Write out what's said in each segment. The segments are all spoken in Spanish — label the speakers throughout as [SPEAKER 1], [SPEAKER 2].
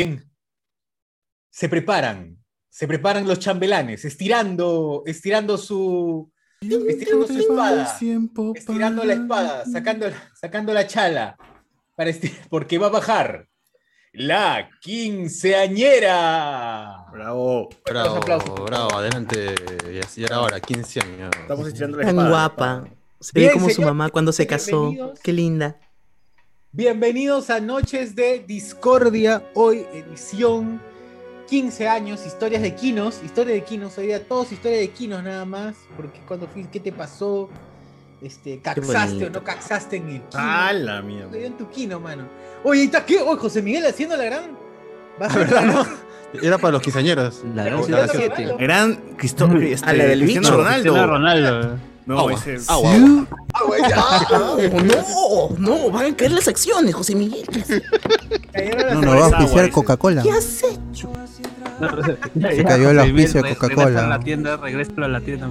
[SPEAKER 1] Bien. Se preparan, se preparan los chambelanes, estirando, estirando su, estirando su espada, estirando la espada, sacando, sacando la chala, para estir- porque va a bajar la quinceañera.
[SPEAKER 2] Bravo.
[SPEAKER 3] Bravo,
[SPEAKER 1] Los aplausos.
[SPEAKER 3] bravo, adelante. Y así era ahora, 15 años.
[SPEAKER 2] Estamos estirando la
[SPEAKER 4] Tan
[SPEAKER 2] espada.
[SPEAKER 4] guapa. Se ve
[SPEAKER 1] Bien,
[SPEAKER 4] como su
[SPEAKER 1] señor.
[SPEAKER 4] mamá cuando se casó.
[SPEAKER 1] Bienvenidos.
[SPEAKER 4] Qué linda.
[SPEAKER 1] Bienvenidos a Noches de Discordia, hoy edición 15 años, historias de Quinos, historia de Quinos, hoy día todos historia de Quinos nada más, porque cuando fui, ¿qué te pasó? Este, ¿Caxaste o
[SPEAKER 4] bonito.
[SPEAKER 1] no caxaste en el Kino?
[SPEAKER 2] Ah, la
[SPEAKER 1] Te
[SPEAKER 2] mierda.
[SPEAKER 1] dio en tu Kino, mano. Oye, ¿y está qué? Oye, José Miguel haciendo la gran... Va a
[SPEAKER 3] La
[SPEAKER 1] ser-
[SPEAKER 3] verdad, ¿no? Era para los quinceañeros.
[SPEAKER 5] La
[SPEAKER 1] Pero
[SPEAKER 5] gran
[SPEAKER 1] si ya está
[SPEAKER 5] 7.
[SPEAKER 1] grabando.
[SPEAKER 2] Gran Cristo- este,
[SPEAKER 4] A la del
[SPEAKER 2] Cristiano
[SPEAKER 4] bicho.
[SPEAKER 2] Ronaldo.
[SPEAKER 5] Ronaldo.
[SPEAKER 2] No,
[SPEAKER 3] Agua,
[SPEAKER 2] ese es.
[SPEAKER 3] agua,
[SPEAKER 4] Ah, pues no, no, van a caer las acciones, José Miguel.
[SPEAKER 1] Cayeron las
[SPEAKER 6] No, nos va a
[SPEAKER 2] agua,
[SPEAKER 6] auspiciar
[SPEAKER 2] dice.
[SPEAKER 6] Coca-Cola.
[SPEAKER 4] ¿Qué has hecho?
[SPEAKER 6] Se cayó el auspicio de Coca-Cola.
[SPEAKER 5] tienda, regrésalo a la tienda.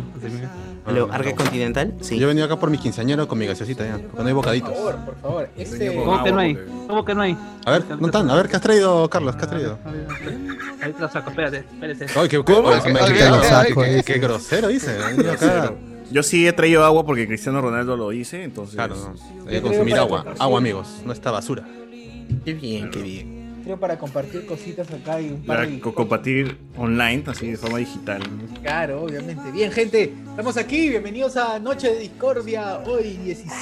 [SPEAKER 3] Ah,
[SPEAKER 4] ¿Lo Arca Continental? Sí.
[SPEAKER 3] Yo he venido acá por mi quinceañero con mi gaseosita ya, porque no hay
[SPEAKER 1] Por
[SPEAKER 3] bocaditos.
[SPEAKER 1] favor, por favor.
[SPEAKER 3] este-
[SPEAKER 1] Ese...
[SPEAKER 2] Venía con
[SPEAKER 5] ¿Cómo que no hay?
[SPEAKER 2] agua, porque-
[SPEAKER 5] ¿Cómo que no hay?
[SPEAKER 3] A ver, no tan, a ver, ¿qué has traído, Carlos? ¿Qué has traído?
[SPEAKER 2] Ah,
[SPEAKER 5] Ahí te lo saco, espérate, espérate.
[SPEAKER 3] Ay, qué,
[SPEAKER 7] ¿Cómo?
[SPEAKER 3] ay, qué-
[SPEAKER 7] Ay,
[SPEAKER 3] qué-
[SPEAKER 7] ay,
[SPEAKER 3] qué-
[SPEAKER 6] ay,
[SPEAKER 3] qué-
[SPEAKER 6] ay,
[SPEAKER 3] qué-
[SPEAKER 6] ay,
[SPEAKER 3] qué grosero dice. he venido acá.
[SPEAKER 2] Claro. Yo sí he traído agua porque Cristiano Ronaldo lo dice, entonces.
[SPEAKER 3] Claro, no. Hay que consumir agua. Agua, amigos, no esta basura.
[SPEAKER 4] Qué bien, qué bien.
[SPEAKER 1] Creo para compartir cositas acá y un par
[SPEAKER 2] Para
[SPEAKER 1] de...
[SPEAKER 2] co- compartir online, así de forma digital.
[SPEAKER 1] Claro, obviamente. Bien, gente, estamos aquí. Bienvenidos a Noche de Discordia. Hoy 16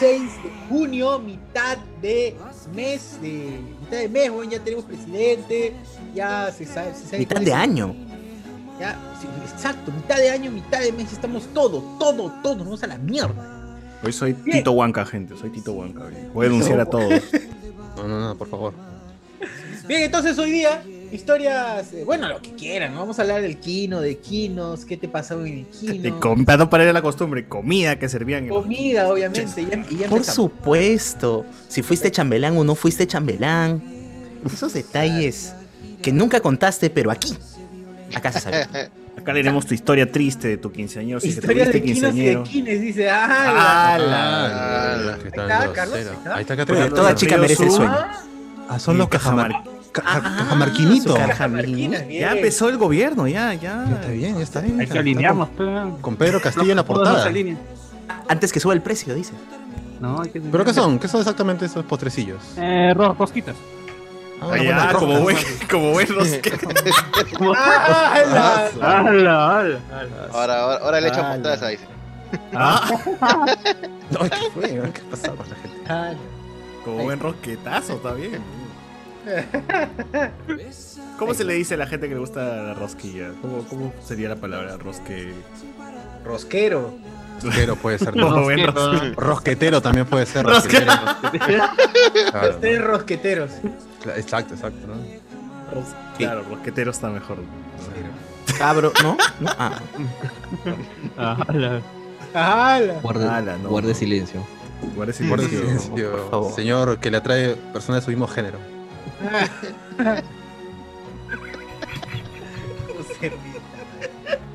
[SPEAKER 1] de junio, mitad de mes, de mitad de mes, bueno, ya tenemos presidente, ya se sabe, se sabe
[SPEAKER 4] Mitad
[SPEAKER 1] cuál
[SPEAKER 4] de
[SPEAKER 1] es-
[SPEAKER 4] año.
[SPEAKER 1] ya, sí, exacto, mitad de año, mitad de mes, estamos todo, todo, todo, nos vamos a la mierda.
[SPEAKER 2] Hoy soy
[SPEAKER 1] Bien.
[SPEAKER 2] Tito Huanca, gente. Soy Tito Huanca. bien. Voy a denunciar a todos.
[SPEAKER 3] No, no, no, Ah, por favor.
[SPEAKER 1] Bien, entonces hoy día, historias, eh, bueno, lo que quieran, ¿no? vamos a hablar del Kino, de Kinos, qué te pasó en el
[SPEAKER 2] De
[SPEAKER 1] Kino,
[SPEAKER 2] com- para no perder la costumbre, comida que servían. en-
[SPEAKER 1] comida, obviamente, y ya, y ya
[SPEAKER 4] Por
[SPEAKER 1] empezamos.
[SPEAKER 4] supuesto. Si fuiste chambelán o no fuiste chambelán. Esos detalles que nunca contaste, pero aquí. Acá se sabe.
[SPEAKER 2] Acá leeremos tu historia triste de tu quinceañero. Si
[SPEAKER 1] Historias
[SPEAKER 2] te
[SPEAKER 1] de
[SPEAKER 2] tuviste
[SPEAKER 1] Kinos y de
[SPEAKER 2] quinceañero.
[SPEAKER 1] Kines, dice, ah, la-
[SPEAKER 2] Ah,
[SPEAKER 3] Ah,
[SPEAKER 2] la-
[SPEAKER 3] la- qué
[SPEAKER 1] está,
[SPEAKER 3] tan
[SPEAKER 1] Carlos,
[SPEAKER 3] grosero.
[SPEAKER 1] ahí está.
[SPEAKER 3] Ahí está, acá
[SPEAKER 2] Pero
[SPEAKER 3] tengo-
[SPEAKER 4] Toda
[SPEAKER 2] Carlos
[SPEAKER 4] chica
[SPEAKER 2] Ríos,
[SPEAKER 4] merece el
[SPEAKER 2] su-
[SPEAKER 4] sueño.
[SPEAKER 3] Ah, son los
[SPEAKER 2] Y Cajamar-
[SPEAKER 3] cajamar... caja- Cajamarquinito.
[SPEAKER 4] su caja-
[SPEAKER 1] Marquina, bien.
[SPEAKER 2] Ya empezó el gobierno, ya,
[SPEAKER 3] Ya
[SPEAKER 2] ya.
[SPEAKER 3] Está bien, ya está bien.
[SPEAKER 5] Hay
[SPEAKER 3] ya
[SPEAKER 5] que
[SPEAKER 3] está
[SPEAKER 5] alinearnos,
[SPEAKER 3] con- Con Pedro Castillo en la portada.
[SPEAKER 4] Antes que suba el precio, dice.
[SPEAKER 5] No, hay que
[SPEAKER 3] ¿Pero qué son? ¿Qué son exactamente esos postrecillos?
[SPEAKER 5] Eh, ro- rosquitas.
[SPEAKER 2] Ah,
[SPEAKER 3] Ah, una
[SPEAKER 2] ya,
[SPEAKER 3] buena roja.
[SPEAKER 2] como buen, como buen rosque-
[SPEAKER 1] ¡Ah, la-
[SPEAKER 5] ¡Hala, hala, hala!
[SPEAKER 7] Ahora, ahora, ahora le echan mostaza, dice.
[SPEAKER 2] Ah.
[SPEAKER 3] No, ¿qué fue? ¿Qué pasaba con la gente?
[SPEAKER 1] la-
[SPEAKER 2] como buen rosquetazo, está bien. ¿Cómo se le dice a la gente que le gusta la rosquilla? ¿Cómo, cómo sería la palabra rosque?
[SPEAKER 1] Rosquero.
[SPEAKER 3] Rosquero pues. puede ser.
[SPEAKER 2] Como
[SPEAKER 3] ¿no?
[SPEAKER 2] buen rosque-
[SPEAKER 3] Rosquetero también puede ser. Rosquetero. Claro,
[SPEAKER 1] Tres rosqueteros.
[SPEAKER 3] cla- exacto, exacto. ¿no?
[SPEAKER 2] Claro, rosquetero está mejor.
[SPEAKER 4] Cabro, ¿no? ¿No? Ah.
[SPEAKER 5] ¡Hala!
[SPEAKER 1] ¡Ah, la-
[SPEAKER 2] Ah, la
[SPEAKER 5] Guarde,
[SPEAKER 2] no.
[SPEAKER 5] guarde silencio.
[SPEAKER 2] Guarda ese
[SPEAKER 3] Por
[SPEAKER 2] silencio.
[SPEAKER 3] silencio,
[SPEAKER 4] por favor.
[SPEAKER 3] señor que le atrae personas de su mismo género.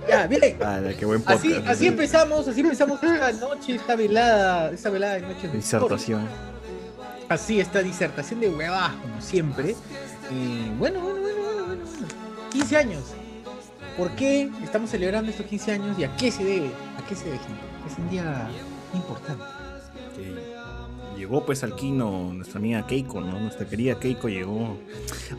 [SPEAKER 1] Ya, bien.
[SPEAKER 2] Ala, qué buen podcast.
[SPEAKER 1] Así, así empezamos, así empezamos esta noche, esta velada, esta velada de noche.
[SPEAKER 2] Disertación.
[SPEAKER 1] Así, esta disertación de huevas, como siempre. Y bueno, bueno, bueno, bueno, bueno, bueno. 15 años. ¿Por qué estamos celebrando estos 15 años y a qué se debe? ¿A qué se debe, gente? Es un día importante.
[SPEAKER 2] que Llegó pues al Kino nuestra amiga Keiko, ¿no? Nuestra querida Keiko llegó.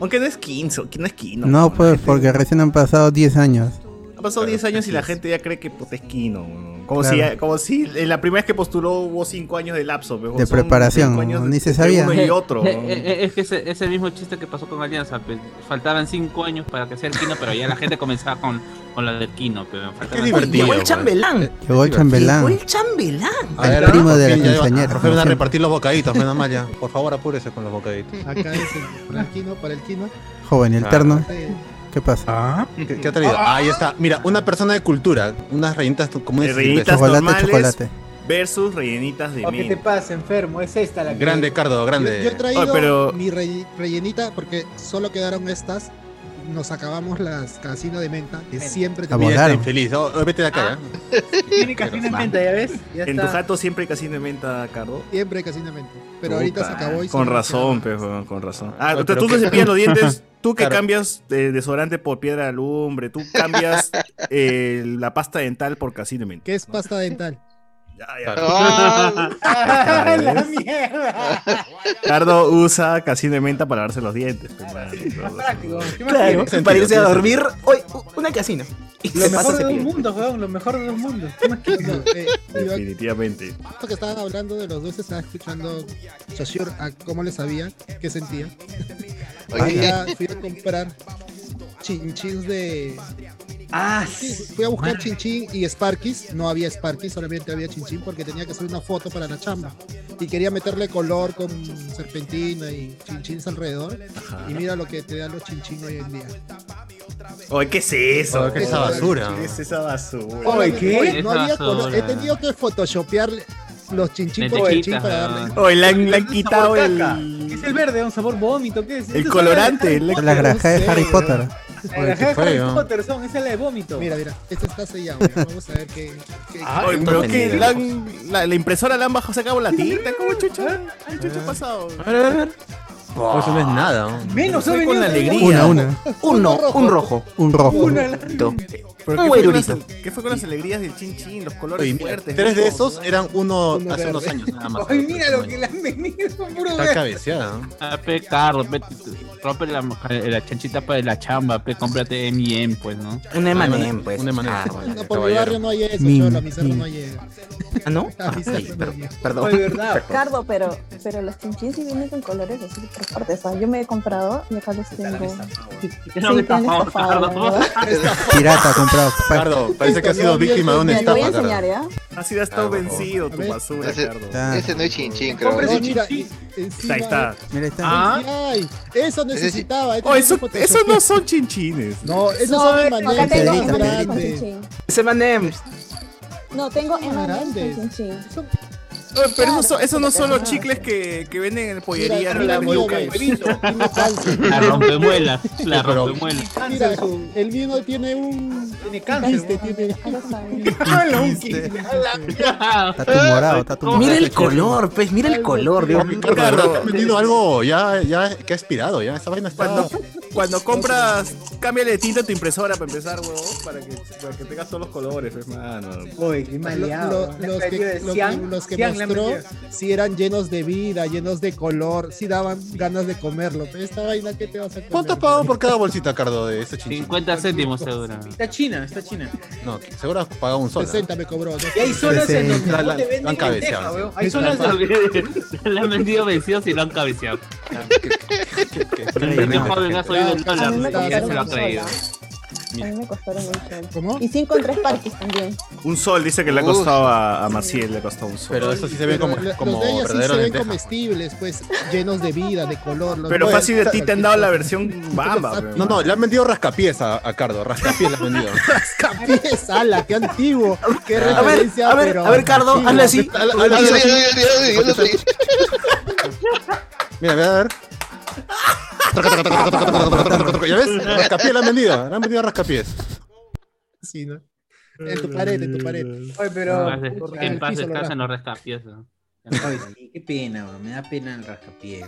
[SPEAKER 2] Aunque no es Kino, no es Kino.
[SPEAKER 6] No,
[SPEAKER 2] la
[SPEAKER 6] pues
[SPEAKER 2] gente-
[SPEAKER 6] porque recién han pasado 10 años.
[SPEAKER 2] Han pasado
[SPEAKER 3] Claro,
[SPEAKER 2] 10 años y
[SPEAKER 3] así
[SPEAKER 2] la
[SPEAKER 3] es.
[SPEAKER 2] gente ya cree que puta, es Kino. ¿no? Como,
[SPEAKER 6] Claro.
[SPEAKER 2] si, como si en la primera vez que postuló hubo 5 años de lapso. pero
[SPEAKER 6] De
[SPEAKER 2] son
[SPEAKER 6] preparación,
[SPEAKER 2] cinco años
[SPEAKER 6] ni se
[SPEAKER 2] de
[SPEAKER 6] sabía.
[SPEAKER 2] Uno y otro. ¿no?
[SPEAKER 5] Eh, eh, eh, es que ese, ese mismo chiste que pasó con Alianza, pues, faltaban 5 años para que sea el Kino, pero ya la gente comenzaba con, con la del Kino. Pero faltaban cinco
[SPEAKER 3] divertido.
[SPEAKER 4] Llegó
[SPEAKER 3] Tío,
[SPEAKER 4] el
[SPEAKER 3] bueno.
[SPEAKER 5] años.
[SPEAKER 4] chambelán.
[SPEAKER 6] Llegó el
[SPEAKER 4] Llegó
[SPEAKER 6] chambelán.
[SPEAKER 4] el chambelán.
[SPEAKER 6] Al primo de la quinceañera.
[SPEAKER 3] compañera. Profe, van a
[SPEAKER 6] Sí.
[SPEAKER 3] repartir los bocaditos, menos mal ya. Por favor, apúrese con los bocaditos.
[SPEAKER 8] Acá es el para el Kino, para el Kino.
[SPEAKER 6] Joven, el
[SPEAKER 3] Ah.
[SPEAKER 6] terno.
[SPEAKER 8] Eh,
[SPEAKER 6] ¿Qué pasa?
[SPEAKER 3] ¿Qué, qué ha traído? Ah, ahí está. Mira, una persona de cultura. Unas reinitas comunes. y
[SPEAKER 2] Reinitas
[SPEAKER 3] silvestres.
[SPEAKER 6] Chocolate,
[SPEAKER 2] normales.
[SPEAKER 6] chocolate.
[SPEAKER 2] Versus rellenitas de
[SPEAKER 1] ¿O
[SPEAKER 8] pues,
[SPEAKER 1] qué te
[SPEAKER 2] menta.
[SPEAKER 1] pasa, enfermo? Es esta la que-
[SPEAKER 3] Grande, Cardo,
[SPEAKER 8] Yo,
[SPEAKER 3] grande.
[SPEAKER 8] yo he traído
[SPEAKER 2] Oye, pero-
[SPEAKER 8] mi re- rellenita porque solo quedaron estas. Nos acabamos las casino de menta que siempre
[SPEAKER 6] Ah,
[SPEAKER 8] te
[SPEAKER 3] Mira, está
[SPEAKER 6] Volaron.
[SPEAKER 3] infeliz. Oh, oh, vete de
[SPEAKER 1] Ah.
[SPEAKER 3] acá, ¿eh?
[SPEAKER 1] Tiene cafeína en menta, ¿ya ves? Ya
[SPEAKER 2] En tu
[SPEAKER 1] está.
[SPEAKER 2] jato siempre hay casino de menta, Cardo.
[SPEAKER 8] Siempre casino de menta. Pero ahorita se
[SPEAKER 2] Puta,
[SPEAKER 8] acabó y
[SPEAKER 2] Con
[SPEAKER 8] se-
[SPEAKER 2] razón, pejo, con razón.
[SPEAKER 3] Ay,
[SPEAKER 2] Ah,
[SPEAKER 3] pero
[SPEAKER 2] entonces tú
[SPEAKER 3] qué-
[SPEAKER 2] te cepillas los dientes Tú que
[SPEAKER 3] Claro.
[SPEAKER 2] cambias eh, desodorante por piedra de lumbre, tú cambias eh, la pasta dental por casino mint.
[SPEAKER 8] ¿Qué es pasta dental?
[SPEAKER 2] Ya, ya.
[SPEAKER 3] Claro.
[SPEAKER 1] ¡Ah, la
[SPEAKER 2] ¿Ves?
[SPEAKER 1] mierda!
[SPEAKER 2] Cardo usa casino de menta para lavarse los dientes. pe, mano.
[SPEAKER 1] Práctico, ¿qué más
[SPEAKER 4] Claro,
[SPEAKER 1] quieres?
[SPEAKER 4] para irse a
[SPEAKER 3] tiene
[SPEAKER 4] dormir, hoy una casino. Y
[SPEAKER 1] Lo
[SPEAKER 4] se pasa
[SPEAKER 1] mejor de
[SPEAKER 4] ese
[SPEAKER 1] dos
[SPEAKER 4] periodo.
[SPEAKER 1] mundos, weón. Lo mejor de dos mundos. ¿Qué más quieres?
[SPEAKER 8] No, eh, yo aquí,
[SPEAKER 2] pues, Definitivamente.
[SPEAKER 8] justo que estaban hablando de los dulces, estaba escuchando Saussure a cómo le sabía, qué sentía. Fui
[SPEAKER 7] Oye,
[SPEAKER 8] a, fui a comprar chinchins de.
[SPEAKER 1] Ah,
[SPEAKER 8] sí, Fui a buscar chinchín y Sparkies. No había Sparkies, solamente había chinchín porque tenía que hacer una foto para la chamba. Y quería meterle color con serpentina y chinchins alrededor.
[SPEAKER 2] Ajá.
[SPEAKER 8] Y mira lo que te dan los chinchín hoy en día.
[SPEAKER 2] Oye, ¿qué es eso?
[SPEAKER 3] Oh, ¿qué es esa basura?
[SPEAKER 2] ¿Qué es esa basura?
[SPEAKER 1] Oye, ¿qué?
[SPEAKER 8] No había
[SPEAKER 5] Esa
[SPEAKER 8] color.
[SPEAKER 5] basura.
[SPEAKER 8] He tenido que photoshopear los chinchín por
[SPEAKER 5] Letechita,
[SPEAKER 8] chinchín para darle.
[SPEAKER 5] weón.
[SPEAKER 2] Oye, le han, le han
[SPEAKER 1] Sabor
[SPEAKER 2] quitado
[SPEAKER 1] caca. ¿Qué es
[SPEAKER 2] el,
[SPEAKER 1] el verde? ¿Un sabor vómito? ¿Qué es? Esa es
[SPEAKER 2] el
[SPEAKER 1] la
[SPEAKER 2] colorante.
[SPEAKER 1] de
[SPEAKER 2] le-
[SPEAKER 6] Son las grajas de Harry Potter.
[SPEAKER 1] Harry- La
[SPEAKER 3] Oye, qué
[SPEAKER 1] caja de Harry
[SPEAKER 3] feo.
[SPEAKER 1] Potter son, esa es la de vómito.
[SPEAKER 8] Mira, mira, este está sellado. mira, Vamos a ver qué. qué-
[SPEAKER 2] Ah, Oye, pero que la, han- la- la impresora la han bajado, se acabó la tinta. ¿Cómo chucha? ¿Qué chucha ha pasado?
[SPEAKER 3] Ah. A ver, a ver, a ver. Oh, eso no es nada. ¿no?
[SPEAKER 1] Menos,
[SPEAKER 2] Fue
[SPEAKER 1] ha
[SPEAKER 2] con
[SPEAKER 1] venido
[SPEAKER 2] la
[SPEAKER 1] de-
[SPEAKER 2] alegría.
[SPEAKER 6] Una, una.
[SPEAKER 4] Uno, un rojo.
[SPEAKER 6] Un rojo.
[SPEAKER 1] Una-
[SPEAKER 4] Listo.
[SPEAKER 2] ¿Pero
[SPEAKER 4] Un
[SPEAKER 2] qué, fue con las,
[SPEAKER 4] guairurito.
[SPEAKER 2] qué fue con las alegrías del chin chin? Los colores
[SPEAKER 3] Oye, mira,
[SPEAKER 2] fuertes.
[SPEAKER 3] tres de
[SPEAKER 2] ¿no?
[SPEAKER 3] esos eran uno
[SPEAKER 8] Uno
[SPEAKER 3] hace
[SPEAKER 8] verde.
[SPEAKER 3] unos años nada más.
[SPEAKER 1] Ay, mira lo que le han venido, bro.
[SPEAKER 3] Está cabeceada. ¿no?
[SPEAKER 5] Ah, pe, Carlos, pe, t- t- rompe la, eh, la chanchita para la chamba, pe, cómprate M&M, pues, ¿no?
[SPEAKER 4] Un
[SPEAKER 3] M&M,
[SPEAKER 4] Emanem, pues.
[SPEAKER 3] un M&M.
[SPEAKER 4] Ah,
[SPEAKER 8] No,
[SPEAKER 4] bueno.
[SPEAKER 8] por mi
[SPEAKER 3] caballero.
[SPEAKER 8] barrio no hay eso,
[SPEAKER 6] Mim,
[SPEAKER 8] cholo, a mi cerro
[SPEAKER 6] mim.
[SPEAKER 8] no hay eso.
[SPEAKER 4] Ah, ¿no?
[SPEAKER 8] A
[SPEAKER 4] Ah,
[SPEAKER 8] mi
[SPEAKER 4] ay,
[SPEAKER 8] cerro no
[SPEAKER 4] perdón.
[SPEAKER 8] hay eso.
[SPEAKER 4] Perdón.
[SPEAKER 1] Oye, verdad.
[SPEAKER 9] Cardo, pero, pero los chinchins sí vienen con colores así súper fuertes. O sea, yo me he comprado y acá los tengo.
[SPEAKER 5] No me
[SPEAKER 9] te han
[SPEAKER 5] estafado,
[SPEAKER 9] estafado,
[SPEAKER 5] Cardo.
[SPEAKER 9] ¿verdad?
[SPEAKER 6] Pirata comprado.
[SPEAKER 3] Cardo, parece que ha sido víctima de una
[SPEAKER 9] Mira, te
[SPEAKER 3] estafa.
[SPEAKER 9] voy a enseñar,
[SPEAKER 3] Cardo.
[SPEAKER 9] ¿ya?
[SPEAKER 2] Ha sido estado
[SPEAKER 3] Ah, por favor.
[SPEAKER 2] vencido
[SPEAKER 8] A
[SPEAKER 2] tu
[SPEAKER 8] ver.
[SPEAKER 2] basura,
[SPEAKER 7] Ese-
[SPEAKER 2] Cardo.
[SPEAKER 6] Ya.
[SPEAKER 7] ese no es chinchín, creo.
[SPEAKER 1] Compre
[SPEAKER 8] No,
[SPEAKER 7] Ese
[SPEAKER 1] ese
[SPEAKER 7] es chinchín.
[SPEAKER 8] mira,
[SPEAKER 1] chinchín.
[SPEAKER 8] y- encima-
[SPEAKER 2] Ahí está.
[SPEAKER 6] Mira, está.
[SPEAKER 2] Ah.
[SPEAKER 8] Ay, eso
[SPEAKER 7] sí.
[SPEAKER 8] necesitaba. este
[SPEAKER 2] Oh, eso,
[SPEAKER 8] tipo de
[SPEAKER 2] esos no son chinchines.
[SPEAKER 8] No, esos
[SPEAKER 9] No,
[SPEAKER 8] son
[SPEAKER 9] acá
[SPEAKER 8] maneras
[SPEAKER 9] tengo
[SPEAKER 6] Pedrito,
[SPEAKER 8] más
[SPEAKER 9] M&M's con
[SPEAKER 8] grandes.
[SPEAKER 9] chinchín.
[SPEAKER 4] Es
[SPEAKER 2] eh,
[SPEAKER 4] Emanem.
[SPEAKER 9] No, tengo M&M's
[SPEAKER 8] grandes.
[SPEAKER 9] con chinchín.
[SPEAKER 2] Oye, pero esos, son-
[SPEAKER 9] Claro,
[SPEAKER 2] esos no son los
[SPEAKER 9] claro.
[SPEAKER 2] chicles que, que venden en pollería.
[SPEAKER 8] Mira,
[SPEAKER 2] en
[SPEAKER 8] mira,
[SPEAKER 2] la
[SPEAKER 8] voy a
[SPEAKER 2] Meluca.
[SPEAKER 8] ver. Tiene cáncer.
[SPEAKER 5] La rompemuelas, la rompemuelas.
[SPEAKER 8] Mira, el mío tiene un.
[SPEAKER 1] Tiene
[SPEAKER 8] Este
[SPEAKER 1] cáncer.
[SPEAKER 8] tiene.
[SPEAKER 9] Acá están.
[SPEAKER 6] Está tumorado, está tumorado.
[SPEAKER 4] Mira el color, pues, mira el color, Dios mío.
[SPEAKER 3] Cardo, de verdad, te han vendido algo ya, ya que ha expirado. Ya, esa vaina está.
[SPEAKER 2] Cuando, cuando compras, cámbiale de tinta a tu impresora para empezar, huevón, para que, para que tengas todos los colores, pues, hermano.
[SPEAKER 1] Oye, qué
[SPEAKER 8] Lo- lo-
[SPEAKER 1] maleado.
[SPEAKER 8] los, que, los que- los que mostró
[SPEAKER 1] mostró.
[SPEAKER 8] si eran llenos de vida, llenos de color, si daban ganas de comerlo. Pero Esta vaina que te vas a comer.
[SPEAKER 3] ¿Cuánto has pagado por cada bolsita, Cardo, de este ese chinchín?
[SPEAKER 5] 50 céntimos seguro.
[SPEAKER 1] Está china, está china.
[SPEAKER 3] No, seguro has pagado un sol.
[SPEAKER 8] 60 me cobró. ¿no?
[SPEAKER 1] Y hay zonas en
[SPEAKER 6] Sí,
[SPEAKER 1] donde
[SPEAKER 3] la-
[SPEAKER 1] no
[SPEAKER 3] la- la
[SPEAKER 1] te
[SPEAKER 3] han
[SPEAKER 1] venden
[SPEAKER 3] cabeceado,
[SPEAKER 1] lenteja,
[SPEAKER 3] sí.
[SPEAKER 1] weón. Hay zonas en donde
[SPEAKER 5] Le han vendido vencidos y lo han cabeceado. El niño joven ha subido el
[SPEAKER 9] A
[SPEAKER 5] dólar,
[SPEAKER 9] mí me
[SPEAKER 5] ¿no? Y ya
[SPEAKER 9] costaron
[SPEAKER 5] se lo ha
[SPEAKER 9] un sol,
[SPEAKER 5] creído.
[SPEAKER 9] ¿ah? A mí me costaron un sol.
[SPEAKER 8] ¿Cómo?
[SPEAKER 9] Y sí encontré Sparkies también.
[SPEAKER 2] Un sol, dice que le ha costado a, a Maciel, le ha costado un sol.
[SPEAKER 3] Pero eso sí se ve
[SPEAKER 8] Pero
[SPEAKER 3] como,
[SPEAKER 8] lo-
[SPEAKER 3] como
[SPEAKER 8] los
[SPEAKER 2] Oh,
[SPEAKER 8] de ellas sí se
[SPEAKER 3] verdadero
[SPEAKER 8] ven
[SPEAKER 3] lenteja.
[SPEAKER 8] comestibles, pues llenos de vida, de color. los
[SPEAKER 2] Pero
[SPEAKER 8] nuevos.
[SPEAKER 2] fácil de ti te han dado la versión bamba, huevón.
[SPEAKER 3] No, no, le han vendido rascapiés a, a Cardo. Rascapiés le han vendido.
[SPEAKER 8] Capiés, ala, qué antiguo. Qué
[SPEAKER 3] A ver,
[SPEAKER 4] A ver,
[SPEAKER 8] referencia,
[SPEAKER 4] a ver,
[SPEAKER 8] pero
[SPEAKER 4] a ver, Cardo,
[SPEAKER 8] antigua.
[SPEAKER 4] hazle así.
[SPEAKER 3] Al- al-
[SPEAKER 7] Ah,
[SPEAKER 3] al-
[SPEAKER 7] sí, sí, sí, sí, sí, sí, sí, sí.
[SPEAKER 3] Mira, mira, a ver. ¿Ya ves? Rascapiés le han vendido. Le han vendido rascapiés.
[SPEAKER 8] Sí, ¿no? En tu pared, en tu pared.
[SPEAKER 1] Oye, pero.
[SPEAKER 5] Ah, sí.
[SPEAKER 1] puta,
[SPEAKER 5] Que en paz
[SPEAKER 8] piso lo
[SPEAKER 5] descansen los rescapiés, ¿no?
[SPEAKER 1] Ay, sí, qué pena, weón, me da pena el rascapié.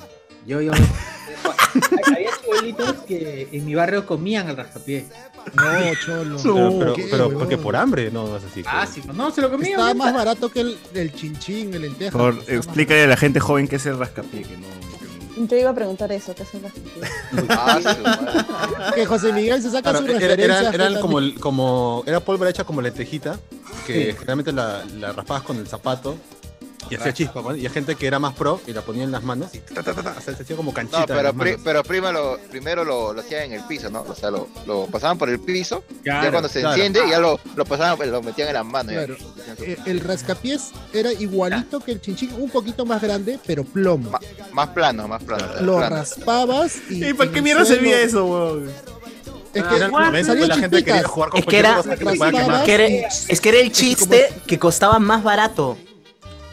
[SPEAKER 1] Yo, yo. Había abuelitos que en mi barrio comían el rascapié.
[SPEAKER 8] No, cholo.
[SPEAKER 3] Pero, pero,
[SPEAKER 8] qué
[SPEAKER 3] pero
[SPEAKER 8] huevón.
[SPEAKER 3] porque por hambre no es así.
[SPEAKER 1] Ah, sí, pues, no, se lo comían.
[SPEAKER 8] Estaba
[SPEAKER 1] weón.
[SPEAKER 8] más barato que el, el chinchín, el lenteja.
[SPEAKER 2] Por,
[SPEAKER 8] Estaba más
[SPEAKER 2] explícale a la gente joven qué es el rascapié, que no... que
[SPEAKER 9] Yo iba a preguntar eso, que son las chinchín.
[SPEAKER 7] Ah, su madre.
[SPEAKER 8] barato. Que José Miguel se saca
[SPEAKER 3] Claro,
[SPEAKER 8] su
[SPEAKER 3] era,
[SPEAKER 8] referencia.
[SPEAKER 3] era- eran como, el- como era pólvora hecha como lentejita que generalmente la, la raspabas con el zapato y hacía chispa ¿no? y hay gente que era más pro y la ponía en las manos y ta, ta, ta, ta, se hacía como canchita
[SPEAKER 7] No,
[SPEAKER 3] en
[SPEAKER 7] pero,
[SPEAKER 3] las
[SPEAKER 7] pri-
[SPEAKER 3] manos.
[SPEAKER 7] pero prima lo- primero lo, lo hacían en el piso, ¿no? O sea, lo, lo pasaban por el piso, ya
[SPEAKER 3] Claro,
[SPEAKER 7] cuando se
[SPEAKER 3] claro.
[SPEAKER 7] enciende, ya lo, lo pasaban, pues, lo metían en las manos. ya.
[SPEAKER 8] Claro. Eh, El rascapiés era igualito que el chinchín, un poquito más grande, pero plomo.
[SPEAKER 7] Más plano, más plano. más
[SPEAKER 8] Lo
[SPEAKER 7] plano.
[SPEAKER 8] raspabas y.
[SPEAKER 2] no. ¿Y para qué
[SPEAKER 8] en
[SPEAKER 2] mierda
[SPEAKER 8] el suelo-
[SPEAKER 2] servía eso, huevón?
[SPEAKER 8] Es
[SPEAKER 7] Ah,
[SPEAKER 3] Era el
[SPEAKER 8] que
[SPEAKER 3] momento en que
[SPEAKER 8] salían
[SPEAKER 3] la gente quería
[SPEAKER 8] chispitas.
[SPEAKER 3] jugar con
[SPEAKER 4] Es que era-
[SPEAKER 3] cualquier cosa que pueda quemar.
[SPEAKER 4] Que era- es que era el chiste que costaba más barato.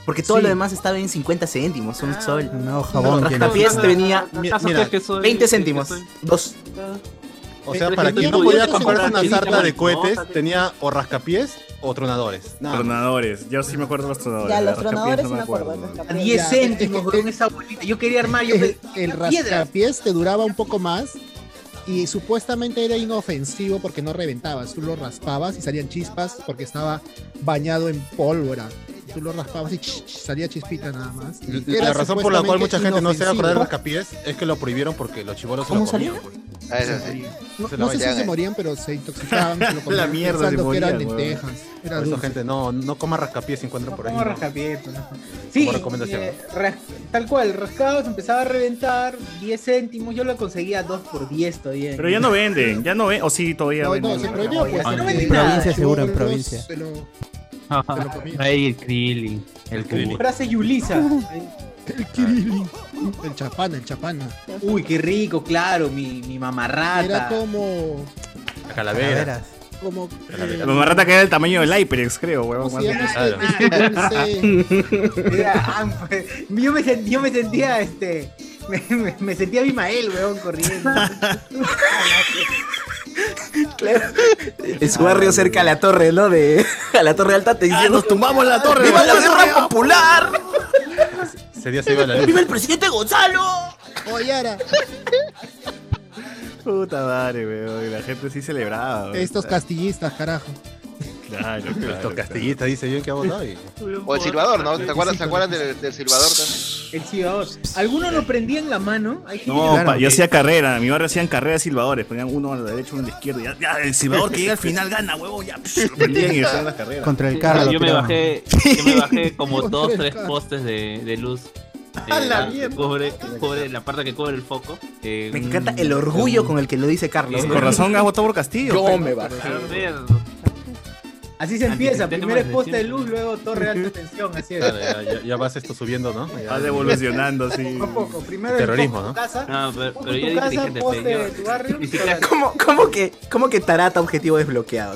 [SPEAKER 4] Porque todo
[SPEAKER 8] Sí.
[SPEAKER 4] lo demás estaba en 50 céntimos,
[SPEAKER 5] Ah.
[SPEAKER 4] un sol.
[SPEAKER 6] No,
[SPEAKER 4] Un
[SPEAKER 6] jabón. que no-
[SPEAKER 4] rascapiés te venía
[SPEAKER 5] ¿Acaso
[SPEAKER 3] mira,
[SPEAKER 5] crees que soy-
[SPEAKER 4] 20 céntimos.
[SPEAKER 5] que soy-
[SPEAKER 4] Dos.
[SPEAKER 3] o sea
[SPEAKER 5] Pero
[SPEAKER 3] para
[SPEAKER 5] si
[SPEAKER 3] quien
[SPEAKER 8] no
[SPEAKER 3] no podía
[SPEAKER 8] podías
[SPEAKER 3] comprarse
[SPEAKER 8] comprar
[SPEAKER 3] una
[SPEAKER 8] chicha,
[SPEAKER 3] sarta de
[SPEAKER 5] no,
[SPEAKER 3] cohetes
[SPEAKER 5] sácate.
[SPEAKER 3] tenía o rascapiés o tronadores Nada más.
[SPEAKER 2] Tronadores, yo sí me acuerdo de los tronadores.
[SPEAKER 9] Ya, los
[SPEAKER 2] rascapiés
[SPEAKER 9] tronadores
[SPEAKER 2] no
[SPEAKER 9] sí me acuerdo. los
[SPEAKER 1] A
[SPEAKER 9] rascapiés.
[SPEAKER 1] 10
[SPEAKER 8] Ya,
[SPEAKER 1] céntimos,
[SPEAKER 8] es que-
[SPEAKER 1] weón, esa abuelita. Yo quería armar, yo
[SPEAKER 8] Eh, El,
[SPEAKER 1] pedí
[SPEAKER 8] el
[SPEAKER 1] pues, piedra.
[SPEAKER 8] rascapiés te duraba un poco más y supuestamente era inofensivo porque no reventabas, tú lo raspabas y salían chispas porque estaba bañado en pólvora. Tú lo raspabas y ch- ch- salía chispita nada más. Y
[SPEAKER 3] La,
[SPEAKER 8] era
[SPEAKER 3] razón por la cual mucha gente no se va a acordar de
[SPEAKER 8] inofensivo.
[SPEAKER 3] los capiés es que lo prohibieron porque los chivolos se
[SPEAKER 4] ¿Cómo
[SPEAKER 3] lo comían.
[SPEAKER 4] salió?
[SPEAKER 3] pues.
[SPEAKER 7] Ah, eso sí.
[SPEAKER 8] No,
[SPEAKER 3] Se
[SPEAKER 8] no
[SPEAKER 3] la
[SPEAKER 8] sé si
[SPEAKER 7] vayan,
[SPEAKER 8] se
[SPEAKER 7] eh.
[SPEAKER 8] morían, pero se intoxicaban. se lo
[SPEAKER 2] La
[SPEAKER 8] comían
[SPEAKER 2] mierda, se
[SPEAKER 8] pensando que eran
[SPEAKER 2] morían, weón.
[SPEAKER 8] lentejas. Era
[SPEAKER 3] Por eso,
[SPEAKER 8] dulce.
[SPEAKER 3] gente, no, no comas rascapiés si encuentran por ahí.
[SPEAKER 1] Como
[SPEAKER 3] ¿no?
[SPEAKER 1] rascapié, pues, ajá. Sí,
[SPEAKER 3] Como recomendación.
[SPEAKER 1] eh, ras- tal cual, rascados, empezaba a reventar, 10 céntimos, yo lo conseguía 2 por 10 todavía.
[SPEAKER 2] Pero ya no venden, ya no ven, o sí, todavía
[SPEAKER 8] No,
[SPEAKER 2] venden.
[SPEAKER 8] no, se
[SPEAKER 2] ¿no?
[SPEAKER 8] prohibió. Pues,
[SPEAKER 1] Ah, no
[SPEAKER 8] porque
[SPEAKER 1] vendí
[SPEAKER 8] los
[SPEAKER 1] nada.
[SPEAKER 6] Provincia seguro, en
[SPEAKER 8] chibolos
[SPEAKER 6] provincia.
[SPEAKER 8] se lo- comían.
[SPEAKER 5] Ay, el Krillin. El Krillin.
[SPEAKER 1] Frase Yulisa. Ay,
[SPEAKER 8] El kirili. El chapana, el chapana.
[SPEAKER 1] Ah. Uy, qué rico, claro, mi, mi
[SPEAKER 8] Era
[SPEAKER 1] mamarrata.
[SPEAKER 8] como.
[SPEAKER 3] La calavera.
[SPEAKER 6] Calaveras.
[SPEAKER 8] como
[SPEAKER 2] La mamarrata que era el tamaño del HyperX, creo,
[SPEAKER 8] ¿Cómo
[SPEAKER 2] huevón.
[SPEAKER 8] se llama este-
[SPEAKER 3] Claro.
[SPEAKER 8] este dulce?
[SPEAKER 1] Era
[SPEAKER 2] ah,
[SPEAKER 1] Anfe. yo, me sentía, yo me sentía, este, me, me- me sentía Bimael, weón, corriendo.
[SPEAKER 4] En eh, su barrio cerca a la torre, ¿no? De, a la torre alta te dicen, nos tumbamos la torre.
[SPEAKER 2] ¡Viva
[SPEAKER 4] ¡Viva
[SPEAKER 2] la
[SPEAKER 4] la guerra popular!
[SPEAKER 3] Ese día se iba la luz.
[SPEAKER 4] ¡Viva el presidente Gonzalo!
[SPEAKER 8] Oye, Ara,
[SPEAKER 2] Puta madre, weón. y La gente sí celebraba. weón. Ah,
[SPEAKER 8] estos castillistas, carajo.
[SPEAKER 2] Claro, claro,
[SPEAKER 3] Estos
[SPEAKER 2] claro.
[SPEAKER 3] castillistas dice yo que ha votado y
[SPEAKER 7] O el silbador, ¿no? ¿Te acuerdas, ¿te acuerdas del, del silbador también?
[SPEAKER 1] El silbador. Algunos lo prendían la mano. Hay gente
[SPEAKER 2] No,
[SPEAKER 1] que-
[SPEAKER 2] pa- yo hacía carrera, en mi barrio hacían carrera de silbadores, ponían uno a la derecha, uno a la izquierda, y ya, ya, el silbador que llega al final gana, huevo, ya, psh, lo prendían y hacían las carreras.
[SPEAKER 6] Contra el carro. lo
[SPEAKER 5] yo, me
[SPEAKER 6] tiraban.
[SPEAKER 5] bajé, yo me bajé como dos, tres
[SPEAKER 8] Claro.
[SPEAKER 5] postes de, de luz.
[SPEAKER 2] ¡A la
[SPEAKER 5] que
[SPEAKER 2] mierda!
[SPEAKER 5] cubre, cubre la parte que cubre el foco. eh,
[SPEAKER 4] Me
[SPEAKER 5] un-
[SPEAKER 4] encanta el orgullo con el que lo dice Carlos.
[SPEAKER 5] Sí,
[SPEAKER 4] ¿no?
[SPEAKER 2] Con razón has votado por Castillo.
[SPEAKER 4] Yo
[SPEAKER 2] pe.
[SPEAKER 4] me bajé.
[SPEAKER 5] Claro, mierda.
[SPEAKER 1] Así se empieza.
[SPEAKER 5] Antisistema
[SPEAKER 1] Primero es
[SPEAKER 5] desde
[SPEAKER 1] poste de
[SPEAKER 5] siempre.
[SPEAKER 1] luz, luego torre de alta tensión. Así es.
[SPEAKER 3] claro, ya, ya- ya vas esto subiendo, ¿no? Ya-
[SPEAKER 2] Vas evolucionando, sí.
[SPEAKER 1] Poco a poco. Primero
[SPEAKER 3] Terrorismo,
[SPEAKER 1] el foco
[SPEAKER 3] ¿no?
[SPEAKER 1] de tu casa.
[SPEAKER 5] No, pero,
[SPEAKER 1] foco
[SPEAKER 5] pero
[SPEAKER 1] de
[SPEAKER 5] yo
[SPEAKER 1] tu
[SPEAKER 5] dije
[SPEAKER 1] casa,
[SPEAKER 5] que te
[SPEAKER 1] poste
[SPEAKER 5] pegué.
[SPEAKER 1] de tu barrio.
[SPEAKER 5] Ni siquiera-
[SPEAKER 1] torre-
[SPEAKER 4] ¿Cómo, cómo que, ¿Cómo que tarata objetivo desbloqueado?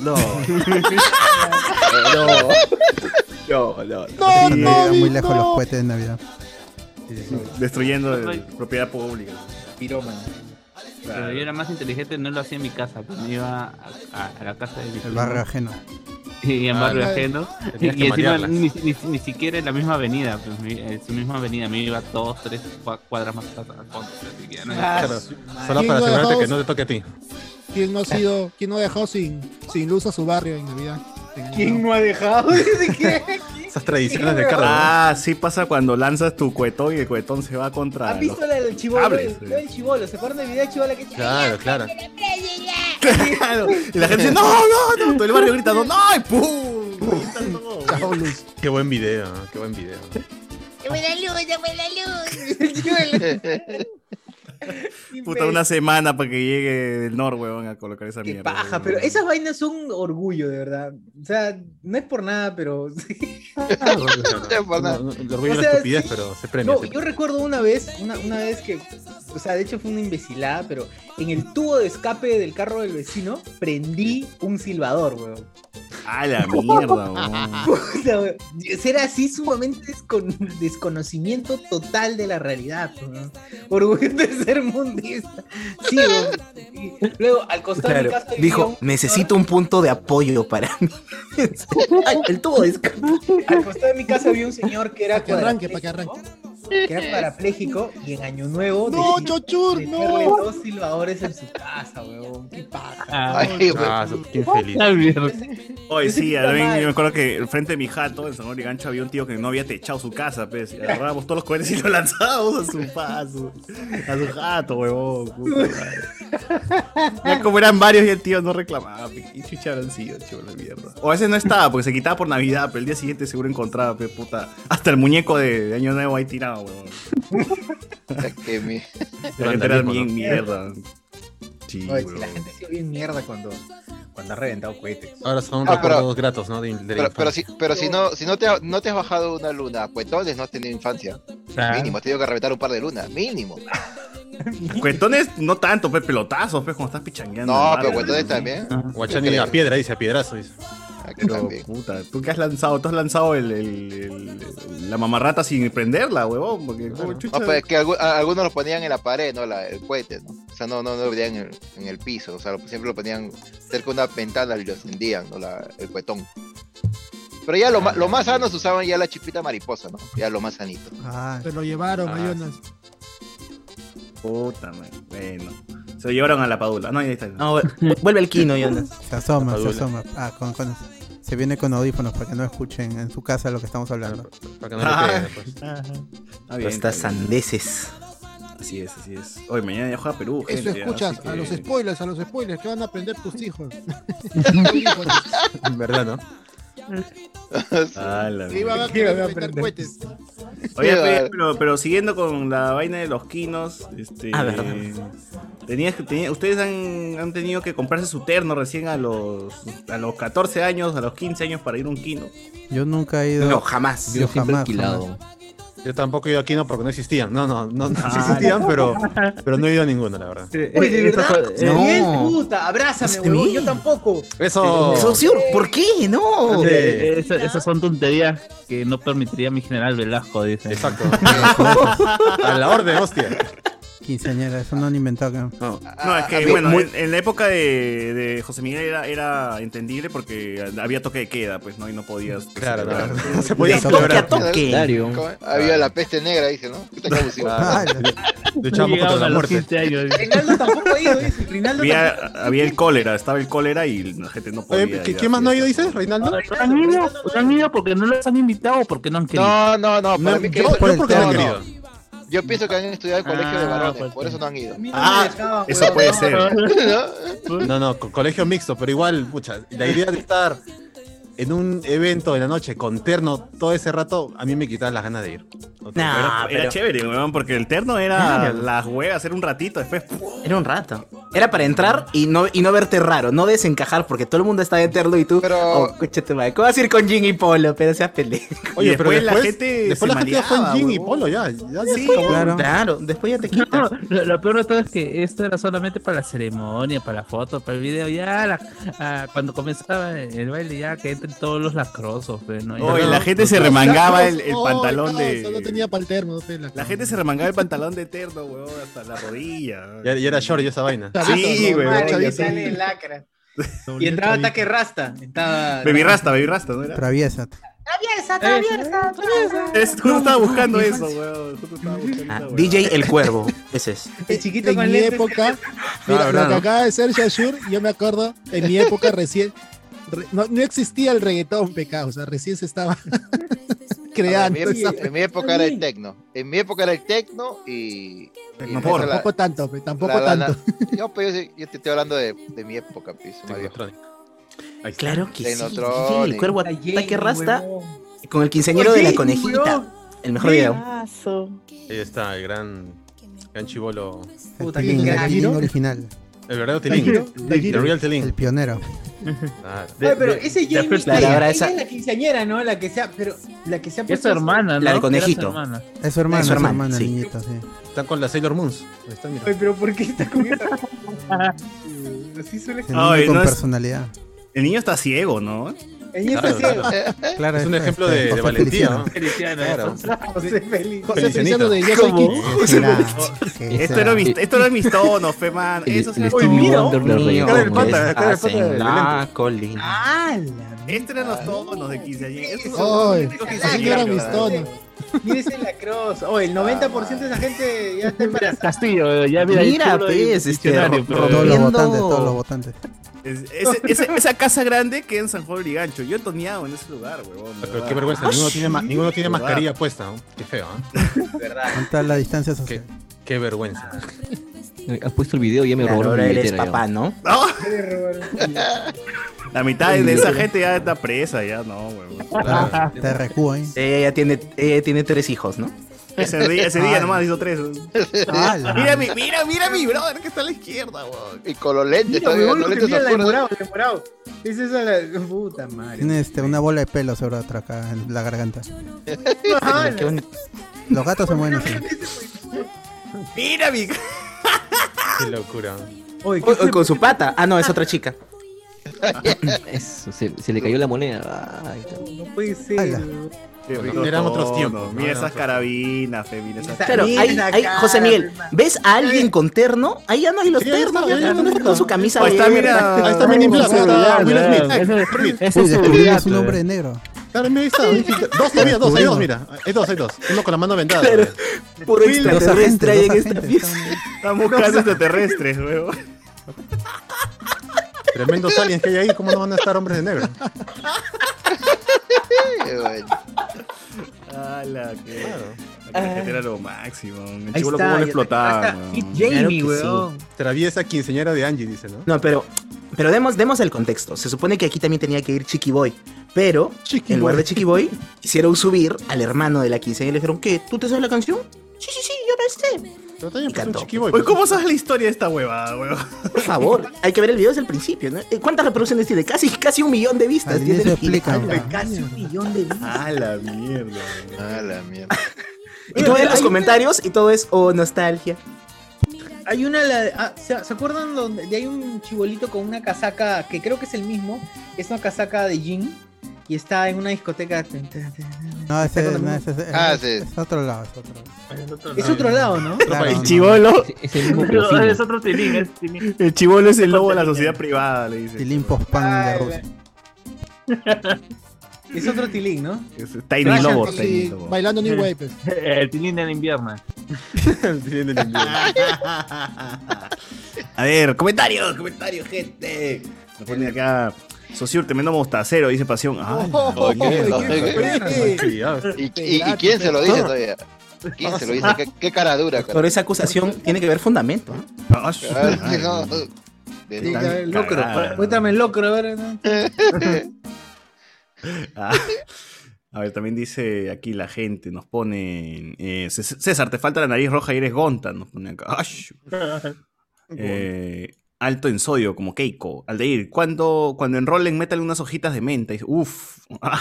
[SPEAKER 4] No. no. No, no.
[SPEAKER 8] No,
[SPEAKER 6] Cuando
[SPEAKER 8] no,
[SPEAKER 6] llegan muy
[SPEAKER 8] no.
[SPEAKER 6] lejos los cohetes de Navidad.
[SPEAKER 2] Destruyendo el- propiedad pública.
[SPEAKER 1] Pirómano.
[SPEAKER 5] Pero yo era más inteligente, no lo hacía en mi casa. pues, Me iba a, a- a la casa de mi
[SPEAKER 6] El
[SPEAKER 5] primo
[SPEAKER 6] barrio ajeno.
[SPEAKER 5] y en barrio
[SPEAKER 8] Ah,
[SPEAKER 5] ajeno. Y,
[SPEAKER 3] tenías que
[SPEAKER 5] encima
[SPEAKER 3] marearlas.
[SPEAKER 5] ni, ni- ni siquiera en la misma avenida. Pues, mi- en su misma avenida. Me iba dos, tres cua- cuadras más atrás. al fondo, pero ni siquiera, no era-
[SPEAKER 3] Claro, solo
[SPEAKER 8] ¿Quién
[SPEAKER 3] para
[SPEAKER 8] lo
[SPEAKER 3] asegurarte
[SPEAKER 8] dejó?
[SPEAKER 3] que no te toque a ti.
[SPEAKER 8] ¿Quién no ha sido, quién no ha dejado sin, sin luz a su barrio en Navidad? En
[SPEAKER 1] ¿Quién
[SPEAKER 8] Navidad.
[SPEAKER 1] no ha dejado? Dice que-
[SPEAKER 3] Esas tradiciones de Carlos. ¿no?
[SPEAKER 2] Ah, sí pasa cuando lanzas tu cuetón y el cuetón se va contra.
[SPEAKER 1] ¿Han visto
[SPEAKER 2] los-
[SPEAKER 1] la del chivolo?
[SPEAKER 2] cables, eh.
[SPEAKER 1] El-
[SPEAKER 2] sí.
[SPEAKER 1] la del chivolo. ¿Se acuerdan del video de chivola que
[SPEAKER 3] Claro, claro.
[SPEAKER 2] Claro. Y la gente dice, no, no, no. Todo el barrio gritando, no, y pum. Gritan todo.
[SPEAKER 8] Chao, luz.
[SPEAKER 3] Qué buen video, ¿no? qué buen video.
[SPEAKER 2] Puta, una semana para que llegue del nor, weón, a colocar esa
[SPEAKER 1] Qué
[SPEAKER 2] mierda.
[SPEAKER 1] paja,
[SPEAKER 2] weón.
[SPEAKER 1] pero esas vainas son orgullo, de verdad. O sea, no es por nada, pero.
[SPEAKER 3] Ah, No, no, el orgullo es la
[SPEAKER 1] O sea,
[SPEAKER 3] estupidez,
[SPEAKER 1] sí.
[SPEAKER 3] pero se premia.
[SPEAKER 1] No,
[SPEAKER 3] se
[SPEAKER 1] yo
[SPEAKER 3] premia.
[SPEAKER 1] recuerdo una vez, una, una vez que. O sea, de hecho fue una imbecilada, pero en el tubo de escape del carro del vecino prendí un silbador, weón.
[SPEAKER 2] A la mierda,
[SPEAKER 4] Ah.
[SPEAKER 2] weón.
[SPEAKER 1] O sea, weón, era así sumamente descon- desconocimiento total de la realidad, weón. Orgullo de ser mundista. Sí, weón. Y luego, al costado de
[SPEAKER 4] Claro.
[SPEAKER 1] mi casa. vivía
[SPEAKER 4] Dijo,
[SPEAKER 1] un-
[SPEAKER 4] necesito un punto de apoyo para mí. Ay, el tubo de escape.
[SPEAKER 1] Al costado de mi casa había un señor que era
[SPEAKER 8] Pa' que arranque, pa' que arranque.
[SPEAKER 1] cuadrapléjico, que era parapléjico y en Año Nuevo
[SPEAKER 8] No,
[SPEAKER 1] decidió
[SPEAKER 8] Chochur,
[SPEAKER 1] meterle
[SPEAKER 8] no.
[SPEAKER 1] dos silbadores en su casa, weón. Qué paja.
[SPEAKER 5] Ah,
[SPEAKER 7] Ay, güey.
[SPEAKER 3] Ah, su- qué infeliz.
[SPEAKER 5] la mierda.
[SPEAKER 2] Hoy sí,
[SPEAKER 1] Puta
[SPEAKER 2] a mí
[SPEAKER 1] madre.
[SPEAKER 2] me acuerdo que frente de mi jato, en San Juan de Gancho, había un tío que no había techado su casa, pues. y agarrábamos todos los cohetes y los lanzábamos a su paso. A su jato, huevón. puta madre. Ya como eran varios y el tío no reclamaba, pe, y chucharon sí, chivo la mierda. O a veces no estaba, porque se quitaba por Navidad, pero el día siguiente seguro encontraba, pe, puta. Hasta el muñeco de, de Año Nuevo ahí tirado, huevón.
[SPEAKER 7] Que mi-
[SPEAKER 2] La gente era
[SPEAKER 3] Vandalismo,
[SPEAKER 2] bien
[SPEAKER 3] ¿no?
[SPEAKER 2] mierda. Sí,
[SPEAKER 1] Oye,
[SPEAKER 2] huevón.
[SPEAKER 1] la gente ha sido bien mierda cuando, cuando ha reventado cohetes.
[SPEAKER 3] Ahora son
[SPEAKER 7] Ah, pero-
[SPEAKER 3] recuerdos gratos, ¿no? De, de la
[SPEAKER 7] Pero, pero
[SPEAKER 3] infancia.
[SPEAKER 7] si, pero si no, si no te, ha- no te has bajado una luna, cuetones no has tenido infancia. Mínimo, has tenido que reventar un par de lunas, mínimo.
[SPEAKER 2] Cuentones no tanto, pe, pelotazos, pe, cuando estás pichangueando. en el
[SPEAKER 7] No,
[SPEAKER 2] barrio,
[SPEAKER 7] pero cuetones
[SPEAKER 2] ¿no?
[SPEAKER 7] también.
[SPEAKER 3] Ah, Guachani a piedra, dice, a piedrazo. Dice.
[SPEAKER 7] Aquí
[SPEAKER 2] Pero,
[SPEAKER 7] también.
[SPEAKER 2] puta, ¿tú qué has lanzado? ¿Tú has lanzado el, el- el- la mamarrata sin prenderla, huevón? Porque, como chucha,
[SPEAKER 7] No, pues que algu- a- algunos lo ponían en la pared, ¿no? La- el cohete, ¿no? O sea, no, no, no lo ponían en, en el piso. O sea, lo- siempre lo ponían cerca de una ventana y lo encendían, ¿no? La- el cohetón. Pero ya lo, ma- lo más sanos usaban ya la chipita mariposa, ¿no? Ya lo más sanito.
[SPEAKER 6] Ah,
[SPEAKER 8] Te lo llevaron,
[SPEAKER 3] Ah,
[SPEAKER 8] Mayonas.
[SPEAKER 2] puta, man. Bueno. O sea, Se lo llevaron a la padula. No, ahí está.
[SPEAKER 4] No, vu- vuelve el Kino, Jonas.
[SPEAKER 6] Se asoma, se
[SPEAKER 4] Padula.
[SPEAKER 6] asoma. Ah, con, con- se viene con audífonos para que no escuchen en su casa lo que estamos hablando.
[SPEAKER 3] Para
[SPEAKER 4] Ah.
[SPEAKER 3] pues.
[SPEAKER 2] Ah,
[SPEAKER 4] Todas estas sandeces.
[SPEAKER 2] Así es, así es. Hoy mañana ya juega Perú,
[SPEAKER 8] Eso
[SPEAKER 2] gente,
[SPEAKER 8] escuchas,
[SPEAKER 2] así que-
[SPEAKER 8] a los spoilers, a los spoilers, ¿qué van a aprender tus hijos?
[SPEAKER 3] En verdad, ¿no?
[SPEAKER 2] Ah, la
[SPEAKER 8] Sí, van a
[SPEAKER 2] mierda.
[SPEAKER 8] querer inventar cohetes.
[SPEAKER 2] Oye,
[SPEAKER 8] Sí,
[SPEAKER 2] pe-
[SPEAKER 8] va.
[SPEAKER 2] pero, pero siguiendo con la vaina de los quinos, este,
[SPEAKER 4] Ah, verdad.
[SPEAKER 2] tenías que- tenía- ustedes han, han tenido que comprarse su terno recién a los a los 14 años, a los 15 años para ir a un kino.
[SPEAKER 6] Yo nunca he ido.
[SPEAKER 4] No, jamás.
[SPEAKER 6] Yo jamás. jamás.
[SPEAKER 3] Yo tampoco he ido a Kino porque no existían. No, no, no, no sí existían, pero, pero no he ido a ninguno, la verdad.
[SPEAKER 4] ¿de
[SPEAKER 1] Ah,
[SPEAKER 4] verdad?
[SPEAKER 3] eh,
[SPEAKER 4] No.
[SPEAKER 1] Bien, puta, abrázame,
[SPEAKER 4] ¿A
[SPEAKER 1] huevón,
[SPEAKER 4] mí?
[SPEAKER 1] yo tampoco.
[SPEAKER 3] Eso.
[SPEAKER 4] Socio, ¿por qué? No.
[SPEAKER 3] Ande.
[SPEAKER 5] Eh, esa- esas son tonterías que no permitiría mi general Velasco, dice.
[SPEAKER 3] Exacto. A la orden, hostia.
[SPEAKER 6] Quinceañera, eso no han inventado. creo.
[SPEAKER 2] No, es
[SPEAKER 3] Ah,
[SPEAKER 7] a
[SPEAKER 2] que
[SPEAKER 7] mí
[SPEAKER 2] bueno,
[SPEAKER 7] muy-
[SPEAKER 2] en, en la época de, de José Miguel era, era entendible porque había toque de queda, pues no, y no podías.
[SPEAKER 3] Claro,
[SPEAKER 2] celebrar. pues,
[SPEAKER 3] claro. Se podía
[SPEAKER 4] De toque a
[SPEAKER 3] celebrar.
[SPEAKER 4] toque.
[SPEAKER 7] ¿Cómo? Había la peste negra, dice, ¿no? Puta, qué abusivo.
[SPEAKER 3] Ah, Luchábamos
[SPEAKER 5] Llegaban a
[SPEAKER 3] contra la
[SPEAKER 5] los
[SPEAKER 3] muerte.
[SPEAKER 5] 15 años. dice.
[SPEAKER 1] Rinaldo tampoco ha ido, dice. Rinaldo
[SPEAKER 2] Había, había el cólera, estaba el cólera y la gente no podía.
[SPEAKER 3] Oye,
[SPEAKER 2] ir
[SPEAKER 3] ¿qué,
[SPEAKER 2] a
[SPEAKER 3] qué más no ha ido,
[SPEAKER 2] fiestas.
[SPEAKER 3] dices, Reinaldo?
[SPEAKER 5] No han ido, no han ido porque no los han invitado porque no han querido.
[SPEAKER 7] No, no, no, para
[SPEAKER 3] No,
[SPEAKER 7] mí que
[SPEAKER 3] yo,
[SPEAKER 7] eso-
[SPEAKER 3] yo porque no he
[SPEAKER 7] no,
[SPEAKER 3] querido.
[SPEAKER 7] no. Yo pienso que han estudiado el colegio de
[SPEAKER 5] Ah,
[SPEAKER 7] varones,
[SPEAKER 5] pues,
[SPEAKER 7] por eso no han ido.
[SPEAKER 2] Ah, eso puede ser.
[SPEAKER 7] ¿No?
[SPEAKER 3] No, no, co- colegio mixto, pero igual, pucha, la idea de estar en un evento de la noche con terno todo ese rato, a mí me quitaba las ganas de ir.
[SPEAKER 4] Nah,
[SPEAKER 2] era
[SPEAKER 4] pero
[SPEAKER 2] chévere, weón, porque el terno era las huevas, era un ratito, después ¡pum!
[SPEAKER 4] era un rato. Era para entrar y no, y no verte raro, no desencajar porque todo el mundo está de terno y tú.
[SPEAKER 7] Pero-
[SPEAKER 4] Oh, coche tu madre. ¿Cómo vas a ir con Jin y Polo? Pero seas pelea.
[SPEAKER 3] Oye,
[SPEAKER 2] Y
[SPEAKER 3] pero
[SPEAKER 2] después
[SPEAKER 3] después
[SPEAKER 2] la gente
[SPEAKER 3] después
[SPEAKER 2] se
[SPEAKER 3] la gente ya fue en
[SPEAKER 2] maleaba,
[SPEAKER 3] jean y
[SPEAKER 2] huevón.
[SPEAKER 3] polo, ya. ya, ya
[SPEAKER 2] Sí,
[SPEAKER 3] se acabó.
[SPEAKER 6] Claro.
[SPEAKER 4] Claro, después ya te
[SPEAKER 5] No,
[SPEAKER 4] quitas.
[SPEAKER 5] lo, lo peor de todo es que esto era solamente para la ceremonia, para la foto, para el video. Ya la- ah, cuando comenzaba el baile, ya que entren todos los lacrosos. pues, ¿no? Ya
[SPEAKER 2] Oye,
[SPEAKER 5] no-
[SPEAKER 2] la gente se remangaba el, el pantalón
[SPEAKER 8] No, no
[SPEAKER 2] de.
[SPEAKER 8] tenía para el termo. pe,
[SPEAKER 2] La gente se remangaba el pantalón de terno, weón, hasta la rodilla.
[SPEAKER 3] Ya, ya era short y esa vaina.
[SPEAKER 2] Sí,
[SPEAKER 8] Chavitos,
[SPEAKER 2] weón.
[SPEAKER 8] ¿no?
[SPEAKER 1] Madre,
[SPEAKER 2] ya
[SPEAKER 1] que
[SPEAKER 8] Chavitos.
[SPEAKER 2] sé.
[SPEAKER 1] sale el lacra. Y entraba ataque rasta. Estaba.
[SPEAKER 2] Baby Rasta, Baby Rasta, ¿no era?
[SPEAKER 6] Traviesa.
[SPEAKER 10] Atraviesa, atraviesa.
[SPEAKER 2] Es- justo estaba buscando eso, weón. Justo estaba buscando
[SPEAKER 4] Ah,
[SPEAKER 2] esa huevada.
[SPEAKER 4] DJ El Cuervo. Ese es.
[SPEAKER 1] El chiquito
[SPEAKER 8] En
[SPEAKER 1] con
[SPEAKER 8] mi
[SPEAKER 7] este
[SPEAKER 1] lentes.
[SPEAKER 8] época, mira,
[SPEAKER 3] verdad,
[SPEAKER 8] lo que
[SPEAKER 3] ¿no?
[SPEAKER 8] acaba de ser Shashur, yo me acuerdo, en mi época recién, re- no, no existía el reggaetón, pecado, o sea, recién se estaba
[SPEAKER 7] En
[SPEAKER 8] creando.
[SPEAKER 7] mi,
[SPEAKER 8] esa-
[SPEAKER 7] en mi época era el tecno. En mi época era el tecno y.
[SPEAKER 2] Tecno
[SPEAKER 7] y
[SPEAKER 2] por.
[SPEAKER 7] esa la-
[SPEAKER 8] Tampoco tanto, pe, tampoco
[SPEAKER 7] la- la-
[SPEAKER 8] tanto.
[SPEAKER 7] yo, pues, yo, sí- yo te estoy hablando de, de mi época, pues, Mario.
[SPEAKER 4] Claro que sí.
[SPEAKER 7] Tecnotronic.
[SPEAKER 4] DJ El Cuervo ataque
[SPEAKER 1] Jane,
[SPEAKER 4] rasta
[SPEAKER 1] huevón.
[SPEAKER 4] con el quinceañero de la
[SPEAKER 1] Oye,
[SPEAKER 4] conejita.
[SPEAKER 1] huevón.
[SPEAKER 4] El mejor video.
[SPEAKER 3] Ahí está, el gran, gran chivolo.
[SPEAKER 6] El
[SPEAKER 1] Puta,
[SPEAKER 6] Tilín,
[SPEAKER 1] qué
[SPEAKER 6] el
[SPEAKER 1] crack.
[SPEAKER 6] Tilín original.
[SPEAKER 3] El verdadero Tilín. El real
[SPEAKER 6] El
[SPEAKER 3] Tilín.
[SPEAKER 6] pionero.
[SPEAKER 3] Ah,
[SPEAKER 1] Oye, pero ese Jamie
[SPEAKER 5] después
[SPEAKER 1] Clay,
[SPEAKER 4] la palabra
[SPEAKER 1] ella
[SPEAKER 4] esa-
[SPEAKER 1] es la quinceañera, ¿no? La que sea, pero la que sea
[SPEAKER 5] Es su hermana, ¿no?
[SPEAKER 4] La del
[SPEAKER 5] Era su
[SPEAKER 4] conejito.
[SPEAKER 5] hermana.
[SPEAKER 6] Es su hermano, es
[SPEAKER 4] Es su
[SPEAKER 6] su
[SPEAKER 4] hermano,
[SPEAKER 6] hermano,
[SPEAKER 4] sí.
[SPEAKER 6] el niñito, sí.
[SPEAKER 3] Están con la Sailor Moons. Ahí está, mira.
[SPEAKER 1] Oye, pero ¿por qué está con esa? Eh, Así suele
[SPEAKER 6] El
[SPEAKER 2] Ay,
[SPEAKER 6] niño
[SPEAKER 2] no
[SPEAKER 6] con
[SPEAKER 2] es-
[SPEAKER 6] personalidad.
[SPEAKER 2] El niño está ciego, ¿no?
[SPEAKER 1] Ella está
[SPEAKER 3] Claro,
[SPEAKER 1] ciega.
[SPEAKER 6] Claro,
[SPEAKER 3] Es un
[SPEAKER 6] es-
[SPEAKER 3] ejemplo
[SPEAKER 6] es-
[SPEAKER 3] de,
[SPEAKER 6] es
[SPEAKER 3] de
[SPEAKER 6] Feliciano.
[SPEAKER 3] valentía, ¿no?
[SPEAKER 5] Feliciano.
[SPEAKER 3] Claro.
[SPEAKER 1] José Félix.
[SPEAKER 8] José
[SPEAKER 3] Feliciano.
[SPEAKER 8] Feliciano de Yo Soy Kids.
[SPEAKER 6] ¿Qué será? ¿Qué
[SPEAKER 2] Esto
[SPEAKER 6] será?
[SPEAKER 2] era, mis, esto era mis tonos, fe man. Eso sí era
[SPEAKER 1] Uy,
[SPEAKER 2] todo.
[SPEAKER 1] mira,
[SPEAKER 3] Cara del pata, cara del pata
[SPEAKER 4] Hacen
[SPEAKER 3] del
[SPEAKER 4] la colina.
[SPEAKER 1] ¡Ah, la
[SPEAKER 2] Estos eran los tonos de quinceañera. Estos son los
[SPEAKER 8] Ay,
[SPEAKER 2] únicos
[SPEAKER 8] así no
[SPEAKER 2] quinceañeros
[SPEAKER 8] eran
[SPEAKER 2] que
[SPEAKER 8] mis tonos.
[SPEAKER 1] Mira ese lacrosse. Oh, el 90% de esa gente ya está embarazada.
[SPEAKER 5] Castillo, eh, ya mira. ahí
[SPEAKER 4] Mira,
[SPEAKER 5] chulo ahí,
[SPEAKER 4] pues, este,
[SPEAKER 5] diccionario,
[SPEAKER 4] ro-
[SPEAKER 5] pero-
[SPEAKER 6] Todos los
[SPEAKER 4] rompiendo-
[SPEAKER 6] votantes, todos los votantes.
[SPEAKER 2] Es- ese- ese- esa casa grande que en San Juan de Gancho. Yo he toneado en ese lugar, huevón. de
[SPEAKER 3] Pero qué
[SPEAKER 2] verdad.
[SPEAKER 3] vergüenza, ninguno tiene, ma- ninguno tiene
[SPEAKER 2] Verdad.
[SPEAKER 3] mascarilla puesta. ¿no? Qué feo, ¿eh?
[SPEAKER 6] ¿Cuánta la distancia social?
[SPEAKER 3] Qué vergüenza.
[SPEAKER 11] Eh, Has puesto el video y ya me
[SPEAKER 4] Claro,
[SPEAKER 11] robaron
[SPEAKER 4] ahora
[SPEAKER 11] mi
[SPEAKER 4] eres
[SPEAKER 11] billetera. ya.
[SPEAKER 4] papá, ¿no?
[SPEAKER 3] Ah.
[SPEAKER 2] La mitad de esa gente ya está presa, ya no, huevón.
[SPEAKER 6] Claro,
[SPEAKER 4] Ah,
[SPEAKER 6] Te recúan. ¿eh?
[SPEAKER 4] Ella ya tiene, ella tiene tres hijos, ¿no?
[SPEAKER 2] Ese día, ese día
[SPEAKER 6] Ay.
[SPEAKER 2] nomás hizo tres.
[SPEAKER 6] ¡Hala!
[SPEAKER 2] Mira mi, mira, mira mi brother que está a la izquierda, huevón.
[SPEAKER 7] Y con los lentes,
[SPEAKER 1] Mira,
[SPEAKER 7] todavía,
[SPEAKER 1] huevón,
[SPEAKER 7] los
[SPEAKER 1] lo que
[SPEAKER 7] lentes
[SPEAKER 1] mira la de
[SPEAKER 7] oscuros.
[SPEAKER 1] morado, la de morado. Es esa la... Puta madre.
[SPEAKER 6] Tiene este, una bola de pelo sobre otra acá en la garganta.
[SPEAKER 1] Ah,
[SPEAKER 4] Qué bonito.
[SPEAKER 6] Los gatos se mueven así.
[SPEAKER 2] Mira mi.
[SPEAKER 3] Qué locura.
[SPEAKER 1] Oye, ¿qué
[SPEAKER 4] Uy, uy,
[SPEAKER 1] fue?
[SPEAKER 4] con su pata. Ah, no, es otra chica.
[SPEAKER 11] Eso, se, se le cayó la moneda. Ay, está.
[SPEAKER 1] No puede ser.
[SPEAKER 6] Ala.
[SPEAKER 1] huevón.
[SPEAKER 3] Eran otros tiempos,
[SPEAKER 2] Mira
[SPEAKER 3] eran
[SPEAKER 2] esas
[SPEAKER 3] otros
[SPEAKER 2] carabinas, fe, mira esas.
[SPEAKER 1] Esa-
[SPEAKER 4] Claro,
[SPEAKER 1] Mira
[SPEAKER 4] ahí,
[SPEAKER 1] la
[SPEAKER 4] ahí,
[SPEAKER 1] cara,
[SPEAKER 4] José Miguel,
[SPEAKER 1] hermano.
[SPEAKER 4] ¿ves a alguien con terno? Ahí ya no hay los
[SPEAKER 3] Sí, ahí está,
[SPEAKER 4] ternos,
[SPEAKER 3] ahí
[SPEAKER 4] ya
[SPEAKER 3] está,
[SPEAKER 4] no
[SPEAKER 3] ahí
[SPEAKER 4] con
[SPEAKER 3] está.
[SPEAKER 4] su camisa
[SPEAKER 2] Ahí está,
[SPEAKER 4] abierta.
[SPEAKER 2] mira.
[SPEAKER 3] Ahí está Menin Black,
[SPEAKER 5] Seguridad,
[SPEAKER 3] Will
[SPEAKER 5] weón.
[SPEAKER 3] Smith.
[SPEAKER 5] Ese- ese
[SPEAKER 6] Uy,
[SPEAKER 5] es seguridad,
[SPEAKER 6] descubrimos un
[SPEAKER 5] weón.
[SPEAKER 6] hombre negro.
[SPEAKER 3] Claro, mira, ahí está. ahí está. Dos todavía, dos, hay dos, mira. Hay dos, hay dos. Uno con la mano vendada. Claro,
[SPEAKER 4] puro extraterrestre hay en esta
[SPEAKER 3] fiesta.
[SPEAKER 2] Están buscando este extraterrestres, weón.
[SPEAKER 3] Tremendos aliens que hay ahí, ¿cómo no van a estar hombres de negro?
[SPEAKER 2] Ala, que. La cajeta era lo máximo. El
[SPEAKER 4] Ahí
[SPEAKER 2] chivolo cómo
[SPEAKER 4] está, ya
[SPEAKER 2] lo
[SPEAKER 4] te-
[SPEAKER 2] explotaba.
[SPEAKER 4] ahí está.
[SPEAKER 2] weón.
[SPEAKER 4] Fit Jamie,
[SPEAKER 2] Claro que sí.
[SPEAKER 4] weón.
[SPEAKER 3] Traviesa quinceñera de Angie, dice, ¿no?
[SPEAKER 4] No, pero, pero demos, demos el contexto. Se supone que aquí también tenía que ir Chiqui Boy. Pero, en lugar de Chiqui Boy, hicieron subir al hermano de la quinceañera y le dijeron, ¿qué? ¿Tú te sabes la canción? Sí, sí, sí, yo no sé.
[SPEAKER 3] Pero también
[SPEAKER 4] pues, un Chiqui
[SPEAKER 2] Oye, ¿cómo sabes la historia de esta huevada, weón?
[SPEAKER 4] Por favor, hay que ver el video desde el principio, ¿no? Eh, ¿Cuántas reproducciones tiene? Casi, casi un millón de vistas.
[SPEAKER 6] Al
[SPEAKER 4] tiene
[SPEAKER 6] inicio
[SPEAKER 4] el video.
[SPEAKER 6] explican,
[SPEAKER 4] Ala,
[SPEAKER 6] weón.
[SPEAKER 4] Casi un millón de vistas.
[SPEAKER 2] A la mierda.
[SPEAKER 7] A la mierda.
[SPEAKER 4] Y tú ves los comentarios y todo es, oh, nostalgia.
[SPEAKER 1] Hay una, la- ah, ¿se, se acuerdan donde hay un chibolito con una casaca que creo que es el mismo? Es una casaca de jean y está en una discoteca.
[SPEAKER 6] No, ese,
[SPEAKER 1] Está con
[SPEAKER 6] no,
[SPEAKER 1] el-
[SPEAKER 6] ese, ese-
[SPEAKER 1] Ah,
[SPEAKER 6] es, es otro lado, es otro.
[SPEAKER 1] Es otro lado, ¿no?
[SPEAKER 6] Claro, no, no.
[SPEAKER 11] Es el mismo
[SPEAKER 2] Pero
[SPEAKER 11] profil.
[SPEAKER 2] es otro tilín, es tilín. El chivolo es el lobo de la sociedad privada, le dice.
[SPEAKER 6] Tilín post-pan de Rusia.
[SPEAKER 1] Es otro tilín, ¿no?
[SPEAKER 2] Tiny
[SPEAKER 8] Gracias,
[SPEAKER 2] Lobo,
[SPEAKER 8] sí,
[SPEAKER 2] Tiny Lobo.
[SPEAKER 8] Bailando New Wave. pues.
[SPEAKER 5] El tilín del invierno.
[SPEAKER 3] el tilín del invierno.
[SPEAKER 2] A ver, comentarios, comentarios, gente. Nos ponen acá. Sociur, tremendo mostacero, dice pasión. Ah,
[SPEAKER 7] Oh, ¿qué?
[SPEAKER 2] la mierda.
[SPEAKER 7] ¿Qué? ¿Y, y, y quién se lo dice todavía? ¿Quién se lo dice? ¿Qué, qué cara dura, cara?
[SPEAKER 4] Pero esa acusación tiene que ver fundamento. ¿eh?
[SPEAKER 2] Ah, su
[SPEAKER 7] Ay,
[SPEAKER 2] madre.
[SPEAKER 7] no.
[SPEAKER 1] Sí,
[SPEAKER 7] De-
[SPEAKER 1] a ver, locro.
[SPEAKER 8] pues,
[SPEAKER 2] cagada.
[SPEAKER 1] Cuéntame el locro, a ver. ¿no?
[SPEAKER 2] Ah, A ver, también dice aquí la gente, nos pone. eh, Cés- César, te falta la nariz roja y eres Gonta, nos pone acá. Ah, su- Eh, alto en sodio, como Keiko. Aldeir, cuando, cuando enrolen, métale unas hojitas de menta. Y- Uf. Ah.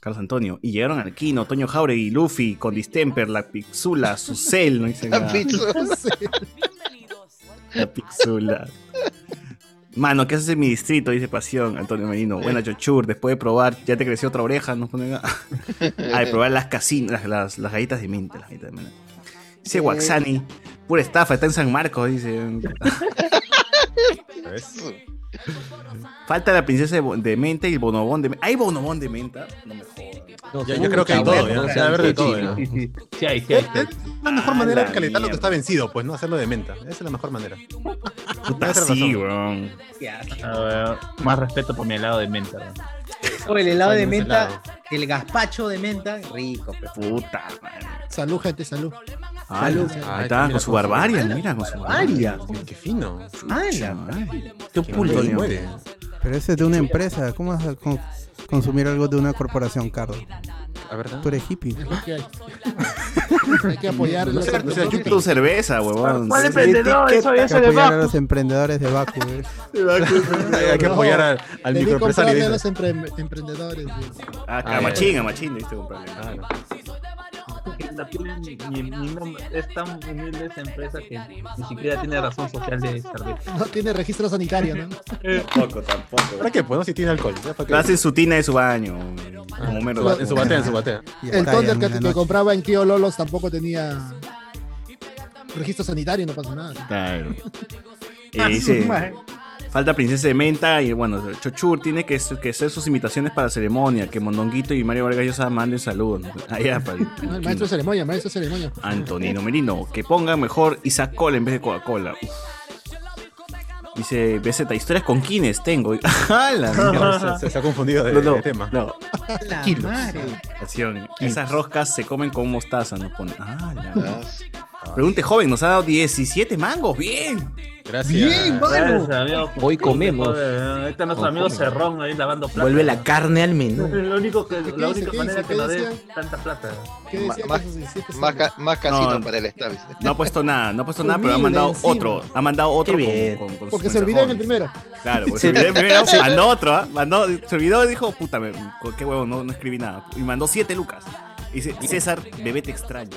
[SPEAKER 2] Carlos Antonio. Y llegaron al Kino, Toño Jauregui, Luffy, con Distemper, la Pixula, Susel. No dice
[SPEAKER 7] La
[SPEAKER 2] nada.
[SPEAKER 7] pizza.
[SPEAKER 2] La Pixula. Mano, ¿qué haces en mi distrito? Dice Pasión, Antonio Medino. Buena, Chochur. Después de probar, ya te creció otra oreja. Nos pone acá. Ah, de probar las casinas, las, las, las galletas de menta. Las galletas de menta. Dice Waxani. Pura estafa, está en San Marcos, dice. Falta la princesa de, bo- de menta y el bonobón de menta. ¿Hay bonobón de menta? No me
[SPEAKER 11] No,
[SPEAKER 3] Ya-
[SPEAKER 11] sí,
[SPEAKER 3] yo creo que hay
[SPEAKER 11] cabrón,
[SPEAKER 3] todo, ya.
[SPEAKER 11] no,
[SPEAKER 3] Se va a ver de todo,
[SPEAKER 11] sí,
[SPEAKER 3] ya.
[SPEAKER 11] sí, sí.
[SPEAKER 5] Sí, hay, sí,
[SPEAKER 3] Es
[SPEAKER 5] hay.
[SPEAKER 3] la mejor manera de
[SPEAKER 2] la
[SPEAKER 3] calentar lo que
[SPEAKER 2] mierda.
[SPEAKER 3] está vencido, pues, ¿no? Hacerlo de menta. Esa es la mejor manera.
[SPEAKER 2] Puta,
[SPEAKER 3] Tienes
[SPEAKER 2] sí,
[SPEAKER 3] razón.
[SPEAKER 2] weón.
[SPEAKER 5] Ah, weón. más respeto por mi helado de menta. weón.
[SPEAKER 1] O el helado de
[SPEAKER 5] Ay, no es
[SPEAKER 1] menta,
[SPEAKER 5] helado.
[SPEAKER 1] el gazpacho de menta, rico. pe.
[SPEAKER 2] Puta, madre.
[SPEAKER 8] Salud, gente, salud.
[SPEAKER 2] Salud. Ahí está, con su barbaria, mira, con su barbaria.
[SPEAKER 3] Qué fino.
[SPEAKER 2] Qué
[SPEAKER 6] pulido.
[SPEAKER 2] Antonio.
[SPEAKER 6] Pero ese es de una empresa. ¿Cómo vas a con- consumir algo de una corporación, Carlos?
[SPEAKER 3] La verdad.
[SPEAKER 6] Tú eres hippie.
[SPEAKER 8] ¿Qué hay? Hay que apoyar.
[SPEAKER 2] No
[SPEAKER 8] los
[SPEAKER 2] sé, o sea,
[SPEAKER 8] emprendedores.
[SPEAKER 2] yo tu cerveza, huevón.
[SPEAKER 5] ¿Cuál
[SPEAKER 2] Sí,
[SPEAKER 5] emprendedor? Eso
[SPEAKER 6] Hay
[SPEAKER 5] ya
[SPEAKER 6] que
[SPEAKER 5] se le
[SPEAKER 6] apoyar a
[SPEAKER 5] va.
[SPEAKER 6] los emprendedores de Baku. ¿eh?
[SPEAKER 3] Hay que apoyar al, al
[SPEAKER 8] Debí
[SPEAKER 3] microempresario.
[SPEAKER 8] comprarle a
[SPEAKER 3] dice.
[SPEAKER 8] los empre- emprendedores. dice.
[SPEAKER 2] Ah,
[SPEAKER 3] Ah,
[SPEAKER 2] a Machín, a Machín debiste comprarle.
[SPEAKER 8] Ah,
[SPEAKER 5] La tienen- ni- ni nombre. Es tan humilde esa empresa que ni siquiera tiene razón social de servir.
[SPEAKER 8] No tiene registro sanitario, ¿no?
[SPEAKER 3] Eh,
[SPEAKER 2] Tampoco, tampoco.
[SPEAKER 3] ¿Para qué? Pues no, si tiene alcohol. ¿ya? ¿Para qué?
[SPEAKER 2] Lo hace en su tina de su baño. Como mero.
[SPEAKER 3] En Ah, su batea, en su batea.
[SPEAKER 6] Y
[SPEAKER 8] El
[SPEAKER 6] estallan
[SPEAKER 8] Thunder
[SPEAKER 6] en
[SPEAKER 8] que,
[SPEAKER 6] la
[SPEAKER 8] que
[SPEAKER 6] noche.
[SPEAKER 8] compraba en Tío Lolos tampoco tenía registro sanitario, no pasa nada.
[SPEAKER 2] Claro. Eh, dice, falta princesa de menta y bueno, Chochur tiene que, que hacer sus imitaciones para ceremonia, que Mondonguito y Mario Vargas Llosa manden saludos. ¿no? Allá para el-
[SPEAKER 8] No, el maestro de ceremonia, el maestro de ceremonia.
[SPEAKER 2] Antonino Merino, que pongan mejor Isaac Cola en vez de Coca-Cola. Uf. Dice BZ, historias con quienes tengo. ¡Ah, la mierda!
[SPEAKER 3] No, se, se ha confundido de,
[SPEAKER 2] No, no,
[SPEAKER 3] de tema.
[SPEAKER 2] no.
[SPEAKER 1] La
[SPEAKER 2] Kilos.
[SPEAKER 1] madre.
[SPEAKER 2] Acción. Esas roscas se comen con mostaza, nos pone. ¡Ah, la
[SPEAKER 7] Ah,
[SPEAKER 2] Pregunte joven, nos ha dado 17 mangos. ¡Bien!
[SPEAKER 3] Gracias.
[SPEAKER 1] Bien, mano.
[SPEAKER 5] Gracias, amigo.
[SPEAKER 11] Hoy comemos.
[SPEAKER 5] Joder, weón. Ahí está nuestro
[SPEAKER 11] Hoy
[SPEAKER 5] amigo
[SPEAKER 11] comemos.
[SPEAKER 5] Cerrón ahí lavando plata.
[SPEAKER 4] Vuelve la carne al
[SPEAKER 5] Es
[SPEAKER 4] menú.
[SPEAKER 5] lo único que,
[SPEAKER 8] ¿Qué
[SPEAKER 5] la
[SPEAKER 8] dice?
[SPEAKER 5] única
[SPEAKER 8] ¿Qué
[SPEAKER 5] manera
[SPEAKER 8] dice?
[SPEAKER 5] que
[SPEAKER 8] ¿Qué
[SPEAKER 5] nos dé
[SPEAKER 8] decía?
[SPEAKER 5] tanta plata.
[SPEAKER 8] ¿Qué decía
[SPEAKER 7] más-
[SPEAKER 8] que sus 17
[SPEAKER 7] Más, ca- más casito
[SPEAKER 2] No.
[SPEAKER 7] para el staff. dice.
[SPEAKER 2] No ha puesto nada, no ha puesto nada, pero ha
[SPEAKER 8] Humilde
[SPEAKER 2] mandado
[SPEAKER 8] encima.
[SPEAKER 2] otro. Ha mandado otro
[SPEAKER 4] Qué bien.
[SPEAKER 2] con- con- con
[SPEAKER 8] Porque
[SPEAKER 2] sus
[SPEAKER 8] se olvidó en el
[SPEAKER 2] mensajones.
[SPEAKER 8] primero.
[SPEAKER 2] Claro, porque se olvidó en el primero, mandó otro, ¿ah? mandó, se olvidó y dijo, puta, me- con qué huevo, no, no escribí nada. Y mandó 7 lucas. Y dice, César, bebé te extraño.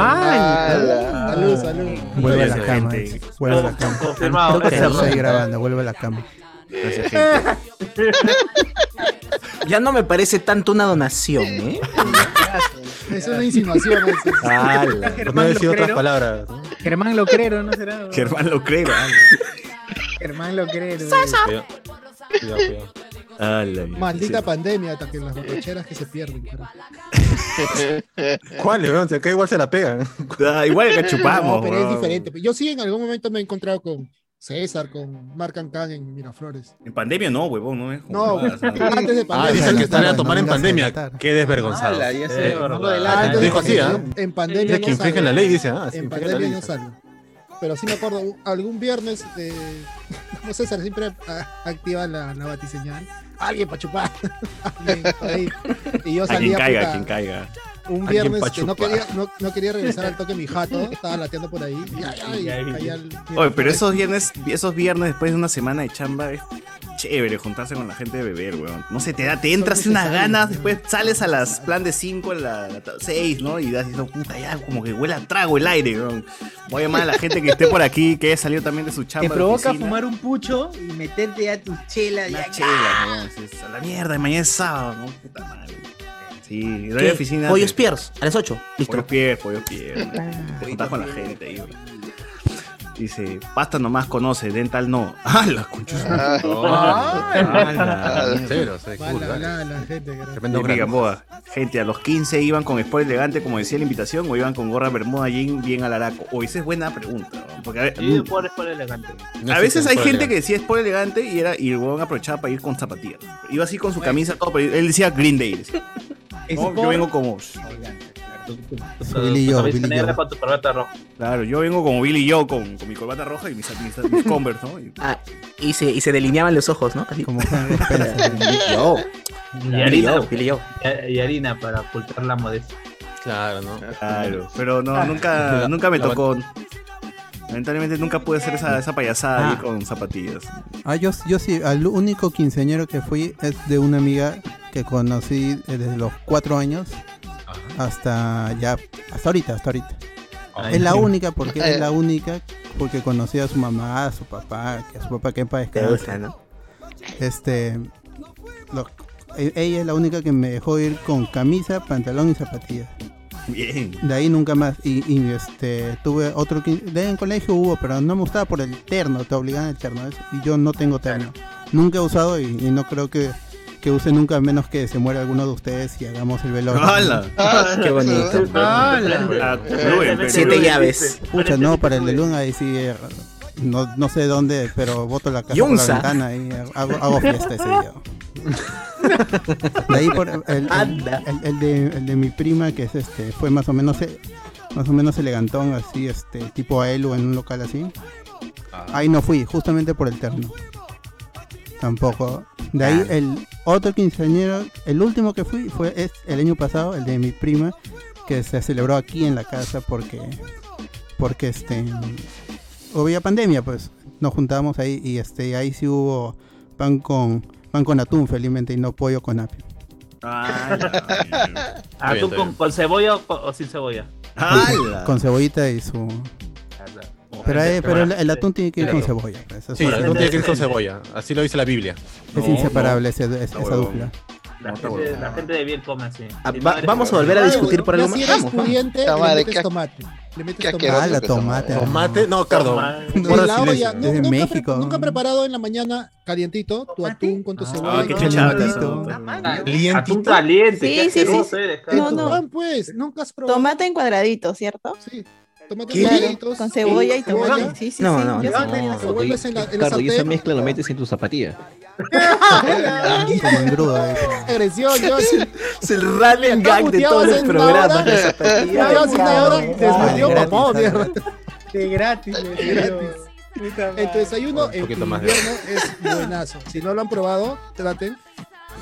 [SPEAKER 7] Ah,
[SPEAKER 8] Salud, salud.
[SPEAKER 6] Vuelve a la
[SPEAKER 2] Gracias,
[SPEAKER 6] cama.
[SPEAKER 2] gente.
[SPEAKER 6] dice. Vuelve a la cama.
[SPEAKER 5] Confirmado.
[SPEAKER 4] Creo que
[SPEAKER 5] Cerrón.
[SPEAKER 6] Estoy grabando, vuelve a la cama.
[SPEAKER 2] Gracias, gente.
[SPEAKER 4] Ya no me parece tanto una donación, ¿eh?
[SPEAKER 8] Es una insinuación. es- es-
[SPEAKER 4] Ah,
[SPEAKER 3] Ala, por no decir otras
[SPEAKER 1] Locrero.
[SPEAKER 3] palabras.
[SPEAKER 1] Germán Locrero, ¿no será? weón?
[SPEAKER 2] Germán lo creo.
[SPEAKER 1] Germán Locrero.
[SPEAKER 3] Cuidado, cuidado.
[SPEAKER 2] Ah, la mierda.
[SPEAKER 8] Maldita pandemia, hasta que las borracheras que se pierden. cara.
[SPEAKER 3] ¿Cuál, weón? Si acá igual se la pegan.
[SPEAKER 2] igual que
[SPEAKER 8] No, pero es diferente. Yo sí en algún momento me he encontrado con César, con Marc Ancán en Miraflores.
[SPEAKER 2] En pandemia no, huevón, no es
[SPEAKER 8] No,
[SPEAKER 2] jodas,
[SPEAKER 8] antes de
[SPEAKER 3] Ah,
[SPEAKER 8] pandemia.
[SPEAKER 3] dicen que están a tomar en pandemia. Qué desvergonzado.
[SPEAKER 2] Ala, ya sé,
[SPEAKER 3] Eh,
[SPEAKER 2] verdad.
[SPEAKER 8] Lo del antes de
[SPEAKER 3] Dijo así, ¿ah?
[SPEAKER 8] pandemia. En pandemia
[SPEAKER 3] Es que
[SPEAKER 8] no
[SPEAKER 3] infringen
[SPEAKER 8] salgo.
[SPEAKER 3] la ley, dice. ah, se
[SPEAKER 8] En
[SPEAKER 3] infringen la
[SPEAKER 8] pandemia
[SPEAKER 3] ley,
[SPEAKER 8] no
[SPEAKER 3] dice.
[SPEAKER 8] salgo. Pero sí me acuerdo, un- algún viernes, eh, no sé, César siempre a- activa la, la batiseñal. Alguien para chupar. Alguien por ahí. Y yo
[SPEAKER 2] A
[SPEAKER 8] salía
[SPEAKER 2] quien caiga,
[SPEAKER 8] puta,
[SPEAKER 2] a quien caiga.
[SPEAKER 8] Un
[SPEAKER 2] A
[SPEAKER 8] viernes
[SPEAKER 2] quien pa'
[SPEAKER 8] que no
[SPEAKER 2] chupar.
[SPEAKER 8] quería, no, no quería regresar al toque mi jato, estaba lateando por ahí. Y, ay, ay, caí al-
[SPEAKER 2] Oye, pero esos viernes, esos viernes después de una semana de chamba es chévere juntarse con la gente de beber, weón. No se te da, te entras
[SPEAKER 3] Son
[SPEAKER 2] unas
[SPEAKER 3] necesarios,
[SPEAKER 2] ganas, después sales a las plan de 5, a las 6, ¿no? Y das eso, puta, ya como que huele a trago el aire, weón. Voy a llamar a la gente que esté por aquí, que haya salido también de su chamba.
[SPEAKER 1] Te
[SPEAKER 2] de
[SPEAKER 1] provoca
[SPEAKER 2] oficina.
[SPEAKER 1] fumar un pucho y meterte a tu chela. ya-
[SPEAKER 2] Chela, ¿no? Dices, A la mierda, y mañana es sábado, ¿no? Puta madre. Sí, doy
[SPEAKER 4] ¿Qué?
[SPEAKER 2] oficina.
[SPEAKER 4] Pollos
[SPEAKER 2] Piers,
[SPEAKER 4] a las 8. Listo.
[SPEAKER 2] Pollos Piers, Pollos Piers. ¿no?
[SPEAKER 4] Ah.
[SPEAKER 2] Te juntas con la gente ahí, güey. Dice, pasta nomás conoce, dental no. ¡Ah, la concha!
[SPEAKER 8] Ah.
[SPEAKER 2] ¡Ah, la
[SPEAKER 3] Cero, se
[SPEAKER 8] Mala, mala, la gente, cara.
[SPEAKER 2] Tremendo Dice Gamboa, Gente, a los 15 iban con sport elegante, como decía la invitación, o iban con gorra bermuda jean bien al araco. O esa es buena pregunta. ¿no? Porque a ver-
[SPEAKER 5] Y por es por elegante.
[SPEAKER 2] a veces hay gente que decía sport elegante y era y el huevón aprovechaba para ir con zapatillas. Iba así con su camisa, todo, pero él decía Green Day. decía. No, yo
[SPEAKER 5] Sport-
[SPEAKER 2] vengo como.
[SPEAKER 5] Tu- tu camisa negra con tu corbata roja.
[SPEAKER 2] Claro, yo vengo como Billy yo con, con mi corbata roja y mis, mis, mis Converse, ¿no? Y-
[SPEAKER 4] Ah, y se, y se delineaban los ojos, ¿no? Así. Como yo.
[SPEAKER 5] Y
[SPEAKER 4] Billy
[SPEAKER 5] harina,
[SPEAKER 4] Joe, Billy Joe.
[SPEAKER 5] y- y harina para ocultar la modestia.
[SPEAKER 3] Claro, ¿no?
[SPEAKER 2] Claro, pero
[SPEAKER 1] Ah.
[SPEAKER 2] no, nunca,
[SPEAKER 5] La-
[SPEAKER 2] nunca me
[SPEAKER 5] la-
[SPEAKER 2] tocó. Lamentablemente nunca pude hacer esa, esa payasada ahí
[SPEAKER 6] Ah.
[SPEAKER 2] con zapatillas.
[SPEAKER 6] Ah, yo, yo sí, al único quinceañero que fui es de una amiga que conocí eh, desde los cuatro años hasta ya, hasta ahorita, hasta ahorita.
[SPEAKER 3] Ah,
[SPEAKER 6] es la
[SPEAKER 3] sí.
[SPEAKER 6] única, porque
[SPEAKER 4] Eh.
[SPEAKER 6] es la única, porque conocí a su mamá, a su papá, que a su papá que en paz
[SPEAKER 4] Te
[SPEAKER 6] descanse.
[SPEAKER 4] gusta, ¿no?
[SPEAKER 6] Este, lo- e- ella es la única que me dejó ir con camisa, pantalón y zapatillas.
[SPEAKER 2] Bien.
[SPEAKER 6] De ahí nunca más. Y, y, este tuve otro quin- de ahí en colegio hubo, pero no me gustaba por el terno, te obligaban al terno. ¿ves? Y yo no tengo terno. Nunca he usado y, y no creo que, que use nunca a menos que se muera alguno de ustedes y hagamos el velorio.
[SPEAKER 2] ¡Hala!
[SPEAKER 4] Qué bonito.
[SPEAKER 1] Eh,
[SPEAKER 2] Ah, Rubén, pero-
[SPEAKER 4] Siete llaves.
[SPEAKER 6] Pucha, no, para el de Luna ahí sí eh, no, no sé dónde, pero boto la casa por la
[SPEAKER 4] Yonza.
[SPEAKER 6] ventana y hago, hago fiesta ese día. De ahí por el, el- el- el de, el de mi prima, que es este, fue más o menos eh, más o menos elegantón, así, este, tipo a Elu en un local así. Ahí no fui, justamente por el terno. Tampoco. De ahí el otro quinceañero, el último que fui fue es el año pasado, el de mi prima, que se celebró aquí en la casa porque porque este había pandemia, pues nos juntábamos ahí y este ahí sí hubo pan con pan con atún felizmente y no pollo con apio.
[SPEAKER 5] Ah,
[SPEAKER 6] bien,
[SPEAKER 5] tú
[SPEAKER 6] está
[SPEAKER 5] con, con cebolla o, con- o sin cebolla.
[SPEAKER 6] Con cebollita y su pero, eh, pero el, el atún tiene que ir
[SPEAKER 3] Claro.
[SPEAKER 6] con cebolla. pues, eso
[SPEAKER 3] Sí,
[SPEAKER 6] es-
[SPEAKER 3] el atún tiene que ir con cebolla. Así lo dice la Biblia.
[SPEAKER 6] Es inseparable ese- ese- esa dupla.
[SPEAKER 5] La,
[SPEAKER 1] eh,
[SPEAKER 5] gente, la gente de bien come así.
[SPEAKER 4] Ah,
[SPEAKER 5] Mi
[SPEAKER 4] va-
[SPEAKER 5] madre-
[SPEAKER 4] vamos a volver a discutir por
[SPEAKER 8] Ya
[SPEAKER 4] algo
[SPEAKER 8] si
[SPEAKER 4] más.
[SPEAKER 8] eres
[SPEAKER 4] Vamos, vamos.
[SPEAKER 8] pudiente,
[SPEAKER 5] Ta
[SPEAKER 8] le
[SPEAKER 5] madre,
[SPEAKER 8] metes
[SPEAKER 5] qué-
[SPEAKER 8] tomate. Le metes
[SPEAKER 5] qué
[SPEAKER 8] tomate.
[SPEAKER 4] Ah, la tomate.
[SPEAKER 3] Tomate, no, Cardo.
[SPEAKER 8] Helado ya, nu-
[SPEAKER 6] Desde
[SPEAKER 8] nunca, pre-
[SPEAKER 6] México.
[SPEAKER 8] nunca preparado en la mañana calientito, tu atún con tu
[SPEAKER 3] Ah,
[SPEAKER 8] cebolla.
[SPEAKER 2] qué
[SPEAKER 8] y
[SPEAKER 2] chachada.
[SPEAKER 8] tu
[SPEAKER 5] Ah, Atún caliente,
[SPEAKER 9] Sí,
[SPEAKER 5] qué
[SPEAKER 9] sí, sí.
[SPEAKER 5] asqueroso eres, cara.
[SPEAKER 9] No, no.
[SPEAKER 8] pan, pues, nunca has probado.
[SPEAKER 9] Tomate en cuadraditos, ¿cierto?
[SPEAKER 8] Sí. Tomate
[SPEAKER 9] ¿Qué?
[SPEAKER 8] en cuadritos.
[SPEAKER 9] Con cebolla y
[SPEAKER 8] Cebolla.
[SPEAKER 9] tomate. Sí, sí,
[SPEAKER 11] No,
[SPEAKER 9] sí.
[SPEAKER 11] no,
[SPEAKER 9] Yo
[SPEAKER 11] no.
[SPEAKER 9] sí.
[SPEAKER 11] no,
[SPEAKER 8] Te vuelves en la- en la
[SPEAKER 11] Claro, y esa
[SPEAKER 8] sartén.
[SPEAKER 11] mezcla lo metes en tu zapatilla.
[SPEAKER 6] Como en grúa, eh.
[SPEAKER 8] Agresión, yo.
[SPEAKER 4] Es el running gag de todos los programas. la zapatilla.
[SPEAKER 8] desmutió
[SPEAKER 4] Gratis,
[SPEAKER 8] papá,
[SPEAKER 4] ¿sabes?
[SPEAKER 8] mierda. De gratis, de gratis. El tu desayuno en
[SPEAKER 3] poquito
[SPEAKER 8] tu
[SPEAKER 3] más de-
[SPEAKER 8] invierno es buenazo. Si no lo han probado, traten.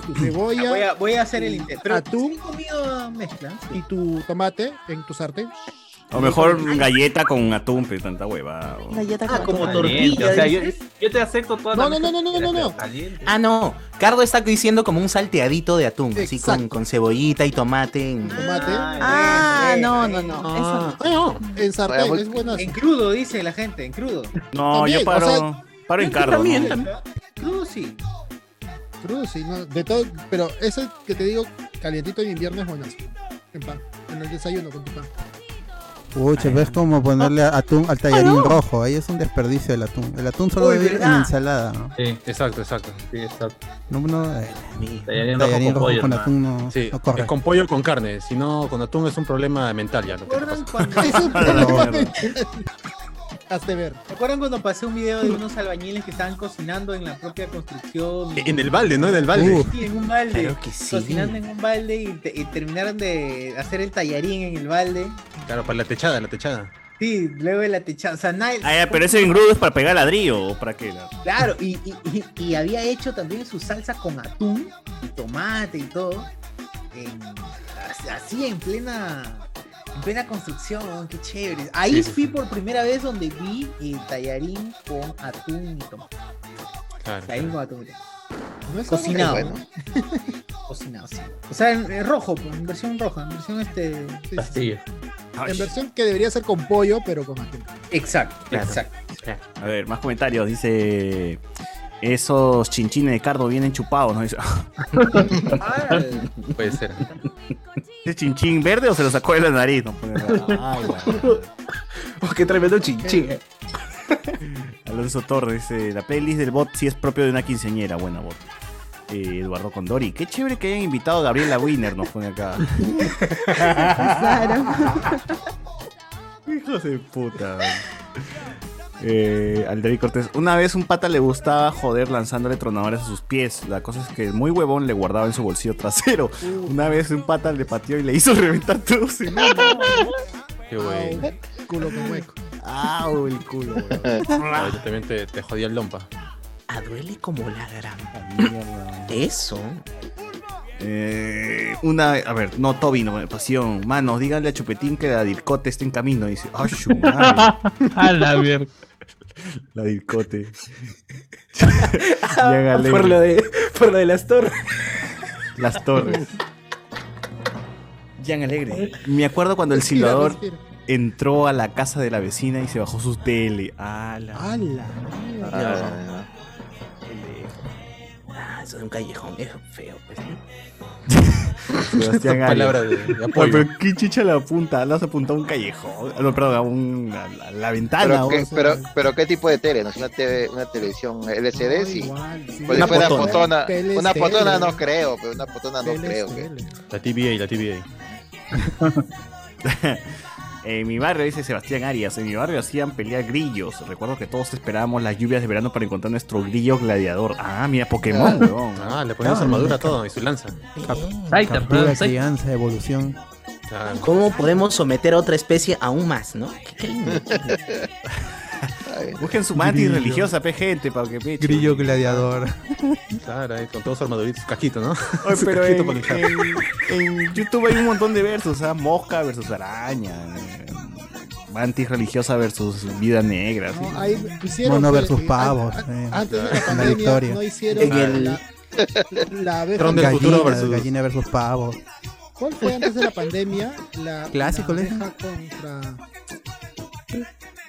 [SPEAKER 8] Tu cebolla.
[SPEAKER 1] Voy a, voy a hacer el intento. Pero
[SPEAKER 8] atún.
[SPEAKER 1] ¿sí comido mezcla.
[SPEAKER 8] y tu tomate en tu sartén.
[SPEAKER 2] O mejor galleta con atún, pero tanta hueva. o-
[SPEAKER 1] Ah, eh, como
[SPEAKER 2] Caliente,
[SPEAKER 1] tortilla.
[SPEAKER 2] o sea,
[SPEAKER 1] dices.
[SPEAKER 2] yo-
[SPEAKER 5] Yo te acepto toda
[SPEAKER 8] No,
[SPEAKER 5] la
[SPEAKER 8] no, no, no, no, no, no.
[SPEAKER 4] Ah, no. Cardo está diciendo como un salteadito de atún, así con,
[SPEAKER 8] Exacto.
[SPEAKER 4] con cebollita y tomate. en-
[SPEAKER 8] Tomate.
[SPEAKER 9] Ah, no, no, no. Eso no.
[SPEAKER 8] Ah, No, en
[SPEAKER 4] Vaya,
[SPEAKER 8] sartén
[SPEAKER 4] muy-
[SPEAKER 8] es buenazo.
[SPEAKER 1] En crudo, dice la gente, en crudo.
[SPEAKER 2] No,
[SPEAKER 8] También,
[SPEAKER 2] yo paro,
[SPEAKER 8] o sea,
[SPEAKER 2] paro en Cardo. ¿no?
[SPEAKER 1] Crudo sí.
[SPEAKER 8] Crudo, sí, no, de todo, pero ese que te digo, calientito en invierno es buenazo. En pan, en el desayuno con tu pan.
[SPEAKER 6] Uy, che, ves como ponerle
[SPEAKER 3] Ah.
[SPEAKER 6] atún al tallarín rojo. Ahí es un desperdicio el atún. El atún solo
[SPEAKER 12] Uy,
[SPEAKER 6] debe ir en
[SPEAKER 12] ¿verdad?
[SPEAKER 6] ensalada. ¿no?
[SPEAKER 12] Sí, exacto, exacto. Sí, exacto.
[SPEAKER 6] No, no, eh,
[SPEAKER 12] Tallarín
[SPEAKER 6] rojo con pollo,
[SPEAKER 12] con
[SPEAKER 6] ¿no?
[SPEAKER 12] atún
[SPEAKER 6] no,
[SPEAKER 3] Sí,
[SPEAKER 6] no corre.
[SPEAKER 3] es con pollo o con carne. Si no, con atún es un problema mental ya. Lo que te
[SPEAKER 1] ¿Recuerdan
[SPEAKER 3] pasa.
[SPEAKER 1] cuando...
[SPEAKER 3] A la mierda.
[SPEAKER 1] Hazte ver. ¿Recuerdan cuando pasé un video de unos albañiles que estaban cocinando en la propia construcción?
[SPEAKER 3] En el balde, ¿no? En el balde.
[SPEAKER 1] Sí, en un balde.
[SPEAKER 3] Claro que sí.
[SPEAKER 1] Cocinando en un balde y, te- y terminaron de hacer el tallarín en el balde.
[SPEAKER 3] Claro, para la techada, la techada.
[SPEAKER 1] Sí, luego de la techada. O sea, nadie-
[SPEAKER 2] Ah, ya, pero ese engrudo es para pegar ladrillo o para qué. la-
[SPEAKER 1] Claro, y, y- y- y había hecho también su salsa con atún y tomate y todo. en- as- así en plena en plena construcción, weón, qué chévere. Ahí
[SPEAKER 3] Sí, sí,
[SPEAKER 1] fui por primera vez donde vi el tallarín con atún y tomate.
[SPEAKER 3] Claro.
[SPEAKER 1] Tallarín con atún y tomate.
[SPEAKER 8] No es
[SPEAKER 1] Cocinado.
[SPEAKER 8] algo que-
[SPEAKER 1] Cocinado, sí. O sea, en, en rojo, pues, en versión roja, en versión este. sí, sí, sí.
[SPEAKER 8] En versión que debería ser con pollo, pero con atún.
[SPEAKER 1] Exacto,
[SPEAKER 2] Claro.
[SPEAKER 1] exacto.
[SPEAKER 2] A ver, más comentarios. Dice. Esos chinchines de cardo vienen chupados, ¿no? Dice-
[SPEAKER 3] Puede ser.
[SPEAKER 2] ¿Ese chinchín verde o se lo sacó de la nariz? No pues, puede ser. Ay, guau.
[SPEAKER 4] Oh, qué tremendo chinchín. eh.
[SPEAKER 2] Alonso Torres dice: La playlist del bot sí es propio de una quinceñera. Buena bot. Eh, Eduardo Condori. Qué chévere que hayan invitado a Gabriela Wiener, nos pone acá. Hijos de puta. Eh, Alderic Cortés. Una vez un pata le gustaba joder lanzándole tronadores a sus pies. La cosa es que el muy huevón le guardaba en su bolsillo trasero.
[SPEAKER 3] Uh.
[SPEAKER 2] Una vez un pata le pateó y le hizo reventar todo su
[SPEAKER 3] Qué bueno.
[SPEAKER 8] Culo con hueco.
[SPEAKER 2] Ah, el culo.
[SPEAKER 3] Ah, Yo también te, te jodía el lompa.
[SPEAKER 4] Ah, duele como la gran.
[SPEAKER 2] Eso. Eh, una, a ver, no, Toby, no, pasión. Manos, díganle a Chupetín que la Dircote está en camino. Dice, ¡ay, su madre!
[SPEAKER 13] A la mierda.
[SPEAKER 2] La Dircote. Llega
[SPEAKER 4] Ah, Por lo de, por lo de las torres.
[SPEAKER 2] Las torres. Jan Alegre. Me acuerdo cuando el
[SPEAKER 4] Respira,
[SPEAKER 2] silbador
[SPEAKER 4] respira.
[SPEAKER 2] entró a la casa de la vecina y se bajó su tele. ¡Ala!
[SPEAKER 8] ¡Hala!
[SPEAKER 2] ¡Ala!
[SPEAKER 4] Ah, eso es un callejón, es feo, pues.
[SPEAKER 2] Sebastián Gallo.
[SPEAKER 3] Palabra de- de apoyo.
[SPEAKER 2] Oye, pero qué chicha la punta. La has apuntado a un callejón. Ah, No, perdón, a, un- a la, a la ventana.
[SPEAKER 7] Pero,
[SPEAKER 2] o
[SPEAKER 7] qué,
[SPEAKER 2] sea.
[SPEAKER 7] pero, pero qué tipo de tele, ¿no? Es una, TV, una televisión LCD, sí. Porque
[SPEAKER 3] Una
[SPEAKER 7] si fuera
[SPEAKER 3] potona.
[SPEAKER 7] potona.
[SPEAKER 3] Tele
[SPEAKER 7] Una
[SPEAKER 3] es
[SPEAKER 7] potona
[SPEAKER 3] tele.
[SPEAKER 7] no creo, pero una potona no creo. que-
[SPEAKER 3] La TVA, la TVA.
[SPEAKER 2] En mi barrio, dice Sebastián Arias, en mi barrio hacían pelear grillos. Recuerdo que todos esperábamos las lluvias de verano para encontrar nuestro grillo gladiador. Ah, mira, Pokémon, weón.
[SPEAKER 3] Ah, le ponían su armadura todo y su lanza.
[SPEAKER 6] Captura, crianza, evolución.
[SPEAKER 4] ¿Cómo podemos someter a otra especie aún más, no? Qué- qué lindo.
[SPEAKER 2] Busquen su mantis
[SPEAKER 6] Grillo.
[SPEAKER 2] religiosa, pe gente, para que peche.
[SPEAKER 6] Grillo gladiador.
[SPEAKER 3] Claro, ahí con todos su armadurita, su cajito, ¿no?
[SPEAKER 2] Oye,
[SPEAKER 3] Su
[SPEAKER 2] pero
[SPEAKER 3] cajito
[SPEAKER 2] en,
[SPEAKER 3] para luchar.
[SPEAKER 2] en- en YouTube hay un montón de versos, ah, mosca versus araña, eh, mantis religiosa versus vida negra. así.
[SPEAKER 8] No, ahí hicieron,
[SPEAKER 6] Mono
[SPEAKER 8] pues,
[SPEAKER 6] versus
[SPEAKER 8] eh,
[SPEAKER 6] pavos,
[SPEAKER 8] an-
[SPEAKER 6] eh.
[SPEAKER 8] an- Antes de
[SPEAKER 6] En
[SPEAKER 8] la
[SPEAKER 6] la
[SPEAKER 8] pandemia
[SPEAKER 6] victoria.
[SPEAKER 8] no hicieron
[SPEAKER 6] En el-
[SPEAKER 8] la, la abeja-
[SPEAKER 6] Tron
[SPEAKER 8] gallina.
[SPEAKER 6] del futuro versus...
[SPEAKER 8] versus-
[SPEAKER 6] Gallina versus pavo.
[SPEAKER 8] ¿Cuál fue antes de la pandemia? La,
[SPEAKER 6] Clásico,
[SPEAKER 8] la
[SPEAKER 6] ¿le?
[SPEAKER 8] abeja contra...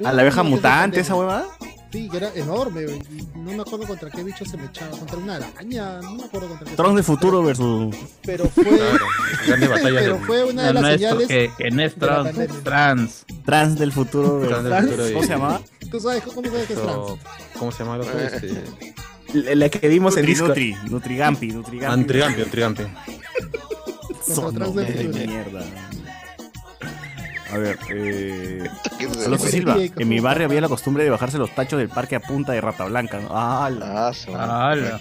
[SPEAKER 2] ¿A la abeja
[SPEAKER 8] Antes de
[SPEAKER 2] mutante
[SPEAKER 8] pandemia.
[SPEAKER 2] esa huevada?
[SPEAKER 8] Sí, que era enorme. güey. No me acuerdo contra qué bicho se me echaba. Contra una araña. No me acuerdo contra qué.
[SPEAKER 2] Tron de futuro versus...
[SPEAKER 8] Pero fue...
[SPEAKER 3] Grande batalla
[SPEAKER 8] Pero
[SPEAKER 3] de-
[SPEAKER 8] fue una de
[SPEAKER 13] No,
[SPEAKER 8] las
[SPEAKER 13] no es
[SPEAKER 8] señales...
[SPEAKER 3] eh,
[SPEAKER 13] porque- que no es
[SPEAKER 8] de la
[SPEAKER 13] trans,
[SPEAKER 8] pandemia.
[SPEAKER 13] trans.
[SPEAKER 2] Trans del futuro.
[SPEAKER 3] Trans del
[SPEAKER 2] versus-
[SPEAKER 3] futuro y-
[SPEAKER 2] ¿Cómo se llamaba?
[SPEAKER 8] ¿Tú sabes cómo sabes que es trans?
[SPEAKER 3] Esto- ¿Cómo se llamaba el otro? Este...
[SPEAKER 4] La la que vimos en
[SPEAKER 2] Nutri,
[SPEAKER 4] Discord.
[SPEAKER 2] Nutri, Nutrigampi, Nutrigampi.
[SPEAKER 3] Antrigampi, Antrigampi.
[SPEAKER 2] Son
[SPEAKER 8] Nosotros
[SPEAKER 2] nombres
[SPEAKER 8] del
[SPEAKER 2] de
[SPEAKER 8] futuro.
[SPEAKER 2] mierda. A ver, eh.
[SPEAKER 7] que-
[SPEAKER 2] Alonso Silva, en mi barrio había la costumbre de bajarse los tachos del parque a punta de rata blanca. ¿no? ¡Hala!
[SPEAKER 7] Ah, su-
[SPEAKER 13] Ala.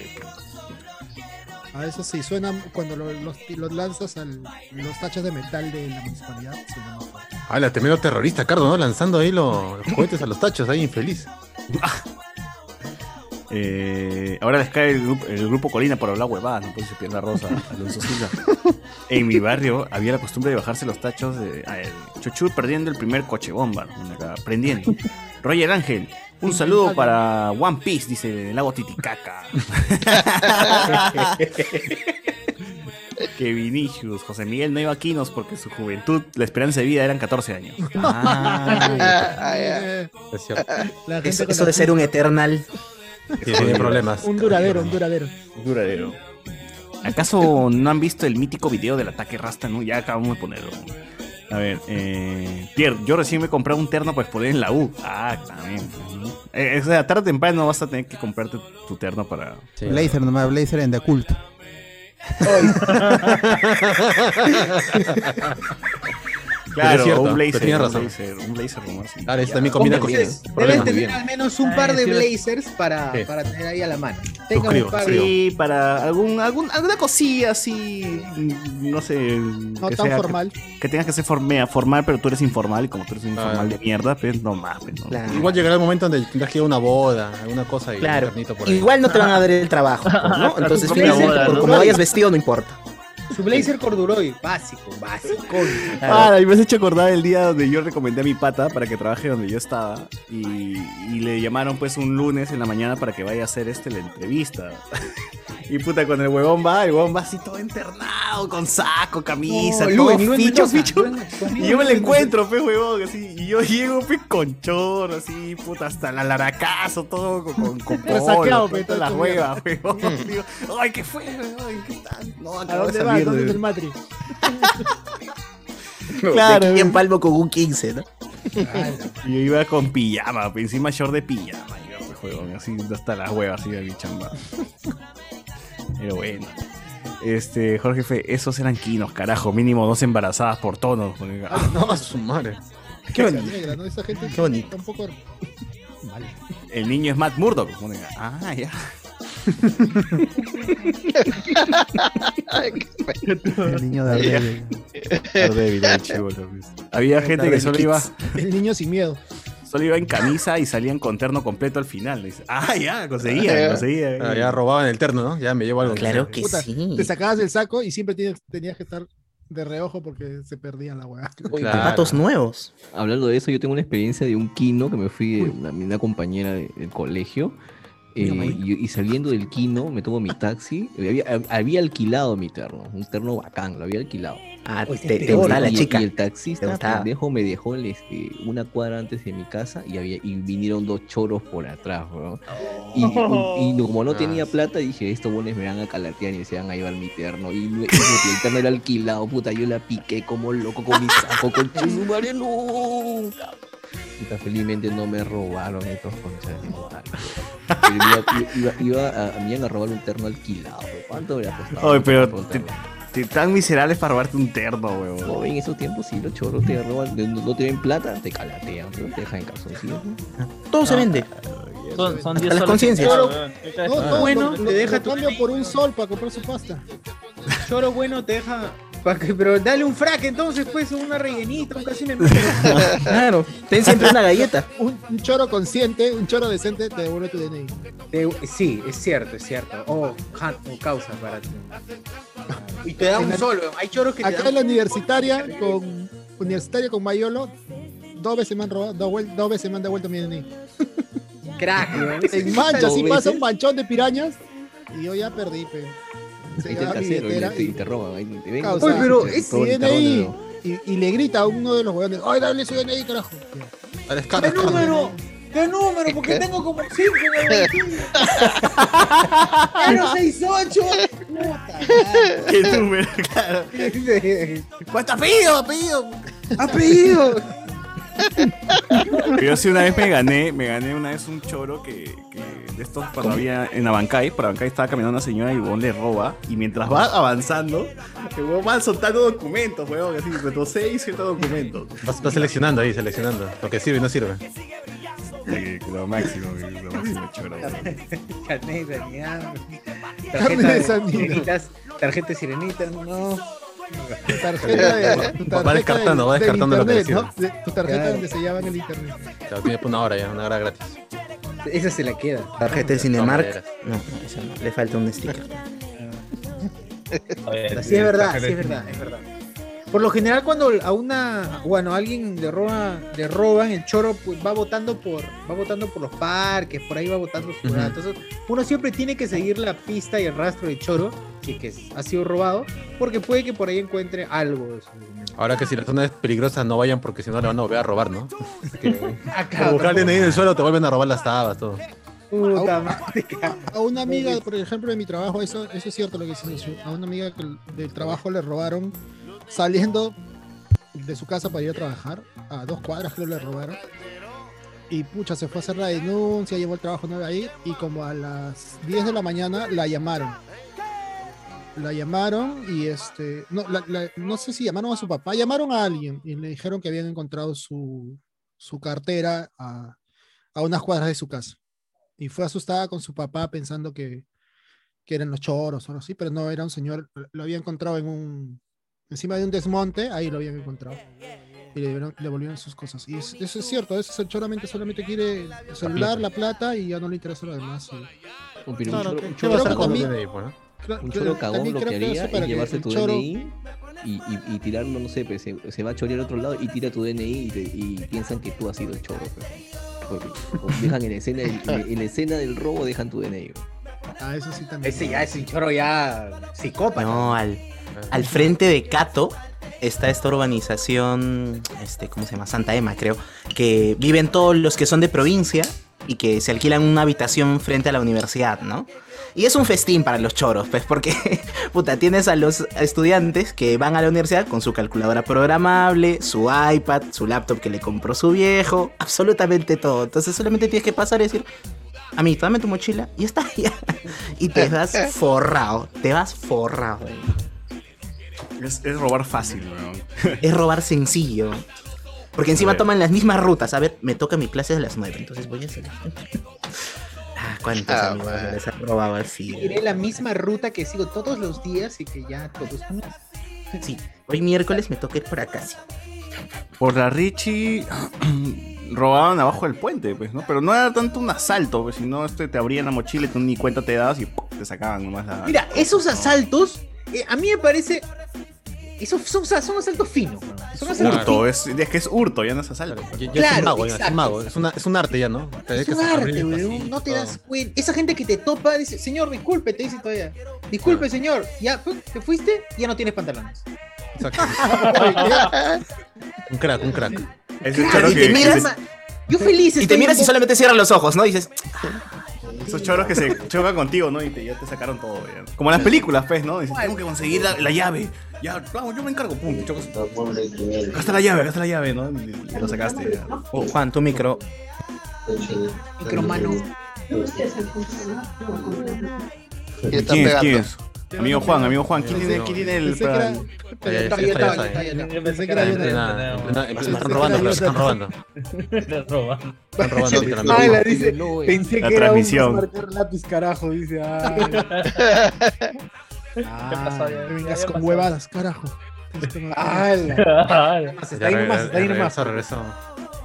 [SPEAKER 8] A Ah, eso sí, suena cuando lo- los, los lanzas al, los tachas de metal de la municipalidad. Suena más fuerte.
[SPEAKER 3] Ah, la tremendo terrorista, Cardo, ¿no? Lanzando ahí lo- los cohetes a los tachos, ahí infeliz.
[SPEAKER 2] Eh, ahora les cae el, grup- el grupo Colina por hablar huevadas, no puede ser pierna rosa, Alonso Silva. En mi barrio había la costumbre de bajarse los tachos de a ver, Chuchu perdiendo el primer coche bomba, ¿no? Acá, prendiendo. Roger Ángel, un saludo para One Piece, dice del lago Titicaca. Que Vinicius, José Miguel no iba a Quinos porque su juventud, la esperanza de vida eran 14 años.
[SPEAKER 3] Ah.
[SPEAKER 7] Ah.
[SPEAKER 2] Ah,
[SPEAKER 8] Eh,
[SPEAKER 3] Es cierto.
[SPEAKER 8] la gente
[SPEAKER 4] Eso,
[SPEAKER 8] con
[SPEAKER 4] eso de
[SPEAKER 8] la-
[SPEAKER 4] ser un Eternal.
[SPEAKER 3] Sí, tiene problemas.
[SPEAKER 8] Un duradero, un duradero.
[SPEAKER 2] Duradero. ¿Acaso no han visto el mítico video del ataque Rasta? No, ya acabamos de ponerlo. A ver, eh, Pierre, yo recién me compré un terno para exponer en la U. Ah, también. Eh, o sea, tarde o temprano vas a tener que comprarte tu terno para.
[SPEAKER 6] Blazer nomás, Blazer en The Cult.
[SPEAKER 2] Claro,
[SPEAKER 3] cierto,
[SPEAKER 2] un blazer.
[SPEAKER 3] pero tienes razón.
[SPEAKER 2] Un blazer, un blazer nomás.
[SPEAKER 3] Ahora, eso también combina con-
[SPEAKER 2] Entonces,
[SPEAKER 1] Deben tener al menos un par de
[SPEAKER 2] sí,
[SPEAKER 1] blazers para,
[SPEAKER 2] Sí.
[SPEAKER 1] para tener ahí a la mano. Tengan
[SPEAKER 2] Suscribo,
[SPEAKER 1] un par
[SPEAKER 2] suscribo.
[SPEAKER 1] de.
[SPEAKER 2] Sí, para algún, algún, alguna cosilla así, Mm, no sé. No
[SPEAKER 1] tan formal.
[SPEAKER 2] Que, tengas que ser formea, formal, pero tú eres informal y como tú eres un informal de mierda, pues no más. pues, no.
[SPEAKER 3] Igual llegará el momento donde tendrás que ir a una boda, alguna cosa y
[SPEAKER 4] Claro.
[SPEAKER 3] un ternito por ahí.
[SPEAKER 4] Igual no te van a dar el trabajo, pues, ¿no? Entonces,
[SPEAKER 3] Una
[SPEAKER 4] fíjense,
[SPEAKER 3] boda,
[SPEAKER 4] por
[SPEAKER 3] ¿no?
[SPEAKER 4] como vayas vestido no importa.
[SPEAKER 1] Su blazer corduroy, básico, básico.
[SPEAKER 2] Ah, y me has hecho acordar el día donde yo recomendé a mi pata para que trabaje donde yo estaba y, y le llamaron pues un lunes en la mañana para que vaya a hacer este la entrevista. Y puta, cuando el huevón va, el huevón va así todo internado, con saco, camisa, todo
[SPEAKER 1] No, Luen, Luen
[SPEAKER 2] ficho,
[SPEAKER 1] Mendoza,
[SPEAKER 2] ficho.
[SPEAKER 1] Luen, tu amigo
[SPEAKER 2] Y yo me lo
[SPEAKER 1] Luen
[SPEAKER 2] encuentro, pe huevón, así. Y yo llego, pe, con chor, así, puta, hasta la laracazo, todo con, con, con polo,
[SPEAKER 14] Resaqueado, pe, pues,
[SPEAKER 2] toda
[SPEAKER 14] toda
[SPEAKER 2] la
[SPEAKER 14] tu
[SPEAKER 2] hueva,
[SPEAKER 14] mierda. Mm.
[SPEAKER 2] pe, huevón. Digo, ay, ¿qué fue, huevón? ¿Qué tal? No,
[SPEAKER 14] ¿A
[SPEAKER 2] acabo
[SPEAKER 14] dónde
[SPEAKER 2] esa
[SPEAKER 14] vas?
[SPEAKER 2] mierda,
[SPEAKER 14] ¿Dónde está
[SPEAKER 2] huevón.
[SPEAKER 14] el Matri?
[SPEAKER 4] Claro. en palmo con un 15, ¿no?
[SPEAKER 2] Y yo iba con pijama, pe, encima short de pijama, yo, pe, huevón, así hasta las huevas iba mi chamba. Pero bueno. Este, Jorge Fe, esos eran quinos, carajo, mínimo dos embarazadas por tono. pues,
[SPEAKER 3] No, a su madre.
[SPEAKER 2] Qué
[SPEAKER 8] Esa
[SPEAKER 2] bonito.
[SPEAKER 8] negra, ¿no? Esa gente
[SPEAKER 2] Qué bonito.
[SPEAKER 8] Tampoco...
[SPEAKER 2] El niño es Matt Murdock. Ah, ya.
[SPEAKER 6] El niño de
[SPEAKER 2] Había-
[SPEAKER 6] Daredevil.
[SPEAKER 2] Daredevil, el chibolo, pues. Había gente que solo iba,
[SPEAKER 8] El niño sin miedo.
[SPEAKER 2] solo iba en camisa y salían con terno completo al final. Dice, ah, ya, conseguía, conseguía.
[SPEAKER 3] Ah, ya robaban el terno, ¿no? Ya me llevo algo.
[SPEAKER 2] Claro que
[SPEAKER 8] Puta,
[SPEAKER 2] sí.
[SPEAKER 8] Te sacabas del saco y siempre tienes- tenías que estar de reojo porque se perdían la weá.
[SPEAKER 4] Zapatos nuevos.
[SPEAKER 11] Hablando de eso, yo tengo una experiencia de un kino que me fui de una, una compañera de- del colegio. eh, y, y saliendo del kino, me tomo mi taxi. y Había, eh, había alquilado mi terno, un terno bacán, lo había alquilado.
[SPEAKER 4] Ah,
[SPEAKER 11] Oye,
[SPEAKER 4] te- te
[SPEAKER 11] peor,
[SPEAKER 4] gustaba la
[SPEAKER 11] y-
[SPEAKER 4] chica.
[SPEAKER 11] Y el
[SPEAKER 4] Te
[SPEAKER 11] taxista
[SPEAKER 4] gustaba.
[SPEAKER 11] pendejo me dejó el, este, una cuadra antes de mi casa y, había, y vinieron dos choros por atrás, weón. Y, y- y no- como no
[SPEAKER 4] Ah,
[SPEAKER 11] tenía plata, dije, estos buenos me van a calatear y se van a llevar mi terno. Y, me- y el terno era alquilado, puta, yo la piqué como loco con mi saco, con su madre, no. Puta, felizmente no me robaron estos conchas de madre. Pero Iba, iba- iba a, a mí iban a robar un terno alquilado. weón. ¿Cuánto me ha costado?
[SPEAKER 2] Ay, pero
[SPEAKER 11] Puta,
[SPEAKER 2] te-
[SPEAKER 11] weón.
[SPEAKER 2] te- tan miserables para robarte un terno, weón.
[SPEAKER 11] No, en esos tiempos sí, los choros te roban, no, no te ven plata, te calatean, te dejan en calzoncillos. Ah,
[SPEAKER 4] Todo se vende.
[SPEAKER 13] Son, son
[SPEAKER 11] Hasta
[SPEAKER 13] 10
[SPEAKER 11] las
[SPEAKER 13] soles.
[SPEAKER 11] conciencias.
[SPEAKER 13] Claro.
[SPEAKER 8] No,
[SPEAKER 2] Ah.
[SPEAKER 8] no,
[SPEAKER 1] bueno,
[SPEAKER 8] lo-
[SPEAKER 1] te
[SPEAKER 8] lo-
[SPEAKER 1] deja
[SPEAKER 8] lo
[SPEAKER 1] tu-
[SPEAKER 8] cambio por un sol para comprar su pasta.
[SPEAKER 1] Choro bueno te deja. pa' que- pero dale un frac entonces, pues, una rellenita, un casi me
[SPEAKER 4] Claro, ten siempre una galleta.
[SPEAKER 8] Un, un choro consciente, un choro decente, te devuelve tu DNI.
[SPEAKER 1] Sí, es cierto, es cierto. Oh, ja- o causa para ti. Y te da
[SPEAKER 8] En
[SPEAKER 1] un
[SPEAKER 8] la-
[SPEAKER 1] solo. Hay choros que te
[SPEAKER 8] Acá
[SPEAKER 1] dan
[SPEAKER 8] en la universitaria con universitaria con Mayolo, dos veces me han robado, dos, vuel- dos veces me han devuelto mi DNI.
[SPEAKER 1] crack, weón.
[SPEAKER 8] En mancha,
[SPEAKER 11] Dos
[SPEAKER 8] si pasa
[SPEAKER 11] veces.
[SPEAKER 8] un manchón de pirañas y yo ya perdí, pe. Se
[SPEAKER 11] Ahí te
[SPEAKER 8] llevaba mi
[SPEAKER 11] casero y
[SPEAKER 8] billetera
[SPEAKER 11] te,
[SPEAKER 8] y-
[SPEAKER 11] y te roban. Ahí te ven,
[SPEAKER 8] Causa.
[SPEAKER 11] te-
[SPEAKER 8] pero
[SPEAKER 11] te
[SPEAKER 8] es
[SPEAKER 11] roban el terrón de
[SPEAKER 8] DNI.
[SPEAKER 11] nuevo.
[SPEAKER 8] Y, y le grita a uno de los huevones, ¡ay, dale su DNI, carajo!
[SPEAKER 3] Ahora es
[SPEAKER 8] ¡Qué
[SPEAKER 3] caro, caro.
[SPEAKER 8] número!
[SPEAKER 1] ¿Qué número? Porque tengo como 5 en el bolsillo. ¡Pero 6, 8! ¡Puta
[SPEAKER 2] ¿Qué número, claro?
[SPEAKER 1] madre!
[SPEAKER 2] ¿Cuánto apellido, apellido?
[SPEAKER 1] ¡Apellido!
[SPEAKER 2] Pero Yo sí una vez me gané, me gané una vez un choro que, que de estos cuando había en Abancay, por Abancay estaba caminando una señora y el huevón le roba y mientras va avanzando, el huevón va soltando documentos, huevón, así, pero seis, siete documentos.
[SPEAKER 3] Vas, vas seleccionando ahí, seleccionando. Lo que sirve y no sirve.
[SPEAKER 2] Sí, lo máximo, lo máximo choro. huevón.
[SPEAKER 1] Carnet de sanidad.
[SPEAKER 8] Carnet
[SPEAKER 1] Tarjeta
[SPEAKER 8] de
[SPEAKER 1] de
[SPEAKER 8] sanidad.
[SPEAKER 1] sirenitas. Tarjeta de sirenitas, no.
[SPEAKER 8] Tarjeta de.
[SPEAKER 3] Va descartando, va descartando lo que
[SPEAKER 8] internet,
[SPEAKER 3] decía.
[SPEAKER 8] ¿no? De- Tu tarjeta
[SPEAKER 1] Claro.
[SPEAKER 8] donde se llama en el internet.
[SPEAKER 3] Claro, tienes por una hora ya, una hora gratis.
[SPEAKER 1] Esa se la queda.
[SPEAKER 4] Tarjeta
[SPEAKER 2] Ah,
[SPEAKER 4] de Cinemark.
[SPEAKER 3] maneras.
[SPEAKER 4] No, no, esa no. Le falta un sticker.
[SPEAKER 1] Sí, es verdad, sí, es verdad, es verdad. Por lo general, cuando a una, bueno, a alguien le roba, le roban, el choro pues, va votando por, va votando por los parques, por ahí va votando su
[SPEAKER 3] Ujú.
[SPEAKER 1] Entonces, uno siempre tiene que seguir la pista y el rastro del choro, si es que ha sido robado, porque puede que por ahí encuentre algo. de su-
[SPEAKER 3] Ahora que si la zona es peligrosa, no vayan porque si no le van a volver a robar, ¿no? Así que,
[SPEAKER 1] Acá,
[SPEAKER 3] por buscarle ahí en el suelo te vuelven a robar las tabas, todo.
[SPEAKER 1] puta madre.
[SPEAKER 8] A una amiga, por ejemplo, de mi trabajo, eso, eso es cierto lo que dice Susu. A una amiga que- del trabajo le robaron saliendo de su casa para ir a trabajar. A dos cuadras creo le robaron. Y pucha, se fue a hacer la denuncia, llevó el trabajo, no iba a ir. Y como a las 10 de la mañana la llamaron. La llamaron y este. No, la- la- no sé si llamaron a su papá, llamaron a alguien y le dijeron que habían encontrado su, su cartera a, a unas cuadras de su casa. Y fue asustada con su papá pensando que, que eran los choros o algo así, pero no, era un señor, lo había encontrado en un, encima de un desmonte, ahí lo habían encontrado. Y le, dieron- le volvieron sus cosas. Y es- eso es cierto, eso es el choramente solamente quiere el celular, la plata y ya no le interesa lo demás. y-
[SPEAKER 11] Un piru-
[SPEAKER 8] Claro,
[SPEAKER 11] un
[SPEAKER 8] que-
[SPEAKER 11] choro- un
[SPEAKER 8] creo que
[SPEAKER 11] choro
[SPEAKER 8] también-
[SPEAKER 11] cagón,
[SPEAKER 8] Cla-
[SPEAKER 11] Un
[SPEAKER 8] creo-
[SPEAKER 11] choro cagón
[SPEAKER 8] también
[SPEAKER 11] lo
[SPEAKER 8] creo
[SPEAKER 11] que haría
[SPEAKER 8] eso para
[SPEAKER 11] es llevarse
[SPEAKER 8] el
[SPEAKER 11] tu
[SPEAKER 8] choro-
[SPEAKER 11] DNI y, y, y tirarlo, no sé, pues, se, se va a chorear a otro lado y tira tu DNI y, te- y piensan que tú has sido el choro. pues. Porque- o dejan en escena, el- en, en escena del robo dejan tu DNI.
[SPEAKER 8] Ah, eso sí también.
[SPEAKER 12] Ese ya es un choro ya psicópata.
[SPEAKER 4] No, al, al frente de Cato está esta urbanización, este, ¿cómo se llama? Santa Emma, creo, que viven todos los que son de provincia y que se alquilan una habitación frente a la universidad, ¿no? Y es un festín para los choros, pues, porque, puta, tienes a los estudiantes que van a la universidad con su calculadora programable, su iPad, su laptop que le compró su viejo, absolutamente todo. Entonces solamente tienes que pasar y decir, Amiguito, dame tu mochila y está ya. Y te vas forrado, te vas forrado.
[SPEAKER 2] Es, es robar fácil, weón.
[SPEAKER 4] Es robar sencillo. Porque encima toman las mismas rutas. A ver, me toca mi clase a las 9, entonces voy a salir. Ah, cuántos amigos me les han robado así.
[SPEAKER 1] Iré la misma ruta que sigo todos los días y que ya todos conocen.
[SPEAKER 4] Sí, hoy miércoles me toca ir por acá, sí.
[SPEAKER 2] Por la Richie robaban abajo del puente, pues, ¿no? Pero no era tanto un asalto, pues, sino este, te abrían la mochila y tú ni cuenta te dabas y ¡pum! te sacaban nomás la.
[SPEAKER 1] Mira, esos asaltos, eh, a mí me parece. Esos son, son asaltos finos. ¿no? Son
[SPEAKER 2] Es
[SPEAKER 1] asaltos
[SPEAKER 2] hurto, es, es que es hurto, ya no es asalto.
[SPEAKER 1] ya es un Claro, mago, ya es un
[SPEAKER 3] Es mago, es, una- es un arte ya, ¿no? Te
[SPEAKER 1] Es
[SPEAKER 3] que
[SPEAKER 1] un
[SPEAKER 3] sacar
[SPEAKER 1] arte,
[SPEAKER 3] el
[SPEAKER 1] weón,
[SPEAKER 3] pasito.
[SPEAKER 1] No te das cuenta. Esa gente que te topa dice, señor, disculpe, te dice todavía. Disculpe, señor. Ya, fu- te fuiste, ya no tienes pantalones.
[SPEAKER 3] Un crack, un crack.
[SPEAKER 2] Es
[SPEAKER 4] Claro, y te miras.
[SPEAKER 1] Yo feliz.
[SPEAKER 4] Y te
[SPEAKER 1] estoy
[SPEAKER 4] miras y
[SPEAKER 1] con-
[SPEAKER 4] solamente cierras los ojos, ¿no? Y dices,
[SPEAKER 2] Esos choros que se chocan contigo, ¿no? Y te, ya te sacaron todo, ya. Como las películas, pues, ¿no? Dices, tengo que conseguir la, la llave. Ya, vamos, yo me encargo, pum, te chocas. Acá está la llave, acá está la llave, ¿no? Y, y lo sacaste. ya.
[SPEAKER 4] oh, Juan, tu micro.
[SPEAKER 1] Micromano.
[SPEAKER 2] ¿Quién
[SPEAKER 7] está
[SPEAKER 2] es?
[SPEAKER 7] pegando?
[SPEAKER 2] ¿Quién es? Amigo Juan, amigo Juan, ¿quién tiene, quién tiene el.
[SPEAKER 8] Pensé que era-
[SPEAKER 2] Ya, ya está, ya está, ya está.
[SPEAKER 8] Pensé que era Jonathan.
[SPEAKER 3] Están robando, pero están robando.
[SPEAKER 5] Están robando.
[SPEAKER 3] Están robando ahorita la
[SPEAKER 8] Ah,
[SPEAKER 3] misma.
[SPEAKER 8] la dice, pensé
[SPEAKER 3] La
[SPEAKER 8] que era un
[SPEAKER 3] transmisión.
[SPEAKER 8] marcar lápiz, carajo, dice. ay.
[SPEAKER 2] Ah,
[SPEAKER 5] Ya pasó, ya-
[SPEAKER 8] Ah,
[SPEAKER 5] ya-
[SPEAKER 8] vengas
[SPEAKER 5] ya
[SPEAKER 8] con
[SPEAKER 5] pasó.
[SPEAKER 8] huevadas, carajo.
[SPEAKER 2] este
[SPEAKER 5] Ala.
[SPEAKER 1] Ah,
[SPEAKER 8] ¡Hala! Está ahí nomás, está ahí nomás.
[SPEAKER 3] Regresó, regresó.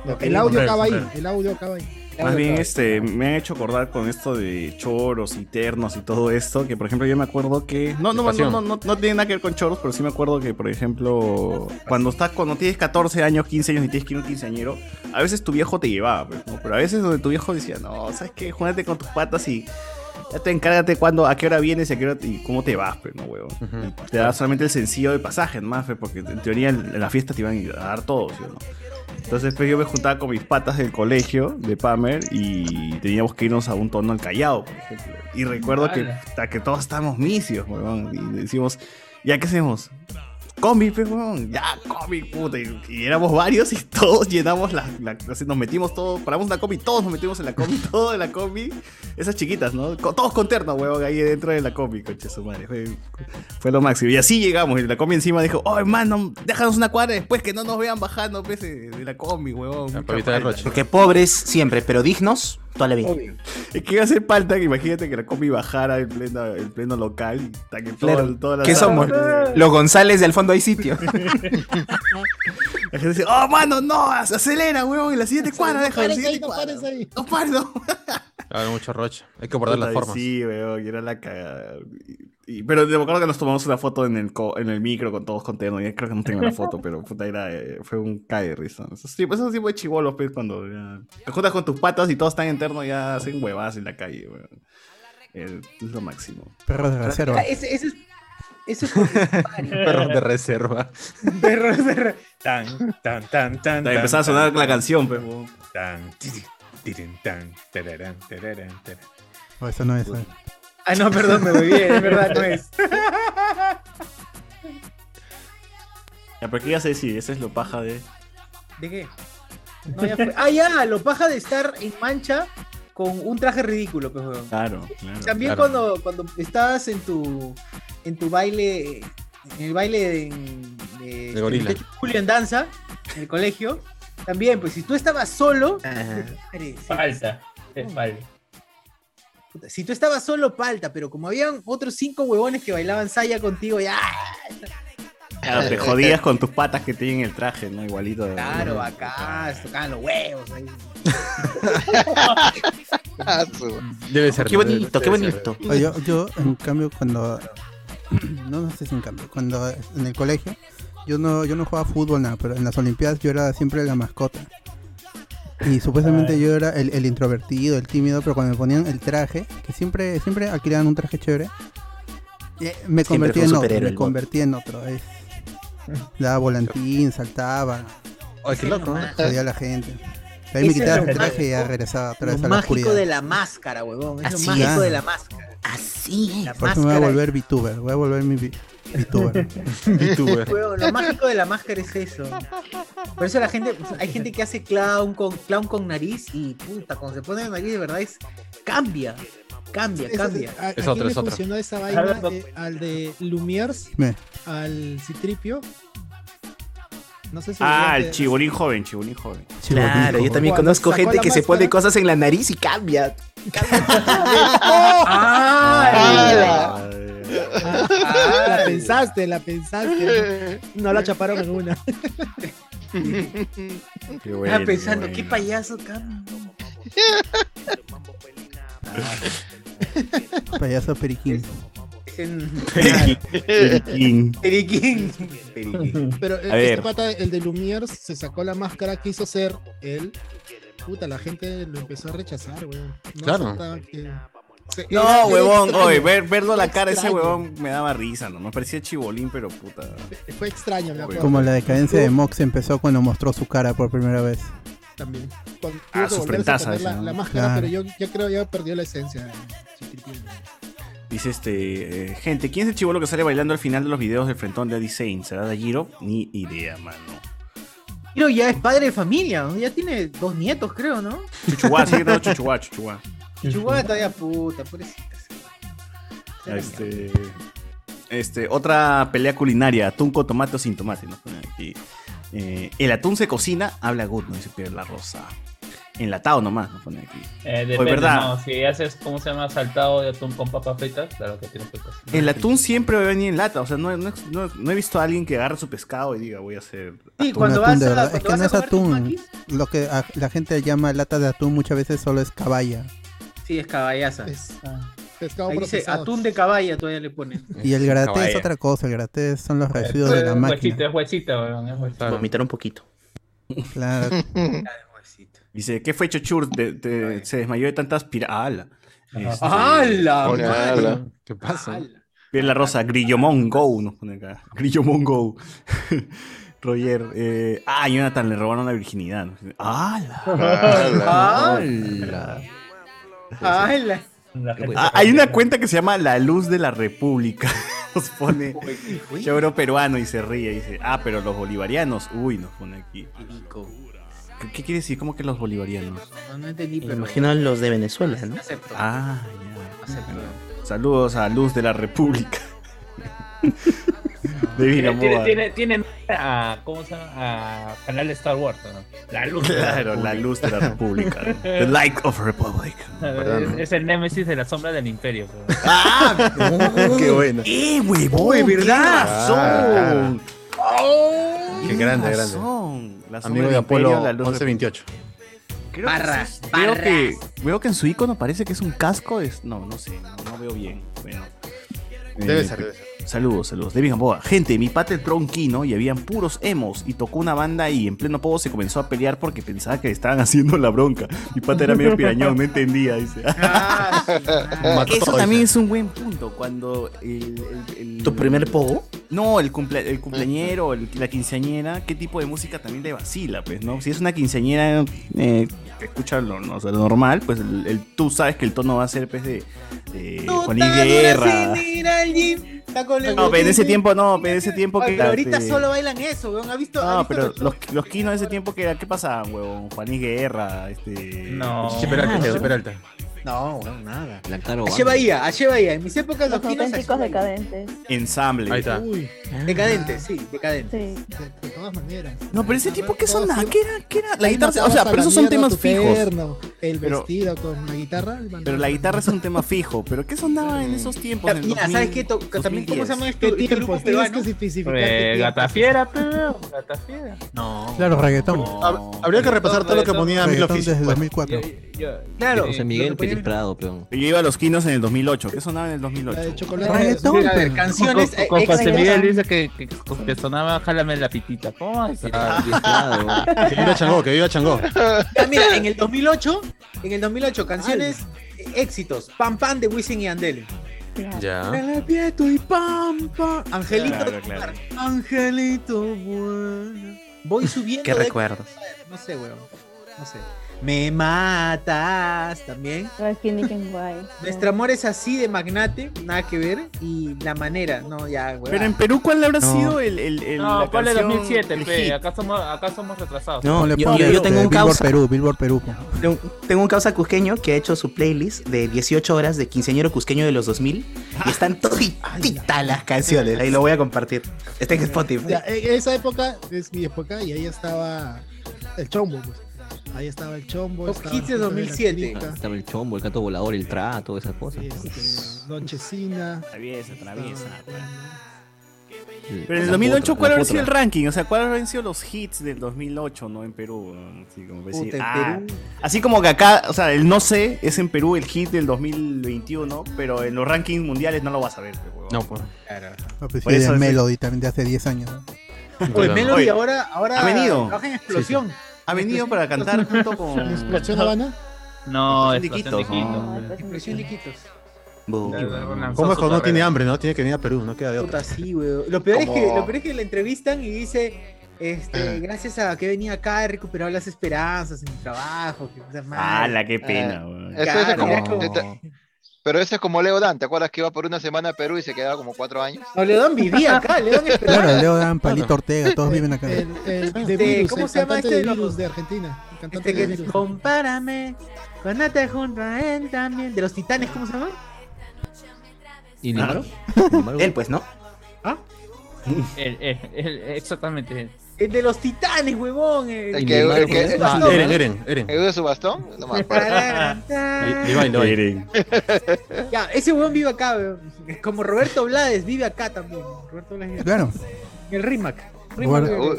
[SPEAKER 8] No, El audio
[SPEAKER 2] Regresó,
[SPEAKER 8] acaba ahí,
[SPEAKER 2] regresó.
[SPEAKER 8] el audio acaba ahí. El
[SPEAKER 2] Más
[SPEAKER 8] audio
[SPEAKER 2] bien,
[SPEAKER 8] acaba ahí.
[SPEAKER 2] este, me han hecho acordar con esto de choros y ternos y todo esto, que por ejemplo yo me acuerdo que... No, no, no,
[SPEAKER 3] Pasión.
[SPEAKER 2] no, no, no tiene nada que ver con choros, pero sí me acuerdo que, por ejemplo, cuando estás, cuando tienes 14 años, 15 años y tienes que ir a un quinceañero, a veces tu viejo te llevaba, pues, ¿no? pero a veces donde tu viejo decía, no, ¿sabes qué? Júnate con tus patas y... Ya te encárgate cuando, a qué hora vienes y, a qué hora, y cómo te vas, pues, no, huevón. Y Te da solamente el sencillo de pasaje, más, pues, porque en teoría en la fiesta te iban a dar todo, ¿sí o no? Entonces pues, yo me juntaba con mis patas del colegio de Pamer y teníamos que irnos a un tono al Callao, por ejemplo. Y recuerdo que,
[SPEAKER 5] Ala.
[SPEAKER 2] puta, que todos estábamos misios, weón. Y decimos, ¿ya qué hacemos? Combi, pues, weón. Ya, combi, puta. Y, y éramos varios y todos llenamos la, la- así Nos metimos todos, paramos la combi, todos nos metimos en la combi, todos en la combi. Esas chiquitas, ¿no? Co- todos con terno, weón, ahí dentro de la combi, coche su madre. Fue, fue lo máximo. Y así llegamos. Y la combi encima dijo, oh, hermano, déjanos una cuadra después que no nos vean bajando, pues, de de la combi, weón. Mucha falta".
[SPEAKER 4] Porque pobres siempre, pero dignos toda la vida.
[SPEAKER 2] Obvio. Es que iba a hacer falta que imagínate que la combi bajara en pleno, en pleno local. y hasta que todo-
[SPEAKER 4] Claro.
[SPEAKER 2] toda la
[SPEAKER 4] ¿Qué somos? Los González del fondo hay sitio.
[SPEAKER 2] La gente dice, oh, mano, no, ac- acelera, weón, en la siguiente cuadra, deja en la
[SPEAKER 8] Pares
[SPEAKER 2] siguiente
[SPEAKER 8] ahí, no
[SPEAKER 2] cuadra.
[SPEAKER 8] pares ahí.
[SPEAKER 2] No pares, no.
[SPEAKER 3] Claro, mucho roche. Hay que guardar las
[SPEAKER 2] Puta, y
[SPEAKER 3] formas.
[SPEAKER 2] Sí, weón, y era la cagada. Y- y- pero me acuerdo que nos tomamos una foto en el, co- en el micro con todos contentos. Ya creo que no tengo la foto, pero puta, era, eh, fue un cae de risa. Esos tipos, esos tipos de chibolos, pues, cuando ya te juntas con tus patas y todos están internos, ya hacen huevadas en la calle, weón. Eh, es lo máximo.
[SPEAKER 6] Perros de
[SPEAKER 1] O
[SPEAKER 6] reserva.
[SPEAKER 1] sea, ese, ese es. Ese es comentario.
[SPEAKER 3] Perros de reserva.
[SPEAKER 12] Perros de re- Tan, tan, tan, tan.
[SPEAKER 2] Ya empezaba a sonar la canción, pues, weón.
[SPEAKER 12] Tan, tirin, tirin, tan, tararán, tararán, tararán.
[SPEAKER 6] O eso no es. eh.
[SPEAKER 12] Ah, no, perdón, me voy bien, es verdad, no es.
[SPEAKER 2] Ya, pero ¿qué ibas a decir? Esa es lo paja de.
[SPEAKER 1] ¿De qué? No, ya fue. Ah, ya, lo paja de estar en mancha con un traje ridículo, pues, weón.
[SPEAKER 2] Claro, claro.
[SPEAKER 1] También
[SPEAKER 2] claro.
[SPEAKER 1] cuando, cuando estabas en tu en tu baile, en el baile de, de-
[SPEAKER 3] De gorila.
[SPEAKER 1] de Julio en danza, en el colegio, también, pues si tú estabas solo, madre,
[SPEAKER 5] Falta. Es falta.
[SPEAKER 1] puta, si tú estabas solo, palta, pero como habían otros cinco huevones que bailaban saya contigo, ya,
[SPEAKER 2] Claro, te jodías con tus patas que tienen el traje, ¿no? Igualito. de-
[SPEAKER 1] claro, acá, se tocaban los huevos ahí.
[SPEAKER 7] Pues,
[SPEAKER 3] Debe ser.
[SPEAKER 4] Qué bonito, qué bonito.
[SPEAKER 6] O Yo, yo, en cambio, cuando. No, no sé si en cambio. Cuando en el colegio, yo no, yo no jugaba fútbol, nada, pero en las Olimpiadas yo era siempre la mascota. Y supuestamente yo era el, el introvertido, el tímido, pero cuando me ponían el traje, que siempre, siempre alquilaban un traje chévere, eh, me
[SPEAKER 4] Siempre
[SPEAKER 6] convertí
[SPEAKER 4] fue un
[SPEAKER 6] en otro.
[SPEAKER 4] superhéroe
[SPEAKER 6] Me
[SPEAKER 4] el bot.
[SPEAKER 6] convertí en otro. Es, daba volantín, saltaba.
[SPEAKER 3] Ay, qué loco, ¿no?
[SPEAKER 6] Jodía a la gente. De ahí me
[SPEAKER 1] Ese es
[SPEAKER 6] quitaba
[SPEAKER 1] lo
[SPEAKER 6] el traje y ya
[SPEAKER 1] mágico,
[SPEAKER 6] regresaba otra
[SPEAKER 1] Lo
[SPEAKER 6] vez a la
[SPEAKER 1] mágico
[SPEAKER 6] oscuridad.
[SPEAKER 1] de la máscara, huevón. Es
[SPEAKER 6] Así
[SPEAKER 1] lo mágico
[SPEAKER 6] es.
[SPEAKER 1] de la máscara.
[SPEAKER 4] Así
[SPEAKER 1] La
[SPEAKER 6] Por eso me voy a
[SPEAKER 1] máscara es-
[SPEAKER 6] volver VTuber, voy a volver mi vi- VTuber.
[SPEAKER 1] Huevón, lo mágico de la máscara es eso. Por eso la gente, hay gente que hace clown con, clown con nariz y puta, cuando se pone la nariz de verdad es cambia, cambia,
[SPEAKER 8] Eso-
[SPEAKER 1] cambia.
[SPEAKER 8] ¿A, a
[SPEAKER 3] Es
[SPEAKER 8] quién
[SPEAKER 3] otra,
[SPEAKER 8] le
[SPEAKER 3] es otra.
[SPEAKER 8] funcionó esa vaina?
[SPEAKER 1] Hablando-
[SPEAKER 8] eh, al de Lumiers,
[SPEAKER 6] Me-
[SPEAKER 8] al Citripio. No sé si.
[SPEAKER 2] Ah,
[SPEAKER 8] el
[SPEAKER 2] el chibolín joven, chibolín joven.
[SPEAKER 4] Claro, yo también
[SPEAKER 8] Cuando
[SPEAKER 4] conozco
[SPEAKER 8] sacó
[SPEAKER 4] gente
[SPEAKER 8] la
[SPEAKER 4] que se
[SPEAKER 8] máscara-
[SPEAKER 4] pone cosas en la nariz y cambia.
[SPEAKER 1] ¡Ah!
[SPEAKER 8] La pensaste, la pensaste. No la chaparon en una.
[SPEAKER 2] Qué
[SPEAKER 1] Estaba
[SPEAKER 2] bueno,
[SPEAKER 1] pensando,
[SPEAKER 2] qué
[SPEAKER 1] qué
[SPEAKER 2] bueno.
[SPEAKER 1] payaso cambia.
[SPEAKER 6] Payaso periquín.
[SPEAKER 2] Periquín.
[SPEAKER 1] Periquín.
[SPEAKER 8] Pero eh,
[SPEAKER 2] A ver.
[SPEAKER 8] este pata, el de Lumiers, se sacó la máscara, quiso ser él. Puta, la gente lo empezó a rechazar, weón. No
[SPEAKER 3] Claro.
[SPEAKER 8] aceptaba que- se- era-
[SPEAKER 2] No,
[SPEAKER 8] era
[SPEAKER 2] huevón,
[SPEAKER 8] extraño.
[SPEAKER 2] oye, ver, verlo a la cara de ese
[SPEAKER 8] Extraño.
[SPEAKER 2] huevón me daba risa, ¿no? Me parecía chibolín, pero puta.
[SPEAKER 8] Fue extraño, me acuerdo.
[SPEAKER 6] Como la decadencia de Mox empezó cuando mostró su cara por primera vez.
[SPEAKER 8] También. Cuando
[SPEAKER 2] Ah,
[SPEAKER 8] tuvo que
[SPEAKER 2] su
[SPEAKER 8] volverse a
[SPEAKER 2] frentaza
[SPEAKER 8] poner
[SPEAKER 2] esa,
[SPEAKER 8] la,
[SPEAKER 2] ¿no?
[SPEAKER 8] la máscara,
[SPEAKER 6] Claro.
[SPEAKER 8] pero yo, yo creo que ya perdió la esencia. de Chiquitín.
[SPEAKER 2] Dice este, eh, gente, ¿quién es el chibolo que sale bailando al final de los videos del frentón de Design? ¿Será de Giro? Ni idea, mano.
[SPEAKER 1] Pero ya es padre de familia, ¿no? ya tiene dos nietos, creo, ¿no?
[SPEAKER 2] Chuchuá, sí, no, chuchuá, chuchuá.
[SPEAKER 1] Chihuahua todavía puta, pobrecita.
[SPEAKER 2] Este, este, otra pelea culinaria, atún con tomate o sin tomate. ¿no? Ponen aquí. Eh, el atún se cocina, habla good, no dice Pierre La Rosa. Enlatado nomás, nos pone aquí.
[SPEAKER 5] Eh,
[SPEAKER 2] Oye,
[SPEAKER 5] depende,
[SPEAKER 2] verdad.
[SPEAKER 5] no, si haces, ¿cómo se llama? Saltado de atún con papas fritas, claro que tienes que cocinar.
[SPEAKER 2] El atún siempre va a venir en lata, o sea, no, no- no- no he visto a alguien que agarre su pescado y diga, voy a hacer.
[SPEAKER 1] Sí,
[SPEAKER 2] atún".
[SPEAKER 1] cuando
[SPEAKER 6] Un atún
[SPEAKER 1] vas
[SPEAKER 6] de
[SPEAKER 1] a,
[SPEAKER 6] verdad.
[SPEAKER 1] cuando
[SPEAKER 6] Es que
[SPEAKER 1] vas
[SPEAKER 6] no
[SPEAKER 1] a
[SPEAKER 6] es
[SPEAKER 1] comer tus
[SPEAKER 6] atún.
[SPEAKER 1] maquis,
[SPEAKER 6] Lo que a- la gente llama lata de atún muchas veces solo es caballa.
[SPEAKER 1] Sí, es caballaza.
[SPEAKER 8] Es pescado
[SPEAKER 1] Ahí dice
[SPEAKER 8] procesado.
[SPEAKER 1] atún de caballa, todavía le ponen.
[SPEAKER 6] Y el graté es
[SPEAKER 3] Caballa.
[SPEAKER 6] otra cosa, el graté son los residuos
[SPEAKER 5] Eh,
[SPEAKER 6] de la
[SPEAKER 5] es huesito,
[SPEAKER 6] máquina.
[SPEAKER 5] es huesito, weón, es huesito.
[SPEAKER 3] Claro.
[SPEAKER 4] Vomitar un poquito.
[SPEAKER 6] Claro.
[SPEAKER 2] Dice, ¿qué fue Chochur? Te- te- se desmayó de tantas Este, piralas.
[SPEAKER 1] ¡Hala!
[SPEAKER 3] Este, Hola,
[SPEAKER 1] madre!
[SPEAKER 3] hola. ¿Qué pasa?
[SPEAKER 1] ¡Hala!
[SPEAKER 2] Pierre La Rosa, Grillomón Go, nos pone acá. Grillomón Go. Roger, eh, ah, Jonathan, le robaron la virginidad. ¡Ah!
[SPEAKER 11] ¡Hala!
[SPEAKER 1] ¡Hala!
[SPEAKER 5] La gente
[SPEAKER 2] Ah,
[SPEAKER 5] se
[SPEAKER 2] hay
[SPEAKER 5] come.
[SPEAKER 2] una cuenta que se llama La Luz de la República. Nos pone Choro peruano y se ríe. Dice, ah, pero los bolivarianos. Uy, nos pone aquí. ¿Qué, qué quiere decir? ¿Cómo que los bolivarianos?
[SPEAKER 1] No, no entendí,
[SPEAKER 4] Me
[SPEAKER 1] pero.
[SPEAKER 4] imagino los de Venezuela, ¿no?
[SPEAKER 1] Acepto.
[SPEAKER 2] Ah, ya.
[SPEAKER 1] Acepto.
[SPEAKER 2] Saludos a Luz de la República. David
[SPEAKER 5] Tiene, tiene,
[SPEAKER 2] Gamboa.
[SPEAKER 5] tiene, tiene nombre a, ¿cómo se llama? A canal de Star Wars, ¿no? La luz. de la
[SPEAKER 2] Claro, la
[SPEAKER 5] República.
[SPEAKER 2] luz de la República. ¿no? The light of Republic.
[SPEAKER 5] Es, es el némesis de la sombra del imperio. weón.
[SPEAKER 2] Ah,
[SPEAKER 3] Qué bueno.
[SPEAKER 2] ¡Eh, huevón!
[SPEAKER 4] ¡Uy, verdad!
[SPEAKER 2] Ah, ¡Razón!
[SPEAKER 3] Qué grande,
[SPEAKER 2] Tienes
[SPEAKER 3] grande.
[SPEAKER 2] razón. La sombra
[SPEAKER 3] Amigo
[SPEAKER 2] del
[SPEAKER 3] de Apolo
[SPEAKER 2] imperio, la luz de-
[SPEAKER 3] 1128.
[SPEAKER 2] Creo que
[SPEAKER 1] Barras,
[SPEAKER 2] sí es- Veo que, veo que en su icono parece que es un casco. Es, no, no sé. No, no veo bien. Bueno.
[SPEAKER 3] Debe
[SPEAKER 2] Eh,
[SPEAKER 3] ser, debe ser.
[SPEAKER 2] Saludos, saludos. David Gamboa. Gente, mi pata entró a un kino y habían puros emos. Y tocó una banda y en pleno povo se comenzó a pelear porque pensaba que le estaban haciendo la bronca. Mi pata era medio pirañón, no entendía. Dice.
[SPEAKER 1] Ah, su madre.
[SPEAKER 3] Mató
[SPEAKER 2] Eso
[SPEAKER 3] todo,
[SPEAKER 2] también
[SPEAKER 3] dice.
[SPEAKER 2] es un buen punto. Cuando el. el- el-
[SPEAKER 4] ¿Tu primer pogo?
[SPEAKER 2] No, el, cumplea- el cumpleañero, el- la quinceañera, ¿qué tipo de música también le vacila? Pues, ¿no? Si es una quinceañera eh, que escucha lo, no, o sea, lo normal, pues el, el- tú sabes que el tono va a ser pues, de, de
[SPEAKER 1] Tú
[SPEAKER 2] Juanín
[SPEAKER 1] tan dura
[SPEAKER 2] Guerra.
[SPEAKER 1] sin ir al gym. Taco Leo.
[SPEAKER 2] No, pero en ese tiempo no, pero en ese tiempo
[SPEAKER 1] Oye,
[SPEAKER 2] que.
[SPEAKER 1] pero ahorita
[SPEAKER 2] este,
[SPEAKER 1] solo bailan eso, weón. ¿Ha visto? ha
[SPEAKER 2] No,
[SPEAKER 1] visto
[SPEAKER 2] pero
[SPEAKER 1] los-
[SPEAKER 2] los, los quinos de ese tiempo que era, ¿qué pasaban, huevón? Juanís Guerra, este.
[SPEAKER 1] No.
[SPEAKER 2] Chichi
[SPEAKER 3] Claro.
[SPEAKER 5] Ah.
[SPEAKER 1] No, weón, nada.
[SPEAKER 2] Lactaro
[SPEAKER 1] Ayer Bahía, ayer Bahía. En mis épocas los,
[SPEAKER 9] Los
[SPEAKER 1] quinos
[SPEAKER 9] auténticos
[SPEAKER 1] Ache Bahía.
[SPEAKER 9] decadentes.
[SPEAKER 2] Ensamble. Ahí está.
[SPEAKER 1] Uy, decadentes, sí, decadentes.
[SPEAKER 8] De todas maneras.
[SPEAKER 2] No, pero ese tipo que son nada, ¿qué era? ¿Qué era? La
[SPEAKER 8] Ahí
[SPEAKER 2] guitarra,
[SPEAKER 8] mandabas
[SPEAKER 2] o sea,
[SPEAKER 8] a
[SPEAKER 2] pero
[SPEAKER 8] la
[SPEAKER 2] esos son
[SPEAKER 8] mierda
[SPEAKER 2] temas
[SPEAKER 8] tu
[SPEAKER 2] fijos.
[SPEAKER 8] terno, el
[SPEAKER 2] Pero-
[SPEAKER 8] vestido con la guitarra. el
[SPEAKER 2] Pero la guitarra es un tema fijo. ¿Pero qué sonaba en esos tiempos? en
[SPEAKER 1] Mira,
[SPEAKER 2] 2000,
[SPEAKER 1] ¿sabes qué? To- También, ¿cómo se llama
[SPEAKER 2] 2010?
[SPEAKER 1] este este grupo
[SPEAKER 8] pues, tienes
[SPEAKER 1] peruano?
[SPEAKER 8] que especificar
[SPEAKER 5] Eh,
[SPEAKER 8] qué
[SPEAKER 5] Gatafiera, pero. Gatafiera.
[SPEAKER 2] No.
[SPEAKER 6] Claro, reggaetón.
[SPEAKER 3] Habría que repasar todo lo que ponía Mil
[SPEAKER 6] reggaetón
[SPEAKER 3] Oficios.
[SPEAKER 6] desde 2004.
[SPEAKER 1] Claro.
[SPEAKER 2] José
[SPEAKER 11] Miguel Pérez Prado, peón.
[SPEAKER 2] Yo iba a los quinos en el 2008. ¿Qué sonaba en el 2008?
[SPEAKER 6] Reggaetón,
[SPEAKER 5] A ver,
[SPEAKER 6] pe.
[SPEAKER 5] canciones.
[SPEAKER 6] Con- con-
[SPEAKER 5] Con,
[SPEAKER 6] con
[SPEAKER 5] José
[SPEAKER 6] José
[SPEAKER 5] Miguel
[SPEAKER 6] Miguel
[SPEAKER 5] dice que, sonaba Jálame la pitita. ¿Cómo es?
[SPEAKER 3] Que viva Changó, que viva Changó.
[SPEAKER 1] Ya, mira, en el 2008, en el 2008, canciones eh, éxitos. Pam Pam de Wisin y Andel.
[SPEAKER 3] Ya.
[SPEAKER 1] Relapiato y Pam Pam. Angelito.
[SPEAKER 3] Claro, claro.
[SPEAKER 1] Angelito bueno. Voy subiendo.
[SPEAKER 4] Qué
[SPEAKER 1] de-
[SPEAKER 4] recuerdos.
[SPEAKER 1] No sé, weón. No sé. Me matas también. Nuestro amor es así de magnate, nada que ver. Y la manera, no, ya, weón.
[SPEAKER 2] Pero en Perú, ¿cuál habrá
[SPEAKER 1] No.
[SPEAKER 2] sido el. el, el
[SPEAKER 5] No,
[SPEAKER 2] la
[SPEAKER 5] ponle
[SPEAKER 2] canción,
[SPEAKER 5] 2007,
[SPEAKER 2] el
[SPEAKER 5] pe,
[SPEAKER 2] hit?
[SPEAKER 5] Acá somos, acá somos retrasados.
[SPEAKER 4] No,
[SPEAKER 6] Le
[SPEAKER 4] yo-
[SPEAKER 6] pongo,
[SPEAKER 4] yo- yo tengo
[SPEAKER 6] este,
[SPEAKER 4] un causa.
[SPEAKER 6] Billboard Perú, Billboard Perú. pues.
[SPEAKER 4] Tengo, tengo un causa cusqueño que ha hecho su playlist de 18 horas de quinceañero cusqueño de los 2000 y están todititas las canciones. Ahí lo voy a compartir. Está en Spotify.
[SPEAKER 8] Ya, en e, esa época es mi época y ahí estaba el chombo, pues. Ahí estaba el chombo.
[SPEAKER 1] Top
[SPEAKER 8] estaba
[SPEAKER 1] Hits de
[SPEAKER 8] José la
[SPEAKER 1] 2007.
[SPEAKER 8] Chica,
[SPEAKER 11] Estaba el chombo, el gato volador, el trato, todas esas cosas. pues.
[SPEAKER 8] Don Chesina.
[SPEAKER 2] Traviesa, traviesa.
[SPEAKER 11] Pero
[SPEAKER 2] Pero en el 2008, ¿cuál habrá sido el ranking? O sea, ¿cuál habrán sido los hits del 2008, no? En Perú. ¿no? Así como, decir,
[SPEAKER 1] Puta, en
[SPEAKER 2] ah.
[SPEAKER 1] Perú.
[SPEAKER 2] Así como que acá, o sea, el no sé es en Perú el hit del 2021, pero en los rankings mundiales no lo vas a ver. pe, huevón.
[SPEAKER 3] No, pues.
[SPEAKER 6] Ah, pues
[SPEAKER 2] Por
[SPEAKER 6] sí, de
[SPEAKER 2] eso es-
[SPEAKER 6] Melody también de hace 10 años. ¿no?
[SPEAKER 1] Pues Melody
[SPEAKER 2] Oye,
[SPEAKER 1] ahora, ahora
[SPEAKER 2] ha venido.
[SPEAKER 1] trabaja en explosión.
[SPEAKER 2] Ha venido para cantar junto con.
[SPEAKER 8] ¿Explosión Habana?
[SPEAKER 5] No,
[SPEAKER 2] Son
[SPEAKER 5] es Explosión
[SPEAKER 2] Iquitos,
[SPEAKER 5] de Iquitos.
[SPEAKER 2] ¿no?
[SPEAKER 1] Explosión de Iquitos.
[SPEAKER 3] ¿Cómo es
[SPEAKER 5] su
[SPEAKER 3] cuando no
[SPEAKER 5] carrera.
[SPEAKER 3] tiene hambre, no? Tiene que venir a Perú, no queda de
[SPEAKER 1] Puta,
[SPEAKER 3] otra.
[SPEAKER 1] sí, weón. Lo peor, es que,
[SPEAKER 3] Como-
[SPEAKER 1] lo peor es que la entrevistan y dice, este, gracias a que venía acá he recuperado las esperanzas en mi trabajo. Que, puta madre.
[SPEAKER 2] ¡Hala, qué pena,
[SPEAKER 1] Ah,
[SPEAKER 2] weón!
[SPEAKER 1] eso es como-
[SPEAKER 2] Claro.
[SPEAKER 1] como-
[SPEAKER 7] Esta- Pero ese es como Leo Dan, ¿te acuerdas que iba por una semana a Perú y se quedaba como cuatro años?
[SPEAKER 1] No, Leodán vivía acá, Leodán esperaba.
[SPEAKER 6] Claro, Leo Dan, Palito Ortega, todos viven acá.
[SPEAKER 8] El, el de
[SPEAKER 1] Este,
[SPEAKER 8] virus,
[SPEAKER 1] ¿cómo
[SPEAKER 8] el
[SPEAKER 1] se llama
[SPEAKER 8] cantante
[SPEAKER 1] este
[SPEAKER 8] de
[SPEAKER 1] de los-
[SPEAKER 8] virus de Argentina? El cantante
[SPEAKER 1] Este que
[SPEAKER 8] de virus.
[SPEAKER 1] compárame, cuando te junto a él también. De los titanes, ¿cómo se llama?
[SPEAKER 11] ¿Y
[SPEAKER 4] Claro. Él, pues, ¿no?
[SPEAKER 5] El- el- el- Exactamente.
[SPEAKER 1] El de los titanes, huevón. el-
[SPEAKER 7] El que, el que- el-
[SPEAKER 1] Ah,
[SPEAKER 7] el-
[SPEAKER 3] Eren, Eren, Eren.
[SPEAKER 7] el de su bastón, no me acuerdo.
[SPEAKER 3] Divine Dog.
[SPEAKER 1] Ya, ese huevón vive acá, weón. Como Roberto Blades vive acá también. Roberto Blades vive acá.
[SPEAKER 6] Claro.
[SPEAKER 1] El Rimac. Rimac
[SPEAKER 6] Bueno.
[SPEAKER 2] uh,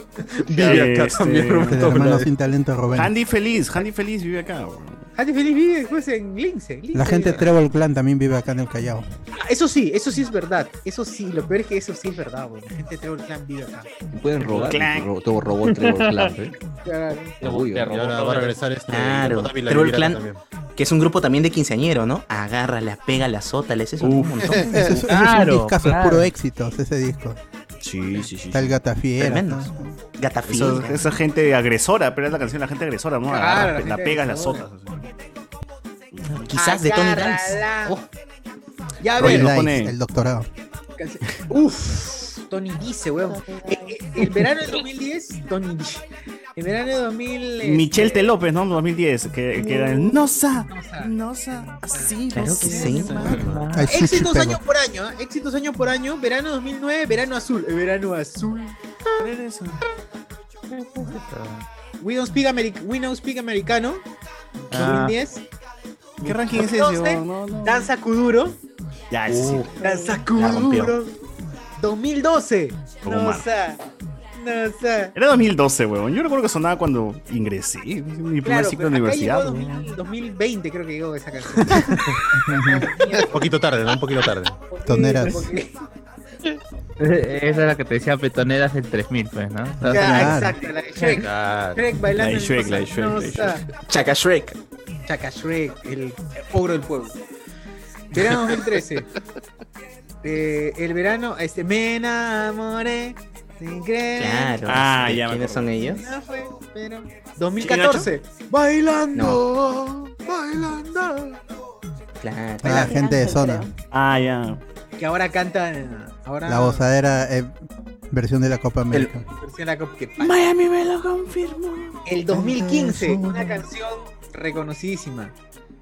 [SPEAKER 1] vive acá.
[SPEAKER 3] Vive acá
[SPEAKER 2] Este,
[SPEAKER 3] también,
[SPEAKER 6] El
[SPEAKER 3] Roberto
[SPEAKER 6] hermano
[SPEAKER 3] Blades.
[SPEAKER 6] sin talento Rubén.
[SPEAKER 2] Handy Feliz, Handy Feliz vive acá, weón.
[SPEAKER 1] Andy Feliz vive pues, en Lince. en Lince
[SPEAKER 6] La gente de
[SPEAKER 1] vive.
[SPEAKER 6] Trevor Clan también vive acá en el Callao.
[SPEAKER 1] Ah, Eso sí, eso sí es verdad. Eso sí, lo peor es que eso sí es verdad, güey. La gente de Trevor Clan vive acá.
[SPEAKER 11] Pueden robar.
[SPEAKER 2] Clank.
[SPEAKER 11] Ro- Todo robó Trevor Clan, ¿eh?
[SPEAKER 1] Claro.
[SPEAKER 11] Orgullo.
[SPEAKER 3] Y ahora va a regresar este.
[SPEAKER 4] Claro.
[SPEAKER 3] Otavila
[SPEAKER 4] Pero el
[SPEAKER 3] Vivirata
[SPEAKER 4] clan,
[SPEAKER 3] también.
[SPEAKER 4] que es un grupo también de quinceañero, ¿no? Agarra, la pega, la azota, le haces un montón.
[SPEAKER 6] Ese es, ese es
[SPEAKER 5] Claro,
[SPEAKER 6] un
[SPEAKER 1] Oh,
[SPEAKER 6] discazo, es
[SPEAKER 5] claro.
[SPEAKER 6] puro éxitos ese disco.
[SPEAKER 2] Sí, sí, sí.
[SPEAKER 6] Está el Gatafiera.
[SPEAKER 4] Tremendo.
[SPEAKER 6] está-
[SPEAKER 4] Gatafiel.
[SPEAKER 2] Esa, esa gente agresora, pero es la canción de la gente agresora, ¿no?
[SPEAKER 1] Claro,
[SPEAKER 2] Agarra,
[SPEAKER 1] la
[SPEAKER 2] la,
[SPEAKER 1] gente
[SPEAKER 2] pegas, las
[SPEAKER 1] agresora.
[SPEAKER 2] sotas.
[SPEAKER 4] Quizás de Tony Dance.
[SPEAKER 1] Agárrala.
[SPEAKER 4] Oh.
[SPEAKER 1] Ya, a
[SPEAKER 2] Oye,
[SPEAKER 1] ver.
[SPEAKER 2] lo
[SPEAKER 6] Lights,
[SPEAKER 2] pone-
[SPEAKER 6] El doctorado.
[SPEAKER 1] canc- Uf, Tony dice, weón. Eh, eh, el verano de 2010, Tony dice. El verano de 2000. este,
[SPEAKER 2] Michelle T. López, ¿no? 2010, que, que era el No sa,
[SPEAKER 1] no sé.
[SPEAKER 2] no sa, así
[SPEAKER 4] Claro
[SPEAKER 2] no
[SPEAKER 4] que
[SPEAKER 2] sé,
[SPEAKER 4] sí.
[SPEAKER 2] mano.
[SPEAKER 6] Ay, sí, sí,
[SPEAKER 1] Ah, Éxitos
[SPEAKER 6] pego.
[SPEAKER 1] año por año, ¿eh? éxitos año por año, verano 2009, verano azul, eh, verano azul.
[SPEAKER 2] Regreso.
[SPEAKER 1] We don't speak, Ameri- We don't speak americano,
[SPEAKER 2] Ah.
[SPEAKER 1] 2010.
[SPEAKER 2] ¿Qué ranking es ese?
[SPEAKER 1] Entonces,
[SPEAKER 2] No, no.
[SPEAKER 1] Danza Kuduro,
[SPEAKER 2] Ya, ese sí.
[SPEAKER 1] Danza
[SPEAKER 4] La rompió.
[SPEAKER 1] Kuduro, 2012.
[SPEAKER 2] Como
[SPEAKER 1] No
[SPEAKER 2] Mar.
[SPEAKER 1] sé, no sé.
[SPEAKER 2] Era 2012, weón. Yo recuerdo que sonaba cuando ingresé. Mi primer
[SPEAKER 1] Claro,
[SPEAKER 2] ciclo de
[SPEAKER 1] acá
[SPEAKER 2] universidad.
[SPEAKER 1] llegó
[SPEAKER 2] weón.
[SPEAKER 1] 2000 2020 creo que llegó esa canción.
[SPEAKER 3] Un poquito tarde, ¿no? Un poquito tarde.
[SPEAKER 6] Toneras.
[SPEAKER 1] Porque-
[SPEAKER 5] Eh, Esa es la que te decía Petoneras del 3000, pues, ¿no?
[SPEAKER 1] Ya,
[SPEAKER 6] Claro.
[SPEAKER 1] Exacto, la de Shrek.
[SPEAKER 3] Claro.
[SPEAKER 1] Shrek bailando.
[SPEAKER 2] La de
[SPEAKER 1] en
[SPEAKER 2] Shrek, la de
[SPEAKER 1] cosas,
[SPEAKER 2] Shrek,
[SPEAKER 1] no
[SPEAKER 2] la de
[SPEAKER 1] sé.
[SPEAKER 4] Chaka Shrek.
[SPEAKER 1] Chaca Shrek, el ogro del pueblo. Verano 2013. Eh, el verano, este, me enamoré sin creer.
[SPEAKER 4] Claro.
[SPEAKER 2] Ah,
[SPEAKER 4] este,
[SPEAKER 2] ya me
[SPEAKER 4] ¿Quiénes son ellos?
[SPEAKER 1] No fue, pero. 2014. Bailando, bailando.
[SPEAKER 4] Claro.
[SPEAKER 6] Ah, gente de zona.
[SPEAKER 2] Ah, ya.
[SPEAKER 1] que ahora canta. Ahora,
[SPEAKER 6] La gozadera eh, versión de la Copa América.
[SPEAKER 1] versión de la Copa que pasa.
[SPEAKER 15] Miami me lo confirmó.
[SPEAKER 1] El 2015, una canción reconocidísima.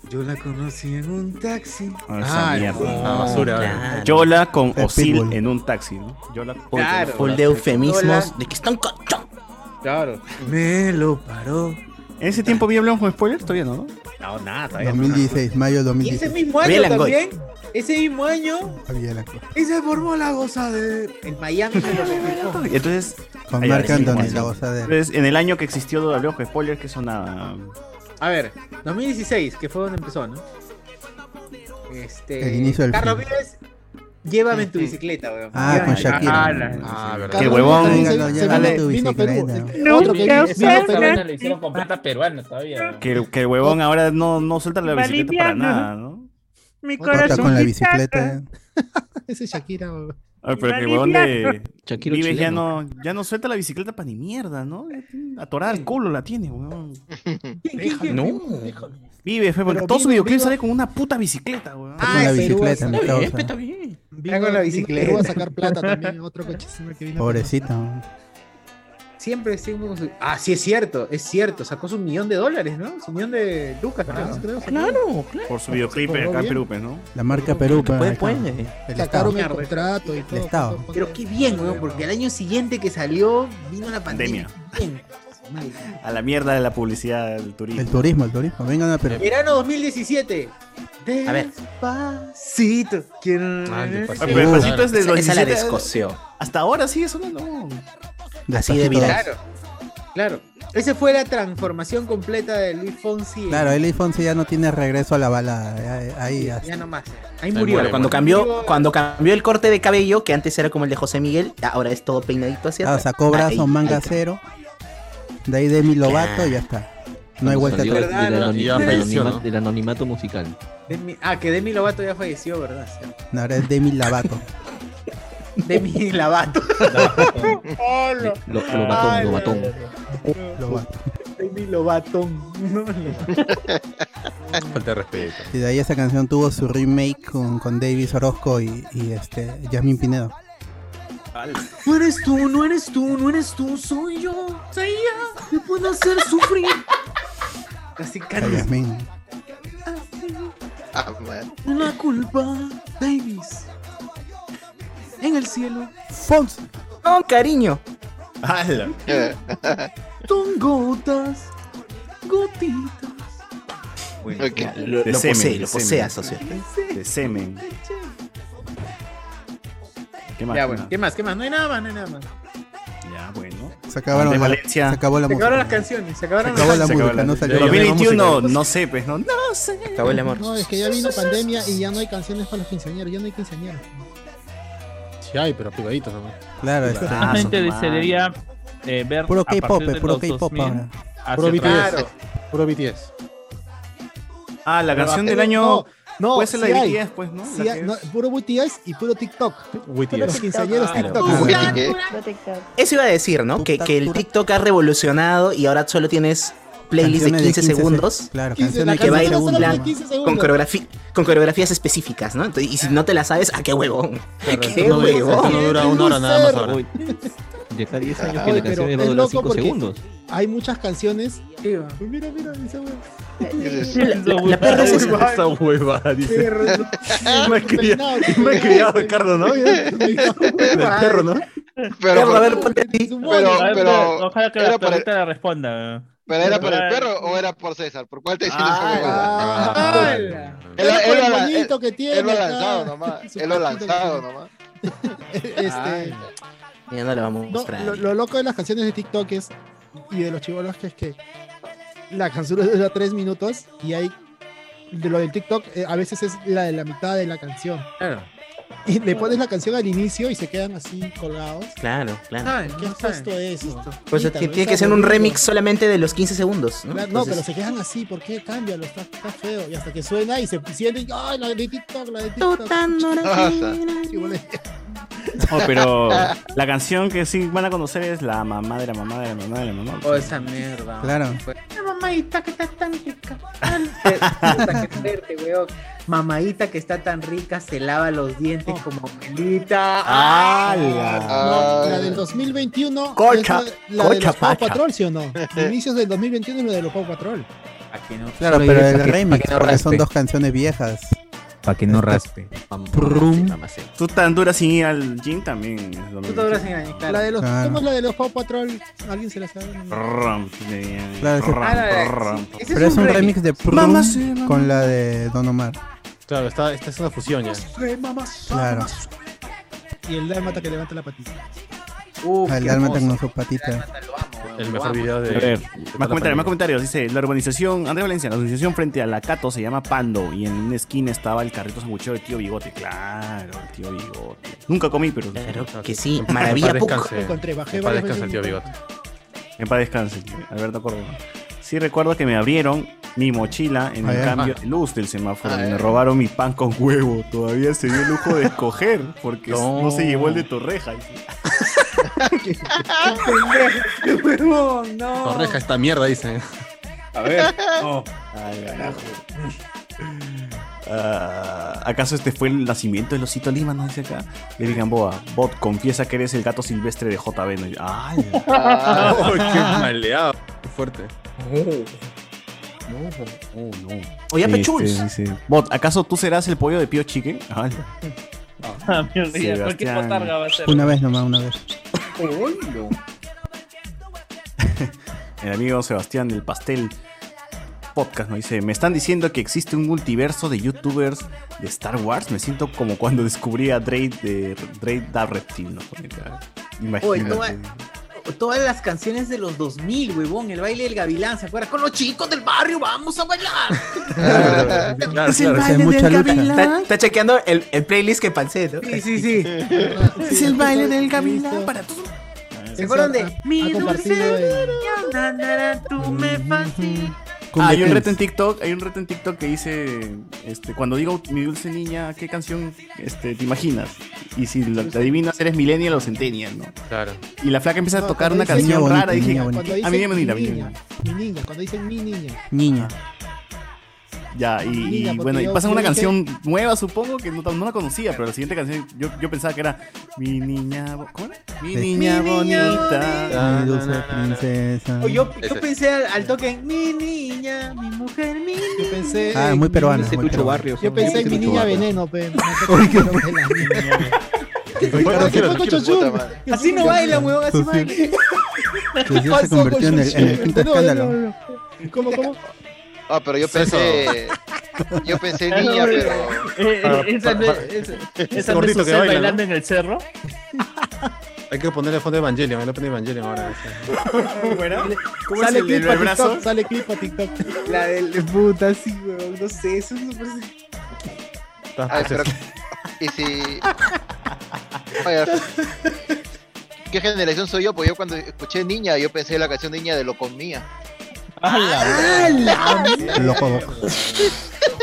[SPEAKER 1] Yo la conocí en un taxi.
[SPEAKER 2] Ah, esa mierda,
[SPEAKER 1] no.
[SPEAKER 2] esa basura.
[SPEAKER 4] Oh, claro.
[SPEAKER 2] Yola con
[SPEAKER 4] El
[SPEAKER 2] Osil
[SPEAKER 4] Pitbull.
[SPEAKER 2] en un taxi, ¿no? Yola con
[SPEAKER 1] Claro.
[SPEAKER 4] Full de eufemismos.
[SPEAKER 1] Hola.
[SPEAKER 4] De que están co-
[SPEAKER 1] Claro. Me lo paró.
[SPEAKER 2] ¿En ese tiempo bien hablamos con spoilers? Todavía no, ¿no? No, nada,
[SPEAKER 6] 2016, mayo del
[SPEAKER 1] Y ese
[SPEAKER 6] 2016.
[SPEAKER 1] mismo año
[SPEAKER 2] Gabriel Angoy.
[SPEAKER 1] también. Ese mismo año.
[SPEAKER 6] Había la cosa.
[SPEAKER 1] Y se formó la gozadera. El Miami me lo confirmó.
[SPEAKER 2] Y entonces.
[SPEAKER 6] Con
[SPEAKER 2] ahí
[SPEAKER 6] Marc
[SPEAKER 2] va, sí,
[SPEAKER 6] Anthony,
[SPEAKER 2] bueno.
[SPEAKER 6] la gozadera.
[SPEAKER 2] Entonces, en el año que existió Doble con Spoilers, que sonaba.
[SPEAKER 1] A ver, 2016, que fue donde empezó, ¿no? Este.
[SPEAKER 6] El inicio del
[SPEAKER 1] Carlos
[SPEAKER 6] fin.
[SPEAKER 1] Vives, llévame en tu bicicleta, weón.
[SPEAKER 6] Ah,
[SPEAKER 1] Llévame.
[SPEAKER 6] con Shakira.
[SPEAKER 2] Ah,
[SPEAKER 6] verdad.
[SPEAKER 2] Qué huevón.
[SPEAKER 6] Tráigalo, llévalo
[SPEAKER 2] Dale.
[SPEAKER 6] a tu
[SPEAKER 2] Vino
[SPEAKER 6] bicicleta.
[SPEAKER 16] Nunca
[SPEAKER 5] Esa
[SPEAKER 16] fue
[SPEAKER 5] vaina
[SPEAKER 16] una-
[SPEAKER 5] la hicieron con plata peruana todavía. ¿no?
[SPEAKER 2] Que, el- que el
[SPEAKER 1] Oh.
[SPEAKER 2] huevón ahora no, no suelta la bicicleta para
[SPEAKER 5] Boliviano.
[SPEAKER 2] nada, ¿no?
[SPEAKER 5] Mi
[SPEAKER 6] Corta con la bicicleta.
[SPEAKER 8] Ese Shakira, weón.
[SPEAKER 2] Ay, Ah, pero que el huevón de.
[SPEAKER 11] Shakiro
[SPEAKER 2] Vives ya
[SPEAKER 11] chileno.
[SPEAKER 2] no, ya no suelta la bicicleta para ni mierda, ¿no? Ya tiene- Atorada al culo la tiene, huevón.
[SPEAKER 5] Déjalo,
[SPEAKER 2] No.
[SPEAKER 5] déjalo, déjalo.
[SPEAKER 2] Vive, fe, porque
[SPEAKER 5] Pero
[SPEAKER 2] todo su
[SPEAKER 5] vive,
[SPEAKER 2] videoclip
[SPEAKER 5] vive.
[SPEAKER 2] sale con una puta bicicleta, weón.
[SPEAKER 5] Ah, Con la en Perú bicicleta, hace-
[SPEAKER 6] mi
[SPEAKER 2] Está bien,
[SPEAKER 6] causa.
[SPEAKER 2] pe, está bien.
[SPEAKER 1] Vino- con la bicicleta.
[SPEAKER 8] Vino Perú a sacar plata también, otro cochecito que vino.
[SPEAKER 6] Pobrecito.
[SPEAKER 1] Siempre siempre con su- Ah, sí, es cierto, es cierto. Sacó su millón de dólares, ¿no? Su millón de lucas, creo, creo.
[SPEAKER 4] Claro, claro.
[SPEAKER 2] Por su videoclip acá en Perú, pues, ¿no?
[SPEAKER 6] La marca Perú. pa-
[SPEAKER 4] Puede,
[SPEAKER 6] acá.
[SPEAKER 4] puede.
[SPEAKER 6] El
[SPEAKER 8] Sacaron el
[SPEAKER 6] Estado.
[SPEAKER 8] contrato y
[SPEAKER 6] El
[SPEAKER 8] todo.
[SPEAKER 6] Estado.
[SPEAKER 1] Pero qué bien, weón, porque al año siguiente que salió, vino la pandemia. Bien.
[SPEAKER 2] A la mierda de la publicidad del turismo.
[SPEAKER 6] El turismo, el turismo. Vengan a Perú.
[SPEAKER 1] Verano 2017.
[SPEAKER 4] A ver.
[SPEAKER 1] Despacito. ¿Quién?
[SPEAKER 4] Ah, Despacito.
[SPEAKER 2] Ay, pero Despacito es de
[SPEAKER 4] Esa- esa la
[SPEAKER 2] 2017.
[SPEAKER 4] descoció.
[SPEAKER 2] Hasta ahora sigue sonando. weón.
[SPEAKER 4] Así de viral.
[SPEAKER 1] Claro, claro. Esa fue la transformación completa de Luis Fonsi. en-
[SPEAKER 6] Claro, el iPhone sí ya no tiene regreso a la bala. Ahí, ahí
[SPEAKER 1] ya,
[SPEAKER 6] hasta-
[SPEAKER 1] no más. Ahí murió.
[SPEAKER 4] Claro, cuando cambió, cuando cambió el corte de cabello, que antes era como el de José Miguel, ahora es todo peinadito hacia
[SPEAKER 6] Ah,
[SPEAKER 4] atrás.
[SPEAKER 6] sacó brazo, manga cero. De ahí Demi Lovato y ya está. No hay vuelta
[SPEAKER 11] Salió
[SPEAKER 6] atrás.
[SPEAKER 11] Del, anoni-
[SPEAKER 3] Y ya
[SPEAKER 11] del
[SPEAKER 3] falleció,
[SPEAKER 11] anonimato-
[SPEAKER 3] ¿no?
[SPEAKER 11] del anonimato musical.
[SPEAKER 1] Demi- ah, que Demi Lovato ya falleció, ¿verdad? Sí.
[SPEAKER 6] No, ahora es Demi Lovato.
[SPEAKER 1] Demi Lovato. Hola.
[SPEAKER 11] Lo, lo batón,
[SPEAKER 1] Ay,
[SPEAKER 11] lo
[SPEAKER 1] la-
[SPEAKER 11] batón.
[SPEAKER 6] Lovato.
[SPEAKER 1] Demi Lovato. No,
[SPEAKER 3] Falta de respeto.
[SPEAKER 6] Y de ahí esa canción tuvo su remake con, con Davis Orozco y, y este Jasmine Pinedo.
[SPEAKER 1] No eres tú, no eres tú, no eres tú, soy yo. Soy yo. Te puedo hacer sufrir. Casi
[SPEAKER 6] A
[SPEAKER 1] canta.
[SPEAKER 6] Jasmine.
[SPEAKER 7] Ah, man.
[SPEAKER 1] La culpa, Davis. En el cielo.
[SPEAKER 6] Fons.
[SPEAKER 4] No, cariño.
[SPEAKER 2] ¡Hala!
[SPEAKER 1] Son gotas, gotitas.
[SPEAKER 7] Ok.
[SPEAKER 4] Lo,
[SPEAKER 2] De
[SPEAKER 4] lo
[SPEAKER 2] semen,
[SPEAKER 4] posee,
[SPEAKER 2] de semen.
[SPEAKER 4] lo posee, socio.
[SPEAKER 2] De semen. ¿Qué más?
[SPEAKER 1] Ya,
[SPEAKER 2] ¿Qué
[SPEAKER 1] bueno,
[SPEAKER 2] más?
[SPEAKER 1] ¿qué más? ¿Qué más? No hay nada más, no hay nada más.
[SPEAKER 2] Ya, bueno.
[SPEAKER 6] Se acabaron
[SPEAKER 2] De
[SPEAKER 6] la-
[SPEAKER 2] Valencia.
[SPEAKER 6] Se acabó la
[SPEAKER 1] Se
[SPEAKER 6] música.
[SPEAKER 1] acabaron las canciones, se acabaron
[SPEAKER 6] Se acabó la
[SPEAKER 1] las
[SPEAKER 6] música, no salió.
[SPEAKER 2] El 2021, no sé, pues, ¿no? No sé.
[SPEAKER 4] Acabó el amor.
[SPEAKER 8] No, es que ya vino pandemia y ya no hay canciones para los quinceañeros, ya no hay quinceañeros.
[SPEAKER 3] Sí hay, pero privaditos nomás.
[SPEAKER 6] Claro, este,
[SPEAKER 3] Ah,
[SPEAKER 5] Realmente
[SPEAKER 3] son
[SPEAKER 5] se
[SPEAKER 3] mal.
[SPEAKER 5] debía eh, ver.
[SPEAKER 6] Puro
[SPEAKER 5] a partir
[SPEAKER 6] K-pop,
[SPEAKER 5] de
[SPEAKER 6] puro
[SPEAKER 5] los
[SPEAKER 6] K-pop
[SPEAKER 5] 2000
[SPEAKER 6] ahora.
[SPEAKER 5] hacia
[SPEAKER 3] Puro BTS.
[SPEAKER 5] atrás.
[SPEAKER 3] Puro BTS.
[SPEAKER 2] Ah, la canción
[SPEAKER 8] Pero
[SPEAKER 2] del año.
[SPEAKER 8] No, no
[SPEAKER 2] puede ser la
[SPEAKER 8] sí
[SPEAKER 2] de
[SPEAKER 8] hay.
[SPEAKER 2] BTS, pues, ¿no?
[SPEAKER 8] Sí
[SPEAKER 2] La
[SPEAKER 8] hay-
[SPEAKER 2] que-
[SPEAKER 8] no, puro BTS y puro TikTok. Puro
[SPEAKER 3] BTS.
[SPEAKER 8] quinceañeros
[SPEAKER 4] Claro.
[SPEAKER 8] TikTok.
[SPEAKER 4] Puro
[SPEAKER 8] Ah,
[SPEAKER 7] ¿Qué?
[SPEAKER 4] Eso iba a decir, ¿no? Que, que el TikTok ha revoluciones y ahora solo tienes playlists de
[SPEAKER 6] Canciones
[SPEAKER 4] 15 segundos
[SPEAKER 6] Claro,
[SPEAKER 8] 15,
[SPEAKER 6] canciones
[SPEAKER 8] la
[SPEAKER 6] de
[SPEAKER 4] que
[SPEAKER 8] canción
[SPEAKER 6] 15
[SPEAKER 4] bailan
[SPEAKER 8] solo
[SPEAKER 6] segundos.
[SPEAKER 8] dura
[SPEAKER 4] blanco.
[SPEAKER 8] 15 segundos.
[SPEAKER 4] con, coreografi- con coreografías específicas, ¿no? Entonces, y si no te las sabes, ¡ah, qué huevón! ¡Qué
[SPEAKER 3] no, esto no
[SPEAKER 4] huevón!
[SPEAKER 3] dura una hora nada más ahora.
[SPEAKER 11] Uy, de acá a 10 años que
[SPEAKER 8] Oye,
[SPEAKER 11] la
[SPEAKER 8] pero
[SPEAKER 11] canción era
[SPEAKER 8] es
[SPEAKER 11] de los
[SPEAKER 8] loco
[SPEAKER 11] 5
[SPEAKER 8] porque-
[SPEAKER 11] segundos.
[SPEAKER 8] Hay muchas canciones. Pues Mira, mira, dice, weón.
[SPEAKER 4] La, la perra es esa.
[SPEAKER 3] Esa hueva, dice. Me
[SPEAKER 8] Peinado,
[SPEAKER 3] he criado Ricardo, ¿no? El perro, ¿no?
[SPEAKER 7] Pero,
[SPEAKER 4] Perro, a
[SPEAKER 7] pero,
[SPEAKER 4] ver, ponte a ti.
[SPEAKER 7] pero,
[SPEAKER 5] A ver,
[SPEAKER 7] pero-
[SPEAKER 5] ojalá que
[SPEAKER 7] era
[SPEAKER 5] la
[SPEAKER 7] para el-
[SPEAKER 5] perrita la responda.
[SPEAKER 7] pero era por el perro o era por César? ¿Por cuál te hicieron esa huevada?
[SPEAKER 8] Ah,
[SPEAKER 7] Él,
[SPEAKER 8] Era por
[SPEAKER 7] él lo
[SPEAKER 8] el
[SPEAKER 7] ha- él-
[SPEAKER 8] moñito que tiene.
[SPEAKER 7] él lo ha
[SPEAKER 8] acá.
[SPEAKER 7] lanzado nomás.
[SPEAKER 8] Su
[SPEAKER 7] Él lo ha
[SPEAKER 8] patito que
[SPEAKER 7] lanzado
[SPEAKER 8] tiene.
[SPEAKER 7] nomás.
[SPEAKER 8] Este,
[SPEAKER 4] Ya no la vamos a
[SPEAKER 8] no,
[SPEAKER 4] mostrar.
[SPEAKER 8] lo, lo loco de las canciones de TikTok es, y de los chivolos que es que la canción dura tres minutos y hay de lo del TikTok eh, a veces es la de la mitad de la canción.
[SPEAKER 1] Claro.
[SPEAKER 8] Y le pones la canción al inicio y se quedan así colgados.
[SPEAKER 4] Claro, claro.
[SPEAKER 1] Ah,
[SPEAKER 8] ¿Qué
[SPEAKER 1] no
[SPEAKER 8] has
[SPEAKER 1] saben.
[SPEAKER 8] puesto eso?
[SPEAKER 4] Pues
[SPEAKER 8] Quítalo,
[SPEAKER 4] t- tiene
[SPEAKER 8] está
[SPEAKER 4] que ser un
[SPEAKER 8] aburrido.
[SPEAKER 4] remix solamente de los 15 segundos, ¿no?
[SPEAKER 8] Claro, No, pero
[SPEAKER 4] Entonces,
[SPEAKER 8] se quedan así, ¿por qué? Cámbialo, está, está feo. Y hasta que suena y se sienten, ¡ay, la de TikTok, la de TikTok!
[SPEAKER 7] Ah, está.
[SPEAKER 8] Y bueno,
[SPEAKER 2] No, Oh, pero la canción que sí van a conocer es La mamá de la mamá de la mamá de la mamá.
[SPEAKER 1] Oh, esa mierda.
[SPEAKER 2] Claro.
[SPEAKER 17] Mamadita que estás tan rica.
[SPEAKER 1] Puta, qué fuerte, weón. Mamadita que está tan rica se lava los dientes como abuelita.
[SPEAKER 8] No,
[SPEAKER 1] ¡Hala!
[SPEAKER 8] la del 2021
[SPEAKER 1] Colcha-
[SPEAKER 8] es la, la de
[SPEAKER 1] colcha
[SPEAKER 8] los Paw
[SPEAKER 1] pacha.
[SPEAKER 8] Patrol, ¿sí o no? Inicios del 2021 es la de los Paw Patrol.
[SPEAKER 6] Claro,
[SPEAKER 1] Solo
[SPEAKER 6] pero
[SPEAKER 1] digo
[SPEAKER 6] el
[SPEAKER 1] pa' que-
[SPEAKER 6] remix,
[SPEAKER 1] pa' que no
[SPEAKER 6] porque son
[SPEAKER 1] raspe.
[SPEAKER 6] dos canciones viejas. Este,
[SPEAKER 1] Para que no raspe.
[SPEAKER 2] Tú tan dura sin ir al gym también. es lo
[SPEAKER 8] Tú
[SPEAKER 2] mismo.
[SPEAKER 8] te habrás engañado, claro. La de los,
[SPEAKER 2] Claro.
[SPEAKER 8] ¿Cómo es la de los Paw Patrol? ¿Alguien se la sabe?
[SPEAKER 2] Ram, eh,
[SPEAKER 6] Claro, ese-
[SPEAKER 2] ram, ram.
[SPEAKER 6] pero es un remix de Prum
[SPEAKER 8] Mamá, sí, mamá.
[SPEAKER 6] con la de Don Omar.
[SPEAKER 3] Claro, está, esta es una fusión ya.
[SPEAKER 6] Claro.
[SPEAKER 8] Y el dálmata que levanta la patita.
[SPEAKER 6] el alma con su patita.
[SPEAKER 3] El mejor video de.
[SPEAKER 2] A ver,
[SPEAKER 3] de toda la
[SPEAKER 2] más comentarios,
[SPEAKER 3] pandemia.
[SPEAKER 2] más comentarios. Dice, la urbanización, Andrés Valencia, la urbanización frente a la Cato se llama Pando y en una esquina estaba el carrito sanguchero de tío Bigote. Claro, el tío Bigote. Nunca comí, pero... Claro
[SPEAKER 4] que sí,
[SPEAKER 2] maravilla Puc.
[SPEAKER 8] Lo encontré, bajé
[SPEAKER 2] En paz
[SPEAKER 8] varias
[SPEAKER 2] descanse
[SPEAKER 8] veces.
[SPEAKER 2] el tío Bigote. En paz descanse, Alberto Córdoba. Sí recuerdo que me abrieron mi mochila en
[SPEAKER 6] Ah,
[SPEAKER 2] el
[SPEAKER 6] ya.
[SPEAKER 2] cambio de luz del semáforo. y me robaron mi pan con huevo. Todavía se dio el lujo de escoger porque no,
[SPEAKER 3] No.
[SPEAKER 2] se llevó el de Torreja.
[SPEAKER 1] ¡Qué huevón! ¡No!
[SPEAKER 3] Correja esta mierda, dicen.
[SPEAKER 2] A ver. Ay, carajo. Ah, ¿Acaso este fue el nacimiento del osito Lima? No dice acá. Levi Gamboa, bot, confiesa que eres el gato silvestre de JB. No, ¡Ay!
[SPEAKER 3] Oh, qué maleado. Qué fuerte.
[SPEAKER 2] Oh, no.
[SPEAKER 3] Oye,
[SPEAKER 2] Este,
[SPEAKER 3] Pechuls.
[SPEAKER 2] dice, Bot, ¿acaso tú serás el pollo de Pío Chicken? ¡Ay!
[SPEAKER 5] Ah, mierda, ya, cualquier
[SPEAKER 2] Sebastián.
[SPEAKER 5] botarga va a ser.
[SPEAKER 6] Una vez nomás, una vez.
[SPEAKER 2] El amigo Sebastián del Pastel Podcast nos dice, me están diciendo que existe un multiverso de youtubers de Star Wars. Me siento como cuando descubrí a Drake de Drake da Reptil. ¿no?
[SPEAKER 1] Oye,
[SPEAKER 2] Imagínate.
[SPEAKER 5] eh.
[SPEAKER 1] toda- todas las canciones de los 2000, huevón. El baile del gavilán, ¿se acuerdan? Con los chicos del barrio, vamos a bailar.
[SPEAKER 4] Claro,
[SPEAKER 1] el baile del gavilán.
[SPEAKER 4] Está, está chequeando el, el playlist que pasé, ¿no?
[SPEAKER 1] Sí, sí, sí.
[SPEAKER 4] Es el baile del
[SPEAKER 1] gavilán para todos. ¿Se acuerdan de Mi dulce niña, na, na, na, tú me fascinas?
[SPEAKER 2] Ah, hay un
[SPEAKER 1] Competencia.
[SPEAKER 2] reto en TikTok, hay un reto en TikTok que dice, este, cuando digo mi dulce niña, ¿qué canción este, te imaginas? Y si lo, te adivinas, eres millennial o centennial, ¿no?
[SPEAKER 3] Claro.
[SPEAKER 2] Y la flaca empieza a
[SPEAKER 8] No,
[SPEAKER 2] tocar
[SPEAKER 8] cuando
[SPEAKER 2] una
[SPEAKER 8] dicen
[SPEAKER 2] canción
[SPEAKER 8] niña
[SPEAKER 2] rara,
[SPEAKER 8] bonita,
[SPEAKER 2] dije,
[SPEAKER 8] niña bonita.
[SPEAKER 2] a mí me
[SPEAKER 8] Cuando
[SPEAKER 2] bonita,
[SPEAKER 8] dicen
[SPEAKER 2] bonita.
[SPEAKER 8] Mi niña, cuando dicen mi niña.
[SPEAKER 6] Niña.
[SPEAKER 2] Ya, y, y
[SPEAKER 8] Niña, porque
[SPEAKER 2] bueno, y
[SPEAKER 8] yo-
[SPEAKER 2] pasan
[SPEAKER 8] yo
[SPEAKER 2] una
[SPEAKER 8] dije-
[SPEAKER 2] canción nueva, supongo, que no, no la conocía, pero la siguiente canción yo, yo pensaba que era Mi niña, bo- ¿cómo era? Mi
[SPEAKER 6] Sí.
[SPEAKER 2] niña
[SPEAKER 1] Mi niña
[SPEAKER 2] bonita. Ah,
[SPEAKER 6] Mi dulce princesa.
[SPEAKER 1] O yo, yo pensé al, al toque en mi niña, mi mujer, mi niña. Yo
[SPEAKER 8] pensé.
[SPEAKER 6] Ah, muy peruano. muy peruano.
[SPEAKER 8] Yo pensé en mi niña veneno, pero.
[SPEAKER 1] Así no baila, huevón, así
[SPEAKER 6] Sucio.
[SPEAKER 1] baila.
[SPEAKER 6] Pues ya se convirtió en el, en el quinto escándalo.
[SPEAKER 8] ¿Cómo, cómo?
[SPEAKER 7] Ah, pero yo
[SPEAKER 3] Eso.
[SPEAKER 7] pensé. Yo pensé
[SPEAKER 5] Ah, no,
[SPEAKER 7] niña,
[SPEAKER 5] pero-
[SPEAKER 7] pero.
[SPEAKER 5] Eh,
[SPEAKER 3] Para-
[SPEAKER 5] eh, esa
[SPEAKER 3] para-
[SPEAKER 5] no es-
[SPEAKER 3] para-
[SPEAKER 5] esa-
[SPEAKER 3] ese
[SPEAKER 5] esa no es
[SPEAKER 3] gordito que
[SPEAKER 5] Susel
[SPEAKER 3] baila, ¿no?
[SPEAKER 5] bailando en el cerro.
[SPEAKER 3] Hay que ponerle fondo de Evangelion, el open Evangelion ahora.
[SPEAKER 2] ¿Cómo es el, el brazo?
[SPEAKER 8] Sale clip a TikTok.
[SPEAKER 1] La del puta, sí, huevón, no sé, eso no parece.
[SPEAKER 3] Ah,
[SPEAKER 7] Ay, pero- Y si. Oye, ¿Qué generación soy yo? Pues yo cuando escuché niña, yo pensé en la canción niña de Locomía.
[SPEAKER 6] Lo cobo.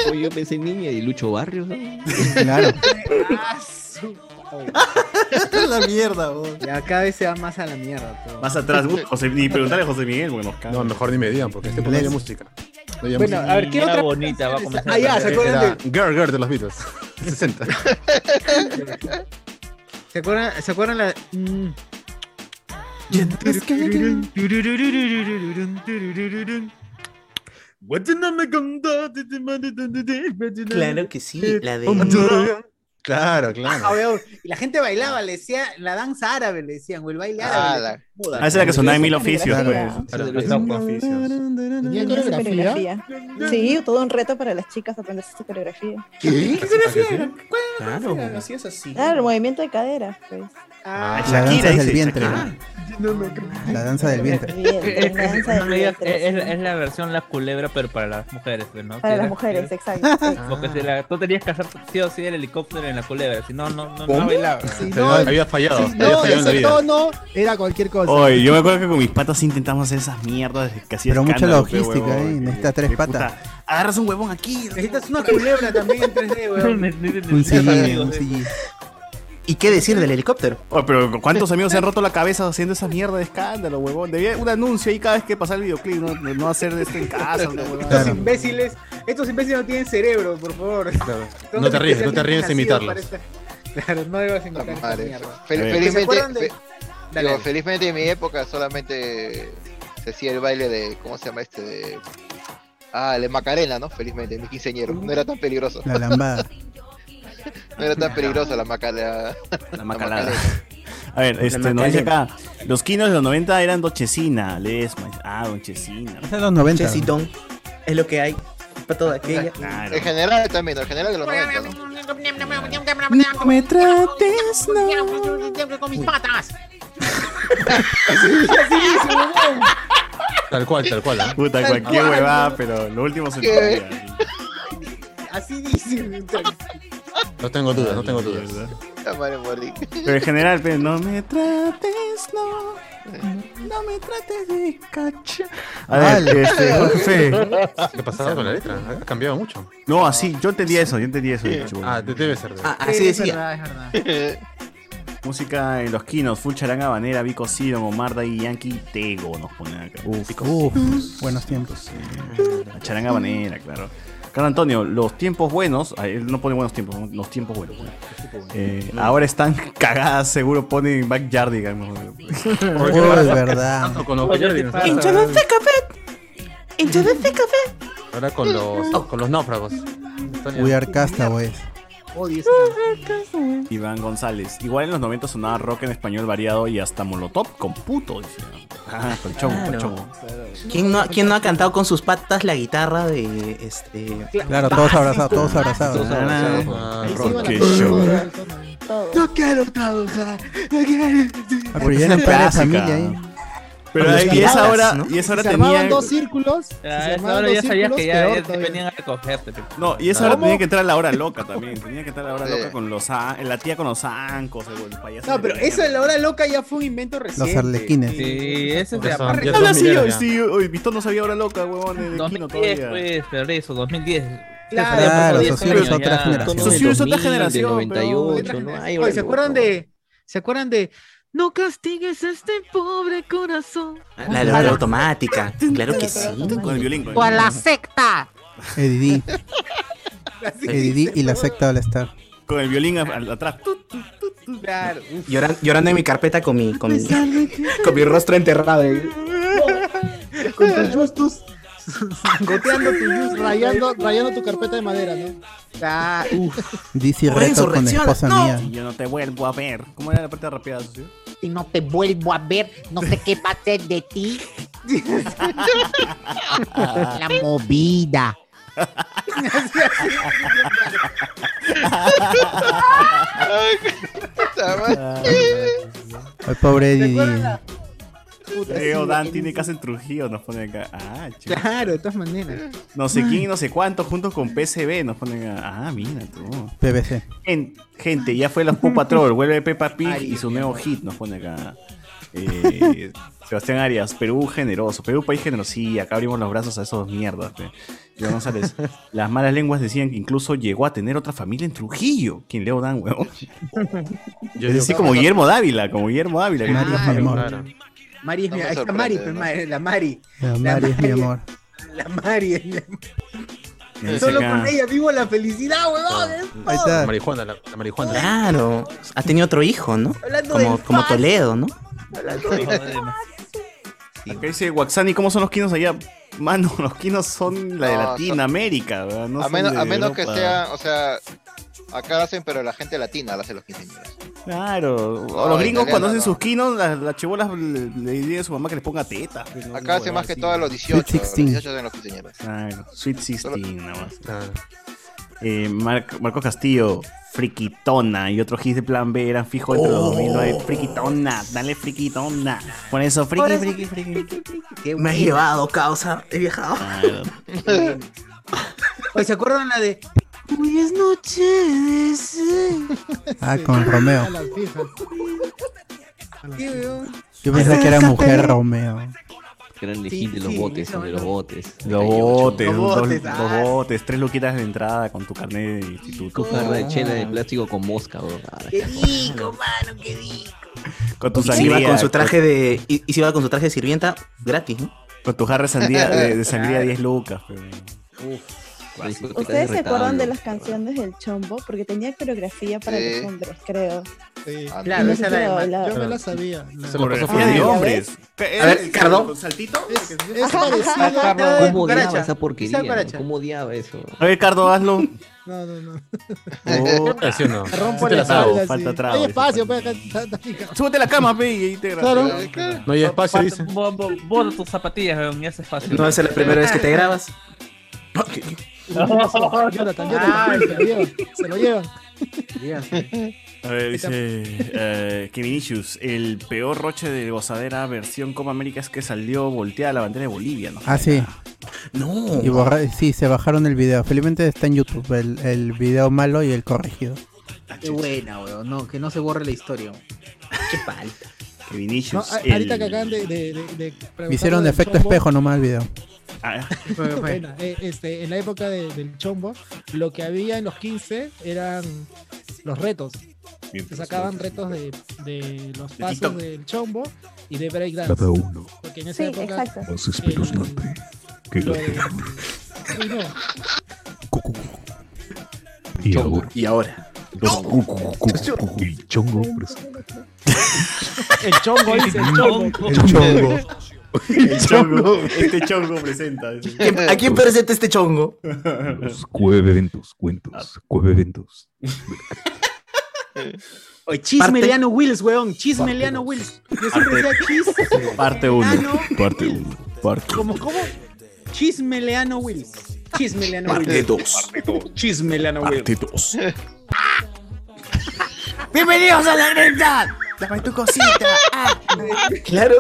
[SPEAKER 11] Oye, yo pensé en niña y Lucho Barrios. ¿no?
[SPEAKER 6] Claro.
[SPEAKER 1] la mierda, huevón. Ya cada vez se va más a la mierda, todo.
[SPEAKER 2] Más atrás,
[SPEAKER 3] uh,
[SPEAKER 2] uy, José, ni preguntarle a José Miguel, bueno,
[SPEAKER 3] No, mejor ni me digan, porque este
[SPEAKER 6] Inglés.
[SPEAKER 3] ponía música. No había
[SPEAKER 1] Bueno,
[SPEAKER 3] música.
[SPEAKER 1] a ver, ¿qué otra?
[SPEAKER 5] bonita va a comenzar.
[SPEAKER 1] Ah, ya, ¿se acuerdan
[SPEAKER 3] Era
[SPEAKER 1] de-
[SPEAKER 3] Girl Girl de los Beatles. 60.
[SPEAKER 1] ¿Se acuerdan, ¿se acuerdan la.? Mm.
[SPEAKER 4] Claro que sí, la de...
[SPEAKER 1] de-
[SPEAKER 3] Claro,
[SPEAKER 1] Ah,
[SPEAKER 3] claro.
[SPEAKER 1] weón, Y la gente bailaba, le decía la danza árabe, le decían, o el baile
[SPEAKER 7] Ah,
[SPEAKER 1] árabe.
[SPEAKER 7] la-
[SPEAKER 1] Moda.
[SPEAKER 2] Ah, esa es la que sonaba en Mil Oficios,
[SPEAKER 9] Claro.
[SPEAKER 2] pues.
[SPEAKER 9] Tenía esa coreografía. Sí, todo un reto para las chicas aprenderse esta coreografía.
[SPEAKER 2] ¿Qué?
[SPEAKER 4] Claro, bueno, sí es así.
[SPEAKER 9] Ah, el movimiento de cadera, pues.
[SPEAKER 2] Ah,
[SPEAKER 6] La danza
[SPEAKER 2] Shakira,
[SPEAKER 6] del
[SPEAKER 2] dice,
[SPEAKER 6] vientre.
[SPEAKER 2] Shakira.
[SPEAKER 4] Ah,
[SPEAKER 6] La danza del vientre.
[SPEAKER 9] Bien,
[SPEAKER 5] Eh,
[SPEAKER 9] la
[SPEAKER 5] eh,
[SPEAKER 9] danza
[SPEAKER 5] no me
[SPEAKER 9] de
[SPEAKER 5] digas,
[SPEAKER 9] vientres.
[SPEAKER 5] eh, es, la- es la versión La Culebra, pero para las mujeres, pues, ¿no?
[SPEAKER 9] Para
[SPEAKER 5] Sí,
[SPEAKER 9] las
[SPEAKER 5] la-
[SPEAKER 9] mujeres,
[SPEAKER 5] sí.
[SPEAKER 9] exacto. sí.
[SPEAKER 5] Porque si la- tú tenías que hacer sí o sí el helicóptero en La Culebra, si no, no, no, no
[SPEAKER 3] ¿Cómo?
[SPEAKER 5] bailaba.
[SPEAKER 8] Si
[SPEAKER 3] Te
[SPEAKER 8] no,
[SPEAKER 3] había fallado.
[SPEAKER 8] si
[SPEAKER 3] te había
[SPEAKER 8] no,
[SPEAKER 3] fallado en la
[SPEAKER 8] ese
[SPEAKER 3] vida.
[SPEAKER 8] tono era cualquier cosa.
[SPEAKER 2] Oye, yo me acuerdo que con mis patas intentamos hacer esas mierdas que hacía
[SPEAKER 6] Pero mucha
[SPEAKER 2] escándalo, pe,
[SPEAKER 6] logística,
[SPEAKER 2] huevón,
[SPEAKER 6] ¿eh?
[SPEAKER 2] que-
[SPEAKER 6] Necesita tres
[SPEAKER 2] que puta,
[SPEAKER 6] patas.
[SPEAKER 2] Agarras un huevón aquí.
[SPEAKER 1] Necesitas una culebra también en 3D, weón.
[SPEAKER 5] Ne- ne- ne-
[SPEAKER 6] Un
[SPEAKER 5] necesitas
[SPEAKER 6] sillín,
[SPEAKER 5] amigos,
[SPEAKER 6] un
[SPEAKER 5] eh.
[SPEAKER 6] sillín.
[SPEAKER 4] ¿Y qué decir del helicóptero?
[SPEAKER 2] Oh, pero ¿cuántos amigos se han roto la cabeza haciendo esa mierda de escándalo, huevón? Debía un anuncio ahí cada vez que pasa el videoclip, no, no hacer de esto en casa. una huevada.
[SPEAKER 14] Estos imbéciles, estos imbéciles no tienen cerebro, por favor.
[SPEAKER 3] No te ríes, no te ríes de
[SPEAKER 14] imitarlos.
[SPEAKER 3] imitarlos.
[SPEAKER 14] Claro, no debas imitar esta
[SPEAKER 7] Madre.
[SPEAKER 14] mierda.
[SPEAKER 7] Fel-
[SPEAKER 14] ¿Se
[SPEAKER 7] felizmente,
[SPEAKER 14] acuerdan de-
[SPEAKER 7] fe-
[SPEAKER 14] Dale,
[SPEAKER 7] digo,
[SPEAKER 14] dale.
[SPEAKER 7] felizmente en mi época solamente se hacía el baile de, ¿cómo se llama este? De- ah, el de Macarena, ¿no? Felizmente, mi quinceañero. No era tan peligroso.
[SPEAKER 6] La lambada.
[SPEAKER 7] No era tan peligroso la Macarena. La
[SPEAKER 2] Macarena. A ver, este,
[SPEAKER 6] La
[SPEAKER 2] nos dice
[SPEAKER 6] Macarena.
[SPEAKER 2] acá, los quinos de los 90 eran Don Chesina, Lesma. Ah, Don Chesina.
[SPEAKER 6] Es de los 90.
[SPEAKER 4] Chesitón. Es lo que hay. Para toda aquella.
[SPEAKER 7] En general también, en general de los 90, ¿no?
[SPEAKER 4] No me trates,
[SPEAKER 14] pues,
[SPEAKER 1] no. Con mis patas.
[SPEAKER 3] Tal cual, tal cual. ¿eh?
[SPEAKER 2] Puta,
[SPEAKER 1] Tal
[SPEAKER 2] cualquier
[SPEAKER 1] cual,
[SPEAKER 2] huevada,
[SPEAKER 1] ¿no?
[SPEAKER 2] pero lo último se
[SPEAKER 1] ¿Qué?
[SPEAKER 2] entendía.
[SPEAKER 14] Así dice.
[SPEAKER 3] No tengo dudas, no tengo dudas.
[SPEAKER 7] La madre morí.
[SPEAKER 2] Pero en general, pues, no me trates,
[SPEAKER 1] no. No me trates de cacha.
[SPEAKER 2] A ver,
[SPEAKER 3] Vale.
[SPEAKER 2] este, Jorge.
[SPEAKER 3] ¿Qué pasaba con la letra? Ha cambiado mucho.
[SPEAKER 2] No, así, yo entendía eso, yo entendía eso. de hecho.
[SPEAKER 3] Ah, de- debe ser. de-
[SPEAKER 2] Música en los quinos, Full Charanga Banera, Vico Sidon, Omar Day Yankee, Tego nos ponen acá. Vico
[SPEAKER 6] Uf, buenos tiempos.
[SPEAKER 2] La charanga banera, claro. Carlos Antonio, los tiempos buenos, ah, él no pone buenos tiempos, ¿no? los tiempos buenos. pone. Eh, ahora están cagadas, seguro ponen Backyard, digamos.
[SPEAKER 6] es verdad.
[SPEAKER 3] Tanto con los Backyardigans, ahora-
[SPEAKER 1] este
[SPEAKER 4] Into the thick of it.
[SPEAKER 3] Ahora con los, con los náufragos.
[SPEAKER 6] We are castaways.
[SPEAKER 14] Oh,
[SPEAKER 2] Iván González. Igual en los 90 sonaba rock en español variado y hasta molotov con puto. dice. Ah, con chomo, con
[SPEAKER 4] Claro.
[SPEAKER 2] chomo.
[SPEAKER 4] ¿Quién no, ¿Quién no ha cantado con sus patas la guitarra de este?
[SPEAKER 6] Claro, todos abrazados, todos abrazados.
[SPEAKER 4] Todos abrazados.
[SPEAKER 6] Ah,
[SPEAKER 2] Qué
[SPEAKER 6] show.
[SPEAKER 1] No quiero traducir. No quiero.
[SPEAKER 6] Ah, pero ya eran padres de
[SPEAKER 2] Clásica.
[SPEAKER 6] familia ¿eh? ahí.
[SPEAKER 2] Pero
[SPEAKER 6] Los
[SPEAKER 2] ahí- y esa
[SPEAKER 6] piratas,
[SPEAKER 2] hora,
[SPEAKER 6] ¿no?
[SPEAKER 2] y esa hora
[SPEAKER 8] Si se armaban
[SPEAKER 2] tenían.
[SPEAKER 8] dos círculos. si se
[SPEAKER 5] Ah, esa
[SPEAKER 8] armaban
[SPEAKER 5] hora
[SPEAKER 8] dos
[SPEAKER 5] ya sabías
[SPEAKER 8] círculos,
[SPEAKER 5] que ya,
[SPEAKER 8] peor
[SPEAKER 5] ya te
[SPEAKER 8] todavía.
[SPEAKER 5] venían a pues. recogerte. pe.
[SPEAKER 2] No, y esa hora
[SPEAKER 8] ¿Cómo?
[SPEAKER 2] tenía que entrar la hora loca también. Tenía que entrar la hora
[SPEAKER 7] Sí.
[SPEAKER 2] loca con los an- la tía con los ancos, el el payaso.
[SPEAKER 14] No, pero eso de la hora loca ya fue un invento reciente.
[SPEAKER 6] arlequines.
[SPEAKER 5] Sí, ese es de
[SPEAKER 2] Ya
[SPEAKER 5] aparte.
[SPEAKER 2] son- ya son mineros, ya. Sí, hoy Víctor no sabía hora loca, huevón, en el Kino
[SPEAKER 5] 2010,
[SPEAKER 2] todavía.
[SPEAKER 5] pues, pero eso, 2010.
[SPEAKER 14] Claro,
[SPEAKER 6] Claro,
[SPEAKER 5] Eso ya pasó
[SPEAKER 6] Socios es
[SPEAKER 5] 10
[SPEAKER 6] otra
[SPEAKER 5] años, ya.
[SPEAKER 6] generación.
[SPEAKER 2] Socios es otra generación.
[SPEAKER 11] del
[SPEAKER 2] pero-
[SPEAKER 11] 98, no
[SPEAKER 14] Oye,
[SPEAKER 11] hay hora
[SPEAKER 14] ¿se
[SPEAKER 11] loca.
[SPEAKER 14] acuerdan de se acuerdan de no castigues a este pobre corazón?
[SPEAKER 4] La de la hora automática. Claro que sí.
[SPEAKER 2] Con el violín.
[SPEAKER 14] O a la secta.
[SPEAKER 6] Eddie D. Eddie D y la secta All Star.
[SPEAKER 2] Con el violín a- al- atrás.
[SPEAKER 14] Claro.
[SPEAKER 4] Lloran- llorando en mi carpeta con mi, con mi, con mi rostro enterrado. eh.
[SPEAKER 8] Con tus justus. Goteando tu juice, rayando, rayando tu carpeta de madera, ¿no?
[SPEAKER 14] Ah,
[SPEAKER 6] DC Reto con esposa mía.
[SPEAKER 2] Y yo no te vuelvo a ver. ¿Cómo era la parte rapeada, socio?
[SPEAKER 1] Y no te vuelvo a ver. No sé qué va a ser de ti. La movida.
[SPEAKER 6] Ay, pobre Eddie
[SPEAKER 14] acuerdan
[SPEAKER 6] D.
[SPEAKER 14] la-
[SPEAKER 2] Leo Dan tiene casa en Trujillo, nos ponen acá. Ah, chido.
[SPEAKER 14] Claro, de todas maneras.
[SPEAKER 2] No sé quién y no sé cuánto, juntos con PCB, nos ponen acá. Ah, mira tú.
[SPEAKER 6] PBC.
[SPEAKER 2] Gen- Gente, ya fue los Paw Patrol, vuelve Peppa Pig y su nuevo hit nos pone acá. Eh, Sebastián Arias, Perú generoso, Perú país generoso, sí, acá abrimos los brazos a esos mierdas. pe. Iván González, las malas lenguas decían que incluso llegó a tener otra familia en Trujillo, quien Leo Dan, huevón.
[SPEAKER 3] Yo
[SPEAKER 2] es
[SPEAKER 3] digo,
[SPEAKER 2] así como
[SPEAKER 3] claro.
[SPEAKER 2] Guillermo Dávila, como Guillermo Dávila. que
[SPEAKER 6] Mario
[SPEAKER 2] tiene
[SPEAKER 6] es
[SPEAKER 2] otra
[SPEAKER 6] mi
[SPEAKER 14] Mari es mi,
[SPEAKER 6] amor.
[SPEAKER 7] No me
[SPEAKER 2] familia.
[SPEAKER 14] ahí está
[SPEAKER 7] sorprende,
[SPEAKER 14] Mari,
[SPEAKER 7] ¿no?
[SPEAKER 14] pues, Mari, la Mari.
[SPEAKER 6] La Mari es mi amor.
[SPEAKER 14] La Mari es mi
[SPEAKER 2] Me dice
[SPEAKER 14] Solo
[SPEAKER 2] acá-
[SPEAKER 14] con ella vivo la felicidad, huevón. es todo.
[SPEAKER 6] Ahí está.
[SPEAKER 3] La marihuana, la, la marihuana.
[SPEAKER 4] Claro. Ha tenido otro hijo, ¿no?
[SPEAKER 14] Hablando
[SPEAKER 4] Como,
[SPEAKER 14] del
[SPEAKER 4] como
[SPEAKER 14] padre.
[SPEAKER 4] Toledo, ¿no?
[SPEAKER 2] Acá dice Waxani, ¿cómo son los quinos allá? Mano, los quinos son la de
[SPEAKER 7] No, son-
[SPEAKER 2] Latinoamérica, ¿verdad? No
[SPEAKER 7] a
[SPEAKER 2] son
[SPEAKER 7] menos,
[SPEAKER 2] de
[SPEAKER 7] a menos que
[SPEAKER 2] Europa.
[SPEAKER 7] sea, o sea, acá lo hacen, pero la gente latina lo hace los quinceañeros.
[SPEAKER 2] Claro, o
[SPEAKER 7] No,
[SPEAKER 2] los gringos
[SPEAKER 7] italiano,
[SPEAKER 2] cuando hacen
[SPEAKER 7] no.
[SPEAKER 2] sus quinos, las las chibolas le, le dicen a su mamá que les ponga teta. pero no,
[SPEAKER 7] Acá hacen
[SPEAKER 2] huevada,
[SPEAKER 7] más que
[SPEAKER 2] sí.
[SPEAKER 7] todo a los 18. Los
[SPEAKER 6] 16.
[SPEAKER 7] 18 hacen los quinceañeros.
[SPEAKER 2] Claro, Sweet 16 nada más.
[SPEAKER 3] Claro.
[SPEAKER 2] Eh, Mar- Marco Castillo, Friquitona y otros hits de plan B eran fijos entre los 2009. Friquitona, dale Friquitona. Por eso, Friki, Friki, Friki.
[SPEAKER 14] Qué
[SPEAKER 4] Me has
[SPEAKER 14] buena.
[SPEAKER 4] llevado, Ah, causa. He viajado.
[SPEAKER 2] Claro.
[SPEAKER 14] Oye,
[SPEAKER 1] Pues,
[SPEAKER 14] ¿se acuerdan la de
[SPEAKER 1] Hoy es noche de sexo.
[SPEAKER 6] Ah, con Romeo.
[SPEAKER 8] A las fijas.
[SPEAKER 14] qué, huevón?
[SPEAKER 6] Yo pensé que era mujer Romeo.
[SPEAKER 11] Que eran el hit de los
[SPEAKER 2] sí,
[SPEAKER 11] botes, de los botes.
[SPEAKER 2] Los botes,
[SPEAKER 11] Los
[SPEAKER 2] dos-
[SPEAKER 11] botes,
[SPEAKER 2] dos
[SPEAKER 11] ah.
[SPEAKER 2] botes, tres loquitas de entrada con tu carnet de instituto.
[SPEAKER 11] Tu jarra de chela de
[SPEAKER 8] Ah.
[SPEAKER 11] plástico con mosca, bro. Ah,
[SPEAKER 1] ¡Qué rico, mano! ¡Qué rico!
[SPEAKER 2] Con tu
[SPEAKER 4] y si
[SPEAKER 2] sangría,
[SPEAKER 4] iba con su traje
[SPEAKER 2] con-
[SPEAKER 4] de y, y si iba con su traje de sirvienta gratis, ¿no?
[SPEAKER 2] Con tu jarra de sandía, de, de sangría 10 lucas. pero-
[SPEAKER 9] ¿Ustedes se acuerdan de las canciones del Chombo? Porque tenía coreografía para
[SPEAKER 2] Sí.
[SPEAKER 9] los hombres, creo.
[SPEAKER 8] Sí.
[SPEAKER 4] Ah,
[SPEAKER 9] Y
[SPEAKER 8] Claro, esa
[SPEAKER 9] nosotros
[SPEAKER 8] era
[SPEAKER 9] bailaba.
[SPEAKER 8] de Yo me la sabía.
[SPEAKER 2] Se lo refiere de hombres.
[SPEAKER 4] A ver, Cardo.
[SPEAKER 2] ¿Saltito?
[SPEAKER 8] Es, es
[SPEAKER 1] Ajá,
[SPEAKER 8] parecido
[SPEAKER 1] ajá, ajá.
[SPEAKER 8] a la
[SPEAKER 11] ¿Cómo odiaba
[SPEAKER 8] cucaracha.
[SPEAKER 11] esa porquería?
[SPEAKER 8] Esa cucaracha.
[SPEAKER 11] no? ¿Cómo odiaba eso?
[SPEAKER 2] A ver, Cardo, hazlo.
[SPEAKER 8] No, no, no.
[SPEAKER 2] Puta, ¿sí o no?
[SPEAKER 8] Me
[SPEAKER 2] Sí
[SPEAKER 8] rompo
[SPEAKER 2] te
[SPEAKER 8] la
[SPEAKER 2] la trago,
[SPEAKER 8] espalda,
[SPEAKER 2] falta
[SPEAKER 8] sí.
[SPEAKER 2] trago,
[SPEAKER 8] Hay
[SPEAKER 2] dice,
[SPEAKER 8] espacio, pues, acá está- está fija.
[SPEAKER 2] Súbete a la cama, pe, y ahí te grabas.
[SPEAKER 8] Claro.
[SPEAKER 2] No hay espacio, dice.
[SPEAKER 5] Bota tus zapatillas, weón, y hace fácil.
[SPEAKER 4] No es la primera vez que te grabas.
[SPEAKER 8] Jonathan, Jonathan, se lo llevan. Se lo llevan.
[SPEAKER 2] A ver, dice eh, que Vinicius, el peor roche de gozadera versión Copa América es que salió volteada la bandera de Bolivia, ¿no?
[SPEAKER 6] Ah, sí.
[SPEAKER 2] No.
[SPEAKER 6] Y borra- sí, se bajaron el video. Felizmente está en YouTube el, el video malo y el corregido.
[SPEAKER 1] Qué buena, weón. No, que no se borre la historia. weón. Qué falta.
[SPEAKER 2] Que
[SPEAKER 8] No,
[SPEAKER 2] Vinicius,
[SPEAKER 8] a-
[SPEAKER 2] el-
[SPEAKER 8] ahorita que acaban de, de, de- de preguntar
[SPEAKER 6] Me hicieron
[SPEAKER 8] lo
[SPEAKER 6] de
[SPEAKER 8] del
[SPEAKER 6] efecto
[SPEAKER 8] chombo,
[SPEAKER 6] espejo nomás el video.
[SPEAKER 2] Ah,
[SPEAKER 8] Bueno, eh, este, en la época de- del chombo, lo que había en los 15 eran los retos.
[SPEAKER 2] Bien,
[SPEAKER 8] Se sacaban retos de, de los pasos
[SPEAKER 2] TikTok.
[SPEAKER 8] del chombo y de breakdance.
[SPEAKER 18] Cada uno.
[SPEAKER 8] Porque en esa
[SPEAKER 9] Sí,
[SPEAKER 8] época.
[SPEAKER 9] exacto.
[SPEAKER 18] Más espeluznante que
[SPEAKER 8] lo
[SPEAKER 18] la
[SPEAKER 8] de-
[SPEAKER 18] tierra.
[SPEAKER 8] Sí, no.
[SPEAKER 18] Y ahora.
[SPEAKER 4] Y ahora.
[SPEAKER 18] Los cu- cu- cu- cu- El chongo presenta.
[SPEAKER 8] El chongo dice el chongo.
[SPEAKER 18] El chongo.
[SPEAKER 2] el chongo, este chongo presenta.
[SPEAKER 4] Oh. ¿A quién presenta este chongo?
[SPEAKER 3] Ah,
[SPEAKER 18] Los cueve eventos, cuentos, cueve eventos.
[SPEAKER 14] Oye, chisme Leano Wills, weón. Chisme Leano Wills. Yo siempre decía chis.
[SPEAKER 2] Parte
[SPEAKER 6] Ah,
[SPEAKER 2] 1.
[SPEAKER 14] Leano,
[SPEAKER 18] Parte 1. Parte
[SPEAKER 14] ¿Cómo, cómo? Chisme Leano Wills. Chisme Leano Wills.
[SPEAKER 18] Parte 2.
[SPEAKER 14] Chisme Leano Wills.
[SPEAKER 18] Parte 2.
[SPEAKER 14] ¡Bienvenidos a la verdad! Dame tu cosita. Ah,
[SPEAKER 4] Claro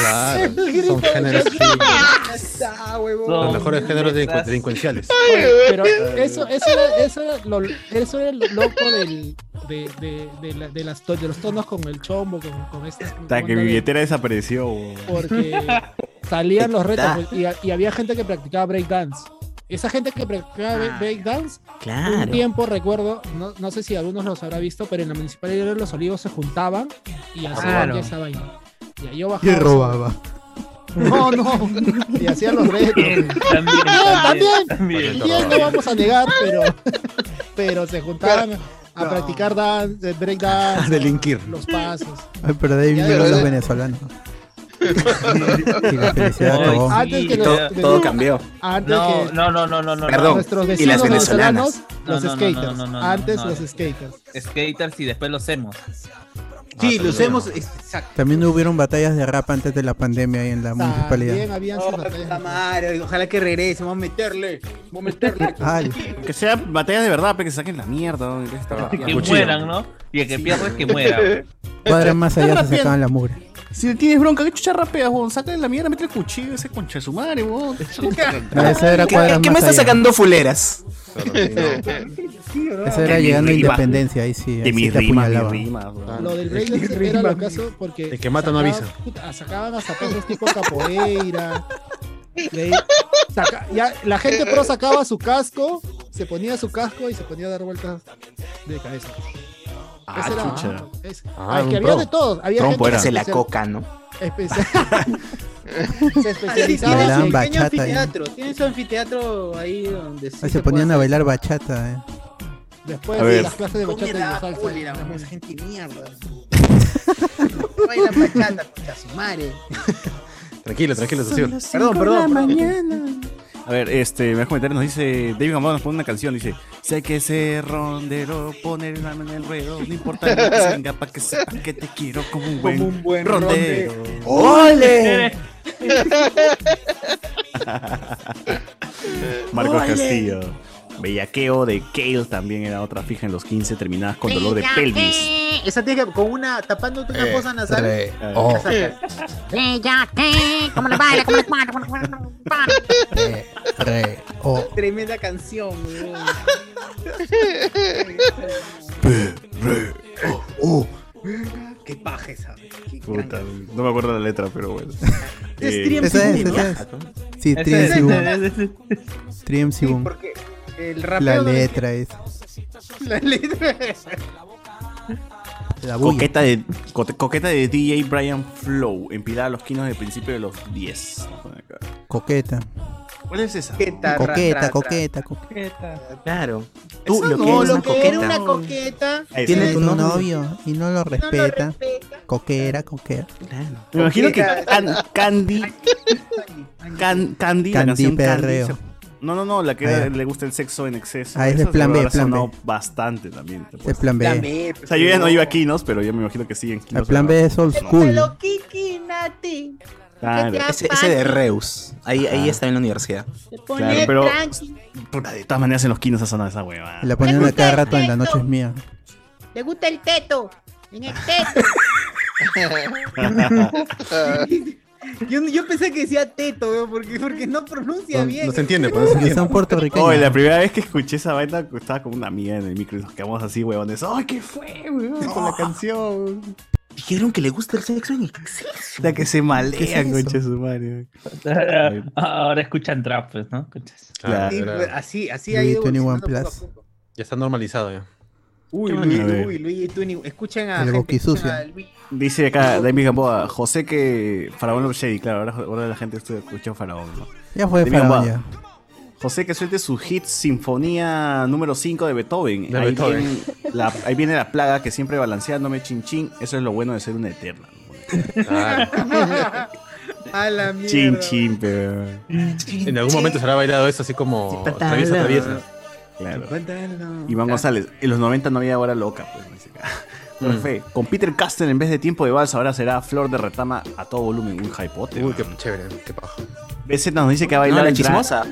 [SPEAKER 3] Claro.
[SPEAKER 14] El grito
[SPEAKER 3] Son
[SPEAKER 14] de
[SPEAKER 3] géneros
[SPEAKER 14] Chucky.
[SPEAKER 3] sí,
[SPEAKER 14] Ya está, huevón.
[SPEAKER 3] Los mejores géneros delincu- delincuenciales.
[SPEAKER 8] Oye, pero eso, eso era, eso era lo, eso era lo loco del, de, de, de, la- de las, to- de los tonos con el chombo, con, con estas.
[SPEAKER 2] Hasta que mi billetera desapareció. bo.
[SPEAKER 8] Porque salían los retos
[SPEAKER 2] Está.
[SPEAKER 8] pues, y, ha- y había gente que practicaba breakdance. Esa gente que practicaba bre- breakdance,
[SPEAKER 4] claro.
[SPEAKER 8] un tiempo recuerdo, no, no sé si algunos los habrá visto, pero en la municipalidad de los olivos se juntaban y hacían
[SPEAKER 6] Claro.
[SPEAKER 8] ya esa vaina. Y ahí yo
[SPEAKER 6] Y
[SPEAKER 8] bajaba.
[SPEAKER 6] robaba.
[SPEAKER 8] No, no. Y hacían los retos.
[SPEAKER 5] También,
[SPEAKER 8] también,
[SPEAKER 5] también,
[SPEAKER 8] también.
[SPEAKER 5] también.
[SPEAKER 8] No vamos a negar, pero, pero se juntaban a
[SPEAKER 6] No.
[SPEAKER 8] practicar dance, eh, break dance,
[SPEAKER 6] A delinquir.
[SPEAKER 8] los pasos.
[SPEAKER 6] Ay, pero de ahí
[SPEAKER 8] Ya,
[SPEAKER 6] vinieron
[SPEAKER 8] pero
[SPEAKER 6] los
[SPEAKER 8] de-
[SPEAKER 6] venezolanos. Y la felicidad
[SPEAKER 5] Ay,
[SPEAKER 6] acabó.
[SPEAKER 5] sí.
[SPEAKER 8] Antes que
[SPEAKER 5] Y
[SPEAKER 8] los-
[SPEAKER 5] to-
[SPEAKER 8] de-
[SPEAKER 4] todo cambió.
[SPEAKER 8] Antes
[SPEAKER 5] No,
[SPEAKER 8] que
[SPEAKER 5] no, no, no, no, no.
[SPEAKER 4] Perdón,
[SPEAKER 8] nuestros
[SPEAKER 4] y las
[SPEAKER 8] vecinos
[SPEAKER 4] venezolanas.
[SPEAKER 8] venezolanos,
[SPEAKER 5] No,
[SPEAKER 8] los
[SPEAKER 5] no, no,
[SPEAKER 8] skaters.
[SPEAKER 5] no, no, no, no,
[SPEAKER 8] Antes
[SPEAKER 5] no.
[SPEAKER 8] los skaters.
[SPEAKER 5] Skaters y después los hemos.
[SPEAKER 14] Sí,
[SPEAKER 5] Ah,
[SPEAKER 14] los
[SPEAKER 5] también.
[SPEAKER 14] hemos. Exacto.
[SPEAKER 6] También hubieron batallas de rap antes de la pandemia ahí en la
[SPEAKER 14] Bien,
[SPEAKER 6] municipalidad.
[SPEAKER 8] habían
[SPEAKER 14] sus batallas. Oh, Madre, ojalá que regrese, vamos a meterle. Vamos a meterle.
[SPEAKER 2] Que sea batallas de verdad, pero que saquen la mierda. ¿no? Que, está
[SPEAKER 5] Que mueran, ¿no? Y el que pierda es que muera.
[SPEAKER 6] Cuadras más allá se
[SPEAKER 2] Rapeando.
[SPEAKER 6] sacaban la mugre.
[SPEAKER 2] Si tienes bronca, ¿qué chucha rapeas, weón? Sácale la mierda, mete el cuchillo ese concha de su madre, weón.
[SPEAKER 6] No, esa era
[SPEAKER 4] ¿Qué-
[SPEAKER 6] cuadras
[SPEAKER 4] qué me
[SPEAKER 6] más
[SPEAKER 4] estás
[SPEAKER 6] allá.
[SPEAKER 4] sacando fuleras?
[SPEAKER 6] Esa era
[SPEAKER 4] De mi
[SPEAKER 6] llegando a
[SPEAKER 4] rima.
[SPEAKER 6] Independencia, ahí sí.
[SPEAKER 4] De
[SPEAKER 6] ahí sí
[SPEAKER 4] mi
[SPEAKER 6] te
[SPEAKER 4] rima, mi
[SPEAKER 6] apuñalaban.
[SPEAKER 4] rima,
[SPEAKER 2] Ah,
[SPEAKER 8] Lo del breakdance era lo caso porque.
[SPEAKER 3] El que mata no
[SPEAKER 8] sacaban-
[SPEAKER 3] avisa.
[SPEAKER 8] puta, sacaban hasta pasos tipo capoeira. De ahí, saca- ya, la gente pro sacaba su casco, se ponía su casco y se ponía a dar vueltas de cabeza.
[SPEAKER 4] Ah,
[SPEAKER 8] Ese era-
[SPEAKER 4] chucha.
[SPEAKER 8] es- ah, es que había de todos. Había gente que
[SPEAKER 4] se la
[SPEAKER 8] se-
[SPEAKER 4] coca, ¿no?
[SPEAKER 8] especi- se
[SPEAKER 6] Y
[SPEAKER 8] especializaba
[SPEAKER 6] bailaban
[SPEAKER 14] Pequeño
[SPEAKER 8] en
[SPEAKER 6] bachata, ¿eh?
[SPEAKER 14] anfiteatro. Tiene su anfiteatro ahí donde sí
[SPEAKER 6] Ahí
[SPEAKER 14] se
[SPEAKER 6] se ponían a bailar bachata, eh.
[SPEAKER 8] después
[SPEAKER 6] A
[SPEAKER 8] de
[SPEAKER 6] ver.
[SPEAKER 8] las clases de bachata y de salsa.
[SPEAKER 14] Esa pues, gente de mierda. Bailan bachata, concha su madre.
[SPEAKER 3] Tranquilo, tranquilo, socio.
[SPEAKER 14] Perdón, perdón. Mañana.
[SPEAKER 2] A ver, este, me comentario nos dice, David Gambado nos pone una canción, dice, sé que ese rondero, poner la mano en el ruedo, no importa lo que venga, pa' que sepan que te quiero como un buen, rondero.
[SPEAKER 4] ¡Ole!
[SPEAKER 2] Marcos
[SPEAKER 4] ¡Ole!
[SPEAKER 2] Castillo. Bellaqueo de Kale también era otra fija en los 15, terminadas con dolor de pelvis.
[SPEAKER 14] eh. Esa tiene que con una tapándote una
[SPEAKER 2] Eh,
[SPEAKER 14] cosa nasal.
[SPEAKER 2] eh,
[SPEAKER 14] la
[SPEAKER 2] oh.
[SPEAKER 14] sacas.
[SPEAKER 1] eh. ¿Cómo le baila? ¿Cómo le cuadra? ¿Cómo le cuadra?
[SPEAKER 6] Re, o,
[SPEAKER 14] Tremenda canción, weón. Qué paja esa.
[SPEAKER 2] Puta, no me acuerdo la letra, pero bueno. Eh,
[SPEAKER 1] Es
[SPEAKER 6] Ese es,
[SPEAKER 1] TMC, ¿no?
[SPEAKER 6] ese
[SPEAKER 2] Ah,
[SPEAKER 6] es. Sí,
[SPEAKER 1] Ese
[SPEAKER 6] TMC
[SPEAKER 1] Eh, es,
[SPEAKER 6] Boom.
[SPEAKER 1] ese es, ese
[SPEAKER 6] TMC Boom.
[SPEAKER 1] porque el
[SPEAKER 6] La
[SPEAKER 1] rapeo de-
[SPEAKER 6] letra es.
[SPEAKER 1] La letra.
[SPEAKER 6] La bulla.
[SPEAKER 2] Coqueta de, co- coqueta de DJ Brian Flow, empilada a los quinos del principio de los 10.
[SPEAKER 6] Coqueta.
[SPEAKER 2] ¿Cuál es esa?
[SPEAKER 6] Coqueta, Coqueta, ra, ra, coqueta, ra.
[SPEAKER 4] Claro.
[SPEAKER 6] Tú
[SPEAKER 1] Eso
[SPEAKER 6] lo que
[SPEAKER 1] no,
[SPEAKER 6] eres
[SPEAKER 1] lo
[SPEAKER 6] una
[SPEAKER 1] que era
[SPEAKER 6] coqueta.
[SPEAKER 1] una coqueta.
[SPEAKER 6] Tiene tu novio y no lo respeta. Coquera, coquera.
[SPEAKER 2] Me imagino que Can- Candy. Can- Candy, la
[SPEAKER 6] Candy
[SPEAKER 2] canción
[SPEAKER 6] Perreo.
[SPEAKER 2] Candy. se- No, no, no, la que
[SPEAKER 6] Ah, ya.
[SPEAKER 2] le gusta el sexo en exceso.
[SPEAKER 6] Ah, ese es
[SPEAKER 2] Esa
[SPEAKER 6] plan B,
[SPEAKER 2] habrá
[SPEAKER 6] plan B.
[SPEAKER 2] sonado bastante también. te puedo
[SPEAKER 6] Es plan B.
[SPEAKER 2] decir.
[SPEAKER 6] Plan B, pues,
[SPEAKER 2] O sea, yo ya no
[SPEAKER 6] no.
[SPEAKER 2] iba a Kinos, pero yo me imagino que sí en Kinos.
[SPEAKER 6] El plan B es old school.
[SPEAKER 1] Kikinati.
[SPEAKER 2] Claro.
[SPEAKER 4] Ese, ese de Reus. Ahí, ahí está en la universidad.
[SPEAKER 2] Claro, pero. Ah. puta, De todas maneras, en los Kinos ha sonado esa hueva.
[SPEAKER 6] La ponían a cada rato en la noche es mía.
[SPEAKER 1] Le gusta el teto. En el teto. yo, yo pensé que decía teto, weón, porque, porque no pronuncia bien.
[SPEAKER 2] pues.
[SPEAKER 4] pues,
[SPEAKER 6] son puertorriqueños.
[SPEAKER 2] Oye, la primera vez que escuché esa vaina pues, estaba con una amiga en el micro y nos quedamos así, huevones. ¡Ay, qué fue, weón! Con la canción.
[SPEAKER 4] Dijeron que le gusta el sexo en exceso.
[SPEAKER 2] La que se
[SPEAKER 4] ¿Qué es
[SPEAKER 2] malea,
[SPEAKER 4] eso?
[SPEAKER 2] concha de su madre.
[SPEAKER 5] Ahora escuchan trap, pues, ¿no? Conchas.
[SPEAKER 3] Claro,
[SPEAKER 5] Sí,
[SPEAKER 3] era-
[SPEAKER 5] pues,
[SPEAKER 1] Así, así
[SPEAKER 3] Luis
[SPEAKER 1] ha ido.
[SPEAKER 3] 21
[SPEAKER 1] evolucionando
[SPEAKER 3] Plus.
[SPEAKER 1] poco a poco.
[SPEAKER 3] Ya está normalizado ya.
[SPEAKER 1] Uy, Luis, uy, Luis, tú ni- Escuchen a. gente, escuchen a Luis.
[SPEAKER 2] Dice acá David Gamboa, José que Faraón Love Shady, claro, ahora, ahora la gente estudia- escucha Faraón. ¿no?
[SPEAKER 6] Ya fue
[SPEAKER 2] David
[SPEAKER 6] Faraón,
[SPEAKER 2] Gamboa, José que suelte su hit Sinfonía número 5 de Beethoven.
[SPEAKER 3] De
[SPEAKER 2] ahí,
[SPEAKER 3] Beethoven.
[SPEAKER 2] Viene la, ahí viene la plaga que siempre balanceándome chin chin. Eso es lo bueno de ser una eterna. ¿no?
[SPEAKER 1] A la
[SPEAKER 2] Chin
[SPEAKER 1] mierda.
[SPEAKER 2] chin, pero.
[SPEAKER 3] En algún momento se habrá bailado eso así como traviesa, traviesa.
[SPEAKER 2] Claro. Iván González, en los 90 no había hora loca, pues. dice acá.
[SPEAKER 3] Mm.
[SPEAKER 2] Profe, con Peter Casten en vez de tiempo de vals, ahora será flor de retama a todo volumen. Un hypote. Uy, qué
[SPEAKER 3] chévere, qué paja.
[SPEAKER 2] BZ nos dice que ha bailado
[SPEAKER 4] No, la
[SPEAKER 2] el dra-
[SPEAKER 4] chismosa.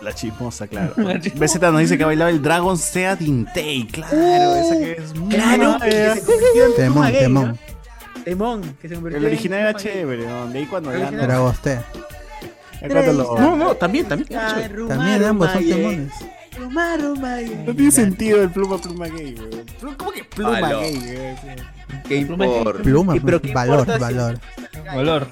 [SPEAKER 2] La chismosa, claro. BZ nos dice que ha bailado el Dragon Sea Dintei, claro. esa que es muy
[SPEAKER 1] Claro,
[SPEAKER 2] buena.
[SPEAKER 1] que se convirtió en
[SPEAKER 6] Temón,
[SPEAKER 1] Puma Gay,
[SPEAKER 6] temón.
[SPEAKER 1] ¿no? ¿eh? Temón, que se convirtió
[SPEAKER 2] El
[SPEAKER 1] en
[SPEAKER 2] original era
[SPEAKER 1] Puma Gay.
[SPEAKER 2] chévere, ¿no? De ahí cuando ya no-
[SPEAKER 6] Era usted.
[SPEAKER 2] ya cuando lo-
[SPEAKER 4] No, no, también, también.
[SPEAKER 6] También ambos son temones.
[SPEAKER 1] Ruma, ruma, gay.
[SPEAKER 2] No tiene sentido el pluma pluma gay, weón. Plu- ¿Cómo que pluma
[SPEAKER 1] Aló.
[SPEAKER 2] gay, weón?
[SPEAKER 1] ¿Qué importa?
[SPEAKER 6] Pluma,
[SPEAKER 1] ¿Y pero qué
[SPEAKER 6] valor,
[SPEAKER 1] importa si-
[SPEAKER 6] valor.
[SPEAKER 5] Valor.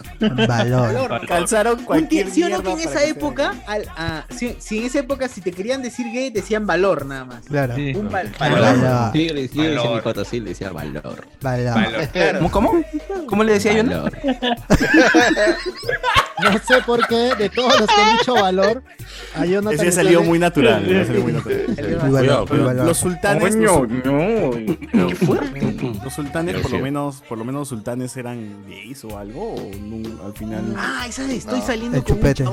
[SPEAKER 6] Valor.
[SPEAKER 2] Calzaron cualquier
[SPEAKER 1] ¿Sí o no
[SPEAKER 2] mierda
[SPEAKER 1] que en
[SPEAKER 2] para
[SPEAKER 1] esa
[SPEAKER 2] que sea
[SPEAKER 1] época, al- a- si, si en esa época si te querían decir gay, te decían valor nada más.
[SPEAKER 6] Claro.
[SPEAKER 1] Un val-
[SPEAKER 6] Valor.
[SPEAKER 11] Sí, le decía, decía mi
[SPEAKER 1] Valor.
[SPEAKER 11] pata, sí, le decía valor.
[SPEAKER 6] Valor.
[SPEAKER 4] ¿Cómo, cómo? ¿Cómo le decía yo? no?
[SPEAKER 11] Valor.
[SPEAKER 8] No sé por qué, de todos los que han dicho valor, a Jonathan.
[SPEAKER 2] Ese
[SPEAKER 8] le
[SPEAKER 2] salió
[SPEAKER 8] sale-
[SPEAKER 2] muy natural, ese salió muy natural.
[SPEAKER 6] Cuidado, cuidado.
[SPEAKER 2] Los sultanes.
[SPEAKER 6] Coño,
[SPEAKER 2] no. Los sultanes,
[SPEAKER 11] Yo
[SPEAKER 2] por lo
[SPEAKER 11] sí.
[SPEAKER 2] menos, por lo menos los sultanes eran gays o algo, o nun- al final.
[SPEAKER 8] Ah, esa
[SPEAKER 1] de estoy saliendo
[SPEAKER 6] El chupete.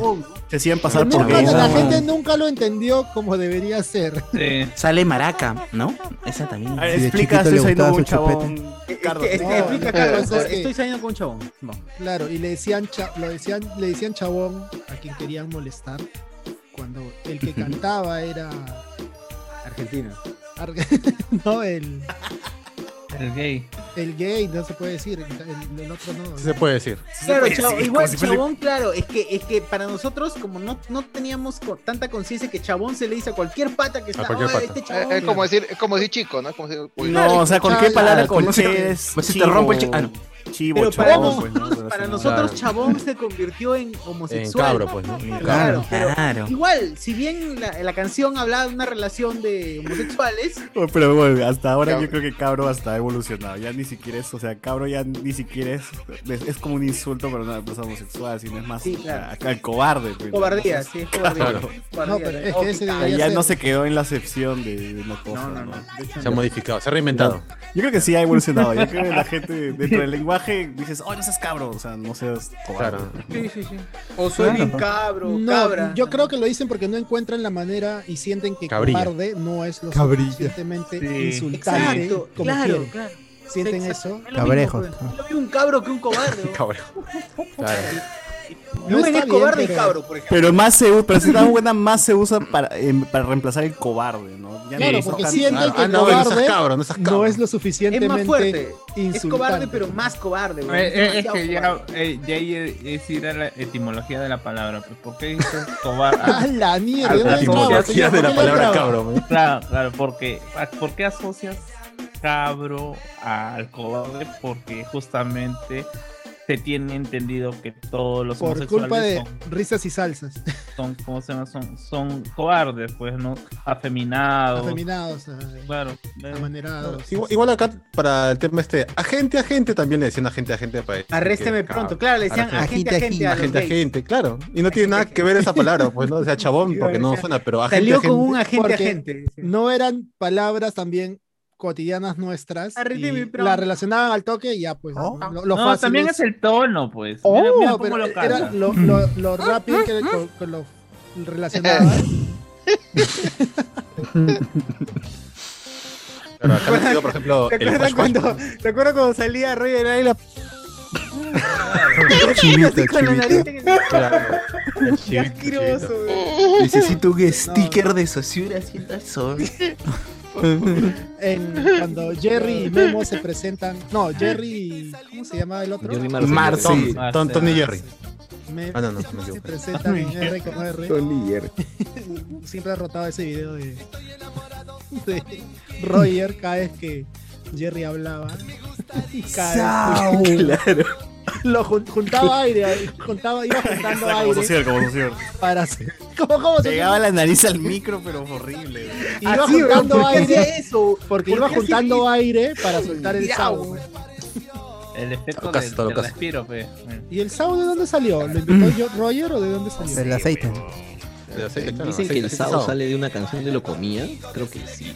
[SPEAKER 2] Se hacían pasar por
[SPEAKER 8] Nunca-
[SPEAKER 2] gays.
[SPEAKER 8] la
[SPEAKER 2] ¿no?
[SPEAKER 8] gente nunca lo entendió como debería ser.
[SPEAKER 4] Sale maraca, ¿no? Esa también.
[SPEAKER 2] A ver, explica, estoy saliendo con un chabón. Carlos.
[SPEAKER 1] Este- este,
[SPEAKER 8] No,
[SPEAKER 1] explica,
[SPEAKER 8] no,
[SPEAKER 1] Carlos,
[SPEAKER 8] no, es que-
[SPEAKER 1] estoy saliendo con un chabón. No.
[SPEAKER 8] Claro, y le decían, cha- lo decían, le decían chabón a quien querían molestar cuando el que cantaba era
[SPEAKER 1] Argentina.
[SPEAKER 8] Ar- no el,
[SPEAKER 5] El gay.
[SPEAKER 8] el gay, no se puede decir, el, el otro no.
[SPEAKER 3] Sí se puede decir.
[SPEAKER 1] Claro, chavo-
[SPEAKER 3] Sí,
[SPEAKER 1] igual
[SPEAKER 3] como si fuese-
[SPEAKER 1] chabón, claro, es que, es que para nosotros, como no, no teníamos co- tanta conciencia que chabón se le dice a cualquier pata que está.
[SPEAKER 3] cualquier
[SPEAKER 1] "Ah,
[SPEAKER 3] pata".
[SPEAKER 1] este
[SPEAKER 7] Eh,
[SPEAKER 1] chabón,
[SPEAKER 7] Es como decir, es como decir chico, ¿no? Es como decir, uy,
[SPEAKER 2] No, o sea, con qué
[SPEAKER 1] Claro,
[SPEAKER 2] palabra
[SPEAKER 1] como
[SPEAKER 2] con
[SPEAKER 1] si-
[SPEAKER 2] che es
[SPEAKER 4] como si te rompo el che- ah, no.
[SPEAKER 2] Chivo,
[SPEAKER 1] Pero para,
[SPEAKER 2] chabón,
[SPEAKER 1] nos-
[SPEAKER 2] pues, ¿no?
[SPEAKER 1] para
[SPEAKER 2] Relacionado.
[SPEAKER 1] nosotros
[SPEAKER 2] Claro.
[SPEAKER 1] chabón se convirtió en homosexual.
[SPEAKER 2] cabro, pues, ¿no? En
[SPEAKER 1] Claro,
[SPEAKER 2] cabro.
[SPEAKER 1] pero
[SPEAKER 2] Claro.
[SPEAKER 1] Igual, si bien la, la canción hablaba de una relación de homosexuales,
[SPEAKER 2] Oh, Pero bueno, hasta ahora yo creo que cabro hasta ha evolucionado. Ya ni siquiera es, o sea, cabro ya ni siquiera es. Es, es como un insulto para una persona homosexual, sino es más
[SPEAKER 1] Sí, claro.
[SPEAKER 2] a- al cobardea
[SPEAKER 1] cobardía, sí, es cobardía.
[SPEAKER 2] pues, Claro.
[SPEAKER 1] Cobardía,
[SPEAKER 8] No, pero es que
[SPEAKER 1] obvio,
[SPEAKER 8] ese
[SPEAKER 1] claro.
[SPEAKER 8] debería
[SPEAKER 2] ya
[SPEAKER 8] ser.
[SPEAKER 2] no se quedó en la acepción de, de una cosa. No,
[SPEAKER 3] Se ha modificado, se ha reinventado.
[SPEAKER 2] Yo creo que sí ha evolucionado. Yo creo que la gente dentro del lenguaje dices, oh, no seas cabro, o sea, no seas cobarde.
[SPEAKER 1] Sí, sí, sí. O soy bien cabro,
[SPEAKER 8] No,
[SPEAKER 1] cabra.
[SPEAKER 8] yo creo que lo dicen porque no encuentran la manera y sienten que
[SPEAKER 2] Cabrilla.
[SPEAKER 8] cobarde no es lo
[SPEAKER 6] Cabrilla.
[SPEAKER 8] suficientemente
[SPEAKER 6] Sí.
[SPEAKER 8] insultante
[SPEAKER 1] Exacto,
[SPEAKER 8] como
[SPEAKER 1] claro,
[SPEAKER 8] quieren.
[SPEAKER 1] claro.
[SPEAKER 8] Sienten
[SPEAKER 1] Exacto.
[SPEAKER 8] eso.
[SPEAKER 1] Es lo mismo,
[SPEAKER 6] Cabrejo.
[SPEAKER 1] pues. Es lo mismo un cabro que un cobarde. ¿no? Lumen
[SPEAKER 8] está
[SPEAKER 1] es cobarde
[SPEAKER 8] bien,
[SPEAKER 1] y
[SPEAKER 8] pero-
[SPEAKER 1] cabro, por ejemplo.
[SPEAKER 2] Pero más se usa, pero si te das cuenta, más se usa para, em, para reemplazar el cobarde, ¿no? Ya
[SPEAKER 8] Claro,
[SPEAKER 2] no
[SPEAKER 8] porque
[SPEAKER 2] tan-
[SPEAKER 8] sienten que
[SPEAKER 2] Ah,
[SPEAKER 8] el
[SPEAKER 2] no, no seas
[SPEAKER 8] cobarde
[SPEAKER 2] cabro,
[SPEAKER 8] no,
[SPEAKER 2] no seas cabro.
[SPEAKER 8] es lo
[SPEAKER 1] Es más
[SPEAKER 8] suficientemente
[SPEAKER 1] fuerte. Es cobarde,
[SPEAKER 8] insultante.
[SPEAKER 1] pero más cobarde,
[SPEAKER 5] Eh,
[SPEAKER 1] güey.
[SPEAKER 5] eh, Es,
[SPEAKER 1] Demasiado
[SPEAKER 5] que ya,
[SPEAKER 1] cobarde.
[SPEAKER 5] eh, ya ahí es ir a la etimología de la palabra. Pues, ¿Por qué dices cobarde?
[SPEAKER 8] ¡Ah, la mierda!
[SPEAKER 5] Ah,
[SPEAKER 8] ¿Dónde
[SPEAKER 5] la
[SPEAKER 8] entraba,
[SPEAKER 5] etimología
[SPEAKER 8] señor?
[SPEAKER 5] de la
[SPEAKER 8] ¿Dónde
[SPEAKER 5] palabra
[SPEAKER 8] entraba?
[SPEAKER 5] cabro. Claro, claro, porque ¿por qué asocias cabro al cobarde? Porque justamente se tiene entendido que todos los
[SPEAKER 8] Por
[SPEAKER 5] homosexuales
[SPEAKER 8] culpa de
[SPEAKER 5] son,
[SPEAKER 8] risas y salsas.
[SPEAKER 5] son, ¿cómo se llama? Son, son cobardes, pues, ¿no? Afeminados.
[SPEAKER 8] Afeminados. ay,
[SPEAKER 5] Claro. eh.
[SPEAKER 8] Amanerados.
[SPEAKER 3] Igual, igual acá para el tema este, agente, agente, también le decían agente, agente para
[SPEAKER 8] Arrésteme pronto, claro, le decían agente, agente a los
[SPEAKER 3] agente,
[SPEAKER 8] gays.
[SPEAKER 3] agente, claro. Y no tiene nada que ver esa palabra, pues, ¿no? O sea, chabón, porque no suena, pero agente,
[SPEAKER 8] Salió con
[SPEAKER 3] agente.
[SPEAKER 8] un agente
[SPEAKER 3] Porque-
[SPEAKER 8] agente. No eran palabras también cotidianas nuestras.
[SPEAKER 14] Arrésteme
[SPEAKER 8] y
[SPEAKER 14] pronto.
[SPEAKER 8] La relacionaban al toque y ya, pues. Lo,
[SPEAKER 5] no,
[SPEAKER 8] lo fácil
[SPEAKER 5] también es el tono, pues. Mira, mira
[SPEAKER 8] No,
[SPEAKER 5] cómo
[SPEAKER 8] pero
[SPEAKER 5] lo
[SPEAKER 8] era
[SPEAKER 5] canta.
[SPEAKER 8] lo, lo, lo rápido que con, con lo relacionaba.
[SPEAKER 3] Pero acá me sido, por ejemplo,
[SPEAKER 8] ¿Te
[SPEAKER 3] el
[SPEAKER 8] acuerdas
[SPEAKER 3] wash, wash,
[SPEAKER 8] cuando, ¿te acuerdas cuando salía Rey de la Isla?
[SPEAKER 4] Chivito,
[SPEAKER 8] Con la nariz en el-
[SPEAKER 4] Claro.
[SPEAKER 8] Qué asqueroso, güey.
[SPEAKER 4] Necesito un sticker de Sosura haciendo eso.
[SPEAKER 8] En- cuando Jerry y Memo se presentan. No, Jerry. ¿Cómo se llama el otro?
[SPEAKER 3] Jerry Marcel. Marcel. Tom, Tom, Tom y Jerry.
[SPEAKER 8] Me-
[SPEAKER 3] Ah, no, no, me
[SPEAKER 8] se
[SPEAKER 3] equivoqué.
[SPEAKER 8] presentan en R con R.
[SPEAKER 3] Tom y Jerry.
[SPEAKER 8] Siempre ha rotado ese video de, de Roger cada vez que Jerry hablaba. Y cada vez que-
[SPEAKER 3] Claro.
[SPEAKER 8] Lo jun- juntaba aire, juntaba, iba juntando
[SPEAKER 2] Como
[SPEAKER 8] aire.
[SPEAKER 2] social, como social.
[SPEAKER 8] Para hacer. ¿Cómo, cómo se
[SPEAKER 2] Pegaba la nariz al
[SPEAKER 3] micro, pero horrible.
[SPEAKER 8] Iba juntando aire. Porque iba juntando aire para soltar el sound.
[SPEAKER 5] El efecto
[SPEAKER 3] Casi
[SPEAKER 5] del,
[SPEAKER 3] todo,
[SPEAKER 5] del
[SPEAKER 3] casi.
[SPEAKER 5] respiro, pues. Mm.
[SPEAKER 8] ¿Y el sound de dónde salió? ¿Lo inventó yo- Roger o de dónde salió?
[SPEAKER 6] El aceite.
[SPEAKER 11] Dicen que el Sao sale de una canción de Locomía. Creo que sí.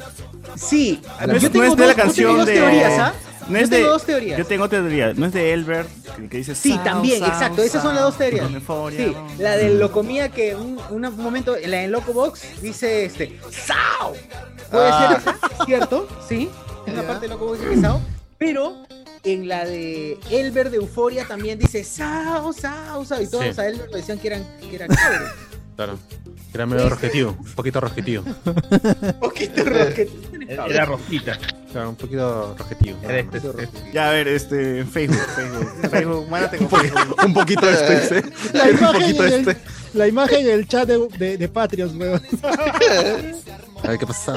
[SPEAKER 14] Sí,
[SPEAKER 2] No es,
[SPEAKER 14] yo
[SPEAKER 2] no
[SPEAKER 14] tengo dos- yo
[SPEAKER 2] es de la
[SPEAKER 14] tengo
[SPEAKER 2] canción
[SPEAKER 14] dos
[SPEAKER 2] de.
[SPEAKER 14] teorías, ¿ah?
[SPEAKER 2] No
[SPEAKER 14] Yo
[SPEAKER 2] es
[SPEAKER 14] tengo
[SPEAKER 2] de-
[SPEAKER 14] dos teorías.
[SPEAKER 2] Yo tengo otra teoría. No es de Elbert, el que dice.
[SPEAKER 14] Sí,
[SPEAKER 2] "Sao,
[SPEAKER 14] también,
[SPEAKER 2] sao,
[SPEAKER 14] exacto. Esas son las dos teorías.
[SPEAKER 2] con euforia".
[SPEAKER 14] Sí, la de locomía que un, un momento, la en Loco Box dice este ¡Sao! Puede
[SPEAKER 1] Ah.
[SPEAKER 14] ser esa, ¿cierto? Sí. En la parte de Loco Box dice Sao. Pero en la de Elber de Euforia también dice Sao, Sao, Sao. Y todos
[SPEAKER 3] Sí.
[SPEAKER 14] a Elber le decían que eran, que eran cabros.
[SPEAKER 3] Claro. Era medio rojetivo, un poquito rojetivo.
[SPEAKER 14] Poquito rojetivo.
[SPEAKER 5] Era rojita.
[SPEAKER 3] Claro, un poquito rojetivo.
[SPEAKER 5] Era este-
[SPEAKER 2] Ya, a ver, este. en Facebook, Facebook. Facebook, mándate con
[SPEAKER 3] Facebook. Un poquito este, dice.
[SPEAKER 8] La
[SPEAKER 3] Un
[SPEAKER 8] imagen,
[SPEAKER 3] poquito
[SPEAKER 8] en el,
[SPEAKER 3] este.
[SPEAKER 8] la imagen en el chat de, de, de Patreon, weón.
[SPEAKER 3] A ver qué pasa.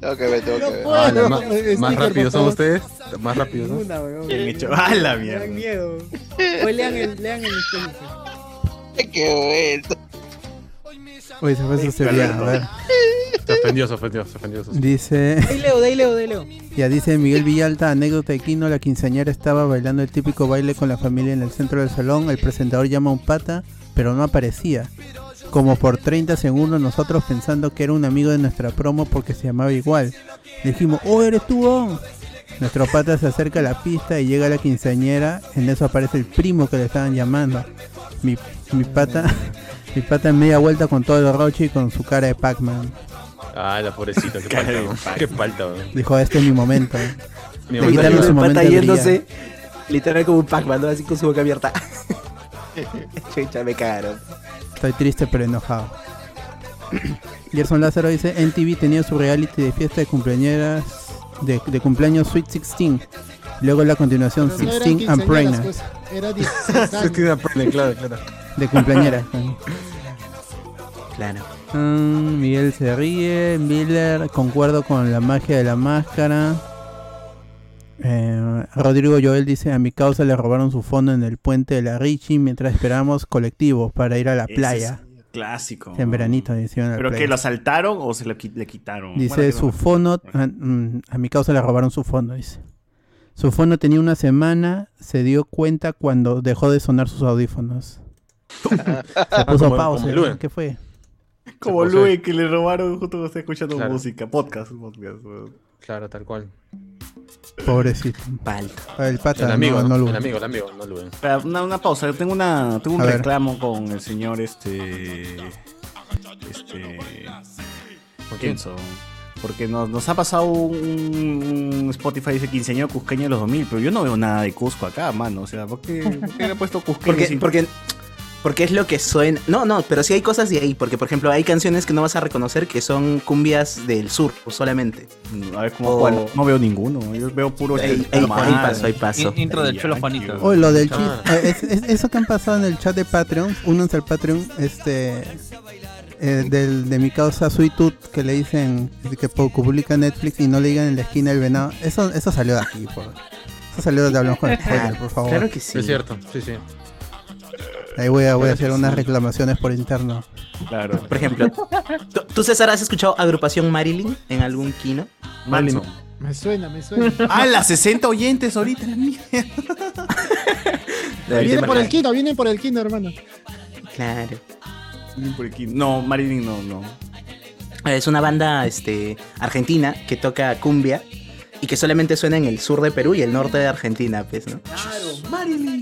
[SPEAKER 7] Tengo que ver, tengo que
[SPEAKER 8] No
[SPEAKER 7] ver.
[SPEAKER 8] puedo.
[SPEAKER 3] Ah, la ma-
[SPEAKER 8] Sticker,
[SPEAKER 3] más
[SPEAKER 8] por
[SPEAKER 3] rápido son
[SPEAKER 8] favor.
[SPEAKER 3] ustedes. Más rápido, ¿no?
[SPEAKER 8] Una, weón.
[SPEAKER 2] Bien hecho. ¡Ah, la
[SPEAKER 8] Me
[SPEAKER 2] mierda!
[SPEAKER 8] dan miedo.
[SPEAKER 14] Hoy Pues lean el, lean el misterio.
[SPEAKER 7] Qué
[SPEAKER 6] Oye, se fue su celular, a ver.
[SPEAKER 3] Se ofendió, se ofendió, se ofendió. se ofendió.
[SPEAKER 6] Dice.
[SPEAKER 14] Ahí leo, de ahí leo, de ahí leo.
[SPEAKER 6] Ya dice Miguel Villalta, anécdota de Quino, la quinceañera estaba bailando el típico baile con la familia en el centro del salón, el presentador llama a un pata, pero no aparecía. Como por 30 segundos nosotros pensando que era un amigo de nuestra promo porque se llamaba igual. Dijimos, oh, eres tú, oh". Nuestro pata se acerca a la pista y llega la quinceañera, en eso aparece el primo que le estaban llamando. Mi, mi pata... Mi pata en media vuelta con todo el roche y con su cara de Pac-Man.
[SPEAKER 3] Ah, la pobrecita, qué falta, ¿no? Qué falta, weón.
[SPEAKER 6] Dijo, este es mi momento.
[SPEAKER 3] Mi
[SPEAKER 6] Le
[SPEAKER 3] momento.
[SPEAKER 6] quitaron su
[SPEAKER 3] El
[SPEAKER 6] momento
[SPEAKER 4] Pata
[SPEAKER 6] de
[SPEAKER 4] yéndose, literal como un Pac-Man, ¿no? así con su boca abierta. Chucha, me cagaron.
[SPEAKER 6] Estoy triste pero enojado. Gerson Lázaro dice, NTV tenía su reality de fiesta de cumpleañeras de, de cumpleaños Sweet 16. Luego la continuación
[SPEAKER 8] Pero no eran
[SPEAKER 6] 16 and
[SPEAKER 8] quinceañeras,
[SPEAKER 6] Pregnant
[SPEAKER 8] pues, Era 16 años.
[SPEAKER 3] claro, claro.
[SPEAKER 6] de cumpleañeras.
[SPEAKER 4] Claro.
[SPEAKER 6] Mm, Miguel se ríe, Miller, concuerdo con la magia de la máscara. Eh, Rodrigo Joel dice, a mi causa le robaron su fondo en el puente de la Richie mientras esperábamos colectivos para ir a la
[SPEAKER 2] Ese
[SPEAKER 6] playa.
[SPEAKER 2] es clásico.
[SPEAKER 6] En veranito, dice, iban a la
[SPEAKER 2] ¿Pero que
[SPEAKER 6] playa.
[SPEAKER 2] lo asaltaron o se lo qui- le quitaron?
[SPEAKER 6] Dice
[SPEAKER 2] Bueno, que
[SPEAKER 6] su fono, ah, mm, a mi causa le robaron su fono, dice. Su fono tenía una semana, se dio cuenta cuando dejó de sonar sus audífonos. se
[SPEAKER 3] Ah,
[SPEAKER 6] puso
[SPEAKER 2] Como-
[SPEAKER 6] pausa,
[SPEAKER 2] como Luen.
[SPEAKER 6] ¿no? ¿qué fue?
[SPEAKER 2] no. Como
[SPEAKER 3] Se puso-
[SPEAKER 2] Luis, que le robaron justo cuando está escuchando
[SPEAKER 3] Claro.
[SPEAKER 2] música. Podcast, podcast. weón.
[SPEAKER 3] Claro, tal cual.
[SPEAKER 6] Pobrecito. Ah, El pata,
[SPEAKER 3] El amigo,
[SPEAKER 6] no,
[SPEAKER 3] ¿no?
[SPEAKER 6] no Luen.
[SPEAKER 3] el amigo, el amigo, no Luen.
[SPEAKER 2] Espera, Una, una pausa, tengo, una, tengo un
[SPEAKER 6] A ver.
[SPEAKER 2] reclamo con el señor este. Este. Kenzo. Porque nos, nos ha pasado un, un Spotify dice quinceañero cusqueño de los 2000, pero yo no veo nada de Cusco acá, mano. O sea, ¿por qué, por qué le ha puesto cusqueño?
[SPEAKER 4] Porque,
[SPEAKER 2] sin-
[SPEAKER 4] porque, porque es lo que suena. No, no, pero sí hay cosas de ahí. Porque, por ejemplo, hay canciones que no vas a reconocer que son cumbias del sur solamente.
[SPEAKER 2] A ver cómo.
[SPEAKER 6] Oh.
[SPEAKER 4] O-
[SPEAKER 2] No veo ninguno. Yo veo puro.
[SPEAKER 4] Ahí-
[SPEAKER 2] este,
[SPEAKER 4] ahí- ahí
[SPEAKER 2] Tamar,
[SPEAKER 4] paso, ahí paso.
[SPEAKER 2] In- intro del Cholo Juanito.
[SPEAKER 6] Oye, lo del
[SPEAKER 2] Ah.
[SPEAKER 6] chat. eh, es- es- eso que han pasado en el chat de Patreon, únanse al Patreon, este eh, del, de mi causa Sweet Tooth, que le dicen que pu- publica Netflix y no le digan en la esquina el venado. Eso, eso salió de aquí, por. Esto salió de Hablamos con Spoiler, por favor.
[SPEAKER 3] Claro que sí. Es cierto, sí, sí.
[SPEAKER 6] Ahí voy a, voy a hacer
[SPEAKER 4] Claro que
[SPEAKER 6] unas
[SPEAKER 4] sí.
[SPEAKER 6] reclamaciones por interno.
[SPEAKER 3] Claro.
[SPEAKER 4] Por ejemplo, ¿tú, tú, César, has escuchado agrupación Marilyn en algún kino?
[SPEAKER 3] Marilyn.
[SPEAKER 8] Me suena, me suena.
[SPEAKER 2] Ah, las 60 oyentes ahorita, la mierda.
[SPEAKER 8] Vienen por el quino, vienen por el quino, hermano.
[SPEAKER 4] Claro.
[SPEAKER 2] Por aquí. No, Marilyn no, no.
[SPEAKER 4] Eh, Es una banda este, argentina que toca cumbia y que solamente suena en el sur de Perú y el norte de Argentina, pues, ¿no?
[SPEAKER 1] Claro, Marilyn.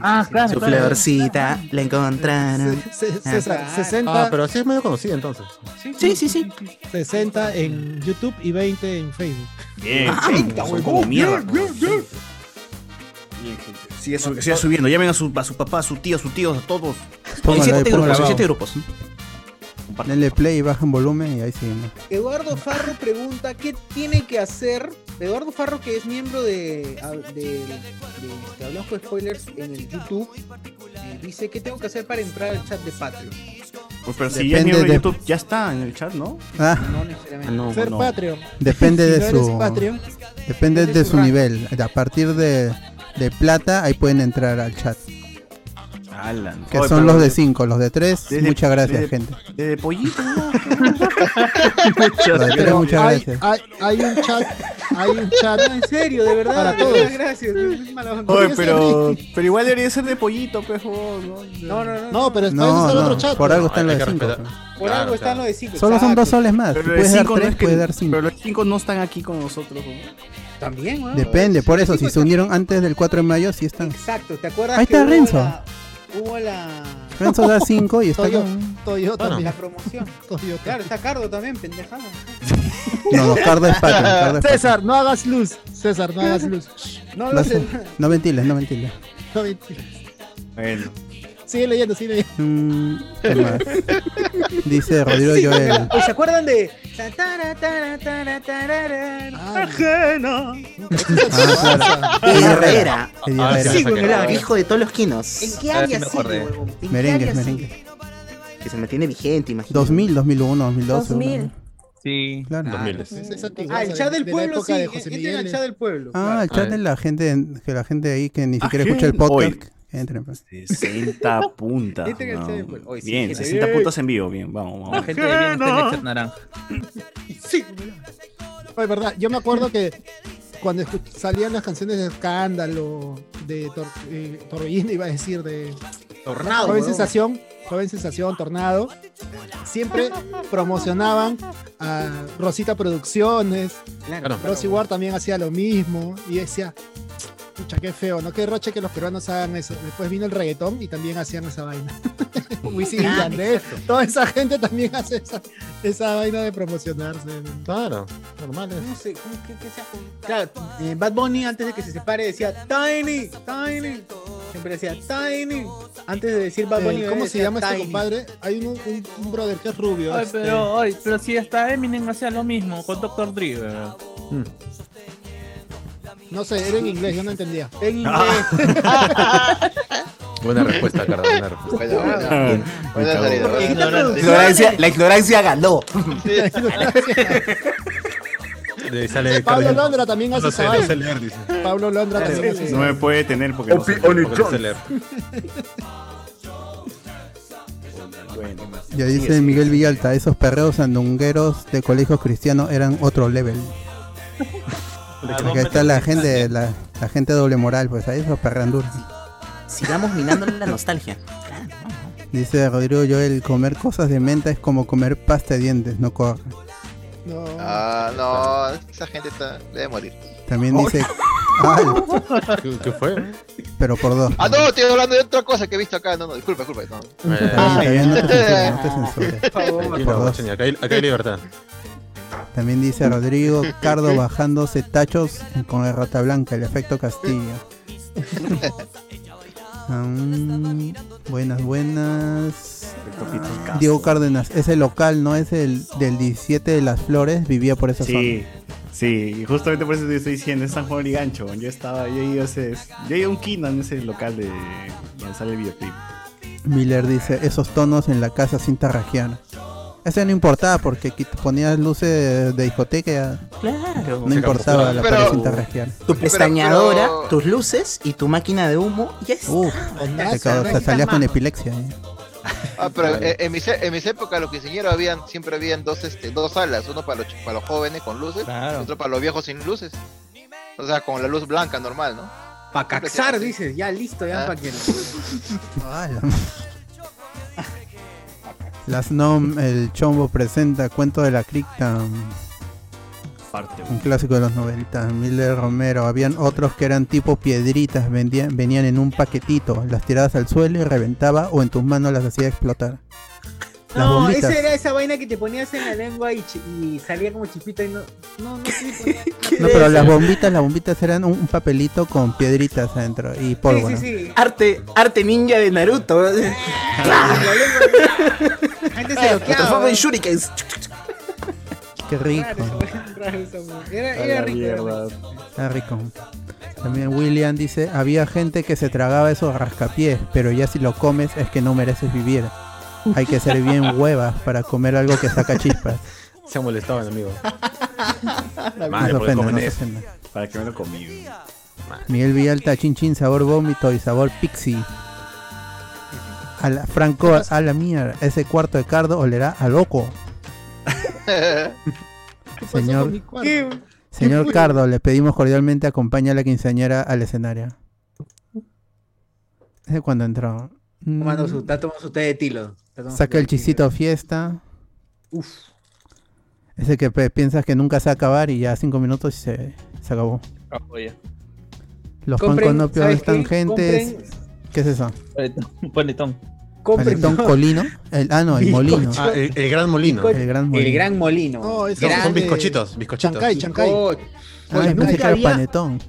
[SPEAKER 13] Ah,
[SPEAKER 4] Su florcita la encontraron.
[SPEAKER 8] César,
[SPEAKER 4] Ah,
[SPEAKER 8] 60.
[SPEAKER 4] ah, pero
[SPEAKER 3] sí es medio conocida entonces.
[SPEAKER 4] Sí, sí, sí.
[SPEAKER 8] 60 en YouTube y 20 en Facebook.
[SPEAKER 2] Ah, Bien, gente, son como mierda. Sigue, su- sigue subiendo. Llamen a su, a su papá, a su tío, a sus tíos, a todos. pues,
[SPEAKER 6] Póngala ahí, póngala abajo.
[SPEAKER 4] grupos.
[SPEAKER 6] Denle play, bajan volumen y ahí seguimos.
[SPEAKER 1] Eduardo Farro pregunta qué tiene que hacer. Eduardo Farro, que es miembro de, a- de, de- este, Hablamos con Spoilers en el YouTube, eh, dice qué tengo que hacer para entrar al chat de Patreon.
[SPEAKER 2] Pues, pero si
[SPEAKER 6] Depende
[SPEAKER 2] ya es miembro de
[SPEAKER 6] de-
[SPEAKER 2] YouTube, ya está en el chat, ¿no?
[SPEAKER 6] Ah.
[SPEAKER 1] No necesariamente.
[SPEAKER 2] no,
[SPEAKER 8] Ser
[SPEAKER 2] no.
[SPEAKER 8] Patreon.
[SPEAKER 6] Depende
[SPEAKER 8] Si
[SPEAKER 6] de
[SPEAKER 8] no eres
[SPEAKER 6] su.
[SPEAKER 8] Patreon,
[SPEAKER 6] depende
[SPEAKER 8] eres
[SPEAKER 6] de
[SPEAKER 8] su
[SPEAKER 6] su
[SPEAKER 8] rank.
[SPEAKER 6] nivel. A partir de, de plata, ahí pueden entrar al chat.
[SPEAKER 2] Alan.
[SPEAKER 6] Que
[SPEAKER 2] Oye,
[SPEAKER 6] son
[SPEAKER 2] pero-
[SPEAKER 6] los de 5, los de 3.
[SPEAKER 2] Desde-
[SPEAKER 6] Muchas gracias,
[SPEAKER 2] desde-
[SPEAKER 6] gente.
[SPEAKER 2] Desde pollito.
[SPEAKER 6] Los de tres,
[SPEAKER 8] Pero
[SPEAKER 6] muchas
[SPEAKER 8] hay,
[SPEAKER 6] gracias.
[SPEAKER 8] hay, hay un chat, hay un chat. en serio, de verdad. Para
[SPEAKER 1] de verdad,
[SPEAKER 8] todos.
[SPEAKER 1] gracias.
[SPEAKER 2] Oye, pero, pero igual debería ser de pollito, pues, por favor,
[SPEAKER 1] No, no, no.
[SPEAKER 8] No, pero está
[SPEAKER 6] No,
[SPEAKER 8] en el
[SPEAKER 6] no,
[SPEAKER 8] otro chat.
[SPEAKER 6] por algo
[SPEAKER 2] No,
[SPEAKER 6] están los
[SPEAKER 2] hay
[SPEAKER 6] de
[SPEAKER 2] que
[SPEAKER 6] 5.
[SPEAKER 2] respetar.
[SPEAKER 1] Por
[SPEAKER 2] Claro,
[SPEAKER 1] algo están
[SPEAKER 2] claro.
[SPEAKER 1] los de 5.
[SPEAKER 6] Solo son dos soles más. Si
[SPEAKER 2] Pero
[SPEAKER 6] puedes
[SPEAKER 2] los
[SPEAKER 6] dar
[SPEAKER 2] cinco no
[SPEAKER 6] 3,
[SPEAKER 2] es que-
[SPEAKER 6] puedes dar 5.
[SPEAKER 2] Pero los cinco no están aquí con nosotros. ¿no?
[SPEAKER 1] También, weón.
[SPEAKER 6] Depende, por eso, si se unieron antes del 4 de mayo, sí están.
[SPEAKER 1] Exacto, ¿te acuerdas?
[SPEAKER 6] Ahí
[SPEAKER 1] que
[SPEAKER 6] está
[SPEAKER 1] hubo
[SPEAKER 6] Renzo.
[SPEAKER 1] la- Hubo la,
[SPEAKER 6] Renzo da 5 y está
[SPEAKER 1] Toyo-
[SPEAKER 6] acá.
[SPEAKER 8] Toyota,
[SPEAKER 6] Bueno.
[SPEAKER 1] la promoción. Claro, está Cardo también, pendejada.
[SPEAKER 6] No, los cardo es Patreon, cardo es
[SPEAKER 8] César, no hagas luz. César, no hagas luz.
[SPEAKER 1] No
[SPEAKER 6] No, sé, no ventiles, no ventiles.
[SPEAKER 8] No, mentira.
[SPEAKER 2] Bueno.
[SPEAKER 8] Sigue leyendo, sigue leyendo.
[SPEAKER 6] Mm, ¿qué más? Dice Rodrigo Joel.
[SPEAKER 1] Oye, ¿Se acuerdan de? Tatara, tara, tara, tarara, Ajena.
[SPEAKER 6] Ah, claro. Eddie Herrera. Eddie
[SPEAKER 4] Ah, sí,
[SPEAKER 6] Herrera.
[SPEAKER 4] me saqué. hijo de todos los
[SPEAKER 1] ¿En
[SPEAKER 4] quinos.
[SPEAKER 1] qué área sigue, huevón? ¿En qué área
[SPEAKER 6] Merengues,
[SPEAKER 1] sigue?
[SPEAKER 6] merengues.
[SPEAKER 4] Que se mantiene vigente, imagínate.
[SPEAKER 6] 2000, 2001, 2002. seguro.
[SPEAKER 5] Sí.
[SPEAKER 6] Claro.
[SPEAKER 1] Ah, el chat del pueblo, este sí.
[SPEAKER 8] De José
[SPEAKER 1] Entren al
[SPEAKER 8] Miguel.
[SPEAKER 1] chat del pueblo.
[SPEAKER 6] Ah, el chat de la gente, que la gente ahí que ni siquiera
[SPEAKER 2] Ah,
[SPEAKER 6] escucha el
[SPEAKER 2] gente.
[SPEAKER 6] podcast.
[SPEAKER 2] Oye.
[SPEAKER 6] que entren, pues.
[SPEAKER 2] 60 puntas.
[SPEAKER 1] Viste que el
[SPEAKER 2] no.
[SPEAKER 1] chat de pueblo. Oye, sí,
[SPEAKER 2] Bien,
[SPEAKER 1] gente,
[SPEAKER 2] 60
[SPEAKER 1] bien.
[SPEAKER 2] puntas en vivo. Bien, vamos, vamos.
[SPEAKER 13] La gente de bien está en el chat naranja.
[SPEAKER 8] Sí. Es verdad, yo me acuerdo que cuando escu- salían las canciones de Escándalo, de Tor- eh, Torbellino, iba a decir, de
[SPEAKER 1] Tornado,
[SPEAKER 8] Joven
[SPEAKER 1] huevón.
[SPEAKER 8] Sensación, Joven Sensación, Tornado, siempre promocionaban a Rosita Producciones,
[SPEAKER 1] Claro.
[SPEAKER 8] Rosy Ward también hacía lo mismo y decía, pucha, qué feo, ¿no? Qué roche que los peruanos hagan eso. Después vino el reggaetón y también hacían esa vaina. Wisin y
[SPEAKER 1] Ah,
[SPEAKER 8] Yandel, toda esa gente también hace esa, esa vaina de promocionarse.
[SPEAKER 3] Claro, normal.
[SPEAKER 1] No sé, ¿cómo que, que sea? Claro, eh, Bad Bunny antes de que se separe decía Tiny, Tiny. Siempre decía Tiny. Antes de decir Bad Bunny,
[SPEAKER 8] Eh, ¿Cómo se
[SPEAKER 1] decía
[SPEAKER 8] llama este
[SPEAKER 1] Tiny.
[SPEAKER 8] compadre? Hay un, un- un brother que es rubio.
[SPEAKER 13] Ay,
[SPEAKER 8] este,
[SPEAKER 13] pero, ay, pero si hasta Eminem hacía lo mismo con Dr. Dre. weón.
[SPEAKER 6] Hmm.
[SPEAKER 8] No sé, era en inglés, yo no entendía.
[SPEAKER 1] En
[SPEAKER 6] Ah.
[SPEAKER 5] Ah.
[SPEAKER 3] Buena respuesta, Carlos. Buena respuesta.
[SPEAKER 1] Bien.
[SPEAKER 3] Buena
[SPEAKER 1] salida, buena salida.
[SPEAKER 4] La ignorancia, la ignorancia ganó.
[SPEAKER 3] Le sale
[SPEAKER 8] Pablo
[SPEAKER 3] Carlos.
[SPEAKER 8] Londra también hace
[SPEAKER 3] No
[SPEAKER 8] esa
[SPEAKER 3] sé, no
[SPEAKER 8] vaina.
[SPEAKER 3] sé leer, dice.
[SPEAKER 8] Pablo Londra también hace esa
[SPEAKER 2] No me
[SPEAKER 8] vaina.
[SPEAKER 2] puede tener porque no sé, porque
[SPEAKER 3] Only
[SPEAKER 2] no sé
[SPEAKER 3] Jones.
[SPEAKER 2] leer. Bueno,
[SPEAKER 6] Ya dice Miguel Villalta, esos perreos sandungueros de colegios cristianos eran otro level. Acá está la gente, la, la gente doble moral, pues ahí esos perrean duro.
[SPEAKER 4] Sigamos minando la nostalgia.
[SPEAKER 6] Dice Rodrigo Joel, comer cosas de menta es como comer pasta de dientes, no corre.
[SPEAKER 8] No.
[SPEAKER 7] Ah, no, esa gente está, debe morir.
[SPEAKER 6] También dice... Ay,
[SPEAKER 3] ¿Qué, qué fue?
[SPEAKER 6] pero por dos.
[SPEAKER 7] Ah, no, estoy hablando de otra cosa que he visto acá. No, no, disculpa, disculpa. No.
[SPEAKER 6] Está bien, está bien, no te censures, no te censures.
[SPEAKER 3] Tranquilo,
[SPEAKER 6] Por dos.
[SPEAKER 3] Chani, acá, hay, acá hay libertad.
[SPEAKER 6] También dice Rodrigo Cardo bajándose tachos con la rata blanca, el efecto Castillo. Aún, buenas, buenas. Ah, Diego Cárdenas, ese local no es el del 17 de las flores, vivía por esa
[SPEAKER 2] Sí, sí, y justamente por eso te estoy diciendo, es San Juan y Gancho. Yo estaba, yo iba a ese, yo iba a un kino en ese local de donde sale el videoclip.
[SPEAKER 6] zona. Miller dice, esos tonos en la casa sin tarrajear. Ese no importaba porque quit- ponías luces de discoteca. ya
[SPEAKER 4] Claro.
[SPEAKER 6] No importaba la
[SPEAKER 4] Pero-
[SPEAKER 6] pared interracial.
[SPEAKER 4] Tu pestañadora, tus luces y tu máquina de humo, ya está.
[SPEAKER 6] Te cago- te salías con epilepsia. eh.
[SPEAKER 7] Ah, pero eh, en, mis, e- en mis épocas los quinceañeros habían, siempre habían dos, este, dos salas, uno para los, ch- para los jóvenes con luces, otro para los viejos sin luces. O sea, con la luz blanca normal, ¿no?
[SPEAKER 1] Para
[SPEAKER 7] caxar,
[SPEAKER 1] dices, ya listo,
[SPEAKER 6] Ah.
[SPEAKER 1] ya para que.
[SPEAKER 6] Las NOM, el Chombo presenta Cuento de la Cripta.
[SPEAKER 2] Parte
[SPEAKER 6] Un clásico de los 90, Miller Romero. Habían otros que eran tipo piedritas, vendían, venían en un paquetito, las tirabas al suelo y reventaba o en tus manos las hacía explotar. Las
[SPEAKER 1] No,
[SPEAKER 6] bombitas.
[SPEAKER 1] esa era esa vaina que te ponías en la lengua y, chi- y salía como chipita y no. No, no sé. ponía-
[SPEAKER 6] No, pero las bombitas, las bombitas eran un, un papelito con piedritas adentro y pólvora.
[SPEAKER 4] Arte, arte ninja de Naruto.
[SPEAKER 1] Antes se
[SPEAKER 4] Me
[SPEAKER 1] loqueaba.
[SPEAKER 4] transformo en
[SPEAKER 1] weón.
[SPEAKER 4] shurikens.
[SPEAKER 6] Qué rico.
[SPEAKER 1] Raro esa weá, raro esa weá. Era,
[SPEAKER 6] A
[SPEAKER 1] era
[SPEAKER 6] la
[SPEAKER 1] rico. era rico.
[SPEAKER 6] Está rico. También William dice, había gente que se tragaba esos rascapiés, pero ya si lo comes es que no mereces vivir. Hay que ser bien huevas para comer algo que saca chispas.
[SPEAKER 3] Se han molestado, amigo.
[SPEAKER 6] No se
[SPEAKER 2] porque
[SPEAKER 6] ofenda,
[SPEAKER 2] comen
[SPEAKER 6] no se
[SPEAKER 2] eso.
[SPEAKER 6] ofenda.
[SPEAKER 2] ¿Para qué me lo comí?
[SPEAKER 6] Miguel Villalta, chin chin, sabor vómito y sabor pixie. A la, Franco, a la mierda, ese cuarto de cardo olerá a loco. Señor,
[SPEAKER 1] ¿Qué?
[SPEAKER 6] señor
[SPEAKER 1] ¿Qué fue?
[SPEAKER 6] Cardo, le pedimos cordialmente acompañe a la quinceañera al escenario. Ese cuando entró.
[SPEAKER 1] Tomando
[SPEAKER 6] Mm.
[SPEAKER 1] su, está tomando su té de tilo. Está tomando
[SPEAKER 6] Saca
[SPEAKER 1] su
[SPEAKER 6] el
[SPEAKER 1] té de
[SPEAKER 6] chisito fiesta. Ese que pe- piensas que nunca se va a acabar y ya cinco minutos y se, se acabó. Los
[SPEAKER 5] Compren,
[SPEAKER 6] panconopios
[SPEAKER 5] ¿sabes
[SPEAKER 6] están
[SPEAKER 5] qué?
[SPEAKER 6] gentes. ¿Qué es eso?
[SPEAKER 5] Panetón.
[SPEAKER 6] Paletón colino. El, ah, no, el
[SPEAKER 5] Bizcocho.
[SPEAKER 6] molino.
[SPEAKER 3] Ah, el- el gran molino.
[SPEAKER 6] El gran molino.
[SPEAKER 1] El gran molino.
[SPEAKER 8] No,
[SPEAKER 3] Son- son bizcochitos, bizcochitos.
[SPEAKER 1] Chancay, chancay.
[SPEAKER 6] Ah,
[SPEAKER 1] Oye,
[SPEAKER 6] yo pensé que
[SPEAKER 1] nunca
[SPEAKER 6] era
[SPEAKER 1] había-
[SPEAKER 6] panetón.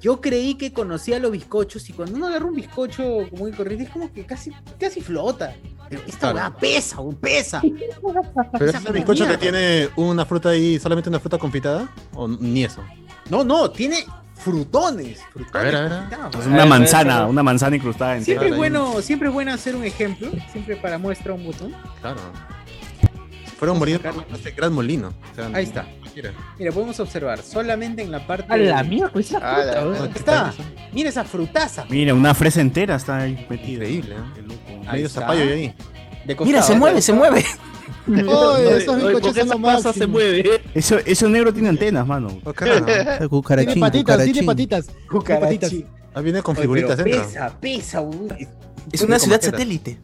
[SPEAKER 1] Yo creí que conocía los bizcochos y cuando uno agarra un bizcocho como que corriente es como que casi, casi flota. Pero esta
[SPEAKER 3] Claro.
[SPEAKER 1] weá pesa, weón, pesa.
[SPEAKER 3] ¿Pero
[SPEAKER 1] Esa
[SPEAKER 3] ese es el bizcocho que
[SPEAKER 1] mierda.
[SPEAKER 3] tiene una fruta ahí, solamente una fruta confitada? ¿O ni eso?
[SPEAKER 1] No, no, tiene frutones. frutones
[SPEAKER 3] A ver, a ver, a ver.
[SPEAKER 1] fritados.
[SPEAKER 2] Es una manzana, una manzana incrustada en
[SPEAKER 1] Siempre es
[SPEAKER 2] tierra.
[SPEAKER 1] bueno, siempre es bueno hacer un ejemplo, siempre para muestra un botón.
[SPEAKER 3] Claro. Fueron molidos por ese gran molino. O sea,
[SPEAKER 1] Ahí está.
[SPEAKER 3] cualquiera.
[SPEAKER 1] Mira, podemos observar solamente en la parte
[SPEAKER 3] A Ah, la pues,
[SPEAKER 1] mierda, esa
[SPEAKER 3] fruta, weón.
[SPEAKER 1] está. Mira esa frutaza.
[SPEAKER 2] Mira, una fresa entera está ahí metida.
[SPEAKER 3] Increíble,
[SPEAKER 1] Ahí
[SPEAKER 2] Medio
[SPEAKER 1] está.
[SPEAKER 2] zapallo ahí.
[SPEAKER 1] De
[SPEAKER 4] Mira, se mueve, se mueve.
[SPEAKER 8] esos bizcochos son lo máximo.
[SPEAKER 2] mueve. Eso, ese negro tiene antenas, mano.
[SPEAKER 8] Oh, Tiene patitas, tiene patitas. Tiene patitas.
[SPEAKER 3] Ah, viene con
[SPEAKER 2] Oye,
[SPEAKER 3] figuritas
[SPEAKER 2] pero
[SPEAKER 3] dentro.
[SPEAKER 1] Pesa, pesa, weón.
[SPEAKER 4] Es una ciudad
[SPEAKER 3] Como
[SPEAKER 4] satélite.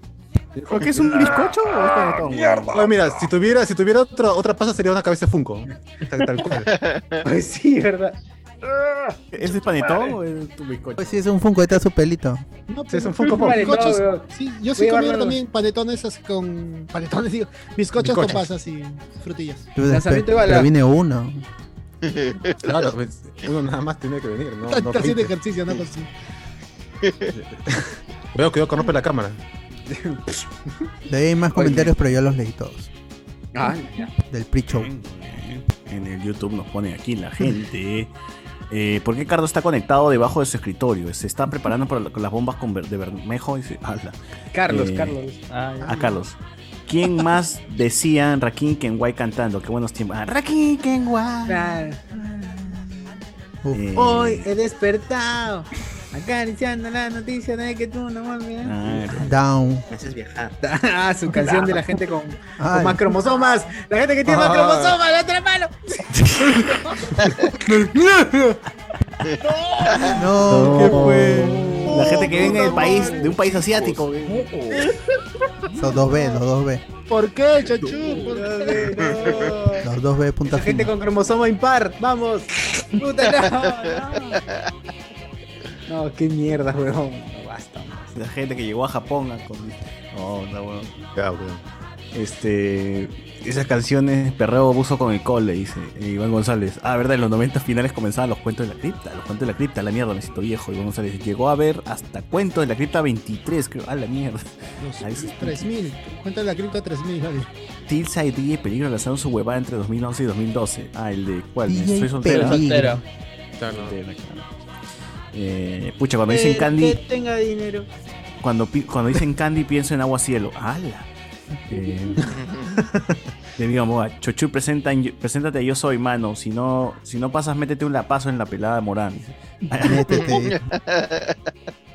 [SPEAKER 2] ¿Por qué es un bizcocho o
[SPEAKER 1] Ah,
[SPEAKER 2] es panetón?
[SPEAKER 3] Oye, mira, si tuviera, si tuviera otra, otra pasa sería una cabeza de Funko. Tal, tal cual.
[SPEAKER 1] Pues sí, ¿verdad?
[SPEAKER 2] ¿Ese Ah, es panetón o es tu bizcocho?
[SPEAKER 6] Pues sí, es un funko, ahí está su pelito.
[SPEAKER 8] No,
[SPEAKER 6] Sí, son
[SPEAKER 8] pero-
[SPEAKER 6] Funko Pop.
[SPEAKER 8] bizcochos.
[SPEAKER 1] Vale, no, weón.
[SPEAKER 8] Sí, yo
[SPEAKER 1] Voy
[SPEAKER 8] sí
[SPEAKER 1] a
[SPEAKER 8] comía
[SPEAKER 1] guardarlo.
[SPEAKER 8] también panetones así con. Panetones, digo. Bizcochos con
[SPEAKER 3] Bizcochos.
[SPEAKER 8] pasas y frutillas.
[SPEAKER 6] Pero, después- pero viene uno.
[SPEAKER 3] Claro, pues, uno nada más tiene que venir, ¿no?
[SPEAKER 8] Está
[SPEAKER 3] no
[SPEAKER 8] está haciendo
[SPEAKER 3] veinte.
[SPEAKER 8] ejercicio, no Pues consigo.
[SPEAKER 3] Veo que yo corrompe la cámara.
[SPEAKER 6] De ahí hay más comentarios, pero yo los leí todos.
[SPEAKER 1] Ah, ya.
[SPEAKER 6] Del pre-show.
[SPEAKER 2] En el YouTube nos pone aquí la gente. Eh, ¿Por qué Cardo está conectado debajo de su escritorio? Se está preparando para la- con las bombas con ver- de Bermejo y se habla.
[SPEAKER 1] Carlos,
[SPEAKER 2] Eh,
[SPEAKER 1] Carlos. Ay,
[SPEAKER 6] Ah,
[SPEAKER 2] A Carlos. ¿Quién más decía Rakim Kenway cantando? Qué buenos tiempos. Ah, Rakim Kenway. Eh,
[SPEAKER 1] Hoy he despertado acariciando la noticia de que tú no mames.
[SPEAKER 6] Down.
[SPEAKER 1] Ah, su canción de la gente con, con
[SPEAKER 8] Ah,
[SPEAKER 6] Ay.
[SPEAKER 1] más cromosomas. La gente que tiene más
[SPEAKER 6] Ah.
[SPEAKER 1] cromosomas, la otra mano.
[SPEAKER 6] No, ¿qué fue?
[SPEAKER 2] La gente que viene del país, de un país asiático.
[SPEAKER 6] Los 2B, los 2B.
[SPEAKER 1] ¿Por qué, chachu? ¿Por qué? No.
[SPEAKER 6] Los 2B punta
[SPEAKER 1] Gente
[SPEAKER 6] fina.
[SPEAKER 1] con cromosoma impar, vamos. Puta, no, no. No, qué mierda, weón. No basta.
[SPEAKER 2] La gente que llegó a Japón a con... No, no, weón. Este. Esas canciones, perreo abuso con el cole, dice Iván González. Ah, verdad, en los 90 finales comenzaban los cuentos de la cripta. Los cuentos de la cripta, la mierda, me siento viejo. Iván González llegó a ver hasta cuentos de la cripta 23, creo. Ah, la mierda. Ahí sí.
[SPEAKER 8] 3000. Cuenta la cripta 3000, Javi.
[SPEAKER 2] Tilsa y DJ Peligro lanzaron su huevada entre 2011 y 2012. Ah, el de cuál?
[SPEAKER 8] DJ
[SPEAKER 2] Soy soltera.
[SPEAKER 8] Peligro.
[SPEAKER 2] Soltera, claro. Eh, pucha, cuando dicen Candy,
[SPEAKER 1] Que tenga dinero.
[SPEAKER 2] cuando, pi- cuando dicen Candy pienso en agua cielo. ¡Hala! Eh, de mi Moa, Chochu, presenta en- preséntate, yo soy mano. Si no, si no pasas, métete un lapazo en la pelada de Morán.
[SPEAKER 6] Métete.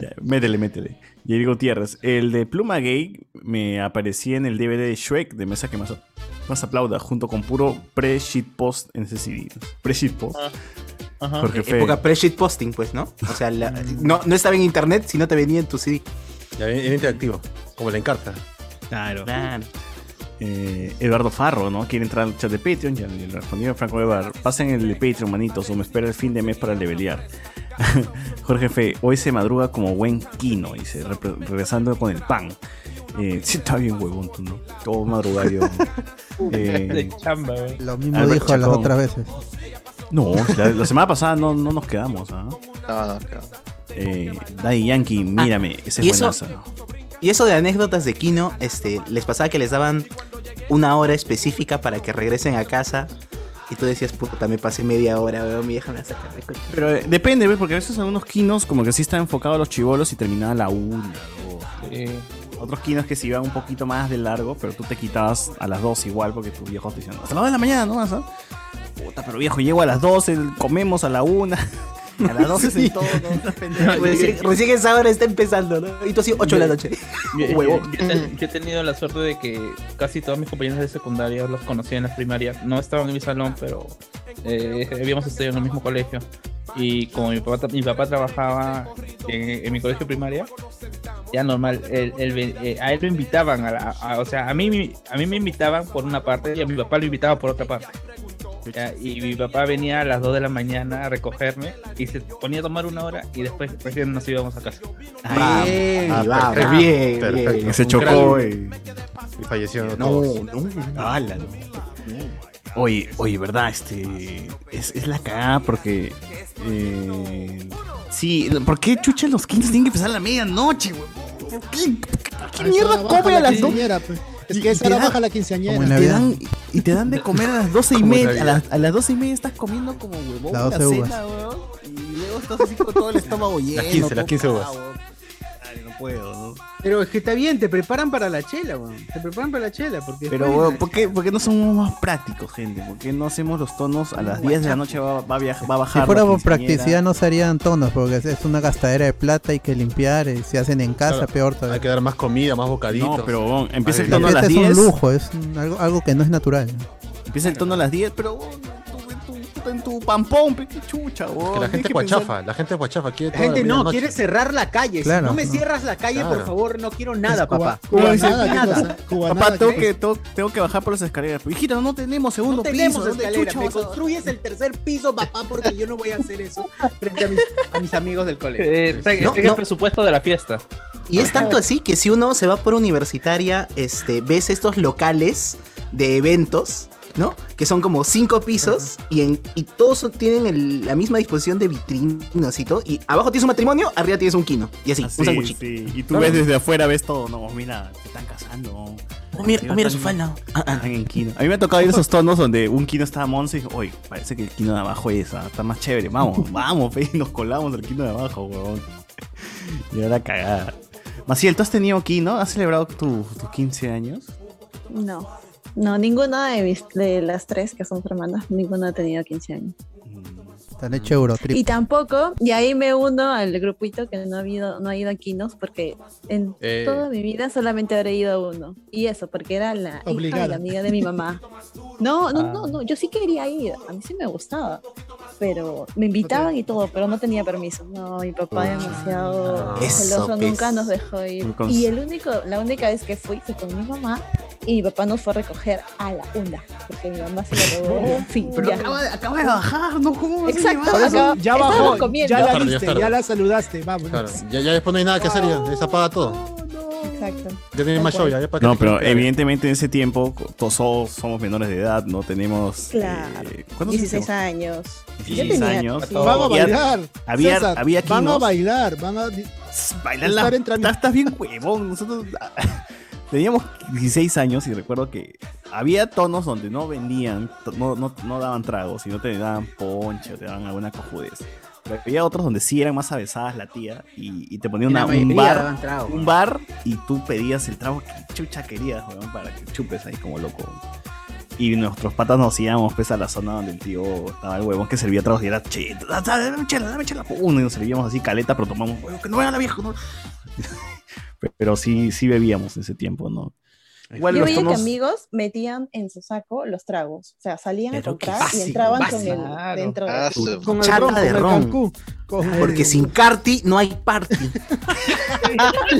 [SPEAKER 2] Ya, métele, métele. Yair Gutiérrez, el de Pluma Gay me aparecía en el DVD de Shrek de Mesa que más, más aplauda, junto con puro pre-shitpost en ese CD. Pre-shitpost. Jorge Fe.
[SPEAKER 4] E-, Época pre-shit posting, pues, ¿no? O sea, la- no, no estaba en internet, sino te venía en tu CD.
[SPEAKER 2] Eh,
[SPEAKER 3] Era interactivo, como la encarta.
[SPEAKER 2] Claro. Eh, Eduardo Farro, ¿no? Quiere entrar al chat de Patreon. Ya le respondí a Franco Evar. Pasen el de Patreon, manitos, o me espera el fin de mes para levelear. Jorge Fe, hoy se madruga como buen quino, dice, repre- regresando con el pan. Eh, sí, está bien, huevón, tú, ¿no? Todo madrugario. Eh,
[SPEAKER 5] chamba,
[SPEAKER 6] Lo mismo
[SPEAKER 2] Albert
[SPEAKER 6] dijo las
[SPEAKER 2] Chacón.
[SPEAKER 6] otras veces.
[SPEAKER 2] No, la, la semana pasada no, no nos quedamos, ¿ah? Eh, Daddy Yankee, mírame, ese
[SPEAKER 4] Ah, y
[SPEAKER 2] es
[SPEAKER 4] eso-
[SPEAKER 2] buenazo.
[SPEAKER 4] Y eso de anécdotas de Kino, este, les pasaba que les daban una hora específica para que regresen a casa. Y tú decías, puta, me pasé media hora, weón, mi vieja me va a sacar de coche.
[SPEAKER 2] Pero eh, depende, ¿ves? Porque a veces algunos quinos como que sí están enfocados a los chivolos y terminaban la una, dos. Otros quinos que se iban un poquito más de largo, pero tú te quitabas a las dos igual porque tus viejos te decían, hasta las dos de la mañana, ¿no? Hasta- Puta, pero viejo, llego a las 12, comemos a la una. A las 12
[SPEAKER 4] Sí.
[SPEAKER 2] es todo, ¿no? Pendejo.
[SPEAKER 4] Recién, recién esa hora está empezando, ¿no? Y tú así, 8 de la noche.
[SPEAKER 5] Yo, yo-
[SPEAKER 4] Huevo.
[SPEAKER 5] yo he ten- yo he tenido la suerte de que casi todos mis compañeros de secundaria los conocía en la primaria. No estaban en mi salón, pero eh, habíamos estudiado en el mismo colegio. Y como mi papá, mi papá trabajaba en, en mi colegio primaria, ya normal, él- él ven- eh, a él lo invitaban, a la- a- o sea, a mí, mi- a mí me invitaban por una parte y a mi papá lo invitaba por otra parte. Ya, y mi papá venía a las 2 de la mañana a recogerme y se ponía a tomar una hora y después recién nos íbamos a casa.
[SPEAKER 4] Vamos.
[SPEAKER 5] Bien.
[SPEAKER 4] Ah, Vamos. perfecto. Bien, Perfecto. bien. Se chocó y-
[SPEAKER 3] Y falleció.
[SPEAKER 2] No,
[SPEAKER 3] todos.
[SPEAKER 2] no, ala, no. Oye, oye, ¿verdad? Este. Es, es la cagada porque. eh, sí, ¿por qué chucha los 15 tienen que empezar a la medianoche, güey? ¿Por qué, por qué mierda come a las dos?
[SPEAKER 8] Es que esa
[SPEAKER 2] te
[SPEAKER 8] hora
[SPEAKER 2] da-
[SPEAKER 8] baja la quinceañera.
[SPEAKER 2] Y te, dan, y te dan de comer a las 12 y
[SPEAKER 8] Como
[SPEAKER 2] media. A
[SPEAKER 8] Navidad.
[SPEAKER 2] las, a las 12 y media estás comiendo como huevón.
[SPEAKER 8] Las 12
[SPEAKER 2] una
[SPEAKER 8] uvas.
[SPEAKER 2] cena, huevón, Y luego estás así con todo el estómago lleno.
[SPEAKER 3] Las 15, las
[SPEAKER 2] todo
[SPEAKER 3] 15 uvas.
[SPEAKER 2] cagado. Ay, no puedo, ¿no?
[SPEAKER 14] Pero es que está bien, te preparan para la chela, weón. Te preparan para la chela, porque.
[SPEAKER 2] Pero,
[SPEAKER 14] después-
[SPEAKER 2] weón, ¿por qué, por qué no somos más prácticos, gente? ¿Por qué no hacemos los tonos a las 10 de la noche? Va, va a, viaj- va a bajar.
[SPEAKER 6] Si fuera
[SPEAKER 2] la
[SPEAKER 6] por
[SPEAKER 2] quinceañera?
[SPEAKER 6] practicidad no serían tonos, porque es- es una gastadera de plata, hay que limpiar, y si hacen en casa,
[SPEAKER 3] Claro,
[SPEAKER 6] peor todavía.
[SPEAKER 3] Hay que dar más comida, más bocaditos.
[SPEAKER 2] No, pero, huevón, empieza el
[SPEAKER 6] La
[SPEAKER 2] tono a las
[SPEAKER 6] fiesta
[SPEAKER 2] 10.
[SPEAKER 6] es un lujo, es un- algo, algo que no es natural.
[SPEAKER 2] Empieza el tono a las 10, pero huevón, tú- tú- tú- en tu pampón, pe, qué chucha, huevón.
[SPEAKER 3] Que la gente
[SPEAKER 2] Tienes que
[SPEAKER 3] guachafa,
[SPEAKER 2] pensar-
[SPEAKER 3] la gente guachafa
[SPEAKER 14] La
[SPEAKER 3] quiere toda
[SPEAKER 14] gente no,
[SPEAKER 3] medianoche.
[SPEAKER 14] quiere cerrar la calle. Si
[SPEAKER 3] Claro,
[SPEAKER 14] no me
[SPEAKER 3] no.
[SPEAKER 14] cierras la calle, por
[SPEAKER 3] Claro.
[SPEAKER 14] favor, no quiero nada, papá.
[SPEAKER 2] Huevón, dice,
[SPEAKER 14] nada, nada.
[SPEAKER 2] Papá, tengo que, tengo, tengo que bajar por las escaleras. Hijita, no tenemos segundo
[SPEAKER 14] No tenemos
[SPEAKER 2] piso. ¿dónde
[SPEAKER 14] escalera.
[SPEAKER 2] chucha
[SPEAKER 14] Me
[SPEAKER 2] vas a-
[SPEAKER 14] construyes el tercer piso, papá, porque yo no voy a hacer eso frente a mis, a mis amigos del colegio.
[SPEAKER 5] Eh, está-
[SPEAKER 4] No,
[SPEAKER 5] está en
[SPEAKER 4] no.
[SPEAKER 5] el presupuesto de la fiesta.
[SPEAKER 4] Y es tanto así que si uno se va por universitaria, este, ves estos locales de eventos, ¿no? Que son como cinco pisos y, en, y todos son- tienen el- la misma disposición de vitrinas y todo. Y abajo tienes un matrimonio, arriba tienes un kino. Y así, un
[SPEAKER 2] Ah, Sí,
[SPEAKER 4] sanguchito.
[SPEAKER 2] sí. Y tú
[SPEAKER 4] Claro.
[SPEAKER 2] ves desde afuera, ves todo. No, mira, se están casando.
[SPEAKER 4] Oh, mira, oh, mira su falda.
[SPEAKER 2] Están en Kino. A mí me ha tocado ir a esos tonos donde un Kino estaba monce y dijo, oye, parece que el Kino de abajo es, ah, está más chévere. Vamos, vamos, fe, y nos colamos al Kino de abajo, huevón. Y ahora cagada. Maciel, ¿tú has tenido Kino? ¿Has celebrado tu- tus 15 años?
[SPEAKER 9] No, no, ninguna de, mis, de las tres que son hermanas, ninguna ha tenido 15 años.
[SPEAKER 6] Están hecho Eurotrip.
[SPEAKER 9] Y tampoco, y ahí me uno al grupito que no ha, habido, no ha ido a Quinos porque en
[SPEAKER 6] Eh.
[SPEAKER 9] toda mi vida solamente habré ido a uno. Y eso, porque era la hija de
[SPEAKER 19] Obligada.
[SPEAKER 9] la amiga de mi mamá. No, no, no, no, yo sí quería ir, a mí sí me gustaba, pero me invitaban y todo, pero no tenía permiso. No, mi papá demasiado
[SPEAKER 19] Eso,
[SPEAKER 9] celoso
[SPEAKER 19] pues.
[SPEAKER 9] nunca nos dejó ir.
[SPEAKER 19] Muy cons-
[SPEAKER 9] Y el único, la única vez que fui fue con mi mamá y mi papá nos fue a recoger a la una, porque mi mamá se la robó. En fin,
[SPEAKER 19] Pero
[SPEAKER 9] ya.
[SPEAKER 19] acaba de-
[SPEAKER 2] acaba de bajar, ¿no? ¿Cómo
[SPEAKER 9] vas a Exacto, llevar? acaba-
[SPEAKER 8] ya
[SPEAKER 9] estábamos
[SPEAKER 8] bajó,
[SPEAKER 9] comiendo.
[SPEAKER 8] ya la
[SPEAKER 3] Tarde, ya
[SPEAKER 8] viste,
[SPEAKER 3] tarde.
[SPEAKER 8] ya la saludaste, vamos.
[SPEAKER 3] Claro, ya, ya después no hay nada que hacer, ya, ya se apaga todo.
[SPEAKER 9] Exacto.
[SPEAKER 3] Ya tienen más show, ya, ya para que
[SPEAKER 2] No,
[SPEAKER 3] te-
[SPEAKER 2] pero evidentemente en ese tiempo todos somos- somos menores de edad, no tenemos...
[SPEAKER 9] Claro.
[SPEAKER 2] eh, ¿cuántos
[SPEAKER 9] 16 años. Yo
[SPEAKER 2] 16
[SPEAKER 9] tenía
[SPEAKER 2] años.
[SPEAKER 9] todo.
[SPEAKER 8] Van a
[SPEAKER 2] Había-
[SPEAKER 8] bailar.
[SPEAKER 2] había-
[SPEAKER 8] César,
[SPEAKER 2] había
[SPEAKER 8] Van a
[SPEAKER 2] quinos.
[SPEAKER 8] bailar, van a di-
[SPEAKER 2] Bailar la-
[SPEAKER 8] estar
[SPEAKER 2] estás, estás bien huevón. Nosotros teníamos 16 años y recuerdo que había tonos donde no vendían, no, no, no daban tragos, sino te daban ponche, te daban alguna cojudez. Pero había otros donde sí eran más avesadas la tía y, y te ponía
[SPEAKER 1] Y la
[SPEAKER 2] una, un
[SPEAKER 1] mayoría
[SPEAKER 2] bar,
[SPEAKER 1] daban trago,
[SPEAKER 2] un
[SPEAKER 1] ¿no?
[SPEAKER 2] bar y tú pedías el trago que chucha querías, weón, para que chupes ahí como loco. Y nuestros patas nos íbamos pues a la zona donde el tío estaba el huevón que servía tragos y era che, da- da- dame chela, dame chela, uno y nos servíamos así caleta, pero tomamos huevón, que no vea la vieja, ¿no? Pero sí, sí bebíamos en ese tiempo, ¿no? Igual
[SPEAKER 9] Yo
[SPEAKER 2] los
[SPEAKER 9] veía que
[SPEAKER 2] tomos-
[SPEAKER 9] amigos metían en su saco los tragos. O sea, salían a
[SPEAKER 4] Pero qué
[SPEAKER 9] comprar y
[SPEAKER 4] básico,
[SPEAKER 9] entraban con
[SPEAKER 4] básico.
[SPEAKER 9] el. Dentro de-
[SPEAKER 4] Tu chata de ron. Porque sin carti no hay party.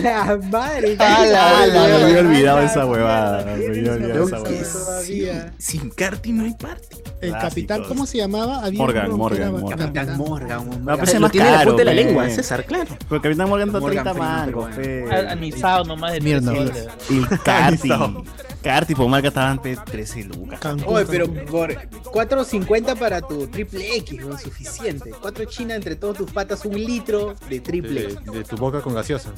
[SPEAKER 1] la madre.
[SPEAKER 2] Ah, la- me había olvidado esa huevada. Me había olvidado esa
[SPEAKER 1] Que
[SPEAKER 2] huevada.
[SPEAKER 1] todavía.
[SPEAKER 4] Sin Carti no hay parte.
[SPEAKER 1] El
[SPEAKER 2] Clásicos.
[SPEAKER 1] capitán, eh, ¿cómo se llamaba? Había
[SPEAKER 2] Morgan,
[SPEAKER 1] uno que era
[SPEAKER 2] Morgan, Morgan.
[SPEAKER 1] Capitán Morgan. un
[SPEAKER 2] No,
[SPEAKER 1] Morgan.
[SPEAKER 2] pero ese es más caro, pe. Pero Capitán Morgan está
[SPEAKER 1] Morgan
[SPEAKER 2] 30
[SPEAKER 1] Freeman,
[SPEAKER 2] mangos,
[SPEAKER 1] pero
[SPEAKER 2] pe.
[SPEAKER 5] Al- Almizado nomás de
[SPEAKER 2] Mierda,
[SPEAKER 5] tres
[SPEAKER 2] pues.
[SPEAKER 5] soles.
[SPEAKER 2] Y el Carti.
[SPEAKER 5] Almizado.
[SPEAKER 2] Carti por marca estaban pe, 13 lucas.
[SPEAKER 1] Oye, pero por 4.50 para tu triple X, no suficiente. Cuatro chinas entre todos tus patas, un litro de triple
[SPEAKER 3] eh, De,
[SPEAKER 1] X.
[SPEAKER 3] de tu boca con gaseosa.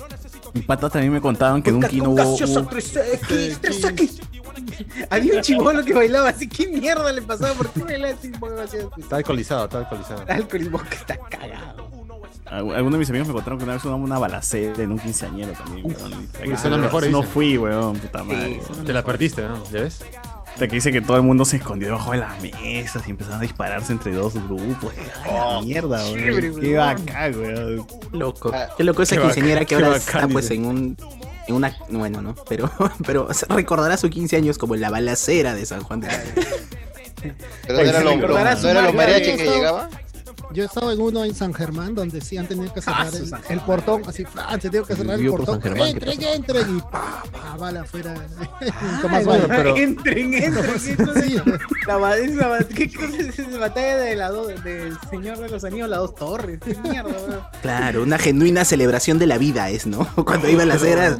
[SPEAKER 2] Mis patas también me contaban que en un kino hubo,
[SPEAKER 1] Gaseosa
[SPEAKER 2] hubo-
[SPEAKER 1] 3X, 3X. Había un chivolo que bailaba así, ¿qué mierda le pasaba? ¿Por qué bailaba así? Porque hacía-
[SPEAKER 3] Está alcoholizado, está alcoholizado.
[SPEAKER 1] Alcoholismo que está cagado.
[SPEAKER 2] algu- Algunos de mis amigos me contaron que una vez hubo una balacera en un quinceañero también. weón.
[SPEAKER 3] uy, son los mejores,
[SPEAKER 2] No
[SPEAKER 3] dicen.
[SPEAKER 2] fui, weón, puta madre.
[SPEAKER 3] Te la perdiste, ¿no? ¿Ya ves?
[SPEAKER 2] Hasta que dice que todo el mundo se escondió debajo de las mesas y empezaron a dispararse entre dos grupos. ¡Ay,
[SPEAKER 1] Oh,
[SPEAKER 2] la mierda,
[SPEAKER 4] chévere,
[SPEAKER 2] weón. Qué
[SPEAKER 4] weón.
[SPEAKER 2] bacán, weón.
[SPEAKER 4] Loco. Qué loco esa
[SPEAKER 2] Qué
[SPEAKER 4] quinceañera
[SPEAKER 2] bacán,
[SPEAKER 4] que ahora
[SPEAKER 2] qué
[SPEAKER 4] está
[SPEAKER 2] bacán,
[SPEAKER 4] pues
[SPEAKER 2] dice.
[SPEAKER 4] en un en una bueno, ¿no? Pero pero se recordará sus 15 años como la balacera de San Juan de Pues,
[SPEAKER 7] Pues Pero no era lo-
[SPEAKER 1] Recordarás
[SPEAKER 7] no era
[SPEAKER 1] un
[SPEAKER 7] los
[SPEAKER 1] Mario
[SPEAKER 7] mariachis que
[SPEAKER 1] Bros.
[SPEAKER 7] llegaba.
[SPEAKER 1] Yo estaba en uno en San Germán donde sí han tenido que cerrar
[SPEAKER 7] su
[SPEAKER 1] el,
[SPEAKER 7] San
[SPEAKER 1] el portón, así, ¡fran! se tiene que cerrar el
[SPEAKER 11] Vivo por
[SPEAKER 1] portón.
[SPEAKER 11] San Germán,
[SPEAKER 1] entren, entren, y pa, pa, bala afuera.
[SPEAKER 8] Ah, bueno, pero-
[SPEAKER 1] Entren, entren. ¿qué cosa es? la, ba- es la ba- ¿Qué cosa es esa batalla de la do- del Señor de los Anillos, las dos torres? ¿Qué mierda, weón?
[SPEAKER 4] Claro, una genuina celebración de la vida es, ¿no? Cuando iba a las eras.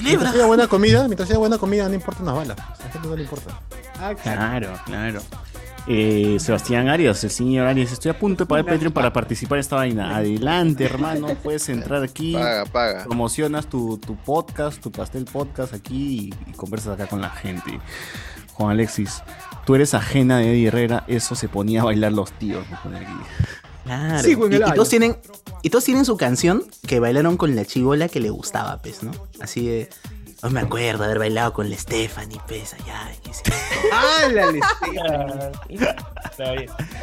[SPEAKER 3] Mientras haya buena comida, mientras haya buena comida, no importan las balas. A la gente no le importa.
[SPEAKER 2] Claro, claro. Eh, Sebastián Arias, el señor Arias, estoy a punto de pagar Patreon para participar en esta vaina. Adelante, hermano, puedes entrar aquí.
[SPEAKER 7] Paga, paga.
[SPEAKER 2] Promocionas tu, tu podcast, tu pastel podcast aquí y, y conversas acá con la gente. Juan Alexis, tú eres ajena de Eddie Herrera, eso se ponía a bailar los tíos. me pone aquí.
[SPEAKER 4] Claro.
[SPEAKER 2] Sigo en
[SPEAKER 4] y,
[SPEAKER 2] el
[SPEAKER 4] y
[SPEAKER 2] año.
[SPEAKER 4] todos tienen, y todos tienen su canción que bailaron con la chivola que le gustaba, pues, ¿no? Así de. Hoy me acuerdo haber bailado con la Stephanie, pues, allá. y sí.
[SPEAKER 1] ¡Álale!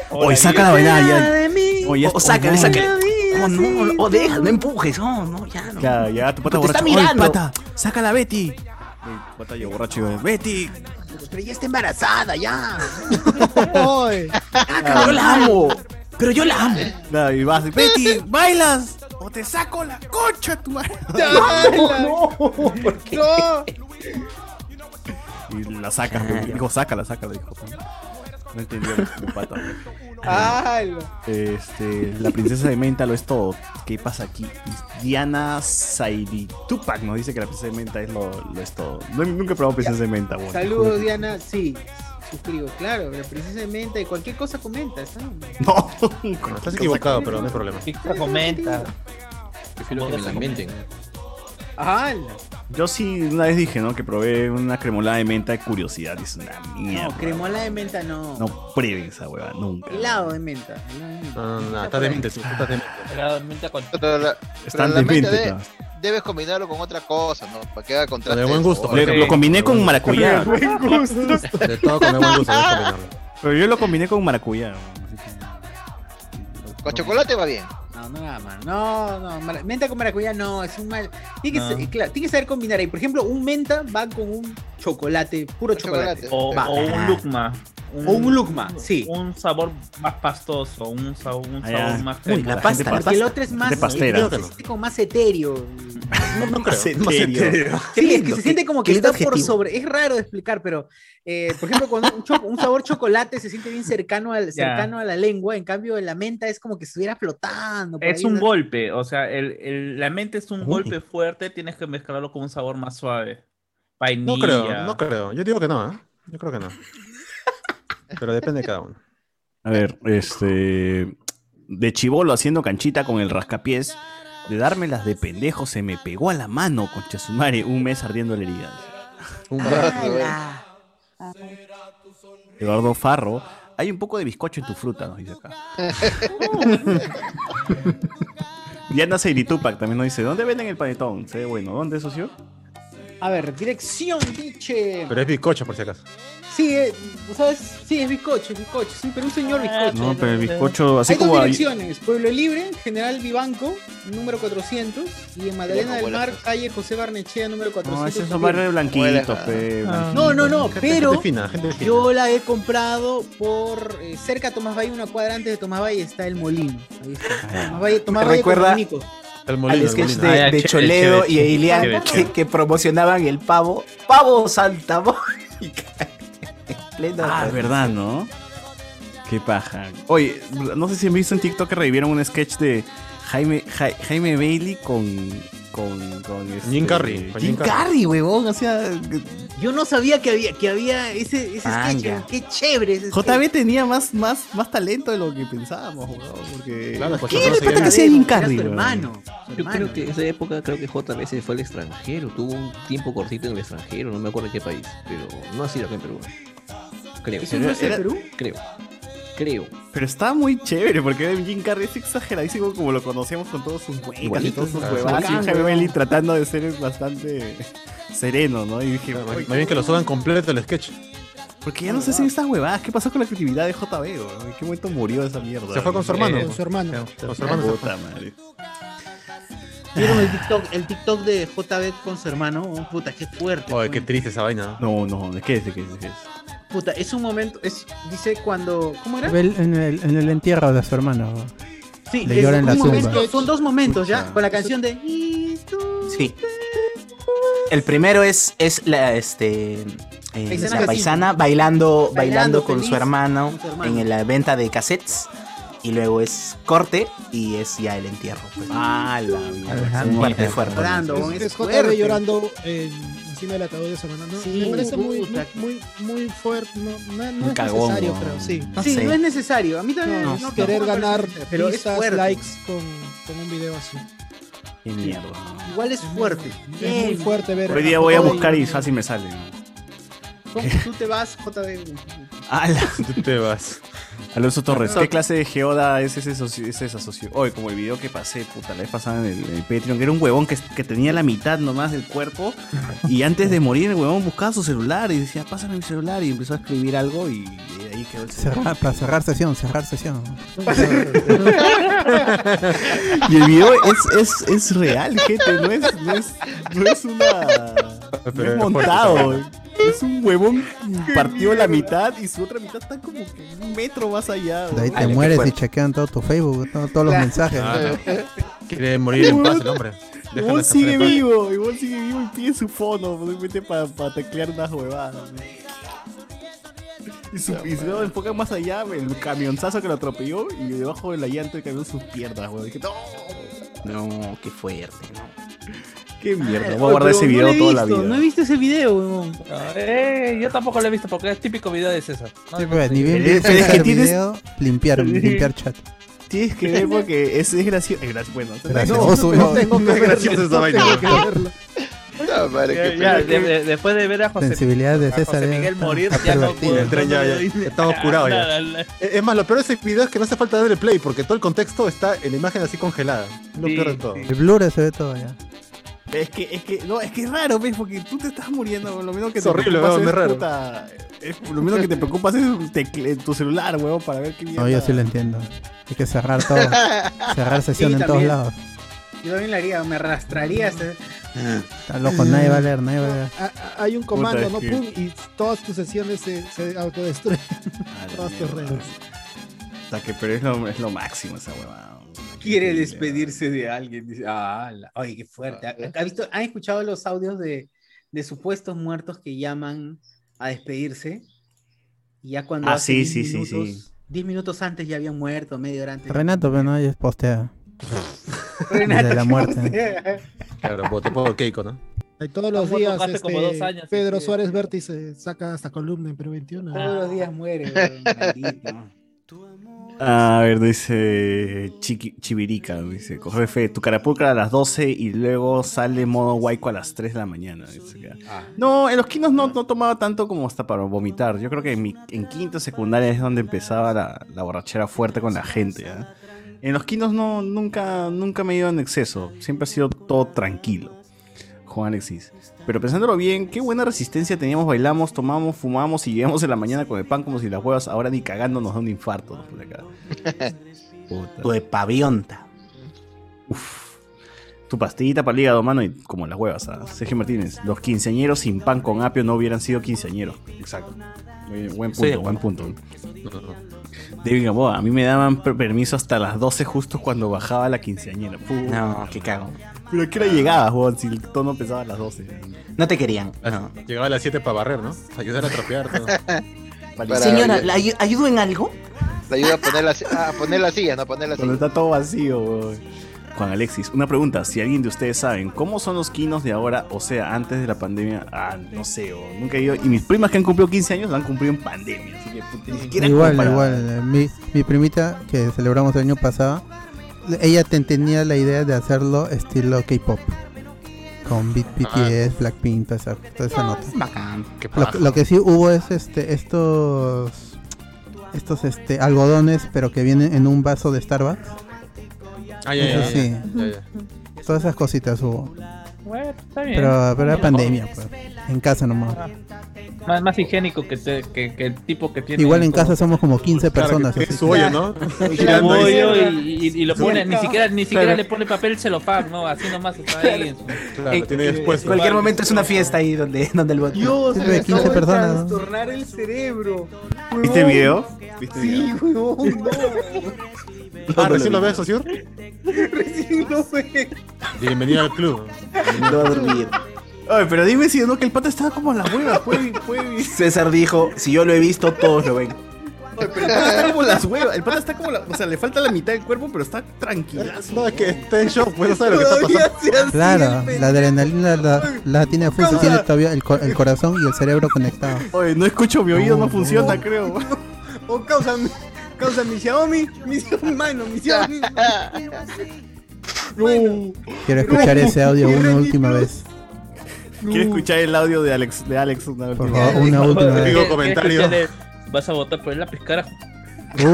[SPEAKER 4] Hoy sácala a bailar ya.
[SPEAKER 1] mí.
[SPEAKER 4] Hoy es-
[SPEAKER 2] O
[SPEAKER 4] o
[SPEAKER 2] sácala,
[SPEAKER 4] sácala,
[SPEAKER 2] sácala.
[SPEAKER 4] O no, o, o deja, no empujes. No, no, ya no.
[SPEAKER 2] Claro, ya tu pata
[SPEAKER 4] Te está
[SPEAKER 2] borracho. ¡Oye,
[SPEAKER 4] mirando.
[SPEAKER 2] pata! ¡Sácala, Betty! Oye, Pata yo borracho. yo, ¡Betty!
[SPEAKER 4] Pues,
[SPEAKER 1] Pero ya está embarazada, ya.
[SPEAKER 4] Pero yo la amo. Pero yo la amo.
[SPEAKER 2] Ah. Claro, y vas, Betty, bailas o te saco la concha de tu madre.
[SPEAKER 1] No,
[SPEAKER 4] ¿por
[SPEAKER 1] qué?
[SPEAKER 2] Y la sacas,
[SPEAKER 4] Ah,
[SPEAKER 2] pues, dijo, sácala, sácala, dijo. No entendió mi pata. pues.
[SPEAKER 1] ¡Ala!
[SPEAKER 2] Este, la princesa de Menta lo es todo. ¿Qué pasa aquí? Diana Saidi Tupac nos dice que la princesa de Menta es lo, lo es todo. No, nunca he probado princesa de Menta, bueno.
[SPEAKER 1] Saludos, Diana. Sí, suscribo, claro. La princesa de menta y cualquier cosa comenta. ¿está?
[SPEAKER 2] No,
[SPEAKER 3] estás equivocado, pero no hay problema.
[SPEAKER 5] comenta.
[SPEAKER 11] Prefiero que me lamenten.
[SPEAKER 1] ¡Ala!
[SPEAKER 2] Yo sí una vez dije, ¿no? Que probé una cremolada de menta de curiosidad. y Es una mierda.
[SPEAKER 1] No, cremola de menta no.
[SPEAKER 2] No prueben esa hueva, nunca.
[SPEAKER 1] Helado de menta. helado de menta.
[SPEAKER 3] No, no, no, estás de mente, sí, estás de mente.
[SPEAKER 7] Pero la,
[SPEAKER 2] Están
[SPEAKER 7] pero la mente
[SPEAKER 2] demente,
[SPEAKER 7] de-
[SPEAKER 2] todas.
[SPEAKER 7] debes combinarlo con otra cosa, ¿no? Para que haga contraste.
[SPEAKER 3] buen gusto,
[SPEAKER 7] sabor.
[SPEAKER 3] por
[SPEAKER 2] Le- lo combiné con maracuyá.
[SPEAKER 3] De todo con el buen gusto, deja combinarlo.
[SPEAKER 2] Pero yo lo combiné con maracuyá.
[SPEAKER 7] Con chocolate va bien.
[SPEAKER 1] No, no, nada más. No, no. mara- Menta con maracuyá no, es un mal. Tiene que,
[SPEAKER 2] No.
[SPEAKER 1] ser- eh, claro, tiene que saber combinar ahí. Por ejemplo, un menta va con un chocolate, puro chocolate.
[SPEAKER 5] O,
[SPEAKER 1] Va.
[SPEAKER 5] o un lucma.
[SPEAKER 1] O un lucma, sí.
[SPEAKER 5] Un sabor más pastoso, un sabor, un
[SPEAKER 2] Ah,
[SPEAKER 5] sabor
[SPEAKER 2] ya.
[SPEAKER 5] más
[SPEAKER 2] Uy, la
[SPEAKER 5] cremoso.
[SPEAKER 2] pasta,
[SPEAKER 1] Porque el otro es más,
[SPEAKER 2] De pastera.
[SPEAKER 1] creo que no. como más etéreo.
[SPEAKER 3] No creo,
[SPEAKER 2] ¿En
[SPEAKER 3] no sé,
[SPEAKER 2] serio?
[SPEAKER 3] creo.
[SPEAKER 1] Sí, es que se siente como que
[SPEAKER 4] lindo
[SPEAKER 1] está por
[SPEAKER 4] objetivo.
[SPEAKER 1] sobre. Es raro de explicar, pero eh, por ejemplo, con un, cho- un sabor chocolate se siente bien cercano, al,
[SPEAKER 5] Ya.
[SPEAKER 1] cercano a la lengua. En cambio, la menta es como que estuviera flotando. por
[SPEAKER 5] Es
[SPEAKER 1] ahí,
[SPEAKER 5] un
[SPEAKER 1] ¿no?
[SPEAKER 5] golpe, o sea, el, el- la mente es un golpe fuerte, tienes que mezclarlo con un sabor más suave. Vainilla.
[SPEAKER 3] No creo, no creo. Yo digo que no, ¿eh? Yo creo que no. Pero depende de cada uno.
[SPEAKER 2] A ver, este. De chivolo haciendo canchita con el rascapiés. De darme las de pendejo se me pegó a la mano con Chasumare un mes ardiendo la herida.
[SPEAKER 3] Un
[SPEAKER 2] Eduardo Farro, Hay un poco de bizcocho en tu fruta, nos dice acá. Diana Seiritupac también nos dice, ¿dónde venden el panetón? Se ve bueno, ¿dónde, socio?
[SPEAKER 1] A ver, dirección, biche.
[SPEAKER 3] Pero es bizcocho, por si acaso.
[SPEAKER 1] Sí, eh, ¿sabes? Sí, es bizcocho, es bizcocho. Sí, pero un señor bizcocho.
[SPEAKER 2] Ah, No, pero el bizcocho, así
[SPEAKER 1] Hay dos
[SPEAKER 2] como hay-
[SPEAKER 1] direcciones, Pueblo Libre, General Vivanco, número 400, y en Magdalena del Mar, calle José Barnechea, número 400.
[SPEAKER 2] No, ese es un
[SPEAKER 1] también.
[SPEAKER 2] barrio de blanquitos, pe.
[SPEAKER 1] Ah. No, no, no, pero
[SPEAKER 3] fina, gente fina.
[SPEAKER 1] yo la he comprado por eh, cerca a Tomás Valle, una cuadra antes de Tomás Valle está el Molino. Ahí
[SPEAKER 2] Ah.
[SPEAKER 1] está. Tomás Valle, Tomás
[SPEAKER 4] Me
[SPEAKER 1] Valle con
[SPEAKER 4] recuerda
[SPEAKER 1] Nico.
[SPEAKER 3] El
[SPEAKER 4] al sketch de,
[SPEAKER 1] Ah, ya,
[SPEAKER 4] de
[SPEAKER 1] che-
[SPEAKER 4] Choledo
[SPEAKER 1] chévere,
[SPEAKER 4] y
[SPEAKER 1] chévere,
[SPEAKER 4] Elian
[SPEAKER 1] chévere,
[SPEAKER 4] que-
[SPEAKER 1] chévere.
[SPEAKER 4] que promocionaban el pavo. ¡Pavo Santa Mónica! Pleno
[SPEAKER 2] Ah, es verdad, ¿no? Qué paja. Oye, no sé si han visto en TikTok que revivieron un sketch de Jaime, Ja- Jaime Bailey con. con. con este-
[SPEAKER 3] Jim Carrey, con
[SPEAKER 2] Jim
[SPEAKER 3] Jim
[SPEAKER 2] Carrey, huevón. O sea.
[SPEAKER 1] Yo no sabía que había, que había ese, ese sketch.
[SPEAKER 2] Manga.
[SPEAKER 1] Qué chévere ese
[SPEAKER 2] JB tenía más, más, más talento de lo que pensábamos, huevón. Porque.
[SPEAKER 3] pues,
[SPEAKER 2] ¿Qué
[SPEAKER 11] Era
[SPEAKER 2] de pata hacía Jim Carrey, huevón?
[SPEAKER 11] Yo creo que esa época, creo que JB se fue al extranjero. Tuvo un tiempo cortito en el extranjero, no me acuerdo en qué país. Pero no ha sido acá en Perú. Creo.
[SPEAKER 2] ¿Eso no es de
[SPEAKER 11] Era-
[SPEAKER 2] Perú?
[SPEAKER 11] Creo. Creo.
[SPEAKER 2] Pero estaba muy chévere, porque Jim Carrey es exageradísimo como lo conocíamos con todos sus huecas y
[SPEAKER 11] Igualito,
[SPEAKER 2] todos sus
[SPEAKER 11] ah,
[SPEAKER 2] huevadas.
[SPEAKER 11] bacán,
[SPEAKER 2] Y Jaime
[SPEAKER 11] huevón.
[SPEAKER 2] Bailey tratando de ser bastante sereno, ¿no? Y dije,
[SPEAKER 3] Más bien que lo suban completo el sketch.
[SPEAKER 2] Porque ya no se hacen estas huevadas. ¿Qué pasó con la creatividad de JB, weón? ¿En qué momento murió esa mierda?
[SPEAKER 3] Se fue con su hermano.
[SPEAKER 2] Con
[SPEAKER 3] Con
[SPEAKER 2] su
[SPEAKER 3] su
[SPEAKER 2] hermano.
[SPEAKER 3] Con su hermano se
[SPEAKER 2] Puta madre.
[SPEAKER 1] ¿Vieron el TikTok, el TikTok de JB con su hermano? Oh, puta, qué fuerte.
[SPEAKER 3] Oye, qué triste esa vaina.
[SPEAKER 2] No, no, ¿de qué es? ¿De qué es? ¿De qué es?
[SPEAKER 1] Puta, es un momento, es, dice cuando, ¿cómo era?
[SPEAKER 6] Ve el- En el, en el entierro de su hermano.
[SPEAKER 1] Sí,
[SPEAKER 6] Le
[SPEAKER 1] es
[SPEAKER 6] llora en
[SPEAKER 1] un
[SPEAKER 6] la
[SPEAKER 1] momento-
[SPEAKER 6] tumba.
[SPEAKER 1] son dos momentos ya,
[SPEAKER 4] Pucha.
[SPEAKER 1] con la canción de... "Y tú".
[SPEAKER 4] Sí. El primero es, es la, este, eh,
[SPEAKER 1] Paisana
[SPEAKER 4] la
[SPEAKER 1] Casino.
[SPEAKER 4] paisana bailando, bailando con
[SPEAKER 1] feliz
[SPEAKER 4] su hermano
[SPEAKER 1] con su hermano.
[SPEAKER 4] en la venta de cassettes. Y luego es corte y es ya el entierro. pues.
[SPEAKER 2] mierda.
[SPEAKER 4] Fuerte, fuerte.
[SPEAKER 1] Llorando,
[SPEAKER 8] Es,
[SPEAKER 1] es
[SPEAKER 8] es JB
[SPEAKER 1] fuerte.
[SPEAKER 8] llorando en- encima del ataúd de su hermano. No,
[SPEAKER 1] Sí, uh,
[SPEAKER 8] me parece muy,
[SPEAKER 1] puta.
[SPEAKER 8] muy, muy, muy fuerte. No, no, no
[SPEAKER 1] Un
[SPEAKER 8] es
[SPEAKER 1] cagón,
[SPEAKER 8] necesario,
[SPEAKER 1] ¿no?
[SPEAKER 8] creo. Sí,
[SPEAKER 1] sí, no es necesario. A mí también
[SPEAKER 8] No,
[SPEAKER 1] no,
[SPEAKER 8] no,
[SPEAKER 1] no
[SPEAKER 8] querer
[SPEAKER 1] tampoco me
[SPEAKER 8] ganar
[SPEAKER 1] parece, pero es
[SPEAKER 8] vistas,
[SPEAKER 1] fuerte.
[SPEAKER 8] likes con, con un video así.
[SPEAKER 2] Qué mierda.
[SPEAKER 1] Igual es fuerte.
[SPEAKER 8] Es muy fuerte ver.
[SPEAKER 2] Hoy día voy a buscar y fácil me sale.
[SPEAKER 1] ¿Cómo tú te vas, JB?
[SPEAKER 2] ¡Hala!
[SPEAKER 3] Tú te vas.
[SPEAKER 2] Ah, Alonso Torres, ¿qué clase de geoda es ese socio? Es esa socio? Oye, como el video que pasé, puta, la vez pasada en el, en el Patreon, que era un huevón que, que tenía la mitad nomás del cuerpo y antes de morir el huevón buscaba su celular y decía, pásame mi celular y empezó a escribir algo y de ahí quedó el celular.
[SPEAKER 6] Cerrar, para cerrar sesión, cerrar sesión.
[SPEAKER 2] Y el video es, es, es real, gente, no es, no es, no es una... No es montado. Es un huevón partió la mitad y su otra mitad está como que un metro más allá.
[SPEAKER 6] De ahí te
[SPEAKER 2] huevón.
[SPEAKER 6] mueres y chequean todo tu Facebook, todo- todos los mensajes.
[SPEAKER 2] Ah,
[SPEAKER 3] Quiere morir en paz el hombre.
[SPEAKER 2] El
[SPEAKER 3] Déjalo
[SPEAKER 2] bol
[SPEAKER 3] descansar
[SPEAKER 2] sigue
[SPEAKER 3] en paz.
[SPEAKER 2] vivo, el bol sigue vivo y pide su fono, simplemente para teclear unas huevadas. ¿no? Y, su, y se lo enfocan más allá, el camionzazo que lo atropelló y debajo de la llanta del camión sus piernas, weón. Dije, no,
[SPEAKER 4] No, qué fuerte. ¿no?
[SPEAKER 2] qué
[SPEAKER 1] Ah,
[SPEAKER 2] mierda.
[SPEAKER 4] Ay,
[SPEAKER 2] Voy a guardar
[SPEAKER 4] pero
[SPEAKER 2] ese
[SPEAKER 4] no
[SPEAKER 2] video
[SPEAKER 4] lo he
[SPEAKER 2] toda la
[SPEAKER 4] visto,
[SPEAKER 2] vida.
[SPEAKER 4] no he
[SPEAKER 1] visto ese video, weón.
[SPEAKER 5] Eh, yo tampoco lo he visto porque es típico video de César. No,
[SPEAKER 6] Sí,
[SPEAKER 5] no,
[SPEAKER 6] pues,
[SPEAKER 5] no,
[SPEAKER 6] ni bien
[SPEAKER 5] no,
[SPEAKER 6] vi
[SPEAKER 5] no, no, no,
[SPEAKER 6] el
[SPEAKER 5] no, no,
[SPEAKER 6] video, limpiar, limpiar chat.
[SPEAKER 2] Tienes que ver porque Eh, es, es gracioso. Es graci- bueno,
[SPEAKER 6] Gracioso,
[SPEAKER 2] no,
[SPEAKER 6] weón.
[SPEAKER 2] tengo que
[SPEAKER 6] No es
[SPEAKER 2] verlo,
[SPEAKER 6] gracioso esa
[SPEAKER 2] no
[SPEAKER 6] vaina,
[SPEAKER 2] tengo que
[SPEAKER 6] weón.
[SPEAKER 2] verlo.
[SPEAKER 7] Puta madre,
[SPEAKER 5] Ya,
[SPEAKER 7] qué pena.
[SPEAKER 5] ya, de- de- después de ver a José,
[SPEAKER 6] Sensibilidades de
[SPEAKER 5] a José
[SPEAKER 6] César, ya
[SPEAKER 5] Miguel
[SPEAKER 6] está-
[SPEAKER 5] morir,
[SPEAKER 6] está
[SPEAKER 5] ya no
[SPEAKER 6] pervertido.
[SPEAKER 5] puedo-
[SPEAKER 3] El tren ya, ya está oscurado ya. Es es más, lo peor de ese video es que no hace falta darle play porque todo el contexto está en la imagen así congelada. Lo
[SPEAKER 2] Sí,
[SPEAKER 3] peor de todo.
[SPEAKER 6] El blur se ve todo ya.
[SPEAKER 2] Es que, es que, no, es que es raro, ¿ves? Porque tú te estás muriendo, weón. lo menos que
[SPEAKER 3] Es
[SPEAKER 2] te
[SPEAKER 3] horrible,
[SPEAKER 2] preocupas
[SPEAKER 3] weón,
[SPEAKER 2] es,
[SPEAKER 3] es raro.
[SPEAKER 2] puta, es- lo menos que te preocupas es tecle- tu celular, weón, para ver qué mierda.
[SPEAKER 6] No, yo sí lo entiendo. Hay que cerrar todo. Cerrar sesión
[SPEAKER 1] Sí,
[SPEAKER 6] en todos
[SPEAKER 1] también.
[SPEAKER 6] lados.
[SPEAKER 1] Yo también la haría, me arrastraría hasta...
[SPEAKER 6] Está loco, nadie va a leer, nadie va a leer.
[SPEAKER 8] Ah, ah, Hay un comando,
[SPEAKER 6] Puta,
[SPEAKER 8] ¿no?
[SPEAKER 6] es que-
[SPEAKER 8] Pum, y todas tus sesiones se, se autodestruyen. todas tus redes.
[SPEAKER 2] O sea, que, pero es lo, es lo máximo esa huevada.
[SPEAKER 1] Quiere despedirse de alguien. Dice, "Ah, la- Oye, qué fuerte. ¿Ha- ha visto- ¿Han escuchado los audios de, de supuestos muertos que llaman a despedirse? Y ya cuando...
[SPEAKER 2] Ah, sí,
[SPEAKER 1] hace 10
[SPEAKER 2] sí, sí, sí.
[SPEAKER 1] minutos- 10 minutos antes ya habían muerto, media hora antes.
[SPEAKER 6] Renato, pero no, ellos postea.
[SPEAKER 1] Renato,
[SPEAKER 6] De la muerte.
[SPEAKER 1] postea.
[SPEAKER 3] Claro, voté por Keiko, ¿no?
[SPEAKER 8] Y todos los
[SPEAKER 1] Estamos
[SPEAKER 8] días,
[SPEAKER 1] tocando
[SPEAKER 8] este,
[SPEAKER 1] como dos años,
[SPEAKER 8] Pedro
[SPEAKER 1] este.
[SPEAKER 8] Suárez Vértice saca hasta columna en Perú 21.
[SPEAKER 1] Todos los días muere, weón, maldito.
[SPEAKER 2] A ver, dice Chiqui- Chivirica, dice, jefe, tu carapulca a las 12 y luego sale modo guayco a las 3 de la mañana. dice acá. No, en los quinos no, no tomaba tanto como hasta para vomitar. Yo creo que en, mi, en quinto secundaria es donde empezaba la, la borrachera fuerte con la gente. ¿ah? En los quinos no, nunca, nunca me he ido en exceso. Siempre ha sido todo tranquilo. Juan Alexis. Pero pensándolo bien, qué buena resistencia teníamos. Bailamos, tomamos, fumamos y llegamos en la mañana con el pan como si las huevas ahora ni cagando nos da un infarto. nos pone acá. Puta.
[SPEAKER 4] Tu epavionta.
[SPEAKER 2] Tu pastillita para el hígado, mano, y como las huevas. ¿ah? Sergio Martínez, los quinceañeros sin pan con apio no hubieran sido quinceañeros. Exacto. Muy- Buen
[SPEAKER 4] Estoy de
[SPEAKER 2] punto, buen punto. David Gamboa, a mí me daban per- permiso hasta las 12 justo cuando bajaba la quinceañera.
[SPEAKER 4] No, qué cago.
[SPEAKER 2] Pero ¿a qué hora llegabas, huevón? Si el tono empezaba a las Ah, 12.
[SPEAKER 4] No te querían.
[SPEAKER 3] Llegaba a las 7 para barrer, ¿no? Ayudar a trapear todo.
[SPEAKER 7] Para-
[SPEAKER 4] Señora, ¿la ayu- ayudo en algo?
[SPEAKER 7] Te ayuda a poner las, a poner las sillas, no a poner las
[SPEAKER 2] Cuando
[SPEAKER 7] sillas.
[SPEAKER 2] está todo vacío, weón. Juan Alexis, una pregunta. Si alguien de ustedes saben, ¿cómo son los quinos de ahora? O sea, antes de la pandemia. Ah, no sé, weón. nunca he ido. Y mis primas que han cumplido 15 años lo han cumplido en pandemia. Así que puta, ni siquiera
[SPEAKER 6] Igual,
[SPEAKER 2] como para-
[SPEAKER 6] igual. eh, Mi, mi primita que celebramos el año pasado, ella ten- tenía la idea de hacerlo estilo K-pop. Con B- BTS, Blackpink, toda esa, toda esa nota.
[SPEAKER 4] Bacán. Qué
[SPEAKER 6] Lo,
[SPEAKER 4] paja.
[SPEAKER 6] lo que sí hubo es este estos estos este algodones, pero que vienen en un vaso de Starbucks.
[SPEAKER 3] Ah, ya, ya,
[SPEAKER 6] Eso
[SPEAKER 3] ya,
[SPEAKER 6] sí.
[SPEAKER 3] ya, ya.
[SPEAKER 6] Todas esas cositas hubo.
[SPEAKER 5] Bueno, está bien.
[SPEAKER 6] Pero, pero era pandemia, pues. En casa nomás.
[SPEAKER 5] Más, más higiénico que, te- que, que el tipo que tiene.
[SPEAKER 6] Igual en
[SPEAKER 5] todo.
[SPEAKER 6] casa somos como 15 personas.
[SPEAKER 3] que
[SPEAKER 6] así
[SPEAKER 3] su
[SPEAKER 6] que-
[SPEAKER 3] hoyo, ¿no?
[SPEAKER 5] Su
[SPEAKER 3] Girando ahí.
[SPEAKER 5] bollo y, y- y lo
[SPEAKER 3] Su
[SPEAKER 5] pone,
[SPEAKER 3] bollo.
[SPEAKER 5] ni siquiera, ni siquiera
[SPEAKER 3] Claro.
[SPEAKER 5] le pone papel celofán, no, así nomás está ahí. en su- Eh,
[SPEAKER 3] Claro, tiene después.
[SPEAKER 4] En cualquier momento es una fiesta ahí donde, donde el botón.
[SPEAKER 14] Dios, me
[SPEAKER 4] de
[SPEAKER 14] acabo
[SPEAKER 4] 15
[SPEAKER 14] de
[SPEAKER 4] personas.
[SPEAKER 14] trastornar el cerebro.
[SPEAKER 2] ¿Viste el
[SPEAKER 14] Huevón.
[SPEAKER 2] video? ¿Viste el
[SPEAKER 14] Sí,
[SPEAKER 2] video?
[SPEAKER 14] huevón, no.
[SPEAKER 3] Ah, recién lo ves, Sosur.
[SPEAKER 14] Recién lo ve.
[SPEAKER 3] Bienvenido al club.
[SPEAKER 4] No a dormir.
[SPEAKER 2] Ay, pero dime si no, que el pata estaba como en las huevas. Fue, fue.
[SPEAKER 4] César dijo, si yo lo he visto, todos lo ven.
[SPEAKER 2] Pero el pata está como las huevas. El pata está como la. O sea, le falta la mitad del cuerpo, pero está tranquilazo.
[SPEAKER 3] No, es que está en shock, pues no sabe
[SPEAKER 2] lo que está
[SPEAKER 3] Todavía
[SPEAKER 6] Claro, la adrenalina la, la tiene a full, se tiene todavía el, co- el corazón y el cerebro conectado.
[SPEAKER 2] Oye, no escucho mi oído, no, funciona, creo.
[SPEAKER 14] O causa, causa mi Xiaomi, mi Xiaomi, mano, mi Xiaomi. No.
[SPEAKER 6] Quiero escuchar ese audio una última vez.
[SPEAKER 2] Quiero escuchar el audio de Alex, de Alex una vez.
[SPEAKER 6] favor, una
[SPEAKER 5] Dijo,
[SPEAKER 6] última vez.
[SPEAKER 5] ¿quieres-
[SPEAKER 6] Digo, comentario.
[SPEAKER 5] quieres que te- eh, Vas a votar por el lápiz, carajo.
[SPEAKER 11] Yo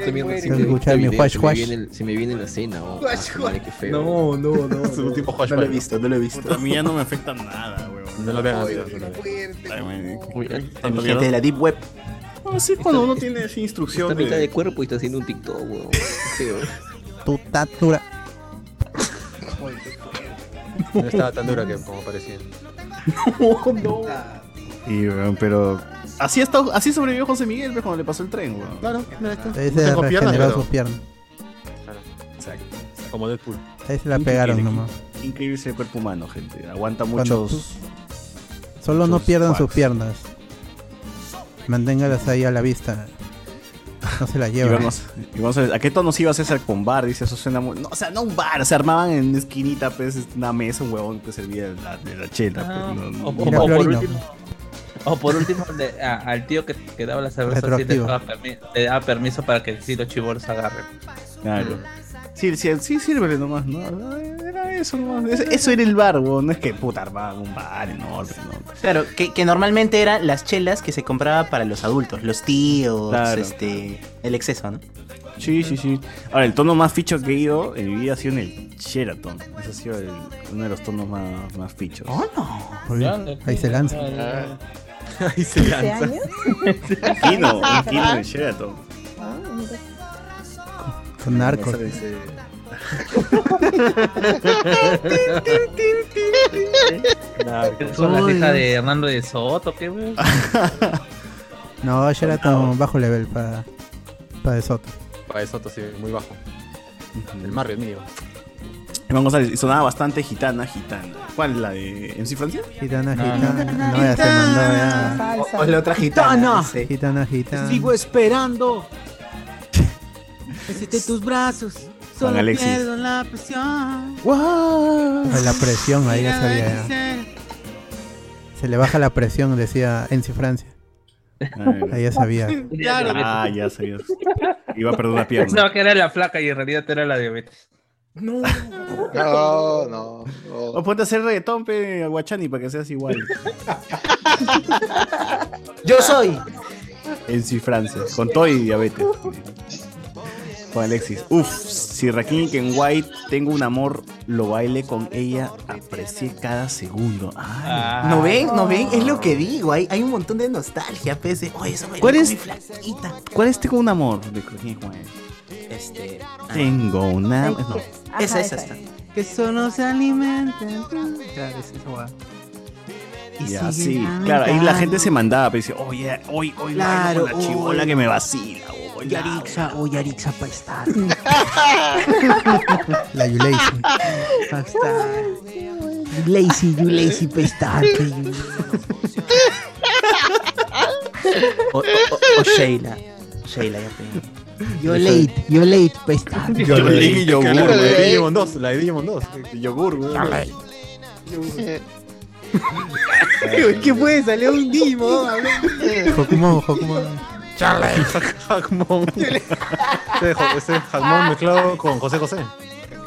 [SPEAKER 11] también
[SPEAKER 5] Quiero
[SPEAKER 11] recién vi
[SPEAKER 6] escuchar mi
[SPEAKER 11] este video,
[SPEAKER 6] huash,
[SPEAKER 11] se,
[SPEAKER 6] huash.
[SPEAKER 11] Me viene, el- se me viene la cena. Oh,
[SPEAKER 14] Huash,
[SPEAKER 11] ah, su madre, qué feo.
[SPEAKER 2] No,
[SPEAKER 14] no, no.
[SPEAKER 2] Es un tipo
[SPEAKER 11] No lo he visto,
[SPEAKER 2] no lo he visto. A mí ya no me afecta nada, weón. No lo veas.
[SPEAKER 4] Gente de la Deep Web.
[SPEAKER 2] No, Ah, sí, cuando uno tiene esa
[SPEAKER 11] Está
[SPEAKER 2] instrucción.
[SPEAKER 11] a mitad de cuerpo y está haciendo un TikTok, weón. Qué feo.
[SPEAKER 6] Tu tatura.
[SPEAKER 3] No estaba tan dura que como parecía.
[SPEAKER 2] no. Y, weón, pero. Así, está, así sobrevivió José Miguel, pero cuando le pasó el tren, weón.
[SPEAKER 3] Claro, mira esto.
[SPEAKER 6] Ahí se
[SPEAKER 3] tengo piernas,
[SPEAKER 6] regeneró
[SPEAKER 3] pero-
[SPEAKER 6] sus piernas.
[SPEAKER 2] Exacto.
[SPEAKER 3] Como Deadpool.
[SPEAKER 6] Ahí se la pegaron nomás.
[SPEAKER 2] Increíble ese cuerpo humano, gente. Aguanta
[SPEAKER 6] Cuando
[SPEAKER 2] muchos.
[SPEAKER 6] Solo no pierdan sus piernas. Manténgalas ahí a la vista. No se las
[SPEAKER 2] Y
[SPEAKER 6] lleven.
[SPEAKER 2] vamos, y vamos a, ver, ¿A qué tono se iba César con bar? Dice, eso suena muy. No, o sea, no un bar, se armaban en una esquinita, pues, una mesa, un huevón que servía de la, de la chela.
[SPEAKER 5] Ah,
[SPEAKER 2] pues, no,
[SPEAKER 5] o, o-
[SPEAKER 2] no.
[SPEAKER 5] o por último, o por último le- a- al tío que, que daba la cerveza sí le
[SPEAKER 2] Retroactivo.
[SPEAKER 5] daba, permi- le daba permiso para que sí los chibolos agarren.
[SPEAKER 2] Claro. Sí, sí, sí, sírvele nomás, ¿no? Era eso nomás. Eso, eso era el bar, huevón. No es que puta armaban un bar enorme, ¿no?
[SPEAKER 4] Claro, que, que normalmente eran las chelas que se compraba para los adultos, los tíos,
[SPEAKER 2] Claro.
[SPEAKER 4] este, el exceso, ¿no?
[SPEAKER 2] Sí, sí, sí. Ahora, el tono más ficho que he ido en mi vida ha sido en el Sheraton. Ese ha sido el- uno de los tonos más, más fichos. ¡Oh,
[SPEAKER 4] no!
[SPEAKER 6] Muy bien. Ahí se lanza.
[SPEAKER 2] Ahí se lanza.
[SPEAKER 9] años?
[SPEAKER 2] Un kino, un kino en el Sheraton.
[SPEAKER 9] Ah, mira.
[SPEAKER 6] Con narcos.
[SPEAKER 5] Son las
[SPEAKER 6] Uy,
[SPEAKER 5] hijas
[SPEAKER 6] no.
[SPEAKER 5] de Hernando de Soto, ¿qué wey?
[SPEAKER 6] No, Sheraton bajo level para para de Soto.
[SPEAKER 3] Para eso, sí, muy bajo. El Marriott, mío.
[SPEAKER 2] Iván González, y sonaba bastante gitana, gitana. ¿Cuál? ¿La de MC Francia?
[SPEAKER 6] Gitana,
[SPEAKER 2] No,
[SPEAKER 6] gitana.
[SPEAKER 2] no,
[SPEAKER 6] No, ya se mandó ya.
[SPEAKER 4] O- o la otra gitana. no sé.
[SPEAKER 6] Gitana, gitana.
[SPEAKER 14] Sigo esperando. Necesité tus brazos. Solo
[SPEAKER 6] Alexis.
[SPEAKER 14] pierdo la presión.
[SPEAKER 6] Ay, La presión, ahí ya sabía. ya. Se le baja la presión, decía Enzi Francia. Ah, ya sabía.
[SPEAKER 2] Claro. Ah, ya sabía. Iba a perder una pierna.
[SPEAKER 5] Pensaba que era la flaca y en realidad era la diabetes.
[SPEAKER 2] No.
[SPEAKER 20] No, no.
[SPEAKER 2] O ponte a hacer reggaetón, pe, guachani, para que seas igual.
[SPEAKER 4] Yo soy.
[SPEAKER 2] En Francia, con todo y diabetes. Con Alexis. Uf, si Rakim White tengo un amor, lo baile con ella, aprecié cada segundo.
[SPEAKER 1] Ah.
[SPEAKER 2] Ay.
[SPEAKER 4] ¿No ven? ¿No ven? Es lo que digo. Hay, hay un montón de nostalgia, pese. Oye, eso
[SPEAKER 2] ¿Cuál es?
[SPEAKER 4] Flaquita.
[SPEAKER 2] ¿Cuál es Tengo un amor de Rakim White?
[SPEAKER 4] Este. ah,
[SPEAKER 2] Tengo un amor. No.
[SPEAKER 4] Ajá, Esa, esa está.
[SPEAKER 1] Que solo se alimentan. Claro, es esa weá.
[SPEAKER 2] Ya,
[SPEAKER 1] sigue
[SPEAKER 2] sí.
[SPEAKER 1] cantando.
[SPEAKER 2] Claro, ahí la gente se mandaba, pero dice, oye, hoy, hoy
[SPEAKER 1] Claro,
[SPEAKER 2] claro, con la chibola
[SPEAKER 1] hoy.
[SPEAKER 2] que me vacila. oh,
[SPEAKER 1] Oye, Arixa, oye, Arixa, pa' estar.
[SPEAKER 6] La Yulation.
[SPEAKER 1] Pa' estar. You lazy, you lazy, pa' estar. pe, you.
[SPEAKER 4] O, o- o- o Sheila. Sheila, ya tengo.
[SPEAKER 1] Yo late, yo late, pa' estar.
[SPEAKER 3] Yo leí yogur,
[SPEAKER 4] Yo
[SPEAKER 3] La de
[SPEAKER 4] leí.
[SPEAKER 3] Digimon 2, la de Digimon 2. Yogur, güey.
[SPEAKER 1] ¿Qué puede salir un Dimo? eh,
[SPEAKER 6] Jokumon, Jokumon.
[SPEAKER 3] Charlie. Hackmon. Ese jo- Ese Hackmon mezclado con José José.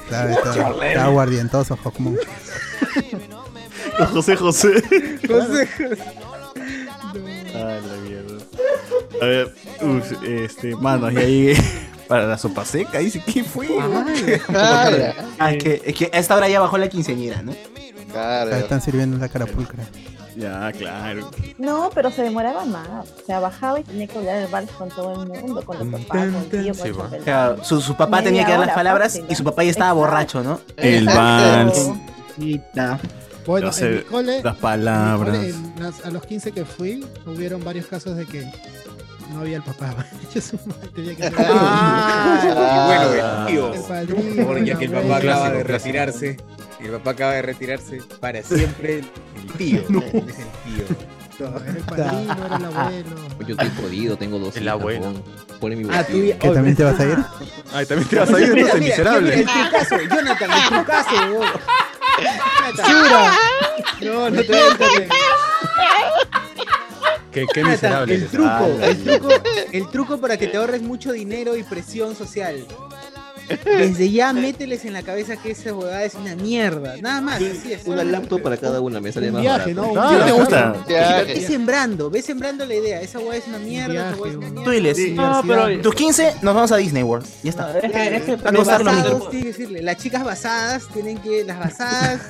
[SPEAKER 6] Claro, está,
[SPEAKER 3] Charlene.
[SPEAKER 6] está aguardientoso, Jokumon.
[SPEAKER 2] José José.
[SPEAKER 1] José.
[SPEAKER 2] Ay, la mierda. A ver, uf, este, mano, y ahí para la sopa seca, dice, ¿qué fue?
[SPEAKER 4] Ah, es que, es que a esta hora ya bajó la quinceñera, ¿no?
[SPEAKER 6] Acá están sirviendo la carapulcra.
[SPEAKER 2] Ya, claro.
[SPEAKER 9] No, pero se demoraba más. O sea, bajaba y tenía que hablar el vals con todo el mundo, con los papás, con el tío, con el
[SPEAKER 4] O
[SPEAKER 9] chambelán.
[SPEAKER 4] sea, su, su papá
[SPEAKER 9] Media
[SPEAKER 4] tenía que dar las
[SPEAKER 9] hora
[SPEAKER 4] palabras
[SPEAKER 9] fácil,
[SPEAKER 4] y su papá ya estaba borracho, ¿no?
[SPEAKER 2] El vals.
[SPEAKER 8] Bueno,
[SPEAKER 2] No sé,
[SPEAKER 8] en mi cole,
[SPEAKER 2] las palabras.
[SPEAKER 8] en mi cole, en las- a los 15 que fui, hubieron varios casos de que no había el papá. Yo su madre, tenía que hacer-
[SPEAKER 1] Ah, y bueno,
[SPEAKER 8] El
[SPEAKER 1] el
[SPEAKER 8] padrino,
[SPEAKER 1] tío. Porque
[SPEAKER 8] la
[SPEAKER 1] que el
[SPEAKER 8] abuela.
[SPEAKER 1] papá acaba de
[SPEAKER 8] Clásico, clásico.
[SPEAKER 1] retirarse. El papá acaba de retirarse para siempre. El tío. Es el tío.
[SPEAKER 8] Era el padrino, era el abuelo.
[SPEAKER 11] Pues Yo estoy jodido, tengo dos. El abuelo. Ponle mi
[SPEAKER 1] Ah, tú
[SPEAKER 11] bolsillo.
[SPEAKER 1] ya- ¿Que también
[SPEAKER 6] te vas a ir?
[SPEAKER 3] Ay, también te vas a ir, entonces,
[SPEAKER 1] Mira, mira,
[SPEAKER 3] miserable.
[SPEAKER 1] El trucazo, Jonathan, el trucazo, huevón. Jonathan. No, no te voy
[SPEAKER 3] Qué, qué miserable.
[SPEAKER 1] Ah, El truco, el truco, el truco para que te ahorres mucho dinero y presión social. Desde ya mételes en la cabeza que esa huevada es una mierda. Nada más, así es.
[SPEAKER 11] Una laptop para cada una, me sale
[SPEAKER 8] Un
[SPEAKER 11] más
[SPEAKER 8] viaje,
[SPEAKER 11] barato.
[SPEAKER 8] ¿no?
[SPEAKER 3] Ah.
[SPEAKER 8] Un viaje.
[SPEAKER 1] Ve sembrando, ve sembrando la idea. Esa huevada es una mierda, esa huevada es una mierda.
[SPEAKER 4] Tú diles,
[SPEAKER 1] No, pero-
[SPEAKER 4] tus 15 nos vamos a Disney World. Ya está. Va a
[SPEAKER 1] Los
[SPEAKER 4] costar lo
[SPEAKER 1] basados,
[SPEAKER 4] mismo.
[SPEAKER 1] tienes que este decirle, las chicas basadas tienen que, las basadas,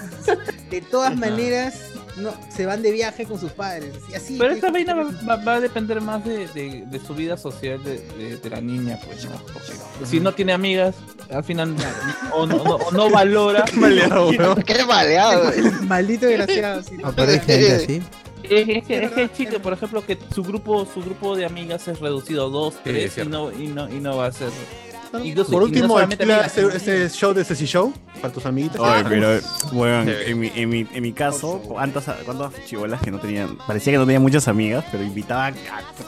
[SPEAKER 1] de todas maneras, no, se van de viaje con sus padres. y Así,
[SPEAKER 5] Pero
[SPEAKER 1] que-
[SPEAKER 5] esta vaina va, va- va a depender más de, de- de su vida social de, de- de la niña, pues, ¿no? Porque si no tiene amigas, al final, o no, no- o no valora.
[SPEAKER 3] maleado,
[SPEAKER 20] Qué maleado.
[SPEAKER 1] Maldito desgraciado. sí.
[SPEAKER 5] Es, es que, es que hay chicas, por ejemplo, que su grupo, su grupo de amigas es reducido a dos, tres, y, no, y, no, y no va a ser. Incluso- y
[SPEAKER 3] Por
[SPEAKER 5] no
[SPEAKER 3] último,
[SPEAKER 5] solamente
[SPEAKER 3] alquila
[SPEAKER 5] amigas,
[SPEAKER 3] ese, ese show de Ceci Show para tus amiguitos.
[SPEAKER 2] Ay, pero, bueno, en mi, en mi, en mi caso, ¿cuántas, cuántas chibolas que no tenían? Parecía que no tenía muchas amigas, pero invitaba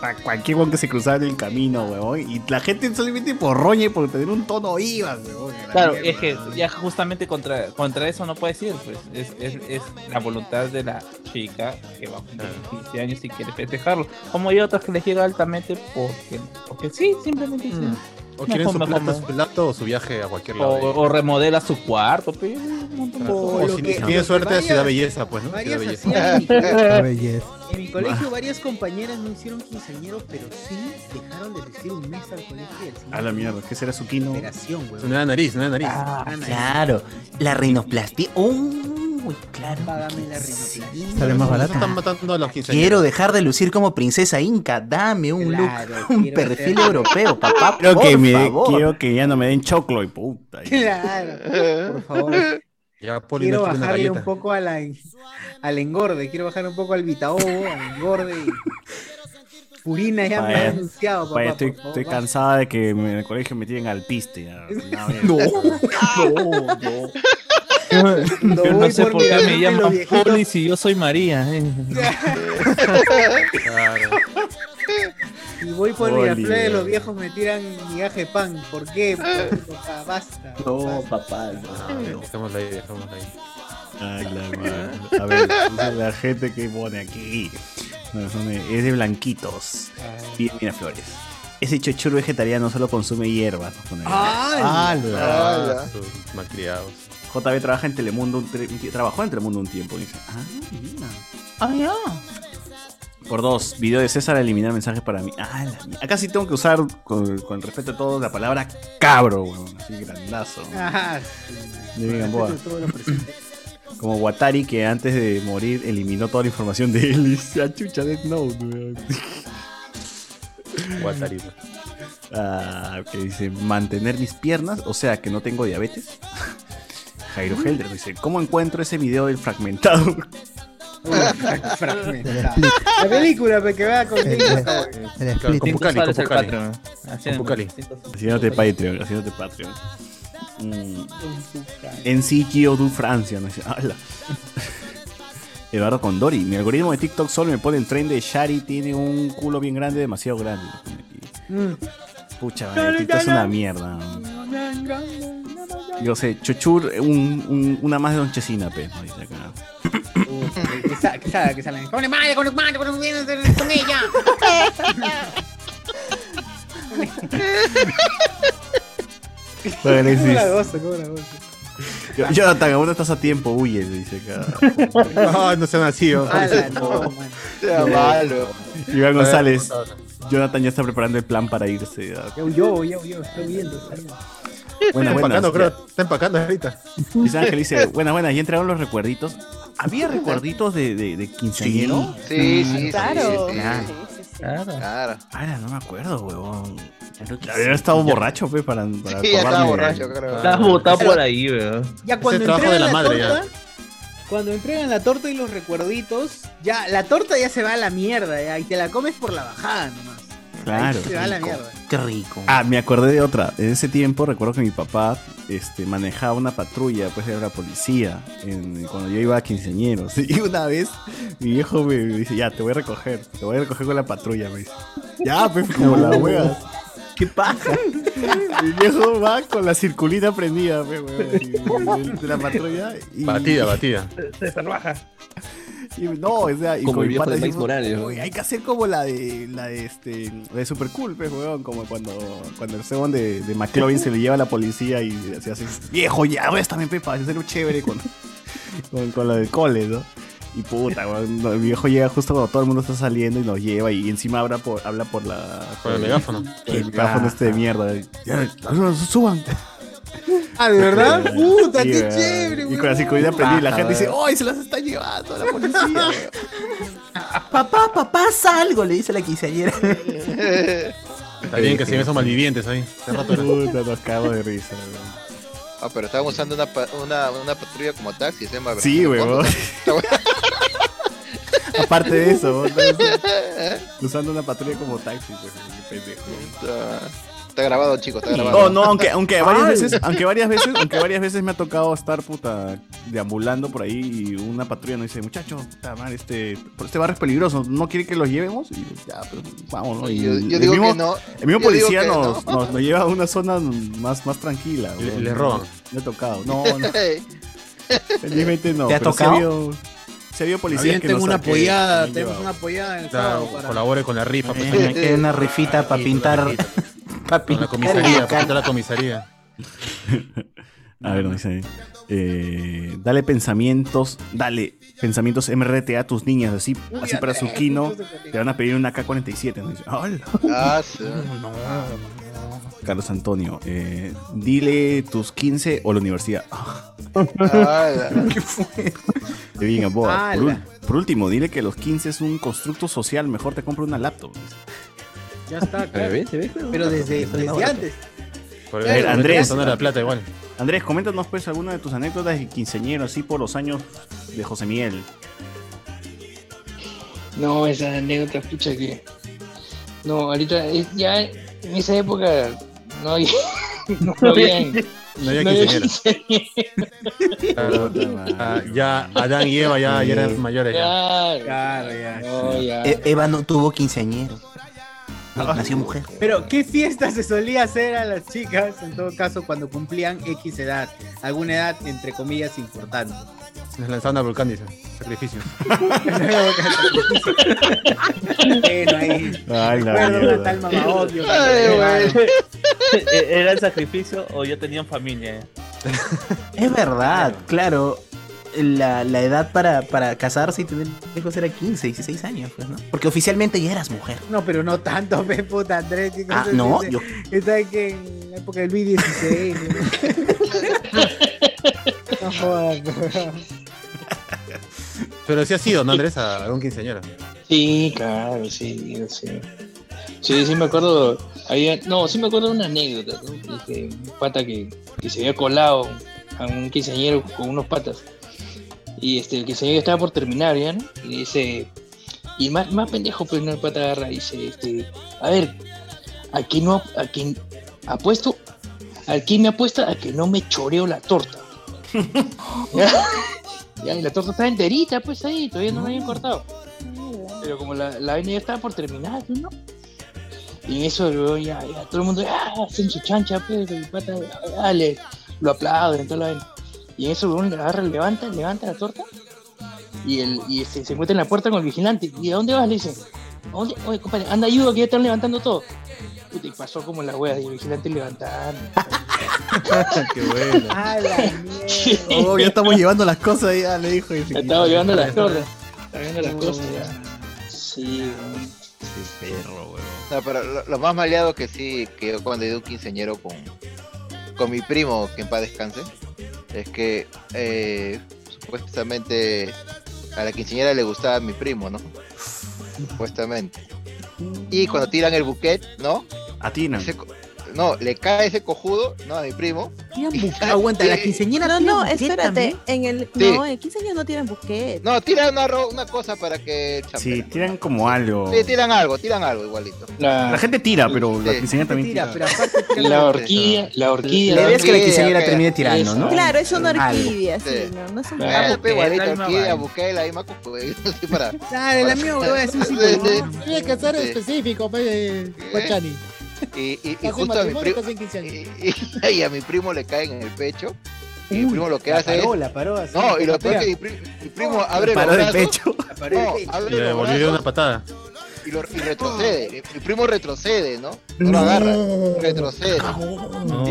[SPEAKER 2] a, a cualquier weón que se cruzara en el camino, weón. Y la gente solamente por roña y por tener un tono iba, weón.
[SPEAKER 5] Claro, es que ya justamente contra, contra eso no puedes ir, pues. Es, es, es la voluntad de la chica que va a cumplir 15 años y quiere festejarlo. Como hay otras que les llega altamente porque, porque sí, simplemente sí.
[SPEAKER 3] Mm. O
[SPEAKER 5] Mejor,
[SPEAKER 3] quieren su
[SPEAKER 5] mejor,
[SPEAKER 3] plata,
[SPEAKER 5] mejor.
[SPEAKER 3] su plato o su viaje a cualquier lado.
[SPEAKER 5] O, o remodela su cuarto, pe, un montón de
[SPEAKER 3] O,
[SPEAKER 5] cosas.
[SPEAKER 3] si tienes suerte,
[SPEAKER 1] varias-
[SPEAKER 3] Ciudad Belleza, pues, ¿no? Ciudad
[SPEAKER 1] varias
[SPEAKER 3] Belleza.
[SPEAKER 1] hacían mi colegio.
[SPEAKER 6] belleza.
[SPEAKER 1] En mi colegio varias compañeras no hicieron quinceañero, pero sí dejaron de decir un mes al colegio y al siguiente
[SPEAKER 2] A la mierda, ¿qué será su quino?
[SPEAKER 1] Operación,
[SPEAKER 3] No era nariz, no era nariz.
[SPEAKER 1] Ah,
[SPEAKER 4] Claro, la rinoplastia. Uy, claro.
[SPEAKER 1] Págame la rinoplastia.
[SPEAKER 4] Sale más barato.
[SPEAKER 3] Están matando a los quinceañeros.
[SPEAKER 4] Quiero dejar de lucir como princesa inca. Dame un look, un
[SPEAKER 1] quiero
[SPEAKER 4] perfil
[SPEAKER 1] ser-
[SPEAKER 4] europeo, papá.
[SPEAKER 2] Quiero que,
[SPEAKER 4] por
[SPEAKER 2] me,
[SPEAKER 4] favor.
[SPEAKER 2] quiero que ya no me den choclo y puta.
[SPEAKER 1] Claro, por favor.
[SPEAKER 3] Ya Poli
[SPEAKER 1] Quiero
[SPEAKER 3] no tiene una
[SPEAKER 1] bajarle un
[SPEAKER 3] galleta.
[SPEAKER 1] poco a la, al engorde, quiero bajar un poco al vitaobo, al engorde. y- Purina ya me ha
[SPEAKER 2] Vaya,
[SPEAKER 1] anunciado, papá.
[SPEAKER 2] Vaya, estoy,
[SPEAKER 1] por favor,
[SPEAKER 2] estoy
[SPEAKER 1] va.
[SPEAKER 2] cansada de que me- en el colegio me tiren al piste. ya.
[SPEAKER 4] No,
[SPEAKER 2] no,
[SPEAKER 1] No
[SPEAKER 5] Yo no
[SPEAKER 1] voy
[SPEAKER 5] sé por
[SPEAKER 1] mi
[SPEAKER 5] qué me
[SPEAKER 1] alma, los
[SPEAKER 5] llaman
[SPEAKER 1] viejitos.
[SPEAKER 5] Poli si yo soy María. eh.
[SPEAKER 1] Y voy por
[SPEAKER 5] Poli,
[SPEAKER 1] Miraflores, los
[SPEAKER 5] güey.
[SPEAKER 1] viejos me tiran migaje de pan. ¿Por qué? Por- o sea, basta.
[SPEAKER 4] No, papá.
[SPEAKER 3] no. Dejémoslo ahí, dejémoslo ahí.
[SPEAKER 2] Ay, la madre. A ver, dice la gente que pone aquí. No, son de- es de blanquitos. Bien, mira flores. Ese chochuro vegetariano solo consume hierbas.
[SPEAKER 3] ¡Hala!
[SPEAKER 2] Malcriados. JB trabaja en Telemundo, un tre- un tie- trabajó en Telemundo un tiempo, dice. Ah, mira. Por dos, video de César eliminar mensajes para mí. Ah, la mi- Acá sí tengo que usar, con, con el respeto de todos, la palabra cabro, weón. Así grandazo.
[SPEAKER 1] Ah,
[SPEAKER 2] De mi Gamboa.
[SPEAKER 1] respeto de todos los presentes.
[SPEAKER 2] Como Watari, que antes de morir eliminó toda la información de él. Y se achucha Death Note, weón.
[SPEAKER 3] Guatari.
[SPEAKER 2] Ah, que dice mantener mis piernas, o sea que no tengo diabetes. Jairo Helder dice, ¿cómo encuentro ese video del fragmentado?
[SPEAKER 1] Fragmentado. La película pe, que va con
[SPEAKER 2] El-
[SPEAKER 1] el
[SPEAKER 2] Claro, con Pucali, con Pucali.
[SPEAKER 1] Haciendo-
[SPEAKER 2] Haciéndote Patreon, haciéndote Patreon. Mm. En CGO du Francia, no sé. Ala. Eduardo Condori, mi algoritmo de TikTok solo me pone el tren de Shari, tiene un culo bien grande, demasiado grande.
[SPEAKER 1] Mm.
[SPEAKER 2] Pucha, madre, TikTok es una mierda. Yo sé, Chochur, un- un- una más de Don Chesina, pe, nos dice acá.
[SPEAKER 1] Que sa- que sa- que salen. Con el madre, con el madre, con el- con ella.
[SPEAKER 2] Lo que
[SPEAKER 1] ¿Cómo la
[SPEAKER 2] decís.
[SPEAKER 1] gozo, cómo la gozo?
[SPEAKER 2] Yo- Jonathan, aún no estás a tiempo, huye, dice acá.
[SPEAKER 3] No, no sean así. oh.
[SPEAKER 1] Ala, no, man.
[SPEAKER 7] Sea malo.
[SPEAKER 2] Iván González, Jonathan ya está preparando el plan para irse. ah.
[SPEAKER 1] Yo, yo, yo, yo, estoy viendo. estoy viendo.
[SPEAKER 2] Buenas,
[SPEAKER 3] Está
[SPEAKER 2] buenas.
[SPEAKER 3] empacando, creo. Está empacando ahorita.
[SPEAKER 2] Dice Ángel, dice, buenas, buenas, ya entregaron los recuerditos. ¿Había recuerditos de, de, de quinceañero? Ah,
[SPEAKER 7] Sí, sí, sí,
[SPEAKER 9] Claro.
[SPEAKER 7] sí,
[SPEAKER 2] Claro.
[SPEAKER 7] Claro.
[SPEAKER 2] Ahora no me acuerdo, huevón. Había estado borracho, pe, para, para Ah.
[SPEAKER 7] Sí, ya estaba
[SPEAKER 2] acordarme.
[SPEAKER 7] borracho, creo.
[SPEAKER 2] Estabas
[SPEAKER 5] botado
[SPEAKER 2] Pero-
[SPEAKER 5] por ahí, weón.
[SPEAKER 1] Ya cuando
[SPEAKER 2] el trabajo
[SPEAKER 1] entregan
[SPEAKER 2] de la
[SPEAKER 1] la,
[SPEAKER 2] madre, ya.
[SPEAKER 1] torta, cuando entregan la torta y los recuerditos, ya la torta ya se va a la mierda, ya, y te la comes por la bajada nomás.
[SPEAKER 2] Claro.
[SPEAKER 1] Se va a la mierda.
[SPEAKER 4] Qué rico.
[SPEAKER 2] Ah, me acordé de otra. En ese tiempo recuerdo que mi papá este, manejaba una patrulla, pues era la policía, en- cuando yo iba a quinceañeros. Y una vez mi viejo me dice, ya, te voy a recoger, te voy a recoger con la patrulla, me dice. Ya, pues como la huevas. ¿Qué pasa? Mi viejo va con la circulina prendida, pues, huevón, y- y- de la patrulla. y-
[SPEAKER 3] Batida, batida.
[SPEAKER 2] Se salvaja. Y, no, o sea, y
[SPEAKER 11] Como
[SPEAKER 2] con
[SPEAKER 11] el
[SPEAKER 2] mi
[SPEAKER 11] viejo
[SPEAKER 2] pata
[SPEAKER 11] de Miles
[SPEAKER 2] decimos,
[SPEAKER 11] Morales, ¿no?
[SPEAKER 2] "Uy, hay que hacer como la de la de este la de super cool, pues, weón, como cuando, cuando el cebón de, de McLovin se le lleva a la policía y se hace viejo, ya ves también Pepa, hacer un chévere con, con, con lo del cole, ¿no? Y puta, weón, no, el viejo llega justo cuando todo el mundo está saliendo y nos lleva y encima habla por, habla por la
[SPEAKER 3] Por el megáfono.
[SPEAKER 2] Por el megáfono este de mierda. Ya, suban.
[SPEAKER 1] Ah, ¿de verdad? Puta, qué
[SPEAKER 2] weón.
[SPEAKER 1] chévere,
[SPEAKER 2] Y con la circulina prendida y la gente dice, ¡ay!
[SPEAKER 4] se las está llevando la policía! papá, papá, salgo, le dice la quinceañera.
[SPEAKER 3] Está bien que se ven esos malvivientes ahí. Hace rato era.
[SPEAKER 2] Puta, nos cago de risa, weón.
[SPEAKER 7] Ah, pero estaban usando una, pa- una, una patrulla como taxi, se llama.
[SPEAKER 2] Sí, weón. Aparte de eso, weón, usando una patrulla como taxi, weón, qué pendejo.
[SPEAKER 7] Está, Ah, está grabado, chicos, está grabado.
[SPEAKER 2] Oh, No, no, aunque, aunque varias veces, aunque varias veces, aunque varias veces me ha tocado estar puta deambulando por ahí y una patrulla nos dice, muchachos, puta madre, este, este barrio es peligroso, no quiere que los llevemos y ya, pues, vamos, ¿no? Y
[SPEAKER 7] Yo- yo
[SPEAKER 2] el
[SPEAKER 7] digo que
[SPEAKER 2] mismo-
[SPEAKER 7] no,
[SPEAKER 2] El mismo
[SPEAKER 7] yo digo
[SPEAKER 2] policía
[SPEAKER 7] que
[SPEAKER 2] nos,
[SPEAKER 7] no.
[SPEAKER 2] nos, nos lleva a una zona más, más tranquila.
[SPEAKER 3] Y le-
[SPEAKER 2] weón.
[SPEAKER 3] le roban.
[SPEAKER 2] Me ha tocado. No, no. Felizmente no.
[SPEAKER 4] ¿Te ha
[SPEAKER 2] pero sí
[SPEAKER 4] tocado?
[SPEAKER 2] ha habido- sí ha habido policías que
[SPEAKER 1] tengo
[SPEAKER 2] nos
[SPEAKER 1] una
[SPEAKER 2] han- que
[SPEAKER 1] apoyada,
[SPEAKER 2] han
[SPEAKER 1] tenemos
[SPEAKER 2] llevado.
[SPEAKER 1] una apoyada en el
[SPEAKER 3] Claro,
[SPEAKER 1] sábado para.
[SPEAKER 3] colabore con la rifa. pues.
[SPEAKER 4] Eh, que hay una rifita para pintar. Para
[SPEAKER 3] Con la comisaría, para la comisaría.
[SPEAKER 2] A ver, dice. eh, dale pensamientos, dale pensamientos MRTA a tus niñas, así, así para su kino. Te van a pedir una K47. ¿no? Dice, "Hola".
[SPEAKER 7] Ah, sí.
[SPEAKER 2] Carlos Antonio, eh, dile tus 15 o la universidad.
[SPEAKER 7] Ah, Ala.
[SPEAKER 2] ¿Qué fue? De bien,
[SPEAKER 7] Ah,
[SPEAKER 2] Gamboa. Por,
[SPEAKER 1] Ala.
[SPEAKER 2] ul- por último, dile que los 15 es un constructo social, mejor te compro una laptop.
[SPEAKER 1] Ya está, claro.
[SPEAKER 2] ve, se ve, claro.
[SPEAKER 1] Pero desde,
[SPEAKER 2] Está bien
[SPEAKER 1] desde
[SPEAKER 2] ahora.
[SPEAKER 1] antes.
[SPEAKER 2] A
[SPEAKER 3] Claro,
[SPEAKER 2] ver,
[SPEAKER 3] porque
[SPEAKER 2] Andrés.
[SPEAKER 3] no era plata igual.
[SPEAKER 2] Andrés, coméntanos pues alguna de tus anécdotas de quinceañero, así por los años de José Miguel.
[SPEAKER 19] No, esa anécdota, escucha que. No, ahorita, es- ya en esa época no había. No había,
[SPEAKER 3] No había quinceañera. Claro, ah, ya Adán y Eva Oh, ya, ya eran mayores. Ya.
[SPEAKER 19] Claro,
[SPEAKER 1] ya.
[SPEAKER 19] No, ya.
[SPEAKER 4] Eh,
[SPEAKER 2] Eh,
[SPEAKER 4] E- Eva no tuvo quinceañero. Nació mujer.
[SPEAKER 1] Pero, ¿qué fiesta se solía hacer a las chicas, en todo caso, cuando cumplían X edad? Alguna edad, entre comillas, importante.
[SPEAKER 3] Les lanzaron al volcán, dice. Sacrificio.
[SPEAKER 14] Bueno, ahí.
[SPEAKER 2] Ay, la
[SPEAKER 14] Recuerdo
[SPEAKER 2] mierda.
[SPEAKER 14] una tal mamá odio.
[SPEAKER 2] Ay, güey.
[SPEAKER 5] ¿E-, ¿Era el sacrificio o yo tenía familia? eh?
[SPEAKER 4] Es verdad, claro. La, la edad para, para casarse y tener hijos era 15, 16 años, pues, ¿no? Porque oficialmente ya eras mujer.
[SPEAKER 14] No, pero no tanto, pe puta, Andrés. ¿qué
[SPEAKER 4] Ah,
[SPEAKER 14] cosa
[SPEAKER 4] no,
[SPEAKER 14] es
[SPEAKER 4] yo-
[SPEAKER 14] Está que en la época del Luis 16. no jodas, weón.
[SPEAKER 3] Pero sí ha sido, ¿no, Andrés? A algún quinceañero.
[SPEAKER 19] Sí, claro, sí, sí. Sí, sí me acuerdo, había, no, sí me acuerdo de una anécdota, ¿no? Este, un pata que, que se había colado a un quinceañero con unos patas. Y este, el quinceañero estaba por terminar, ¿ya? ¿no? Y dice, y más, más pendejo, pues no, el pata agarra y dice, este, a ver, aquí no, aquí apuesto, aquí me apuesta a que no me choreo la torta. ¿Ya? Ya, y la torta está enterita, pues ahí, todavía no la habían cortado. Pero como la, la vaina ya estaba por terminar, pues, ¿no? Y en eso luego ya, ya todo el mundo, ah, hacen su chancha, pues, el pata, dale, lo aplauden, toda la vaina. Y en eso luego agarra, levanta, levanta la torta y, el, y se, se encuentra en la puerta con el vigilante. ¿Y a dónde vas? Le dicen, ¿a dónde? Oye, compadre, anda, ayuda, que ya están levantando todo. Puta, y pasó como las weas, y el vigilante levantando.
[SPEAKER 3] Qué bueno.
[SPEAKER 14] A la
[SPEAKER 2] Oh, ya estamos llevando las cosas ahí, ah, le dijo. y se-
[SPEAKER 19] Estaba llevando las tortas. Estaba llevando las cosas, ya. Sí, weón.
[SPEAKER 2] Perro, weón.
[SPEAKER 7] No, pero lo, lo más maleado que sí, que yo cuando era un quinceañero con, con mi primo, que en paz descanse, es que eh, supuestamente a la quinceañera le gustaba mi primo, ¿no? Supuestamente. Y cuando tiran el buquet, ¿no?
[SPEAKER 2] Atinan.
[SPEAKER 7] Ese co- no, le cae ese cojudo, ¿no? A mi primo.
[SPEAKER 14] Aguanta, la
[SPEAKER 7] quinceañera
[SPEAKER 9] No, no, espérate. En el,
[SPEAKER 7] Sí.
[SPEAKER 9] No, en 15 años no tienen buquet.
[SPEAKER 7] No, tiran una, ro- una cosa para que... el
[SPEAKER 2] Sí, tiran como algo.
[SPEAKER 7] champ- Sí, tiran algo, tiran algo igualito.
[SPEAKER 2] La gente tira, pero la
[SPEAKER 7] Sí.
[SPEAKER 2] quinceañera también
[SPEAKER 7] Tira,
[SPEAKER 2] tira.
[SPEAKER 7] pero
[SPEAKER 19] La horquilla, la horquilla.
[SPEAKER 2] La idea es que la quinceañera
[SPEAKER 19] ok.
[SPEAKER 2] termine tirando, ¿no?
[SPEAKER 9] Claro, es una
[SPEAKER 2] Algo.
[SPEAKER 9] orquídea, sí, no, no es un
[SPEAKER 7] Ah,
[SPEAKER 9] buquet.
[SPEAKER 7] pe, igualito,
[SPEAKER 14] la misma
[SPEAKER 7] orquídea,
[SPEAKER 14] vaina.
[SPEAKER 7] buqué, la misma cucu, eh, así para-
[SPEAKER 8] Ah,
[SPEAKER 14] Claro, el
[SPEAKER 7] para-
[SPEAKER 14] amigo, weón, es un
[SPEAKER 7] Sí,
[SPEAKER 14] psicólogo.
[SPEAKER 7] sí.
[SPEAKER 8] Tiene que ser
[SPEAKER 7] Sí.
[SPEAKER 8] específico, pe, Guachani.
[SPEAKER 7] Y, y- y
[SPEAKER 8] Estás en
[SPEAKER 7] justo a mi
[SPEAKER 8] matrimonio,
[SPEAKER 7] primo
[SPEAKER 8] estás en 15 años.
[SPEAKER 7] y, a mi primo le cae en el pecho. Y mi primo lo que
[SPEAKER 8] la
[SPEAKER 7] hace
[SPEAKER 8] paró,
[SPEAKER 7] es.
[SPEAKER 8] la paró así,
[SPEAKER 7] no, y lo peor
[SPEAKER 8] patea.
[SPEAKER 7] es que mi, pri- mi primo abre
[SPEAKER 3] paró
[SPEAKER 7] los brazos.
[SPEAKER 3] de pecho.
[SPEAKER 7] La paró de
[SPEAKER 3] No,
[SPEAKER 7] pecho. abre
[SPEAKER 3] Le
[SPEAKER 7] los
[SPEAKER 3] volvió
[SPEAKER 7] brazos
[SPEAKER 3] una patada.
[SPEAKER 7] y, lo- y retrocede. Mi primo retrocede, ¿no? No, lo agarra. Retrocede.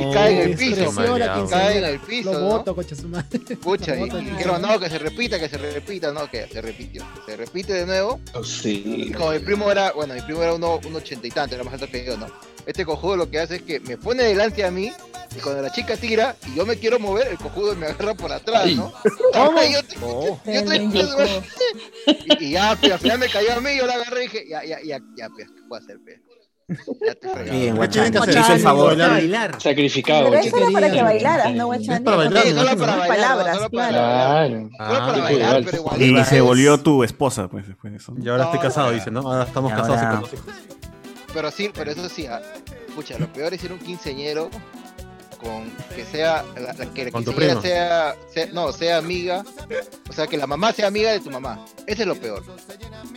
[SPEAKER 7] y cae en el piso.
[SPEAKER 8] Despreció a la
[SPEAKER 7] Y cae en
[SPEAKER 8] quinceañera.
[SPEAKER 7] el piso.
[SPEAKER 8] Lo
[SPEAKER 7] ¿no?
[SPEAKER 8] voto, coche su madre.
[SPEAKER 7] Escucha,
[SPEAKER 8] Lo
[SPEAKER 7] y,
[SPEAKER 8] voto
[SPEAKER 7] y
[SPEAKER 8] al
[SPEAKER 7] dijeron, no, que se repita, que se repita, no, que se repitió. Se repite de nuevo.
[SPEAKER 19] Sí.
[SPEAKER 7] Como mi primo era, bueno, mi primo era uno, un ochenta y tanto, era más alto que yo, ¿no? Este cojudo lo que hace es que me pone delante a mí, y cuando la chica tira y yo me quiero mover, el cojudo me agarra por atrás, ¿no?
[SPEAKER 14] ¿Cómo?
[SPEAKER 7] Y yo te- yo te- y, y ya, pero al final me cayó a mí, yo la agarré y dije, ya, ya, ya, ya, pues, ¿qué puedo hacer, pues? Ya te fregaba.
[SPEAKER 3] Guachani,
[SPEAKER 4] Bien, Guachani.
[SPEAKER 3] ¿qué
[SPEAKER 4] Guachani,
[SPEAKER 3] hizo el favor?
[SPEAKER 4] Guachani.
[SPEAKER 3] Bailar.
[SPEAKER 19] Sacrificado.
[SPEAKER 9] Pero eso era para que
[SPEAKER 3] querías?
[SPEAKER 9] bailaras, ¿no,
[SPEAKER 3] Es
[SPEAKER 9] Guachani?
[SPEAKER 3] para bailar,
[SPEAKER 9] No,
[SPEAKER 3] ¿no?
[SPEAKER 9] no,
[SPEAKER 3] Solo para
[SPEAKER 9] palabras, claro.
[SPEAKER 3] Ah,
[SPEAKER 7] para
[SPEAKER 3] qué
[SPEAKER 7] bailar,
[SPEAKER 3] legal.
[SPEAKER 7] pero igual.
[SPEAKER 2] Y se volvió tu esposa, pues, después de eso.
[SPEAKER 3] Y ahora estoy casado, dice, ¿no? Ahora estamos
[SPEAKER 2] Y
[SPEAKER 3] casados y
[SPEAKER 2] ahora-
[SPEAKER 3] con dos hijos.
[SPEAKER 7] Pero sí, pero eso sí, ah, escucha, lo peor es ir a un quinceñero con que sea la, la- que la
[SPEAKER 3] Con tu
[SPEAKER 7] quinceañera
[SPEAKER 3] primo.
[SPEAKER 7] sea, sea- no, sea amiga, o sea, que la mamá sea amiga de tu mamá. Ese es lo peor.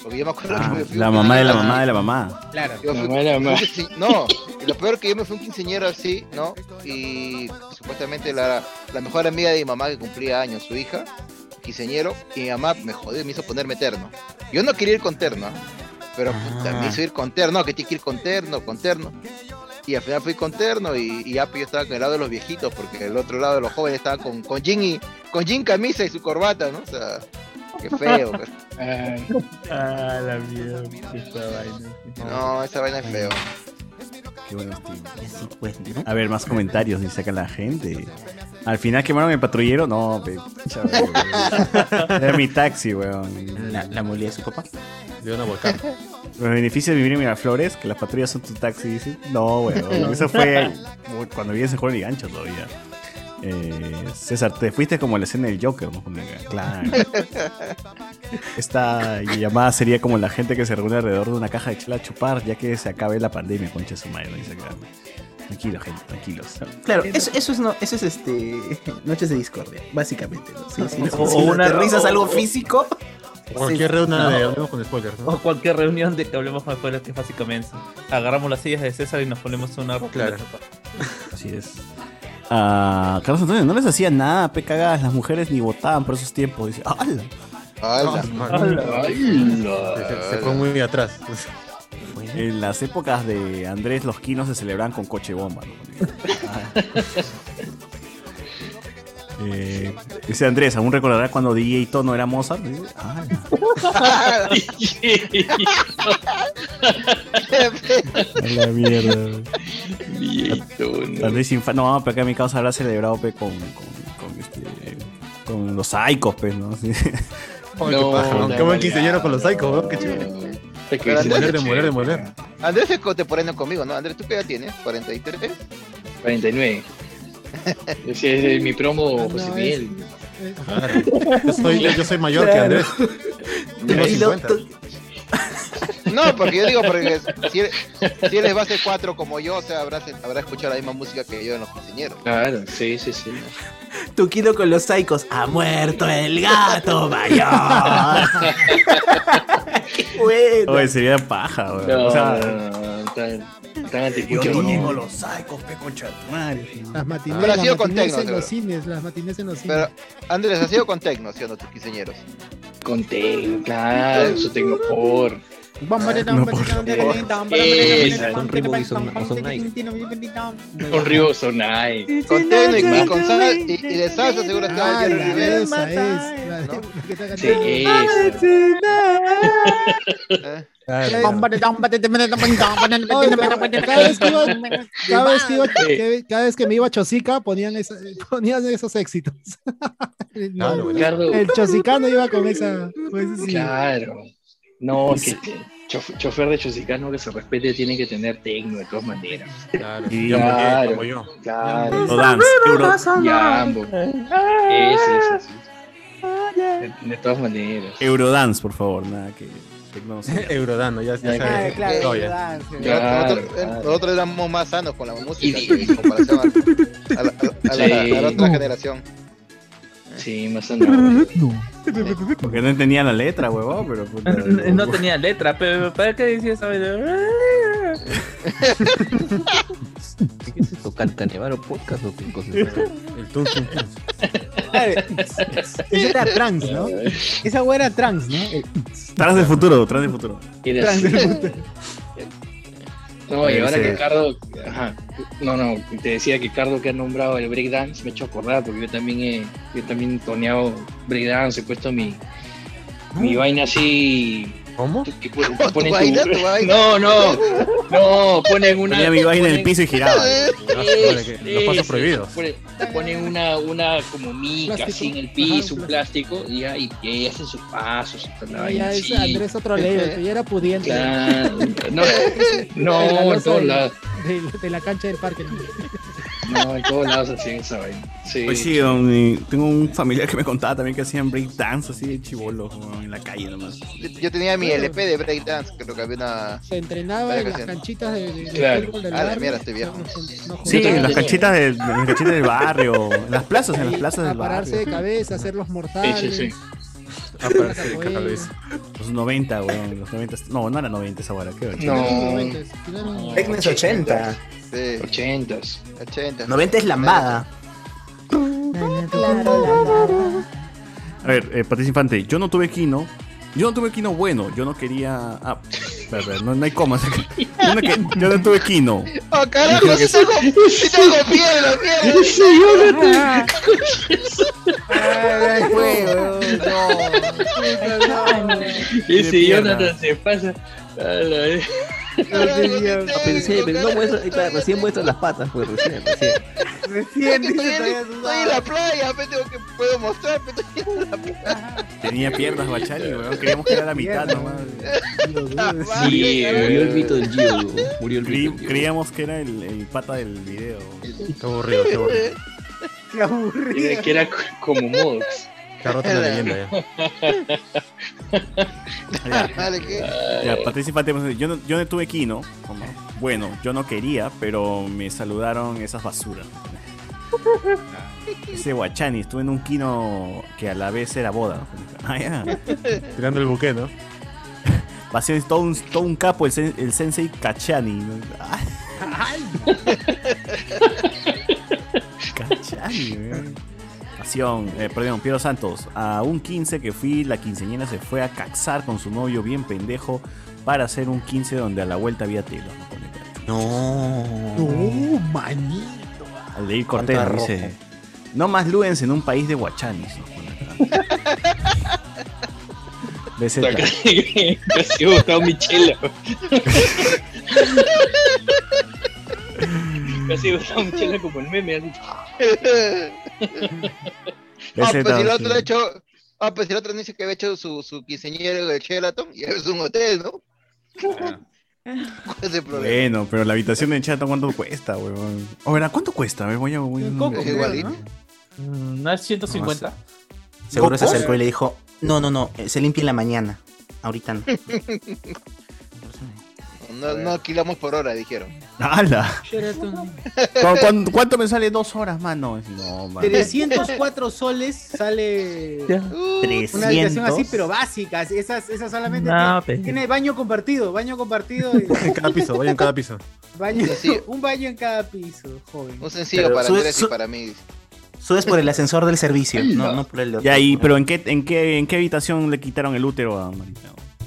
[SPEAKER 7] Porque yo me acuerdo que
[SPEAKER 2] Ah,
[SPEAKER 7] me fui a
[SPEAKER 2] la
[SPEAKER 7] un
[SPEAKER 2] mamá de la
[SPEAKER 7] quinceañero
[SPEAKER 2] mamá de
[SPEAKER 7] así.
[SPEAKER 2] la mamá.
[SPEAKER 14] Claro.
[SPEAKER 7] Yo fui-
[SPEAKER 19] Mamá de la mamá.
[SPEAKER 7] Sí, no, y lo peor que yo me fui a un quinceñero así, ¿no? Y supuestamente la, la mejor amiga de mi mamá que cumplía años, su hija, quinceñero, y mi mamá me jodió, me hizo ponerme terno. Yo no quería ir con terno, ¿ah? pero puta,
[SPEAKER 2] Ah.
[SPEAKER 6] Ah.
[SPEAKER 7] me hizo ir con terno, que tienes que ir con terno, con terno. Y al final fui con terno y, y ya pues, yo estaba con el lado de los viejitos, porque el otro lado de los jóvenes estaba con, con jean y con jean camisa y su corbata, ¿no? O sea, qué feo. pues.
[SPEAKER 5] Ah, la mierda. esta vaina.
[SPEAKER 7] No, esa vaina es feo.
[SPEAKER 2] Qué buenos tiempos.
[SPEAKER 4] pues,
[SPEAKER 2] A ver, más comentarios, dice acá la gente. Al final quemaron el patrullero, no, pe, pucha, weón. Era mi taxi, weón.
[SPEAKER 4] La, la molía de su papá.
[SPEAKER 3] Le dio una volcada.
[SPEAKER 2] Los beneficios de vivir en Miraflores, que las patrullas son tu taxi, dice. No, weón. Eso fue uy, cuando vivías en Juan y Gancho todavía. Eh, César, te fuiste como la escena del Joker, ¿no? Claro. Esta llamada sería como la gente que se reúne alrededor de una caja de chela a chupar, ya que se acabe la pandemia, concha de su madre, dice acá. Tranquilo, gente, tranquilos.
[SPEAKER 4] Claro, eso, eso es no, eso es este noches de discordia, básicamente. ¿no? Sí, sí, sí,
[SPEAKER 5] O-
[SPEAKER 4] sí,
[SPEAKER 5] o una-
[SPEAKER 4] aterrizas
[SPEAKER 5] o-
[SPEAKER 4] algo físico.
[SPEAKER 3] Cualquier
[SPEAKER 5] Sí.
[SPEAKER 3] reunión
[SPEAKER 5] No.
[SPEAKER 3] de hablemos con spoilers, ¿no?
[SPEAKER 5] O cualquier reunión de que hablemos con spoilers, que es básicamente. Agarramos las sillas de César y nos ponemos una
[SPEAKER 3] Claro.
[SPEAKER 5] rotuleta.
[SPEAKER 2] Así es. a Ah, Carlos Antonio no les hacía nada, pe cagadas, las mujeres ni votaban por esos tiempos. Dice, ¡ala!
[SPEAKER 7] ¡Ala! ¡Ala!
[SPEAKER 3] Se- se fue muy
[SPEAKER 2] atrás. Ah, En las épocas de Andrés, los quinos se celebraban con coche bomba. ¿no? Eh, dice Andrés, ¿aún recordará cuando DJ Tono era Mozart? Dice, "Ah, "Ala". A la mierda. Andrés Infante, no, pero acá en mi casa habrá celebrado pe, con, con, con, este, con los psicos, pues, ¿no? Sí.
[SPEAKER 3] Oh, qué paja, ¿no? Qué buen quinceañero con los psychos, weón, qué chévere.
[SPEAKER 7] Pero
[SPEAKER 3] Demoler,
[SPEAKER 7] Andrés-
[SPEAKER 3] demoler, demoler.
[SPEAKER 7] Andrés es contemporáneo conmigo, ¿no? Andrés, ¿tú qué edad tienes? ¿43?
[SPEAKER 19] 49. Ese es mi promo, José Miguel.
[SPEAKER 3] Yo soy, yo soy mayor que Andrés. Tengo
[SPEAKER 7] Y lo-
[SPEAKER 3] 50.
[SPEAKER 7] No, porque yo digo, porque si eres, si eres base 4 como yo, o sea, habrás, habrás escuchado la misma música que yo en los quinceañeros.
[SPEAKER 19] Claro, sí, sí, sí.
[SPEAKER 4] Tuquino con los psicos. Ha muerto el gato mayor. Bueno.
[SPEAKER 2] Oye, sería paja, weón.
[SPEAKER 19] No,
[SPEAKER 2] o sea,
[SPEAKER 19] no, no, tan, tan
[SPEAKER 2] yo
[SPEAKER 19] anticucho,
[SPEAKER 2] digo
[SPEAKER 19] no.
[SPEAKER 2] los psicos, pe concha de tu madre.
[SPEAKER 8] Las matines,
[SPEAKER 7] Pero ha
[SPEAKER 8] las
[SPEAKER 7] sido con
[SPEAKER 8] matines
[SPEAKER 7] Tecno,
[SPEAKER 8] en los
[SPEAKER 7] seguro.
[SPEAKER 8] cines, las matines en los cines.
[SPEAKER 7] Pero, Andrés, ¿has sido con Tecno, sí o no, tus quinceañeros?
[SPEAKER 19] Con Tecno, claro, su Tecnopor. Esa, Con Reebok y son- o son Nike. Con Reebok son Nike.
[SPEAKER 7] Con Tecno y, y con salsa, y, y de salsa seguro estaba Jerry Rivera.
[SPEAKER 8] Esa es.
[SPEAKER 19] Sí, esa.
[SPEAKER 8] Cada vez que iba- cada vez que iba- que- cada vez que me iba a Chosica ponían, esa- ponían esos éxitos.
[SPEAKER 19] Claro, Ricardo.
[SPEAKER 8] El chosicano iba con esa. con ese sí.
[SPEAKER 19] Claro. No, que te- chof- chofer de chosicano que se respete tiene que tener Tecno de todas maneras. Claro,
[SPEAKER 2] Y-
[SPEAKER 19] claro.
[SPEAKER 2] como yo.
[SPEAKER 19] claro.
[SPEAKER 2] O dance, Euro-
[SPEAKER 19] Ya, ambos. Ese, ese, ese. De, de todas maneras.
[SPEAKER 2] Eurodance, por favor, nada que. Eurodance, ya,
[SPEAKER 19] ya sabes.
[SPEAKER 7] claro,
[SPEAKER 19] No, ya.
[SPEAKER 7] Eurodance,
[SPEAKER 19] Claro,
[SPEAKER 7] Nosotros,
[SPEAKER 19] claro.
[SPEAKER 7] nosotros éramos más sanos con la música que en comparación a, a la, a la- a la otra
[SPEAKER 19] Sí.
[SPEAKER 7] generación.
[SPEAKER 19] Sí, más o menos.
[SPEAKER 2] Porque no entendía la letra, huevón, pero. puta,
[SPEAKER 5] No tenía letra, pero ¿para qué decía esa vaina?
[SPEAKER 11] ¿Qué es esto? ¿Cantanevaro podcast o qué cosa?
[SPEAKER 3] El tum, tum, tum.
[SPEAKER 8] Esa era trans, ¿no? Esa wea era trans, ¿no? Eh,
[SPEAKER 2] Tras del futuro, tras del futuro.
[SPEAKER 8] trans.
[SPEAKER 19] No, y
[SPEAKER 2] Ese-
[SPEAKER 19] ahora que Cardo. Ajá. No, no, te decía que Cardo que ha nombrado el breakdance me ha hecho acordar porque yo también he, yo también he toneado breakdance, he puesto mi, mi
[SPEAKER 2] Ah.
[SPEAKER 19] vaina así.
[SPEAKER 3] ¿Cómo?
[SPEAKER 7] ¿Tu vaina, tu vaina?
[SPEAKER 19] No, no, no, ponen una.
[SPEAKER 2] Ponía mi vaina en el piso y giraba.
[SPEAKER 19] Sí,
[SPEAKER 2] Los pasos
[SPEAKER 19] sí,
[SPEAKER 2] prohibidos.
[SPEAKER 19] ponen- Ponen una, una como mica así en el piso, un plástico, y ahí y ahí hacen sus pasos. y toda la
[SPEAKER 8] No,
[SPEAKER 19] vaina
[SPEAKER 8] ya es
[SPEAKER 19] así.
[SPEAKER 8] Andrés otro level, que ya era pudiente.
[SPEAKER 19] Claro. No,
[SPEAKER 8] El
[SPEAKER 19] no, en
[SPEAKER 8] ganoso
[SPEAKER 19] todos
[SPEAKER 8] del-
[SPEAKER 19] lados.
[SPEAKER 8] del- de la cancha del parque.
[SPEAKER 19] No, en todos lados hacían esa vaina. Sí.
[SPEAKER 2] Pues sí, don, y tengo un familiar que me contaba también que hacían breakdance así de chibolos en la calle nomás.
[SPEAKER 7] Yo, yo tenía mi LP de breakdance, creo que había una.
[SPEAKER 8] Se entrenaba
[SPEAKER 7] Vale,
[SPEAKER 8] en las
[SPEAKER 7] Cristian.
[SPEAKER 8] canchitas de, de- de
[SPEAKER 2] Claro.
[SPEAKER 8] fútbol del
[SPEAKER 7] Ah, la
[SPEAKER 8] barrio.
[SPEAKER 7] mierda, estoy viejo.
[SPEAKER 2] Sí, en las cachitas del, en las cachitas del barrio, en las plazas, en las plazas
[SPEAKER 8] A
[SPEAKER 2] del
[SPEAKER 8] pararse
[SPEAKER 2] barrio.
[SPEAKER 8] de cabeza, hacer los mortales.
[SPEAKER 2] Ah, parece que cada vez. Los 90, weón, los 90. No, no era 90 esa hora, qué
[SPEAKER 19] No.
[SPEAKER 4] Tecno es 80.
[SPEAKER 19] 80.
[SPEAKER 7] 80.
[SPEAKER 4] 90 es lambada.
[SPEAKER 2] A ver, eh, Patricia Infante, yo no tuve Kino. Yo no tuve Kino bueno, yo no quería. Ah, espera, espera, no, no hay comas. acá. Yo no, que- yo no tuve Kino.
[SPEAKER 7] ¡Oh, carajo!
[SPEAKER 2] Creo que
[SPEAKER 7] ¡Si tengo, sí tengo piedra, piedra!
[SPEAKER 19] Sí, yo no
[SPEAKER 7] ¡Ay, juego! ¡No!
[SPEAKER 19] Ese
[SPEAKER 2] De pierna.
[SPEAKER 19] Jonathan se pasa. A la-
[SPEAKER 11] Pensé, pero no muestra, ahí está, recién muestra las patas, pues recién, recién.
[SPEAKER 7] Recién estoy, en- estoy en la playa, me tengo que puedo mostrar, pero estoy en la playa.
[SPEAKER 2] Tenía piernas, Bachani, weón. Queríamos que era la mitad nomás.
[SPEAKER 11] Sí, murió el mito del Gio, murió el
[SPEAKER 2] Creí-
[SPEAKER 11] mito del Gio.
[SPEAKER 2] Creíamos que era el, el pata del video. Qué
[SPEAKER 3] aburrido, qué aburrido.
[SPEAKER 8] Qué aburrido.
[SPEAKER 19] Era que era co- como Modox.
[SPEAKER 3] Se ha roto la
[SPEAKER 19] eh.
[SPEAKER 3] leyenda
[SPEAKER 7] Vale, ¿qué?
[SPEAKER 2] Ya, Patricia Infante, pues, yo no, yo no tuve Kino. como, Bueno, yo no quería, pero me saludaron esas basuras. Ese Guachani, estuve en un Kino que a la vez era boda. Ah, ya.
[SPEAKER 3] Tirando el buque, ¿no?
[SPEAKER 2] Pasé todo un, todo un capo el, sen- el sensei Kachani. ¿no? Ah,
[SPEAKER 8] Ay,
[SPEAKER 2] Pasión, eh, perdón, Piero Santos. A un 15 que fui, la quinceñera se fue a caxar con su novio bien pendejo para hacer un 15 donde a la vuelta había telo.
[SPEAKER 4] No.
[SPEAKER 8] No, manito.
[SPEAKER 2] Al de ir Cortés
[SPEAKER 4] Cuánta
[SPEAKER 2] dice,
[SPEAKER 4] ropa.
[SPEAKER 2] No más lúense en un país de guachanis. nos pone acá. BZ.
[SPEAKER 19] Casi he botado mi chela. Casi he botado mi chela como el meme. así.
[SPEAKER 7] Ah,
[SPEAKER 2] Ese
[SPEAKER 7] pues si el
[SPEAKER 2] no,
[SPEAKER 7] otro
[SPEAKER 2] sí.
[SPEAKER 7] ha hecho. Ah, pues si el otro dice que había hecho su, su quinceañero de Sheraton y es un hotel, ¿no? ¿Cuál es el problema?
[SPEAKER 2] Bueno, pero la habitación de Chato, ¿cuánto cuesta, weón? O verá, ¿cuánto cuesta? A ver, voy a. voy a-
[SPEAKER 5] coco,
[SPEAKER 7] creo, Igualito.
[SPEAKER 5] Mm, No es 150.
[SPEAKER 4] Seguro se
[SPEAKER 5] ¿Cocos?
[SPEAKER 4] acercó y le dijo, no, no, no, eh, se limpia en la mañana. Ahorita no.
[SPEAKER 7] No, no alquilamos por hora, dijeron.
[SPEAKER 2] ¡Hala!
[SPEAKER 14] Sheraton.
[SPEAKER 2] ¿Cu- cuán- ¿Cuánto me sale dos horas, mano? No, mano.
[SPEAKER 14] 304 soles sale
[SPEAKER 2] Ya.
[SPEAKER 14] una habitación
[SPEAKER 2] 300.
[SPEAKER 14] así, pero básica. Esas, esas solamente
[SPEAKER 2] No,
[SPEAKER 14] tiene,
[SPEAKER 19] pues,
[SPEAKER 2] pe.
[SPEAKER 14] tiene baño compartido, baño compartido. y-
[SPEAKER 3] En cada piso, vaya en cada piso.
[SPEAKER 14] baño,
[SPEAKER 7] sencillo.
[SPEAKER 14] un baño en cada piso, joven.
[SPEAKER 7] Pues Un
[SPEAKER 4] Pero
[SPEAKER 7] sencillo para
[SPEAKER 4] sube-
[SPEAKER 7] Andrés y
[SPEAKER 4] su-
[SPEAKER 7] para mí.
[SPEAKER 4] Subes por el ascensor del servicio, no, no por el de otro.
[SPEAKER 2] Ya, ahí, pero ¿en qué, en, qué, ¿en qué habitación le quitaron el útero a Marita?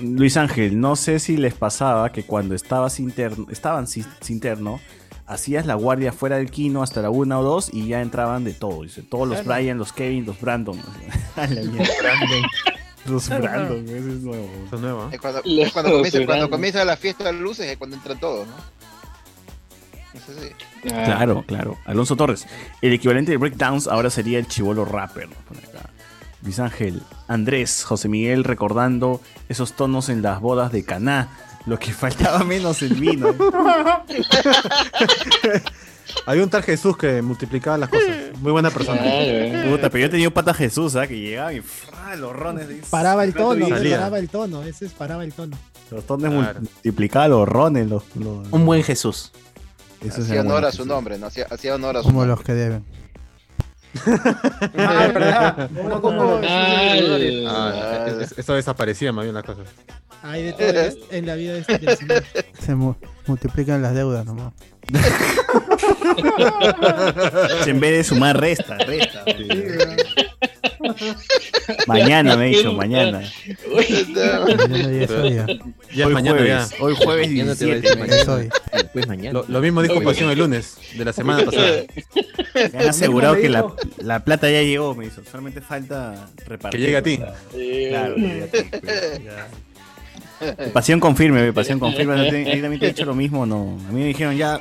[SPEAKER 2] Luis Ángel, no sé si les pasaba que cuando estabas interno, estaban sin, sin terno, hacías la guardia fuera del kino hasta la una o dos y ya entraban de todo. Dice, todos los
[SPEAKER 5] Claro.
[SPEAKER 2] Brian, los Kevin, los Brandon. A la mierda. Los
[SPEAKER 7] Claro, claro.
[SPEAKER 2] Brandon, ese es nuevo. Es nuevo.
[SPEAKER 7] Es cuando, es cuando, comienza, cuando comienza la fiesta de las luces es cuando entran todos, ¿no? Eso sí.
[SPEAKER 2] Claro, claro. Alonso Torres. El equivalente de Breakdowns ahora sería el chivolo rapper. ¿no? Por acá. Luis Ángel, Andrés, José Miguel recordando esos tonos en las bodas de Caná. Lo que faltaba menos el vino. ¿eh?
[SPEAKER 3] Había un tal Jesús que multiplicaba
[SPEAKER 2] Ah,
[SPEAKER 3] las cosas. Muy buena persona.
[SPEAKER 7] eh.
[SPEAKER 3] eh.
[SPEAKER 2] Puta, pero yo he tenido pata Jesús, ¿ah? Que llegaba y fra, los rones. de-
[SPEAKER 14] Paraba el tono,
[SPEAKER 2] Salía.
[SPEAKER 14] eh, paraba el tono, ese es paraba el tono.
[SPEAKER 2] Los tones multiplicaban los rones. Los, Un
[SPEAKER 4] buen Jesús.
[SPEAKER 2] Eso
[SPEAKER 7] Hacía honor a su nombre, ¿no? Hacía, hacía honor a su
[SPEAKER 6] Como los que deben.
[SPEAKER 7] verdad.
[SPEAKER 14] Uno como-
[SPEAKER 3] Ah, es- es- eso desaparecía más bien las cosas.
[SPEAKER 14] Hay de todo en- en la vida de este del señor.
[SPEAKER 6] Se mu- multiplican las deudas nomás.
[SPEAKER 2] En vez de sumar, resta, resta. Mañana, me he dicho, mañana.
[SPEAKER 6] Mañana ya es hoy, ya.
[SPEAKER 3] Ya
[SPEAKER 2] Hoy
[SPEAKER 3] es mañana,
[SPEAKER 2] jueves,
[SPEAKER 3] ya.
[SPEAKER 2] hoy jueves
[SPEAKER 3] Mañana te voy a
[SPEAKER 2] 17.
[SPEAKER 3] decir mañana.
[SPEAKER 2] mañana.
[SPEAKER 11] Pues mañana.
[SPEAKER 3] Lo, lo mismo dijo
[SPEAKER 2] Oye.
[SPEAKER 3] Pasión el lunes, de la semana pasada.
[SPEAKER 2] Me han asegurado que la, la plata ya llegó, me hizo. Solamente falta repartir.
[SPEAKER 3] Que llegue a ti.
[SPEAKER 2] Claro, que llegue a ti. ¿eh? Pasión confirme, ve, pasión confirme. ¿A ti también te he dicho lo mismo? No. A mí me dijeron ya,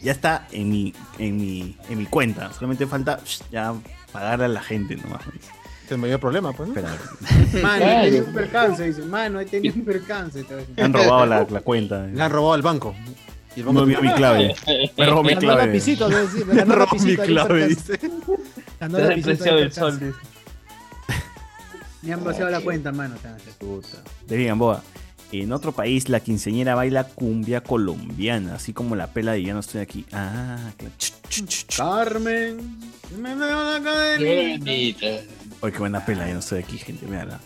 [SPEAKER 2] ya está en mi, en mi, en mi cuenta. Solamente falta psh, ya pagarle a la gente nomás.
[SPEAKER 3] Se me dio el problema, pues.
[SPEAKER 14] Mano, he tenido un percance, dice, mano, he tenido un percance. te va a decir.
[SPEAKER 2] Me han robado la, la cuenta. eh.
[SPEAKER 3] Le han robado al banco. Y el
[SPEAKER 2] No vio mi clave. Me robó mi
[SPEAKER 14] Ganó
[SPEAKER 2] clave.
[SPEAKER 14] lapicito, te va a decir,
[SPEAKER 3] Me
[SPEAKER 14] ganó
[SPEAKER 3] robó mi
[SPEAKER 14] lapicito, ahí
[SPEAKER 3] clave,
[SPEAKER 14] percance.
[SPEAKER 3] dice.
[SPEAKER 14] Ganó
[SPEAKER 5] Te has
[SPEAKER 14] lapicito, ahí
[SPEAKER 5] despreciado el
[SPEAKER 14] percance.
[SPEAKER 5] sol. dice.
[SPEAKER 14] Me han vaciado la cuenta, mano. te va a decir.
[SPEAKER 2] David Gamboa. En otro país, la quinceñera baila cumbia colombiana, así como la pela de ya no estoy aquí. Ah, claro. Ch, ch, ch, ch.
[SPEAKER 14] Carmen, me me da la cadena.
[SPEAKER 2] Oye, qué buena pela, ya no estoy aquí, gente. Mírala.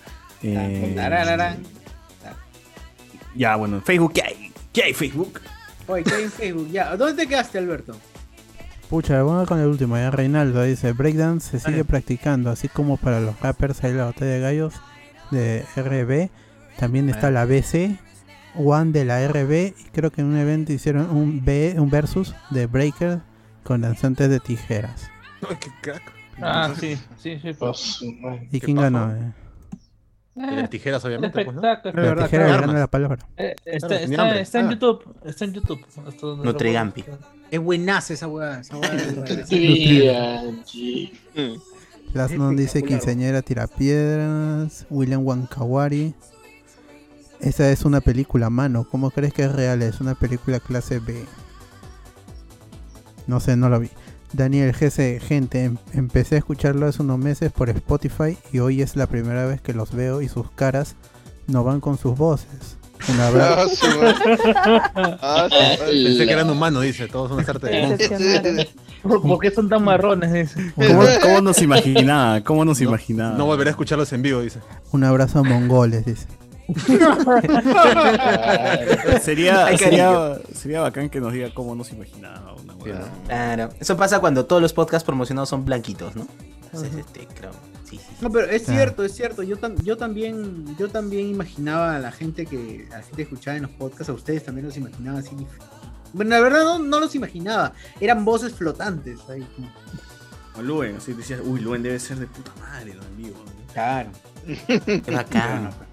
[SPEAKER 14] Tarararán.
[SPEAKER 2] Eh, ya, bueno, en Facebook, ¿qué hay? ¿Qué hay Facebook?
[SPEAKER 14] Oye, ¿qué hay en Facebook? Ya, ¿dónde te quedaste, Alberto?
[SPEAKER 6] Pucha, vamos con el último, ya Reinaldo dice, breakdance se sigue practicando, así como para los rappers hay la batalla de gallos de RB, también está la BC, One de la RB, y creo que en un evento hicieron un B, un versus de breaker con danzantes de tijeras.
[SPEAKER 5] Ah, sí, sí, sí. pues.
[SPEAKER 6] ¿Y quién ganó? eh?
[SPEAKER 3] De las tijeras, obviamente, pues, ¿no?
[SPEAKER 5] Espectáculo.
[SPEAKER 6] La tijera le gana la palabra.
[SPEAKER 5] Eh, está,
[SPEAKER 3] Claro, sin
[SPEAKER 5] está-
[SPEAKER 3] hambre.
[SPEAKER 5] está en
[SPEAKER 3] Ah.
[SPEAKER 5] YouTube. Está en YouTube. Esto no lo
[SPEAKER 4] Nutrigampi.
[SPEAKER 5] puedo buscar.
[SPEAKER 14] Es buenaza esa weá. Esa weá es buena.
[SPEAKER 6] Las non dice quinceañera tirapiedras, William Wankawari. Esa es una película, mano. ¿Cómo crees que es real? Es una película clase B. No sé, no la vi. Daniel GC, gente, em- empecé a escucharlo hace unos meses por Spotify y hoy es la primera vez que los veo y sus caras no van con sus voces. Un
[SPEAKER 3] Ah,
[SPEAKER 6] abrazo.
[SPEAKER 3] su madre. Ah, su madre. Pensé que eran humanos, dice, todos son arte de
[SPEAKER 5] eh,
[SPEAKER 3] monstruos.
[SPEAKER 13] ¿Por, por qué son
[SPEAKER 3] Mm.
[SPEAKER 13] tan marrones?
[SPEAKER 2] ¿Cómo, cómo nos imaginaba? Ah, ¿Cómo nos imaginaba?
[SPEAKER 3] No volveré a escucharlos en vivo, dice.
[SPEAKER 6] Un abrazo a mongoles, dice.
[SPEAKER 2] sería, Ah, sería,
[SPEAKER 4] Ay, cariño.
[SPEAKER 2] sería bacán que nos diga cómo nos imaginaba una huevada.
[SPEAKER 4] Claro. Eso pasa cuando todos los podcasts promocionados son blanquitos, ¿no? Entonces,
[SPEAKER 1] Ajá.
[SPEAKER 4] este, creo- sí, sí.
[SPEAKER 1] No, pero es
[SPEAKER 4] Claro.
[SPEAKER 1] cierto, es cierto. Yo, tam- yo también yo también imaginaba a la gente que a la gente que escuchaba en los podcasts, a ustedes también los imaginaba así. Bueno, la verdad no, no los imaginaba. Eran voces flotantes. ahí, como-
[SPEAKER 2] O Luen, así decías, uy, Luen debe ser de puta madre, lo en vivo.
[SPEAKER 1] Claro.
[SPEAKER 4] Qué bacán.
[SPEAKER 2] pues.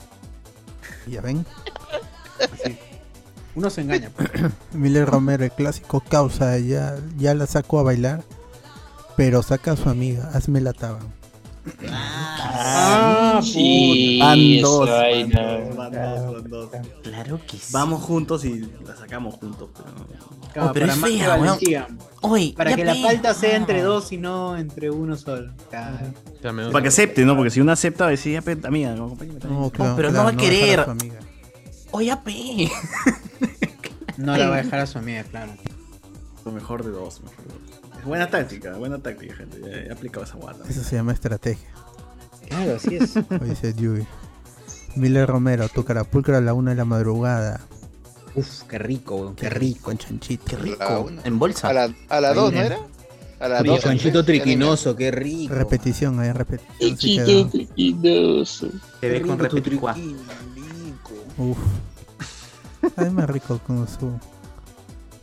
[SPEAKER 6] Ya ven.
[SPEAKER 1] Uno se engaña. pues.
[SPEAKER 6] Miller Romero, el clásico causa, ya, ya la saco a bailar, pero saca a su amiga, hazme la taba.
[SPEAKER 2] Ah,
[SPEAKER 6] sí,
[SPEAKER 2] van
[SPEAKER 6] esa
[SPEAKER 2] dos, van
[SPEAKER 6] vaina.
[SPEAKER 2] dos, van dos, van dos.
[SPEAKER 4] Claro que sí.
[SPEAKER 2] Vamos juntos y la sacamos juntos. Pero...
[SPEAKER 4] Oh,
[SPEAKER 1] Claro, para más que valentía. para
[SPEAKER 4] ya
[SPEAKER 1] que la
[SPEAKER 4] pe- Ah.
[SPEAKER 1] falta sea entre dos y no entre uno solo. Claro.
[SPEAKER 4] Oh,
[SPEAKER 2] Para que acepte, ¿no? Porque si uno acepta, decía, "Pe- amiga, no, acompáñame también".
[SPEAKER 4] claro, Oh, pero no claro, va a no dejar a querer. su amiga. Oye, pe.
[SPEAKER 1] No la va a dejar a su amiga, claro.
[SPEAKER 2] Lo mejor de dos, mejor de dos. Es Buena táctica, buena táctica, gente. Ya He aplicado esa guata.
[SPEAKER 6] Eso se llama estrategia.
[SPEAKER 1] Claro, así es.
[SPEAKER 6] Lo dice Yui. Miller Romero, tu carapulcra a la una de la madrugada.
[SPEAKER 1] Uf, qué rico, weón,
[SPEAKER 6] qué rico. En chanchito. Qué
[SPEAKER 7] La una.
[SPEAKER 4] En bolsa.
[SPEAKER 7] A la, a la
[SPEAKER 6] Ahí
[SPEAKER 7] dos,
[SPEAKER 6] en-
[SPEAKER 7] ¿no era? A la
[SPEAKER 6] Oye,
[SPEAKER 7] dos.
[SPEAKER 6] chanchito
[SPEAKER 1] triquinoso, qué rico.
[SPEAKER 6] Repetición, hay repetición. sí quedó.
[SPEAKER 4] Te ve con repeticua.
[SPEAKER 6] Uf. Sabe más rico con su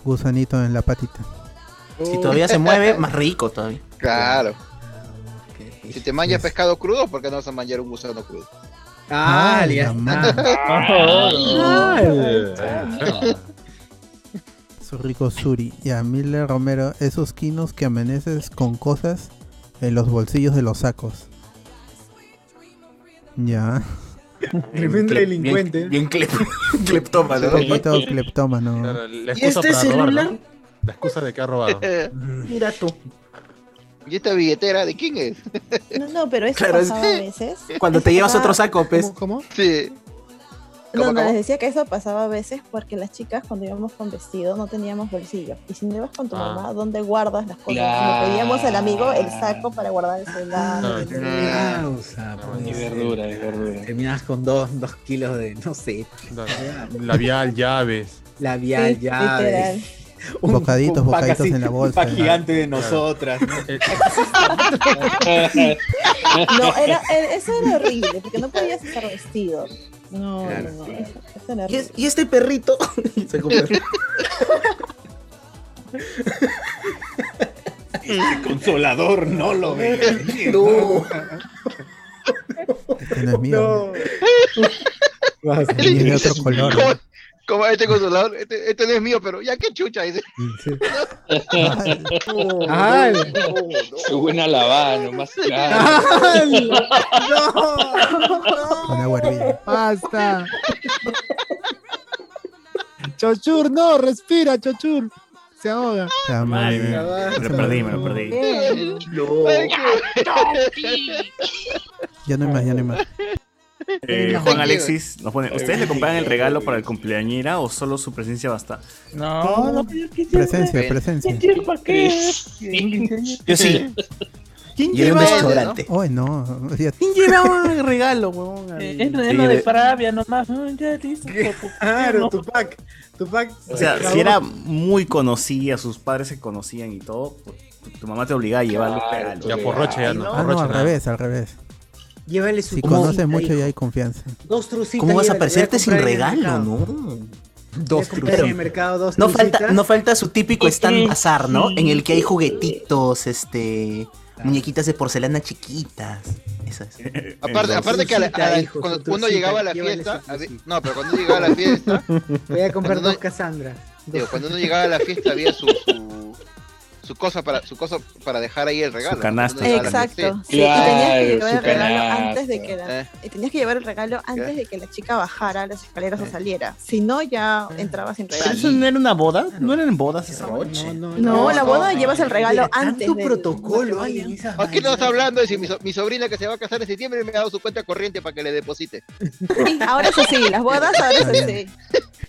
[SPEAKER 6] gusanito en la patita.
[SPEAKER 4] Si todavía se mueve, más rico todavía.
[SPEAKER 7] Claro. Si te manjas pescado crudo, ¿por qué no vas a manjar un gusano crudo?
[SPEAKER 1] Ah, ya está.
[SPEAKER 6] Su rico suri. Y a Miller Romero, esos quinos que amaneces con cosas en los bolsillos de los sacos. Ya.
[SPEAKER 1] Tremendo
[SPEAKER 4] Bien clep-
[SPEAKER 1] delincuente.
[SPEAKER 4] Bien, bien clep- cleptómano.
[SPEAKER 6] Un poquito cleptómano.
[SPEAKER 3] La
[SPEAKER 7] ¿Y este celular?
[SPEAKER 3] ¿no? La excusa de que ha robado.
[SPEAKER 7] Mira tú. ¿Y esta billetera de quién es?
[SPEAKER 9] No, no, pero eso
[SPEAKER 7] Claro, es-
[SPEAKER 9] pasaba a veces.
[SPEAKER 4] Cuando te
[SPEAKER 9] Eso
[SPEAKER 4] llevas otro
[SPEAKER 9] pasaba-
[SPEAKER 4] saco, pues.
[SPEAKER 1] ¿Cómo?
[SPEAKER 7] Sí.
[SPEAKER 9] No, no,
[SPEAKER 7] cómo?
[SPEAKER 9] les decía que eso pasaba a veces porque las chicas cuando íbamos con vestido no teníamos bolsillo. Y si no ibas con tu
[SPEAKER 7] Ah.
[SPEAKER 9] mamá, ¿dónde guardas las cosas?
[SPEAKER 19] Claro.
[SPEAKER 9] Le pedíamos al amigo el saco para guardar el
[SPEAKER 19] Ah,
[SPEAKER 1] Ah,
[SPEAKER 9] celular.
[SPEAKER 19] Es verdura, es verdura.
[SPEAKER 1] Terminas con dos, dos kilos de, no sé.
[SPEAKER 3] Labial, llaves.
[SPEAKER 1] Labial,
[SPEAKER 3] Sí,
[SPEAKER 1] llaves.
[SPEAKER 6] Bocaditos,
[SPEAKER 1] un pack
[SPEAKER 6] bocaditos
[SPEAKER 1] así,
[SPEAKER 6] en la
[SPEAKER 1] un
[SPEAKER 6] bolsa.
[SPEAKER 1] pack gigante de
[SPEAKER 12] nosotras.
[SPEAKER 9] Eh, No, era, era- eso era horrible, porque no podías estar vestido. No,
[SPEAKER 4] Claro.
[SPEAKER 9] no, no, eso, eso era
[SPEAKER 4] ¿Y,
[SPEAKER 9] horrible.
[SPEAKER 4] es- y este perrito. Y sacó un perro.
[SPEAKER 2] Este consolador no lo ve.
[SPEAKER 4] No.
[SPEAKER 6] Este no es mío. Es
[SPEAKER 7] Él
[SPEAKER 6] de
[SPEAKER 7] dice,
[SPEAKER 6] otro color.
[SPEAKER 7] ¿Cómo, cómo este consolador? Este, este no es mío, pero ya qué chucha. Dice.
[SPEAKER 19] Ay. Qué buena lavada, nomás. ah. Claro.
[SPEAKER 6] Con agua hervida.
[SPEAKER 8] ¡Basta! Chochur, no, respira, Chochur. Se ahoga.
[SPEAKER 6] La madre.
[SPEAKER 2] mía. Me lo perdí, me lo perdí.
[SPEAKER 6] Ya no hay más, ya no hay más.
[SPEAKER 2] Eh, Juan Alexis nos
[SPEAKER 4] Eh,
[SPEAKER 2] pone, ¿ustedes le compraron el regalo para el cumpleañera o solo su presencia basta?
[SPEAKER 5] No, no, yo quisiera-
[SPEAKER 6] Presencia, presencia.
[SPEAKER 5] ¿Qué ¿Para qué?
[SPEAKER 2] Yo sí.
[SPEAKER 6] ¿Quién
[SPEAKER 5] Y era un lleva- desodorante.
[SPEAKER 6] Oye, no. ya- ah,
[SPEAKER 5] ¿Quién lleva un regalo, huevón? Es lo
[SPEAKER 6] Sí,
[SPEAKER 5] de
[SPEAKER 6] de-
[SPEAKER 5] Pravia nomás. ¿no? Ya listo.
[SPEAKER 1] Claro, tu pack. Tu pack.
[SPEAKER 2] O sea, si era muy conocida, sus padres se conocían y todo, tu, tu mamá te obligaba a llevarle un regalo.
[SPEAKER 3] Ya porroche, ya no.
[SPEAKER 6] Ah, no, al revés, al revés.
[SPEAKER 1] Llévale su
[SPEAKER 6] Si
[SPEAKER 1] cosita,
[SPEAKER 6] conoces mucho
[SPEAKER 1] hijo.
[SPEAKER 6] ya hay confianza.
[SPEAKER 1] Dos trucitas.
[SPEAKER 4] ¿Cómo vas a
[SPEAKER 1] llévale, voy
[SPEAKER 4] aparecerte sin
[SPEAKER 1] comprar en el
[SPEAKER 4] regalo,
[SPEAKER 1] mercado.
[SPEAKER 4] no?
[SPEAKER 1] Voy
[SPEAKER 4] Este
[SPEAKER 1] a comprar en el mercado dos
[SPEAKER 4] No falta,
[SPEAKER 1] trucitas.
[SPEAKER 4] no falta su típico stand bazar, ¿no? En el que hay
[SPEAKER 1] Sí.
[SPEAKER 4] juguetitos, este. Muñequitas de porcelana chiquitas. Esas.
[SPEAKER 7] Aparte, aparte que a la- a la- cuando uno llegaba a la
[SPEAKER 1] llévale
[SPEAKER 7] fiesta, había- no, pero cuando llegaba a la fiesta,
[SPEAKER 1] Voy a comprar
[SPEAKER 7] Cuando
[SPEAKER 1] dos Cassandra.
[SPEAKER 7] digo, cuando uno llegaba a la fiesta había su, su, su cosa para, su cosa para dejar ahí el regalo.
[SPEAKER 2] canasta,
[SPEAKER 7] Entonces,
[SPEAKER 2] su
[SPEAKER 9] Exacto. Sí,
[SPEAKER 7] sí.
[SPEAKER 9] y tenías que llevar
[SPEAKER 7] su
[SPEAKER 9] el regalo
[SPEAKER 7] canasta.
[SPEAKER 9] antes de que la, y tenías que llevar el regalo antes de que la chica bajara las escaleras o saliera. Si no, ya entraba sin
[SPEAKER 2] ¿Pero
[SPEAKER 9] regalo.
[SPEAKER 2] eso no era una boda? ¿No eran bodas esa noche?
[SPEAKER 9] No, la boda llevas el regalo
[SPEAKER 7] Tanto
[SPEAKER 9] antes. del-
[SPEAKER 7] protocolo hay en Aquí no está hablando de si mi, so- mi sobrina que se va a casar en septiembre me ha dado su cuenta corriente para que le deposite.
[SPEAKER 9] Sí, ahora es así, las bodas ahora es así.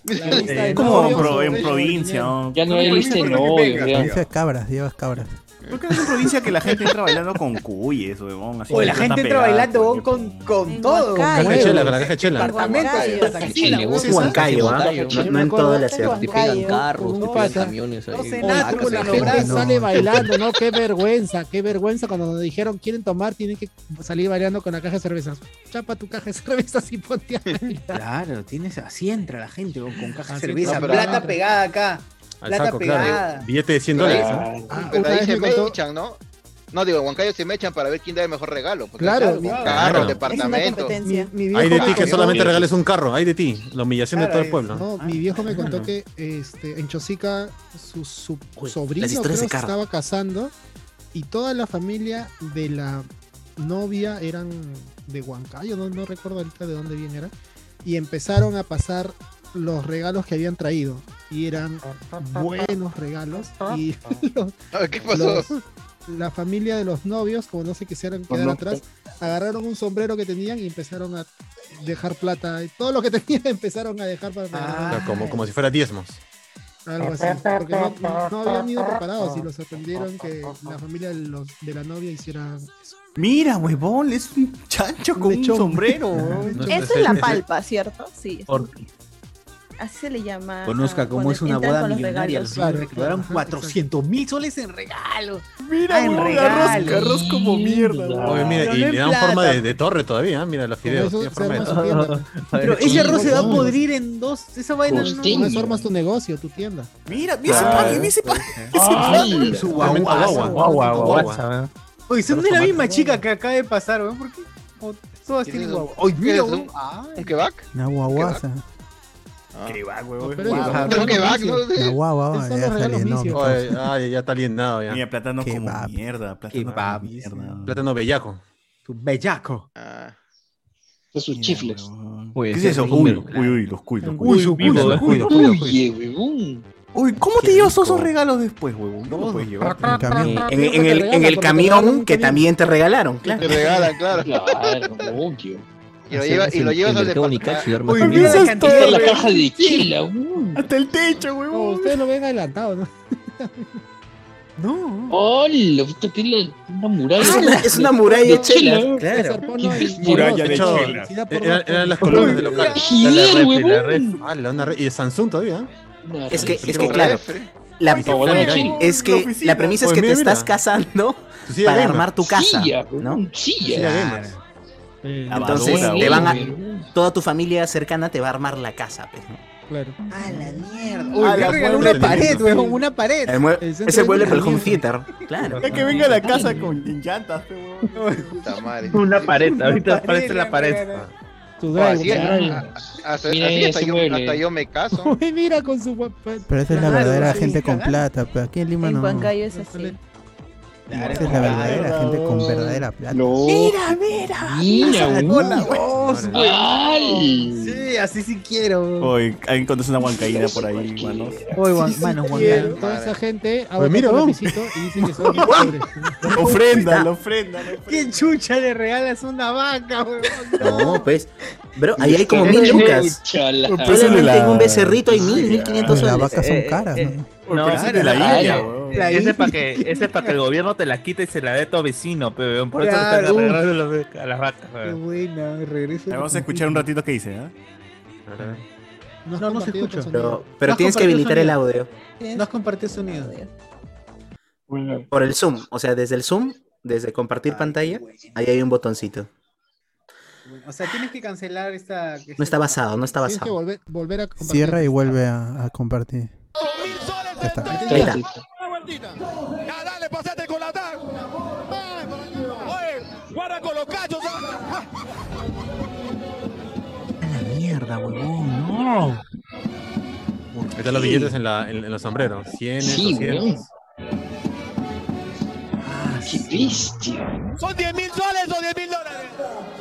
[SPEAKER 2] Eh, como pro- en provincia.
[SPEAKER 19] Ya no hay lista de novios, ya.
[SPEAKER 6] Dice cabras, llevas cabras.
[SPEAKER 2] ¿Por qué no es en provincia que la gente entra bailando con cuyes, huevón? así
[SPEAKER 14] O la
[SPEAKER 2] que
[SPEAKER 14] gente
[SPEAKER 2] está
[SPEAKER 14] entra
[SPEAKER 2] pegada? pues.
[SPEAKER 14] bailando weón, con, con todo.
[SPEAKER 2] Huancayo.
[SPEAKER 14] huevos.
[SPEAKER 2] Chela, con la caja de chela.
[SPEAKER 14] Departamentos,
[SPEAKER 2] Huancayo.
[SPEAKER 14] Huancayo.
[SPEAKER 11] Chile, vos
[SPEAKER 14] Huancayo.
[SPEAKER 11] Huancayo, ¿ah?
[SPEAKER 14] Huancayo.
[SPEAKER 11] No- no en toda la ciudad.
[SPEAKER 14] Huancayo.
[SPEAKER 11] Te pegan carros,
[SPEAKER 14] Con
[SPEAKER 11] te
[SPEAKER 14] un
[SPEAKER 11] pegan
[SPEAKER 14] pata.
[SPEAKER 11] camiones ahí.
[SPEAKER 14] No sé
[SPEAKER 11] Oh,
[SPEAKER 14] nada,
[SPEAKER 11] vacas,
[SPEAKER 14] con la
[SPEAKER 11] gente,
[SPEAKER 14] gente
[SPEAKER 11] no.
[SPEAKER 14] sale bailando, ¿no? Qué vergüenza, qué vergüenza cuando nos dijeron quieren tomar, tienen que salir bailando con la caja de cervezas. Chapa tu caja de cervezas y ponte a bailar.
[SPEAKER 1] Claro, tienes, así entra la gente con, con caja de
[SPEAKER 14] Así
[SPEAKER 1] cerveza.
[SPEAKER 14] entra.
[SPEAKER 1] plata pegada acá.
[SPEAKER 3] Al
[SPEAKER 1] plata
[SPEAKER 3] saco, claro.
[SPEAKER 1] pegada.
[SPEAKER 3] Billete de 100 dólares. ¿no?
[SPEAKER 7] Ah, Pero
[SPEAKER 1] una
[SPEAKER 7] ahí
[SPEAKER 1] vez
[SPEAKER 7] se
[SPEAKER 1] me contó-
[SPEAKER 7] me echan, ¿no? No, digo, en Huancayo se me echan para ver quién da el mejor regalo. porque
[SPEAKER 3] Claro,
[SPEAKER 7] un
[SPEAKER 3] claro.
[SPEAKER 7] carro,
[SPEAKER 3] Claro.
[SPEAKER 7] un departamento.
[SPEAKER 1] mi
[SPEAKER 3] Hay de ti que
[SPEAKER 7] viejo-
[SPEAKER 3] solamente regales un carro, hay de ti. La humillación de todo el pueblo.
[SPEAKER 8] No, mi viejo me contó que este, en Chosica su, su sobrino
[SPEAKER 3] las
[SPEAKER 8] creo,
[SPEAKER 3] historias
[SPEAKER 8] se
[SPEAKER 3] de carro.
[SPEAKER 8] estaba casando y toda la familia de la novia eran de Huancayo, no, no recuerdo ahorita de dónde bien era, y empezaron a pasar los regalos que habían traído y eran buenos regalos y los-
[SPEAKER 7] Ah, ¿Qué pasó?
[SPEAKER 8] los- la familia de los novios, como no se quisieran quedar
[SPEAKER 7] no.
[SPEAKER 8] atrás, agarraron un sombrero que tenían y empezaron a dejar plata. Y todo lo que tenían empezaron a dejar para
[SPEAKER 3] O sea, como, como si fuera diezmos.
[SPEAKER 8] algo así. Porque no, no habían ido preparados y los sorprendieron que la familia de, los, de la novia hiciera
[SPEAKER 2] Mira, huevón, es un chancho con un
[SPEAKER 8] lechón.
[SPEAKER 2] sombrero.
[SPEAKER 8] No,
[SPEAKER 2] huevón.
[SPEAKER 9] Eso es la palpa, ¿cierto? Sí. Así se le llama.
[SPEAKER 14] Conozca
[SPEAKER 9] ah,
[SPEAKER 14] cómo
[SPEAKER 9] cuando
[SPEAKER 14] es una
[SPEAKER 9] entran
[SPEAKER 14] boda
[SPEAKER 9] con los
[SPEAKER 14] millonaria. Los
[SPEAKER 9] regalos.
[SPEAKER 14] hombres que daban 400 mil soles en regalos.
[SPEAKER 1] Ah,
[SPEAKER 2] Mira,
[SPEAKER 14] en
[SPEAKER 2] huevón,
[SPEAKER 14] regalos.
[SPEAKER 2] arroz- arroz como mierda, huevón.
[SPEAKER 3] Oye, mira,
[SPEAKER 2] Pero
[SPEAKER 3] y
[SPEAKER 2] no en
[SPEAKER 3] le dan
[SPEAKER 2] plata.
[SPEAKER 3] forma de, de torre todavía. ¿eh? Mira, los fideos.
[SPEAKER 8] eso
[SPEAKER 3] Tiene
[SPEAKER 8] se
[SPEAKER 3] forma de
[SPEAKER 8] arma
[SPEAKER 3] torre.
[SPEAKER 8] su tienda. Pero ese arroz se va a podrir
[SPEAKER 14] en dos. Esa vaina
[SPEAKER 8] no,
[SPEAKER 14] no.
[SPEAKER 8] Con eso armas tu negocio, tu tienda.
[SPEAKER 2] Mira,
[SPEAKER 14] mira ese
[SPEAKER 8] Ah,
[SPEAKER 14] pan, mira ese pan,
[SPEAKER 2] pues.
[SPEAKER 14] ese pan.
[SPEAKER 8] Ay,
[SPEAKER 14] Su
[SPEAKER 8] tremendo
[SPEAKER 14] guagua,
[SPEAKER 8] guagua.
[SPEAKER 14] su guagua,
[SPEAKER 8] Guagua.
[SPEAKER 14] guagua. Oye, son de la misma chica que acaba de pasar, weón. ¿Por qué? O- Todas tienen guagua. Oye, mira,
[SPEAKER 7] ¿Quieres
[SPEAKER 14] weón.
[SPEAKER 7] un-
[SPEAKER 19] Ah,
[SPEAKER 7] ¿Un quebac?
[SPEAKER 6] Una guaguaza.
[SPEAKER 2] Qué va, huevón.
[SPEAKER 3] pero
[SPEAKER 2] Guau.
[SPEAKER 3] es que- Creo que va, ¿no?
[SPEAKER 6] Una guagua,
[SPEAKER 3] Esos son
[SPEAKER 6] ya
[SPEAKER 3] los regalos
[SPEAKER 6] sale, no,
[SPEAKER 3] misios. Oye, ay, ya está alienado ya.
[SPEAKER 2] Mira, plátano como mierda. Plátano como mierda.
[SPEAKER 3] Plátano bellaco.
[SPEAKER 14] Tu bellaco.
[SPEAKER 19] Son sus Ah. chifles.
[SPEAKER 2] ¿Qué es eso? Uy, uy, uy, los cuy, los cuy.
[SPEAKER 19] Uy, su
[SPEAKER 2] Vivo,
[SPEAKER 19] cuy, su
[SPEAKER 2] los cuy,
[SPEAKER 19] cuy,
[SPEAKER 2] los cuy, los
[SPEAKER 19] Uy,
[SPEAKER 2] cuy.
[SPEAKER 19] huevón.
[SPEAKER 2] Uy, ¿cómo te llevas esos regalos después, huevón? ¿Cómo puedes llevar?
[SPEAKER 1] Ah,
[SPEAKER 4] En, en el, en el camión que también te regalaron, claro.
[SPEAKER 7] Te regalan, claro.
[SPEAKER 19] Claro, obvio.
[SPEAKER 7] Y lo, lleva- y lo llevas al departamento.
[SPEAKER 19] Uy, mira esa es la caja de chila,
[SPEAKER 2] Hasta el techo, huevón.
[SPEAKER 8] Ustedes lo ven adelantado, ¿no?
[SPEAKER 14] No.
[SPEAKER 19] ¡Hola! puta, tiene la- una muralla.
[SPEAKER 4] Ah, es una muralla de chela,
[SPEAKER 19] weón.
[SPEAKER 4] claro.
[SPEAKER 19] César, ponlo
[SPEAKER 3] Qué
[SPEAKER 19] ahí.
[SPEAKER 3] Muralla de
[SPEAKER 19] Hecho,
[SPEAKER 3] chela.
[SPEAKER 19] sí, da por
[SPEAKER 3] Eran,
[SPEAKER 19] dos.
[SPEAKER 3] eran las columnas de local.
[SPEAKER 19] Uy,
[SPEAKER 3] La
[SPEAKER 19] bien,
[SPEAKER 3] ref, la
[SPEAKER 19] huevón.
[SPEAKER 3] ref. Ah, la una ref. Y de Samsung todavía.
[SPEAKER 4] Es que, es que
[SPEAKER 3] Como
[SPEAKER 4] claro,
[SPEAKER 3] refre.
[SPEAKER 4] la,
[SPEAKER 3] Ay, como la oficina.
[SPEAKER 4] es que
[SPEAKER 3] oficina.
[SPEAKER 4] la premisa es
[SPEAKER 3] Oye,
[SPEAKER 4] que te
[SPEAKER 3] Pues mira, mira.
[SPEAKER 4] estás casando
[SPEAKER 3] Tu silla
[SPEAKER 4] para
[SPEAKER 3] gamer.
[SPEAKER 4] armar tu casa,
[SPEAKER 3] Silla,
[SPEAKER 4] ¿no? Ah,
[SPEAKER 3] Silla gamer.
[SPEAKER 4] Entonces
[SPEAKER 3] Lavadora,
[SPEAKER 4] te van a,
[SPEAKER 3] weón.
[SPEAKER 4] toda tu familia cercana te va a armar la casa, pues, ¿no?
[SPEAKER 8] Claro.
[SPEAKER 14] A la mierda.
[SPEAKER 4] A
[SPEAKER 2] Ah,
[SPEAKER 14] Uy,
[SPEAKER 4] la
[SPEAKER 14] yo regalé
[SPEAKER 4] mueble
[SPEAKER 14] una pared,
[SPEAKER 4] teniendo.
[SPEAKER 14] weón. Una pared.
[SPEAKER 4] El mue-
[SPEAKER 14] centro
[SPEAKER 4] ese
[SPEAKER 14] de
[SPEAKER 4] mueble
[SPEAKER 14] la
[SPEAKER 4] para el home
[SPEAKER 14] mierda.
[SPEAKER 4] theater, claro.
[SPEAKER 2] Eh, Es que venga a la casa con llantas,
[SPEAKER 7] Una
[SPEAKER 5] pared, ahorita
[SPEAKER 7] Una
[SPEAKER 5] aparece la pared.
[SPEAKER 8] Tu
[SPEAKER 7] No, así
[SPEAKER 8] drive,
[SPEAKER 7] es,
[SPEAKER 8] drive.
[SPEAKER 7] a- a- hasta-
[SPEAKER 8] Mira
[SPEAKER 7] así hasta
[SPEAKER 8] ese
[SPEAKER 7] yo-
[SPEAKER 8] mueble.
[SPEAKER 7] hasta yo me caso.
[SPEAKER 8] Uy, mira con su guapa.
[SPEAKER 6] Pero esa es la
[SPEAKER 8] Claro,
[SPEAKER 6] verdadera
[SPEAKER 8] sí,
[SPEAKER 6] gente con
[SPEAKER 8] cagando.
[SPEAKER 6] plata, pero aquí en Lima
[SPEAKER 9] En
[SPEAKER 6] no.
[SPEAKER 9] Huancayo es así.
[SPEAKER 6] Esa es la verdadera gente con verdadera plata.
[SPEAKER 9] Mira, mira.
[SPEAKER 14] Ah,
[SPEAKER 19] Mira, Oh,
[SPEAKER 6] Esa
[SPEAKER 19] huevón.
[SPEAKER 6] cola,
[SPEAKER 19] Ay.
[SPEAKER 14] Sí, así sí quiero.
[SPEAKER 2] Oye, ahí encontraste una huancaína por ahí, manos.
[SPEAKER 14] Oye, Juan, mano, Juan, mano.
[SPEAKER 8] Toda esa gente
[SPEAKER 2] Pues
[SPEAKER 8] ha
[SPEAKER 2] mira,
[SPEAKER 8] mira, un
[SPEAKER 2] vamos.
[SPEAKER 8] lapicito y dicen que son bien pobres.
[SPEAKER 2] Ofrenda, la ofrenda.
[SPEAKER 14] ¿Quién chucha le regalas una vaca, weón?
[SPEAKER 4] No, pues. Bro, ahí hay como mil lucas.
[SPEAKER 19] Chala.
[SPEAKER 4] Probablemente en un becerrito hay mil, mil quinientos
[SPEAKER 6] Ah, Las
[SPEAKER 4] soles.
[SPEAKER 6] vacas son caras,
[SPEAKER 5] No,
[SPEAKER 6] Pero ese es de la
[SPEAKER 5] claro.
[SPEAKER 6] India,
[SPEAKER 14] La
[SPEAKER 5] Ese
[SPEAKER 14] India.
[SPEAKER 5] es para que, ese es pa' que el gobierno te la quite y se la dé a tu vecino, pe, weón. Por
[SPEAKER 14] Claro.
[SPEAKER 5] eso te están regalando los- a las vacas,
[SPEAKER 14] Qué
[SPEAKER 5] weón.
[SPEAKER 14] buena, regreso.
[SPEAKER 2] Vamos a escuchar un ratito qué dice, ¿eh?
[SPEAKER 8] No,
[SPEAKER 14] no se escucha.
[SPEAKER 4] Pero, pero tienes que habilitar el audio
[SPEAKER 14] No has compartido sonido.
[SPEAKER 4] por el Zoom. O sea, desde el Zoom, desde compartir pantalla, ahí hay un botoncito.
[SPEAKER 14] O sea, tienes que cancelar esta.
[SPEAKER 4] No está basado, no está
[SPEAKER 8] Tienes que
[SPEAKER 4] basado.
[SPEAKER 8] volver, volver a compartir.
[SPEAKER 6] Cierra y vuelve a, a compartir. Ya está.
[SPEAKER 4] Ahí está.
[SPEAKER 21] Guarda con los cachos.
[SPEAKER 2] Mierda, huevón, no.
[SPEAKER 3] Ahí están los billetes en, la, en, en los sombreros. 100,
[SPEAKER 2] Sí,
[SPEAKER 3] 200.
[SPEAKER 2] weón. Ah,
[SPEAKER 19] ¡Qué bestia!
[SPEAKER 21] ¿Son 10 mil dólares o 10 mil dólares?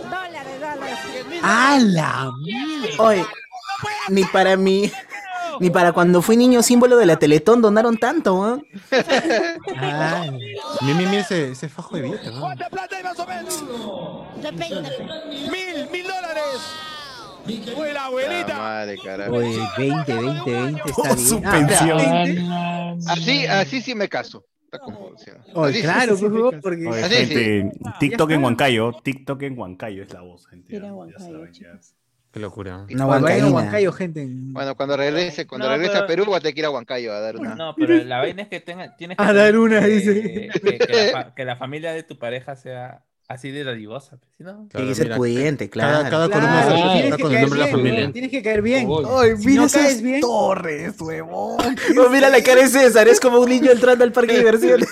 [SPEAKER 22] Dólares, dólares.
[SPEAKER 4] ¡Hala! Oye, ni para mí, ni para cuando fui niño símbolo de la Teletón donaron tanto, weón.
[SPEAKER 3] Mi, mi, mi, ese, ese fajo de billete, ¿no?
[SPEAKER 21] Mil, mil dólares. Uy, la abuelita.
[SPEAKER 7] Madre, carajo.
[SPEAKER 14] Oye, 20, 20, 20 está bien.
[SPEAKER 7] Ah, Así, así sí me caso. Está como, o sea,
[SPEAKER 14] Oye,
[SPEAKER 7] así sí.
[SPEAKER 14] claro, por favor, porque.
[SPEAKER 2] Oye,
[SPEAKER 7] Así
[SPEAKER 2] gente,
[SPEAKER 7] sí.
[SPEAKER 2] TikTok en Huancayo, TikTok en Huancayo es la voz, gente.
[SPEAKER 3] Qué locura.
[SPEAKER 2] Una
[SPEAKER 14] Huancayo,
[SPEAKER 2] huancaína.
[SPEAKER 14] Huancayo, gente.
[SPEAKER 7] Bueno, cuando regrese, cuando
[SPEAKER 5] No,
[SPEAKER 7] regrese a
[SPEAKER 5] pero-
[SPEAKER 7] Perú, voy a tener que ir a Huancayo a dar una.
[SPEAKER 5] No, pero la vaina es que tenga, tienes que.
[SPEAKER 14] A dar una,
[SPEAKER 5] que-
[SPEAKER 14] dice.
[SPEAKER 5] Que, que la, fa- que la familia de tu pareja sea así de dadivosa. pues, Si no.
[SPEAKER 4] Tiene que ser pudiente, claro.
[SPEAKER 3] cada- cada columna
[SPEAKER 14] Claro,
[SPEAKER 3] se-
[SPEAKER 14] tienes
[SPEAKER 3] está
[SPEAKER 14] que
[SPEAKER 3] con el nombre de la
[SPEAKER 14] caer bien,
[SPEAKER 3] familia.
[SPEAKER 14] Tienes que caer bien.
[SPEAKER 4] Ay,
[SPEAKER 14] Si
[SPEAKER 4] mira
[SPEAKER 14] no
[SPEAKER 4] esas
[SPEAKER 14] caes bien.
[SPEAKER 4] torres, huevón. mira la cara de César, es como un niño entrando al parque de diversiones.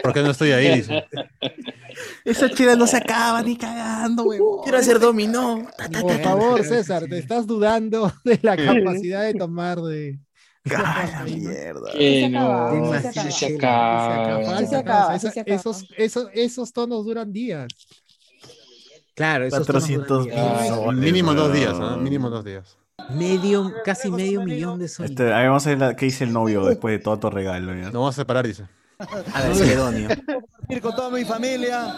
[SPEAKER 3] ¿Por qué no estoy ahí? Dice.
[SPEAKER 4] Esa chela no se acaba ni cagando, huevón. Quiero hacer dominó. Ta, ta,
[SPEAKER 8] Por
[SPEAKER 4] ta, ta.
[SPEAKER 8] favor, César, te estás dudando de la capacidad de tomar de.
[SPEAKER 4] mierda.
[SPEAKER 19] Que no, sí
[SPEAKER 8] Demasiado.
[SPEAKER 19] se
[SPEAKER 8] Falta,
[SPEAKER 19] acaba.
[SPEAKER 8] falta,
[SPEAKER 22] acaba,
[SPEAKER 8] esa-
[SPEAKER 22] sí se acaba.
[SPEAKER 8] esos, esos, esos tonos duran días.
[SPEAKER 14] Claro, esos tonos
[SPEAKER 2] 400
[SPEAKER 14] duran días.
[SPEAKER 2] mil soles,
[SPEAKER 3] Mínimo dos
[SPEAKER 2] weón.
[SPEAKER 3] días, ¿ah? Mínimo dos días.
[SPEAKER 14] Medio, casi medio millón de soles.
[SPEAKER 2] Este, ahí vamos a ver la- qué dice el novio después de todo tu regalo. Nos
[SPEAKER 3] vamos a separar, dice.
[SPEAKER 4] A ver, Celedonio.
[SPEAKER 21] Ir con toda mi familia,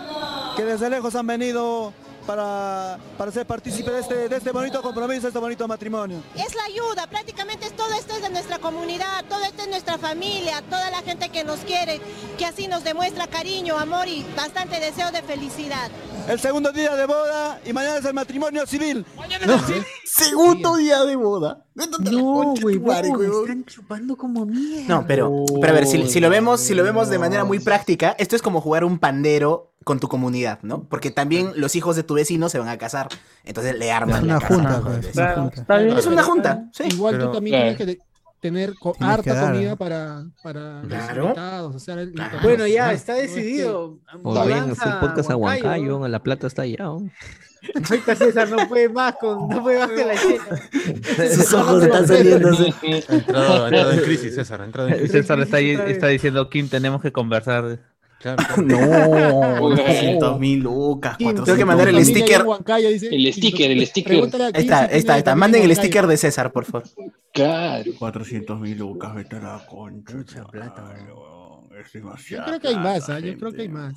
[SPEAKER 21] que desde lejos han venido para, para ser partícipe de este, de este bonito compromiso, de este bonito matrimonio.
[SPEAKER 22] Es la ayuda, prácticamente es todo esto es de nuestra comunidad, todo esto es nuestra familia, toda la gente que nos quiere, que así nos demuestra cariño, amor y bastante deseo de felicidad.
[SPEAKER 21] El segundo día de boda y mañana es el matrimonio civil.
[SPEAKER 4] Segundo día de boda.
[SPEAKER 14] No, güey,
[SPEAKER 4] madre,
[SPEAKER 14] huevón, están chupando como mierda.
[SPEAKER 4] No, pero, pero a ver, si, si lo vemos, si lo vemos de manera muy práctica, esto es como jugar un pandero con tu comunidad, ¿no? Porque también los hijos de tu vecino se van a casar. Entonces le arman
[SPEAKER 6] Es una
[SPEAKER 4] la casa.
[SPEAKER 6] junta,
[SPEAKER 4] ¿no?
[SPEAKER 6] pues, es
[SPEAKER 8] una
[SPEAKER 4] Claro,
[SPEAKER 8] junta.
[SPEAKER 4] está bien. Es una
[SPEAKER 8] Pero,
[SPEAKER 4] junta, sí.
[SPEAKER 8] Igual
[SPEAKER 4] Pero-
[SPEAKER 8] tú también
[SPEAKER 4] Claro.
[SPEAKER 8] tienes que de- tener co-
[SPEAKER 4] Tienes
[SPEAKER 8] harta
[SPEAKER 4] que dar,
[SPEAKER 8] comida
[SPEAKER 4] ¿no?
[SPEAKER 8] para, para
[SPEAKER 4] Claro.
[SPEAKER 8] los invitados. O sea, el-
[SPEAKER 14] Bueno, ya,
[SPEAKER 8] Ah,
[SPEAKER 14] está decidido.
[SPEAKER 11] O bien,
[SPEAKER 14] Mudanza
[SPEAKER 11] fue Pues el podcast a
[SPEAKER 14] Huancayo.
[SPEAKER 11] Huancayo, la plata está allá. ¿o?
[SPEAKER 14] Ahorita César no puede más con, no puede más que la chela.
[SPEAKER 4] Sus ojos están saliéndose.
[SPEAKER 3] Entrado, entrado en crisis, César. Entrado en crisis.
[SPEAKER 5] César está, ahí-
[SPEAKER 3] Otra vez.
[SPEAKER 5] está diciendo, Kim, tenemos que conversar.
[SPEAKER 4] No,
[SPEAKER 3] Uy,
[SPEAKER 4] 200 mil lucas.
[SPEAKER 8] Kim,
[SPEAKER 4] 400 Tengo que mandar el
[SPEAKER 8] Camila y
[SPEAKER 4] sticker.
[SPEAKER 8] Huancayo dice- Pregúntale a
[SPEAKER 4] Ahí
[SPEAKER 8] Kim
[SPEAKER 4] está,
[SPEAKER 8] si
[SPEAKER 4] ahí está,
[SPEAKER 8] tiene
[SPEAKER 4] ahí está.
[SPEAKER 8] familia
[SPEAKER 4] Manden
[SPEAKER 8] en
[SPEAKER 4] el
[SPEAKER 8] Huancayo.
[SPEAKER 4] sticker de César, por favor.
[SPEAKER 19] Claro.
[SPEAKER 2] 400 mil lucas, vete a la concha. Mucha plata, Es demasiado.
[SPEAKER 8] Yo creo que hay más, ¿ah? yo creo que hay más.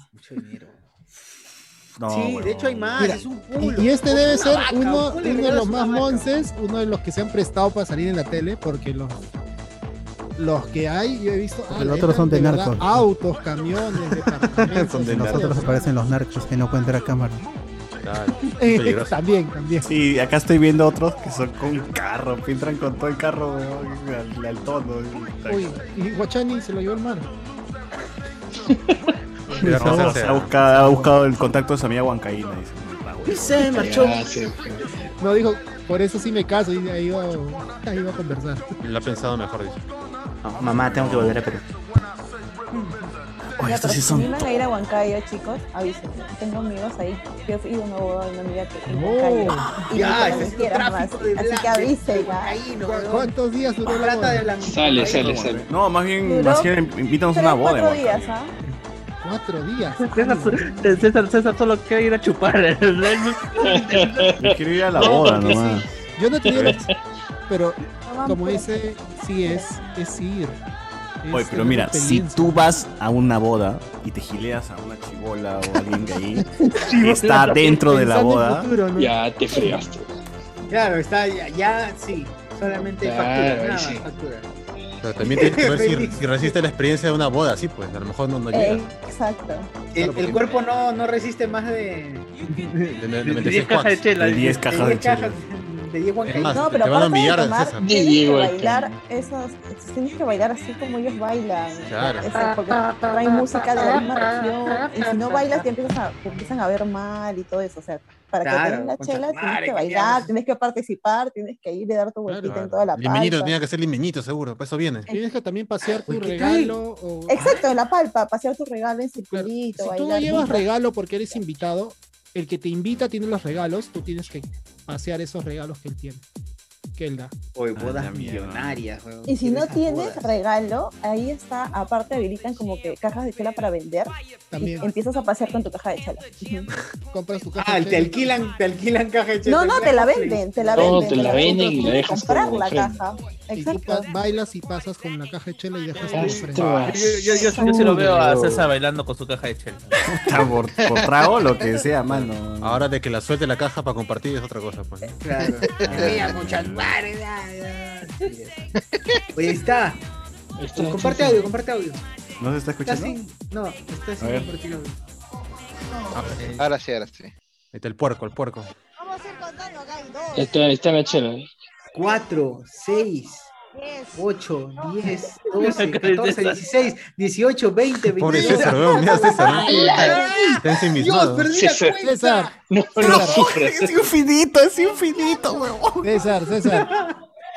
[SPEAKER 2] No,
[SPEAKER 14] Sí,
[SPEAKER 2] huevón.
[SPEAKER 14] de hecho hay más,
[SPEAKER 8] Mira,
[SPEAKER 14] es un pulo.
[SPEAKER 8] Y, y este debe
[SPEAKER 14] Una
[SPEAKER 8] ser
[SPEAKER 14] vaca,
[SPEAKER 8] uno,
[SPEAKER 14] ponle
[SPEAKER 8] uno de los
[SPEAKER 14] una
[SPEAKER 8] más
[SPEAKER 14] vaca.
[SPEAKER 8] monces, uno de los que se han prestado para salir en la tele, porque los, los que hay, yo he visto. ah,
[SPEAKER 6] Los otros
[SPEAKER 8] eran
[SPEAKER 6] son de
[SPEAKER 8] verdad
[SPEAKER 6] narcos.
[SPEAKER 8] Autos, camiones, departamentos.
[SPEAKER 6] Donde nosotros aparecen los narcos que no encuentran cámara.
[SPEAKER 8] Eh, también, también.
[SPEAKER 2] Sí, acá estoy viendo otros que son con carro, que entran con todo el carro, weón, al, al tono.
[SPEAKER 8] Uy, y Guachani se lo llevó el mar.
[SPEAKER 2] Mira,
[SPEAKER 3] Vamos a
[SPEAKER 2] César
[SPEAKER 3] hacer.
[SPEAKER 2] se ha, buscado, ha buscado el contacto de su amiga Huancaína. dice.
[SPEAKER 4] Se marchó.
[SPEAKER 19] Ah,
[SPEAKER 8] No dijo, por eso sí me caso, y ahí iba, ahí iba a conversar.
[SPEAKER 3] Lo ha pensado mejor, dice.
[SPEAKER 4] No, mamá, tengo que volver a Perú.
[SPEAKER 9] Ya,
[SPEAKER 4] estos
[SPEAKER 9] pero
[SPEAKER 4] sí
[SPEAKER 9] si
[SPEAKER 4] son
[SPEAKER 9] me van a ir a Huancayo, chicos, avísenme. Tengo amigos ahí. Yo fui a una boda de una amiga que en
[SPEAKER 8] No.
[SPEAKER 9] Huancayo. Y
[SPEAKER 8] Ya,
[SPEAKER 9] ya,
[SPEAKER 8] ese
[SPEAKER 9] no
[SPEAKER 8] es un
[SPEAKER 9] quieran más.
[SPEAKER 8] tráfico de
[SPEAKER 9] Así que
[SPEAKER 8] blancas,
[SPEAKER 9] avisen, ya.
[SPEAKER 8] ¿Cuántos días duró la
[SPEAKER 14] Plata
[SPEAKER 8] boda?
[SPEAKER 14] de la mitad.
[SPEAKER 19] Sale, sale, sale.
[SPEAKER 2] No, más bien,
[SPEAKER 9] Duró
[SPEAKER 2] más bien invítanos a una
[SPEAKER 9] tres,
[SPEAKER 2] boda.
[SPEAKER 9] cuatro
[SPEAKER 2] Huancaína.
[SPEAKER 9] días, ¿ah?
[SPEAKER 8] Cuatro días.
[SPEAKER 5] César, César, César solo quiere ir a chupar.
[SPEAKER 2] Yo quiero ir a la boda nomás.
[SPEAKER 8] Yo no tenía,
[SPEAKER 2] Pero-
[SPEAKER 8] pero como dice, sí es, es ir. Es
[SPEAKER 2] Oye, pero
[SPEAKER 8] tener
[SPEAKER 2] mira, si
[SPEAKER 8] experiencia.
[SPEAKER 2] tú vas a una boda y te gileas a una chibola o alguien de ahí que está dentro de la
[SPEAKER 8] Pensando en
[SPEAKER 2] boda,
[SPEAKER 8] futuro, ¿no?
[SPEAKER 19] Ya te fregaste.
[SPEAKER 14] Claro, está ya, ya sí. Solamente
[SPEAKER 19] Claro,
[SPEAKER 14] factura,
[SPEAKER 19] ahí
[SPEAKER 14] nada,
[SPEAKER 19] sí.
[SPEAKER 14] factura.
[SPEAKER 3] Pero también tienes que ver si, si resiste la experiencia de una boda, sí, pues. A lo mejor no, no
[SPEAKER 1] Eh,
[SPEAKER 3] llega.
[SPEAKER 9] Eh, Exacto.
[SPEAKER 14] Eh, El,
[SPEAKER 3] porque-
[SPEAKER 14] el cuerpo no, no resiste más de,
[SPEAKER 3] De,
[SPEAKER 2] De
[SPEAKER 3] de- de 96
[SPEAKER 2] cajas de
[SPEAKER 3] cuacs.
[SPEAKER 2] chela, De dice. 10
[SPEAKER 14] de
[SPEAKER 2] cajas
[SPEAKER 14] 10
[SPEAKER 2] de
[SPEAKER 14] cajas, de 10
[SPEAKER 3] Es más,
[SPEAKER 14] guancas.
[SPEAKER 9] No,
[SPEAKER 3] te
[SPEAKER 9] pero
[SPEAKER 3] van a
[SPEAKER 9] aparte de
[SPEAKER 3] humillar,
[SPEAKER 9] tomar,
[SPEAKER 3] César.
[SPEAKER 9] tienes que
[SPEAKER 3] Diego acá.
[SPEAKER 9] bailar esos, tienes que bailar así como ellos bailan.
[SPEAKER 3] Claro.
[SPEAKER 9] Ese- porque traen música de la misma región. Y si no bailas te empiezas a, te empiezan a ver mal y todo eso. O sea, para
[SPEAKER 14] Claro,
[SPEAKER 9] que te den la
[SPEAKER 14] concha
[SPEAKER 9] chela tienes
[SPEAKER 14] madre,
[SPEAKER 9] que
[SPEAKER 14] que
[SPEAKER 9] bailar, tienes que participar, tienes que ir y dar tu vueltita en toda la
[SPEAKER 3] Limeñito,
[SPEAKER 9] palpa.
[SPEAKER 3] tenía que ser limeñito, seguro. Para eso viene.
[SPEAKER 8] Tienes que también pasear tu
[SPEAKER 14] Uy, ¿qué
[SPEAKER 8] regalo. O...
[SPEAKER 9] Exacto, en la palpa, pasear tu regalo en circulito,
[SPEAKER 8] Si tú no
[SPEAKER 9] bailar.
[SPEAKER 8] llevas regalo porque eres invitado, el que te invita tiene los regalos, tú tienes que pasear esos regalos que él tiene. Kelda.
[SPEAKER 1] Hoy
[SPEAKER 2] Ah,
[SPEAKER 1] bodas
[SPEAKER 8] la mierda.
[SPEAKER 1] millonarias, weón.
[SPEAKER 9] Y si
[SPEAKER 1] Quiero
[SPEAKER 9] no
[SPEAKER 1] esas
[SPEAKER 9] tienes
[SPEAKER 1] bodas.
[SPEAKER 9] regalo, ahí está, aparte habilitan como que cajas de chela para vender.
[SPEAKER 8] También.
[SPEAKER 9] Y empiezas a pasear con tu caja de chela. Ujú.
[SPEAKER 8] Compras tu
[SPEAKER 12] Ah, te alquilan, te alquilan caja de
[SPEAKER 9] No, no, te la venden, te la
[SPEAKER 8] No,
[SPEAKER 9] venden.
[SPEAKER 8] te la venden y la
[SPEAKER 19] dejas
[SPEAKER 9] comprar
[SPEAKER 19] como
[SPEAKER 9] la
[SPEAKER 19] ofrenda.
[SPEAKER 9] caja.
[SPEAKER 8] Y tú pa- bailas y pasas con la caja de chela y dejas tu
[SPEAKER 5] Yo,
[SPEAKER 8] frente.
[SPEAKER 5] yo, yo, yo sí lo veo a César bailando con su caja de chela.
[SPEAKER 3] por,
[SPEAKER 5] por trago,
[SPEAKER 3] lo que sea, mano. Ahora de que la suelte la caja para compartir es otra cosa, pues.
[SPEAKER 1] Claro.
[SPEAKER 14] Había muchas bares.
[SPEAKER 1] este, Oye, ahí está.
[SPEAKER 14] está,
[SPEAKER 1] comparte
[SPEAKER 14] ahí está.
[SPEAKER 1] audio, comparte audio.
[SPEAKER 2] ¿No se está
[SPEAKER 1] ¿Está
[SPEAKER 2] escuchando?
[SPEAKER 1] sin? No, está
[SPEAKER 8] este
[SPEAKER 1] sin
[SPEAKER 2] A ver.
[SPEAKER 1] compartir audio.
[SPEAKER 7] Ahora sí, ahora sí. Ahí
[SPEAKER 3] está el puerco, el puerco.
[SPEAKER 19] Está, está la chela. ¿eh?
[SPEAKER 1] 4, 6, 8, 10, 12, 14, 16, 18, 20, 21.
[SPEAKER 3] Pobre César, weón, mira a César. ¿no? Está ensimismado.
[SPEAKER 1] Dios, perdí la
[SPEAKER 3] César.
[SPEAKER 1] cuenta.
[SPEAKER 8] este César.
[SPEAKER 19] No,
[SPEAKER 8] no
[SPEAKER 1] sufres.
[SPEAKER 8] Es
[SPEAKER 4] infinito, es infinito, weón.
[SPEAKER 8] César, César.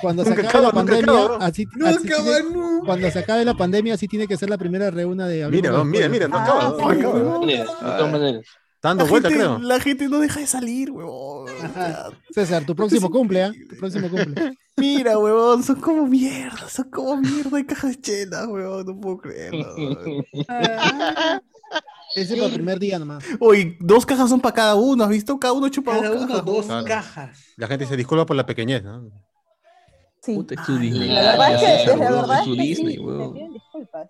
[SPEAKER 8] Cuando se
[SPEAKER 1] Nunca
[SPEAKER 8] acabe la
[SPEAKER 1] acaba, nunca
[SPEAKER 8] pandemia,
[SPEAKER 1] acaba.
[SPEAKER 8] así, así
[SPEAKER 1] Nunca
[SPEAKER 8] tiene-
[SPEAKER 1] va, nunca.
[SPEAKER 8] cuando se acabe la pandemia, así tiene que ser la primera reúna de
[SPEAKER 3] Mira,
[SPEAKER 8] Hablemos
[SPEAKER 3] no, mira,
[SPEAKER 8] de
[SPEAKER 3] mira, no
[SPEAKER 8] Spoilers.
[SPEAKER 3] acaba, no acaba.
[SPEAKER 19] De todas maneras.
[SPEAKER 3] Dando
[SPEAKER 8] La
[SPEAKER 3] vuelta,
[SPEAKER 8] gente-
[SPEAKER 3] creo.
[SPEAKER 4] La gente no deja de salir, huevón.
[SPEAKER 8] César, tu próximo cumple, ¿ah? Tu próximo cumple.
[SPEAKER 4] Mira, huevón, son como mierda, son como mierda de cajas de chela, huevón, no puedo creerlo.
[SPEAKER 3] Ah.
[SPEAKER 8] Ese es el primer día nomás.
[SPEAKER 4] Oye, dos cajas son para cada uno, ¿has visto? Cada uno chupa dos cajas.
[SPEAKER 3] Claro. La gente se disculpa por la pequeñez, ¿no?
[SPEAKER 9] Sí.
[SPEAKER 11] Puta, es tu Disney.
[SPEAKER 9] La verdad es que,
[SPEAKER 11] César,
[SPEAKER 9] la
[SPEAKER 11] weón,
[SPEAKER 9] verdad
[SPEAKER 11] es tu
[SPEAKER 9] es que
[SPEAKER 11] Disney,
[SPEAKER 9] sí, me
[SPEAKER 11] weón.
[SPEAKER 9] piden disculpas.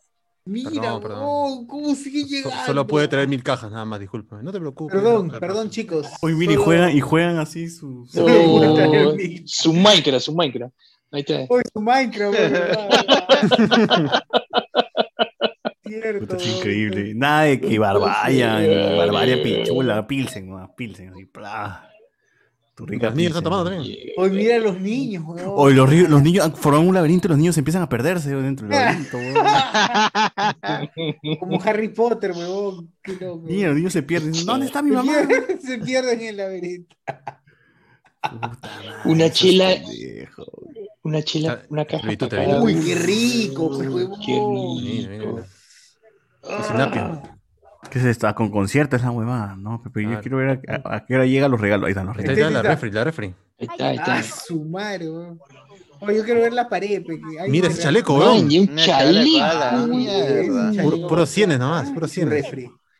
[SPEAKER 1] Mira,
[SPEAKER 3] Perdón, perdón.
[SPEAKER 1] weón, ¿cómo sigue
[SPEAKER 3] So-
[SPEAKER 1] llegando?
[SPEAKER 3] solo puede traer mil cajas, nada más, disculpa. No te preocupes.
[SPEAKER 1] Perdón,
[SPEAKER 3] no,
[SPEAKER 1] perdón, chicos.
[SPEAKER 2] Uy, mira, y
[SPEAKER 1] Solo-
[SPEAKER 2] juegan, y juegan así su. su- Este,
[SPEAKER 19] Oh, su Minecraft, su Minecraft. Ahí está.
[SPEAKER 1] Uy, su Minecraft,
[SPEAKER 2] Puta, es increíble. Nada de que barbaria,
[SPEAKER 3] eh.
[SPEAKER 2] barbaria pichula, pilsen, no, pilsen, así, plá. Tu rica
[SPEAKER 3] Los niños
[SPEAKER 2] pilsen.
[SPEAKER 3] están tomando también.
[SPEAKER 1] Hoy mira a los niños, weón.
[SPEAKER 2] Oye, Oh, los, ri- los niños forman un laberinto y los niños empiezan a perderse oh, dentro del laberinto.
[SPEAKER 1] Como Harry Potter, huevón. Qué loco.
[SPEAKER 2] Mira, los niños se pierden. dicen, ¿Dónde está mi
[SPEAKER 1] Se
[SPEAKER 2] mamá?
[SPEAKER 1] pierden- Se pierden en el laberinto.
[SPEAKER 19] Una chela. Una
[SPEAKER 6] Ah,
[SPEAKER 19] chela, una caja.
[SPEAKER 3] tú te
[SPEAKER 19] para cada
[SPEAKER 3] vi.
[SPEAKER 19] uno.
[SPEAKER 1] Qué rico, pues, huevón.
[SPEAKER 19] Qué rico.
[SPEAKER 3] Ah.
[SPEAKER 2] Pues, ¿Qué es esto? Ah, Con concierto es la huevada. No, Pepe, yo quiero ver a, a- a qué hora llegan los regalos. Ahí están los
[SPEAKER 3] Ahí
[SPEAKER 2] regalos.
[SPEAKER 3] está la refri, la refri.
[SPEAKER 1] Ah, su madre, weón. Oye, yo quiero ver la pared, pe, que hay
[SPEAKER 3] Mira
[SPEAKER 1] que
[SPEAKER 3] ese
[SPEAKER 1] ver.
[SPEAKER 3] chaleco, weón.
[SPEAKER 19] y un chaleco.
[SPEAKER 1] Ah, mierda.
[SPEAKER 3] Puro, puro cienes nomás, puro cienes.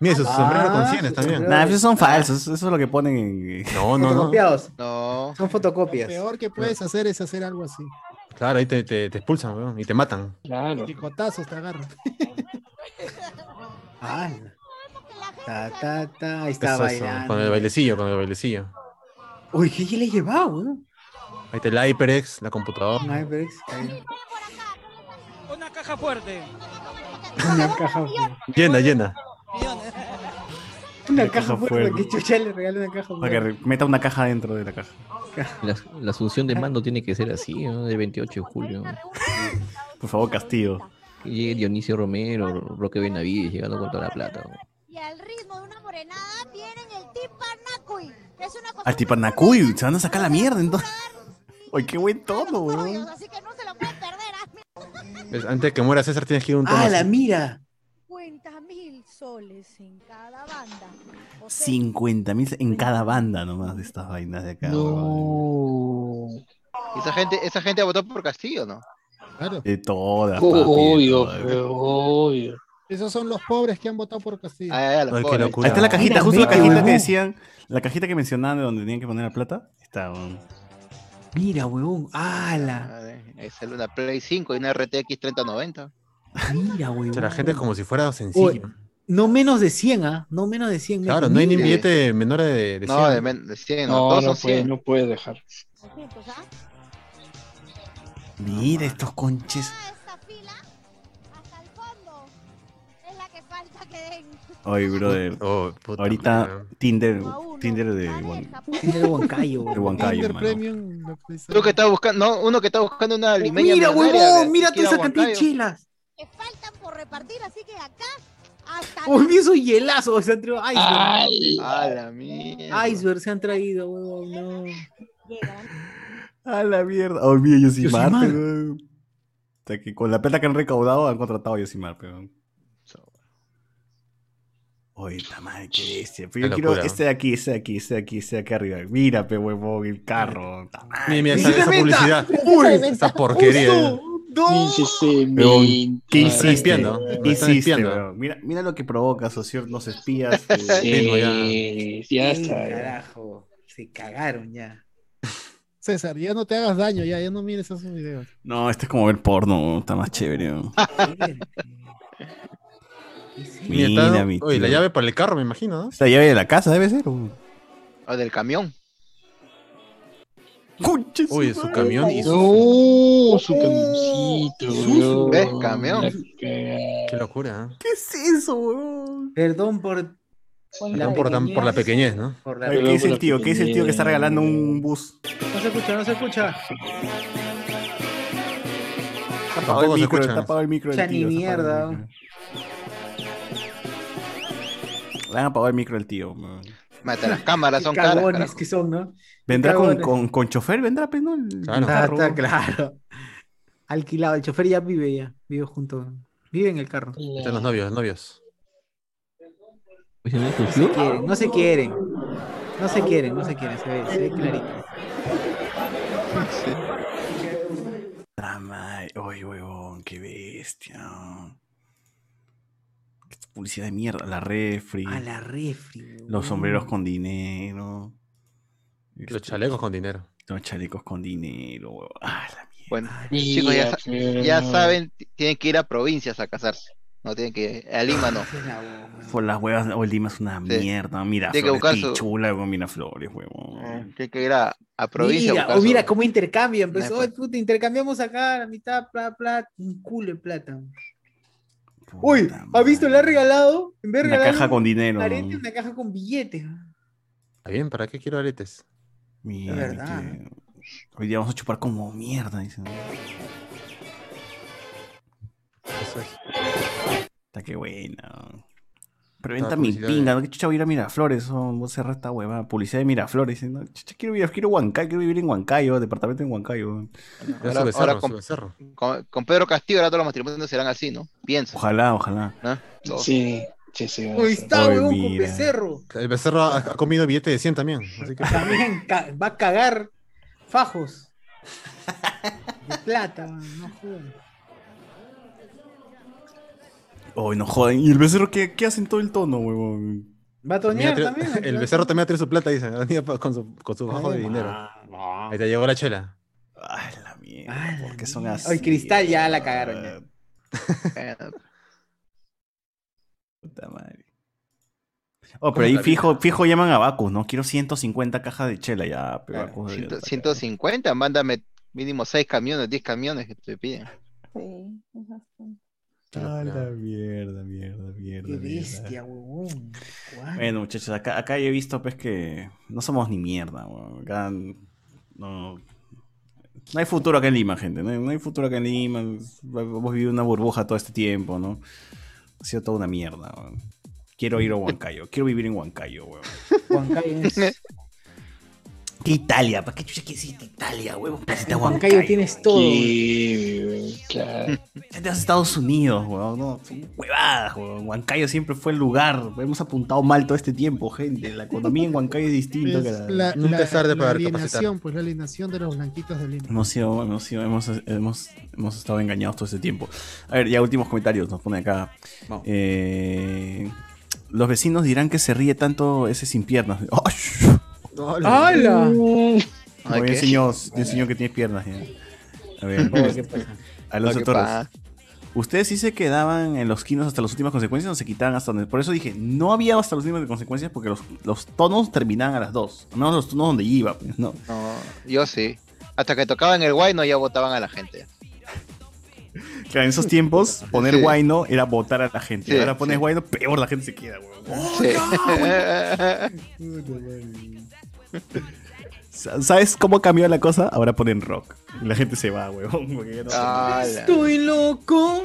[SPEAKER 3] Mira, su, su sombrero con cienes también.
[SPEAKER 2] Nah, esos son falsos. Eso es lo que ponen en.
[SPEAKER 3] No, no, no.
[SPEAKER 1] Fotocopiados.
[SPEAKER 7] No.
[SPEAKER 1] Son fotocopias.
[SPEAKER 8] Lo peor que puedes hacer es hacer algo así.
[SPEAKER 3] Claro, ahí te, te, te expulsan, weón, y te matan.
[SPEAKER 19] Claro.
[SPEAKER 8] Picotazos te agarran.
[SPEAKER 1] Ah, ta, ta, ta, ahí está
[SPEAKER 3] Eso, eso,
[SPEAKER 1] bailando.
[SPEAKER 3] con el bailecillo, con el bailecillo.
[SPEAKER 1] Uy, ¿qué le he llevado, weón?
[SPEAKER 3] Ahí está el HyperX, la computadora.
[SPEAKER 1] Ay, pero es- ay,
[SPEAKER 14] Una caja fuerte.
[SPEAKER 1] Una caja fuerte.
[SPEAKER 3] Llena, llena.
[SPEAKER 1] Una
[SPEAKER 2] caja
[SPEAKER 1] caja fuerte.
[SPEAKER 2] fuerte.
[SPEAKER 1] Que chucha le regalo una caja fuerte.
[SPEAKER 2] Para que re- meta una caja dentro de la caja.
[SPEAKER 11] La, la asunción de mando tiene que ser así, ¿no? El 28 de julio.
[SPEAKER 2] Por favor, Castillo.
[SPEAKER 11] Que llegue Dionisio Romero, Roque Benavides, llegando con toda la plata. ¿no?
[SPEAKER 22] Y al ritmo de una morenada vienen el tipanacui. Es una cosa
[SPEAKER 2] A Tipanacuy, se van a sacar la mierda entonces. Oye, qué buen tono, weón.
[SPEAKER 3] Es- Antes de que muera César tienes que ir a un tono
[SPEAKER 1] Ah, la
[SPEAKER 3] así.
[SPEAKER 1] mira.
[SPEAKER 22] 50 mil soles en cada banda.
[SPEAKER 2] 50 mil en cada banda nomás de estas vainas de acá.
[SPEAKER 1] No.
[SPEAKER 7] Esa gente, esa gente votó por Castillo, ¿no?
[SPEAKER 2] De todas.
[SPEAKER 19] Oh,
[SPEAKER 2] papi, de
[SPEAKER 19] obvio,
[SPEAKER 2] todas.
[SPEAKER 19] pero obvio.
[SPEAKER 8] Esos son los pobres que han votado por Castillo.
[SPEAKER 1] Ah,
[SPEAKER 2] Ay, qué locura. Ahí está la cajita,
[SPEAKER 8] Mira,
[SPEAKER 2] justo la
[SPEAKER 8] mira,
[SPEAKER 2] cajita que
[SPEAKER 8] huevón.
[SPEAKER 2] decían, la cajita que mencionaban de donde tenían que poner la plata. Está, weón.
[SPEAKER 1] Mira, huevón.
[SPEAKER 2] Ah,
[SPEAKER 1] ¡Hala!
[SPEAKER 7] Ah, Ahí sale una Play 5 y una RTX 3090.
[SPEAKER 1] Mira,
[SPEAKER 3] O sea, la
[SPEAKER 1] huevón.
[SPEAKER 3] gente es como si fuera
[SPEAKER 1] Uy,
[SPEAKER 3] sencillo.
[SPEAKER 1] No menos de 100, ¿ah? No menos de 100.
[SPEAKER 3] Claro, no hay ni
[SPEAKER 1] Mira.
[SPEAKER 3] billete menor de, de
[SPEAKER 7] No,
[SPEAKER 3] 100.
[SPEAKER 7] de, men- de 100, no,
[SPEAKER 19] No,
[SPEAKER 7] todos
[SPEAKER 19] no
[SPEAKER 7] son 100.
[SPEAKER 19] puedes, no puedes dejar.
[SPEAKER 2] Mira estos conches. Ay, brother. Ahorita Tinder, Tinder de Huan-
[SPEAKER 1] Tiene el huancayo.
[SPEAKER 2] de Huancayo, hermano.
[SPEAKER 7] Tú que estás buscando, no, uno que está buscando una limeña.
[SPEAKER 1] Oh, Mira,
[SPEAKER 7] millonaria,
[SPEAKER 1] huevón.
[SPEAKER 7] de-
[SPEAKER 1] Mira
[SPEAKER 7] quiere
[SPEAKER 1] toda esa cantidad de
[SPEAKER 7] Huancayo.
[SPEAKER 1] chelas.
[SPEAKER 22] Repartir, así que acá hasta
[SPEAKER 1] Uy, mira esos hielazos. Se han traído
[SPEAKER 7] Ay,
[SPEAKER 1] iceberg.
[SPEAKER 7] a la mierda.
[SPEAKER 1] Iceberg se han traído, huevón. No.
[SPEAKER 2] A la mierda. Ay, mira, Yosimar.
[SPEAKER 1] Yosimar.
[SPEAKER 2] weón. O sea, que con la plata que han recaudado han contratado a Yosimar, pero. Oye, puta madre, qué bestia. Pero yo
[SPEAKER 3] Una
[SPEAKER 2] quiero
[SPEAKER 3] locura.
[SPEAKER 2] este de aquí, este de aquí, este de aquí, este de aquí arriba. Mira, pe huevón, el carro. puta madre.
[SPEAKER 3] mira, esa- esa publicidad. Uy, esa porquería. eh.
[SPEAKER 2] Huevón, ¿Qué
[SPEAKER 3] Me
[SPEAKER 2] hiciste?
[SPEAKER 3] están espiando, me
[SPEAKER 2] ¿Qué
[SPEAKER 3] están
[SPEAKER 2] hiciste,
[SPEAKER 3] espiando.
[SPEAKER 2] huevón? Mira, mira lo que provoca, socio, los espías. eh. tu-
[SPEAKER 19] Sí, ya está, ya.
[SPEAKER 1] Carajo, se cagaron ya.
[SPEAKER 8] César, ya no te hagas daño, ya, ya no mires esos videos.
[SPEAKER 2] No, este es como ver porno, está más chévere. ¿no?
[SPEAKER 3] Ah, Mira, está-
[SPEAKER 2] Mira, mi
[SPEAKER 3] Oye, la
[SPEAKER 2] tío.
[SPEAKER 3] llave para el carro, me imagino, ¿no?
[SPEAKER 2] Es La llave de la casa debe ser. ¿o?
[SPEAKER 7] O del camión.
[SPEAKER 3] Uy, su camión y su...
[SPEAKER 19] No, su camioncito,
[SPEAKER 7] ¿Ves?
[SPEAKER 19] weón.
[SPEAKER 7] Camión.
[SPEAKER 19] La cagada.
[SPEAKER 3] Qué locura. ¿eh?
[SPEAKER 1] ¿Qué es eso, weón? Perdón por.
[SPEAKER 3] Perdón por, tan- por la pequeñez, ¿no?
[SPEAKER 1] Por
[SPEAKER 2] Oye, ¿Qué dice el tío? ¿Qué dice el tío que está regalando un bus?
[SPEAKER 1] No se escucha, no se escucha.
[SPEAKER 2] Está apagado el
[SPEAKER 3] Tampoco
[SPEAKER 2] micro,
[SPEAKER 3] se escucha.
[SPEAKER 2] está apagado el micro.
[SPEAKER 1] O
[SPEAKER 2] del
[SPEAKER 1] sea, ni
[SPEAKER 2] tío, está apagado el
[SPEAKER 1] mierda.
[SPEAKER 2] micro. Le han apagado el micro al tío. man.
[SPEAKER 7] Mata, las cámaras son
[SPEAKER 1] Qué
[SPEAKER 7] caras.
[SPEAKER 1] cagones
[SPEAKER 7] carajo.
[SPEAKER 1] que son, ¿no?
[SPEAKER 2] Vendrá
[SPEAKER 1] Qué
[SPEAKER 2] con,
[SPEAKER 1] cagones.
[SPEAKER 2] con, con chofer, vendrá, pues, ¿no? El-
[SPEAKER 1] Claro.
[SPEAKER 2] el carro.
[SPEAKER 1] está claro. Alquilado, el chofer ya vive ya, vive junto. Vive en el carro.
[SPEAKER 3] Están los novios, los novios.
[SPEAKER 23] Pues,
[SPEAKER 1] No se quieren, no se quieren. No se quieren, no se quieren, se ve, se ve clarito.
[SPEAKER 2] Trama. Oye, huevón, qué bestia. Qué publicidad de mierda. La refri.
[SPEAKER 1] A Ah, la refri.
[SPEAKER 2] Los sombreros con dinero. Este,
[SPEAKER 3] Los chalecos con dinero.
[SPEAKER 2] Los chalecos con dinero, huevón. Ah, la
[SPEAKER 7] Bueno,
[SPEAKER 2] Mira,
[SPEAKER 7] chicos, ya, sa-
[SPEAKER 2] pero
[SPEAKER 7] ya
[SPEAKER 2] no.
[SPEAKER 7] saben, t- tienen que ir a provincias a casarse. No tienen que a Lima, no.
[SPEAKER 2] Por las huevas, o el Lima es una mierda. Mira,
[SPEAKER 7] Tiene que
[SPEAKER 2] flores,
[SPEAKER 7] buscar su-
[SPEAKER 2] pichula, huevón, mira flores, huevón.
[SPEAKER 7] Tienen que ir a, a provincia. a
[SPEAKER 1] Mira,
[SPEAKER 7] buscar
[SPEAKER 1] o
[SPEAKER 7] su-
[SPEAKER 1] mira cómo intercambian, pues,
[SPEAKER 7] Nah,
[SPEAKER 1] "Oye, puta, intercambiamos acá la mitad, plata, plata, un culo de plata.
[SPEAKER 2] Uy,
[SPEAKER 1] ¿has visto? Le ha regalado, en vez de
[SPEAKER 2] Una
[SPEAKER 1] regalarle
[SPEAKER 2] caja
[SPEAKER 1] un
[SPEAKER 2] con dinero.
[SPEAKER 1] arete, una caja con billetes.
[SPEAKER 3] Está Ah, bien, ¿para qué quiero aretes?
[SPEAKER 2] Mira,
[SPEAKER 1] Es verdad.
[SPEAKER 2] que Hoy día vamos a chupar Este, como mierda, dicen.
[SPEAKER 3] Eso es.
[SPEAKER 2] Está que buena.
[SPEAKER 3] Está
[SPEAKER 2] Preventa mi
[SPEAKER 3] publicidad de-
[SPEAKER 2] pinga, ¿no? ¿Qué chucha voy a ir a Miraflores? Oh, voy a cerrar esta hueva. Publicidad de Miraflores. dicen, ¿no? Chucha, quiero, ir, quiero, Huancayo, quiero vivir en Huancayo, departamento en Huancayo.
[SPEAKER 3] Ya
[SPEAKER 7] Ahora-
[SPEAKER 3] sube
[SPEAKER 7] ahora
[SPEAKER 3] cerro,
[SPEAKER 7] con-
[SPEAKER 3] sube cerro.
[SPEAKER 7] Con, con Pedro Castillo, ahora todos los matrimonios serán así, ¿no? Piensa.
[SPEAKER 2] Ojalá, ojalá.
[SPEAKER 7] ¿no?
[SPEAKER 19] Ah, Sí, sí, sí.
[SPEAKER 1] Uy,
[SPEAKER 3] Oye,
[SPEAKER 1] está, Ah, huevón, con
[SPEAKER 3] mira.
[SPEAKER 1] becerro.
[SPEAKER 3] El becerro ha, ha comido billete de 100 también. Así
[SPEAKER 2] Ah.
[SPEAKER 3] que...
[SPEAKER 1] También ca- va a cagar fajos. De plata, man, no jodas.
[SPEAKER 2] Hoy no jodan. ¿Y el becerro qué, qué hacen todo el tono, huevón?
[SPEAKER 1] Va a
[SPEAKER 3] También
[SPEAKER 1] toñar
[SPEAKER 3] ha
[SPEAKER 1] también.
[SPEAKER 3] traído- el becerro también ha traído su plata, dice. ha venido pa- Con su, con su bajo de dinero.
[SPEAKER 2] Ah,
[SPEAKER 3] Ahí te llegó la chela.
[SPEAKER 2] Ay, Ah, la mierda. ¿Por qué son así?
[SPEAKER 1] Ah, Ay, Cristal ya la cagaron. ya.
[SPEAKER 2] Puta madre. Oh, pero ahí
[SPEAKER 7] Puta
[SPEAKER 2] fijo, fijo
[SPEAKER 7] Eh,
[SPEAKER 2] llaman a Bacus, ¿no? Quiero 150 cajas de chela ya. pero Bacus-
[SPEAKER 7] Ciento- 150, mándame mínimo 6 camiones, 10 camiones que te piden.
[SPEAKER 9] Sí, es bastante.
[SPEAKER 2] Ah, la mierda, mierda, mierda.
[SPEAKER 1] Qué
[SPEAKER 2] mierda.
[SPEAKER 1] bestia, huevón. Guau.
[SPEAKER 2] Bueno, muchachos, acá, acá yo he visto pues que no somos ni mierda, weón. Acá n- no, no hay futuro acá en Lima, gente. No hay, no hay futuro acá en Lima. Hemos vivido una burbuja todo este tiempo, ¿no? Ha sido toda una mierda, weón. Quiero ir a Huancayo. quiero vivir en Huancayo, weón.
[SPEAKER 1] Huancayo es-
[SPEAKER 2] ¿Qué Italia? ¿Para qué chucha quieres ir a Italia, weón? Pues, está
[SPEAKER 1] Huancayo tienes todo.
[SPEAKER 2] Es de los Estados Unidos, weón. No, son huevadas, weón. Huancayo siempre fue el lugar. Hemos apuntado mal todo este tiempo, gente. La economía en Huancayo es distinta. que
[SPEAKER 8] Es la,
[SPEAKER 2] Nunca
[SPEAKER 8] la-
[SPEAKER 2] es tarde
[SPEAKER 8] la
[SPEAKER 2] para
[SPEAKER 8] alienación,
[SPEAKER 2] recapacitar.
[SPEAKER 8] pues la alienación de los blanquitos de Lima.
[SPEAKER 2] Hemos, sido, hemos, sido- hemos, hemos, hemos estado engañados todo este tiempo. A ver, ya últimos comentarios nos pone acá. Eh, los vecinos dirán que se ríe tanto ese sin piernas. ¡Ay!
[SPEAKER 1] ¡Hala!
[SPEAKER 2] Muy bien, señor. Bien, señor que tiene piernas. ya. A ver.
[SPEAKER 1] Oh, ¿qué pasa?
[SPEAKER 2] Alonso
[SPEAKER 1] Oh, ¿qué
[SPEAKER 2] Torres.
[SPEAKER 1] pasa?
[SPEAKER 2] Ustedes sí se quedaban en los quinos hasta las últimas consecuencias o se quitaban hasta donde. Por eso dije, no había hasta las últimas consecuencias porque los, los tonos terminaban a las dos. Al menos los tonos donde iba, pues, ¿no?
[SPEAKER 7] No, yo sí. Hasta que tocaban el guay, no ya votaban a la gente.
[SPEAKER 2] Claro, en esos tiempos, poner
[SPEAKER 7] Sí.
[SPEAKER 2] guayno era votar a la gente.
[SPEAKER 7] Sí,
[SPEAKER 2] Ahora pones
[SPEAKER 7] sí.
[SPEAKER 2] guayno, peor la gente se queda, weón.
[SPEAKER 8] Oh,
[SPEAKER 7] Sí.
[SPEAKER 2] Sa- ¿Sabes cómo cambió la cosa? Ahora ponen rock. Y la gente se va, weón. porque ya no-
[SPEAKER 3] Ah,
[SPEAKER 1] Estoy loco.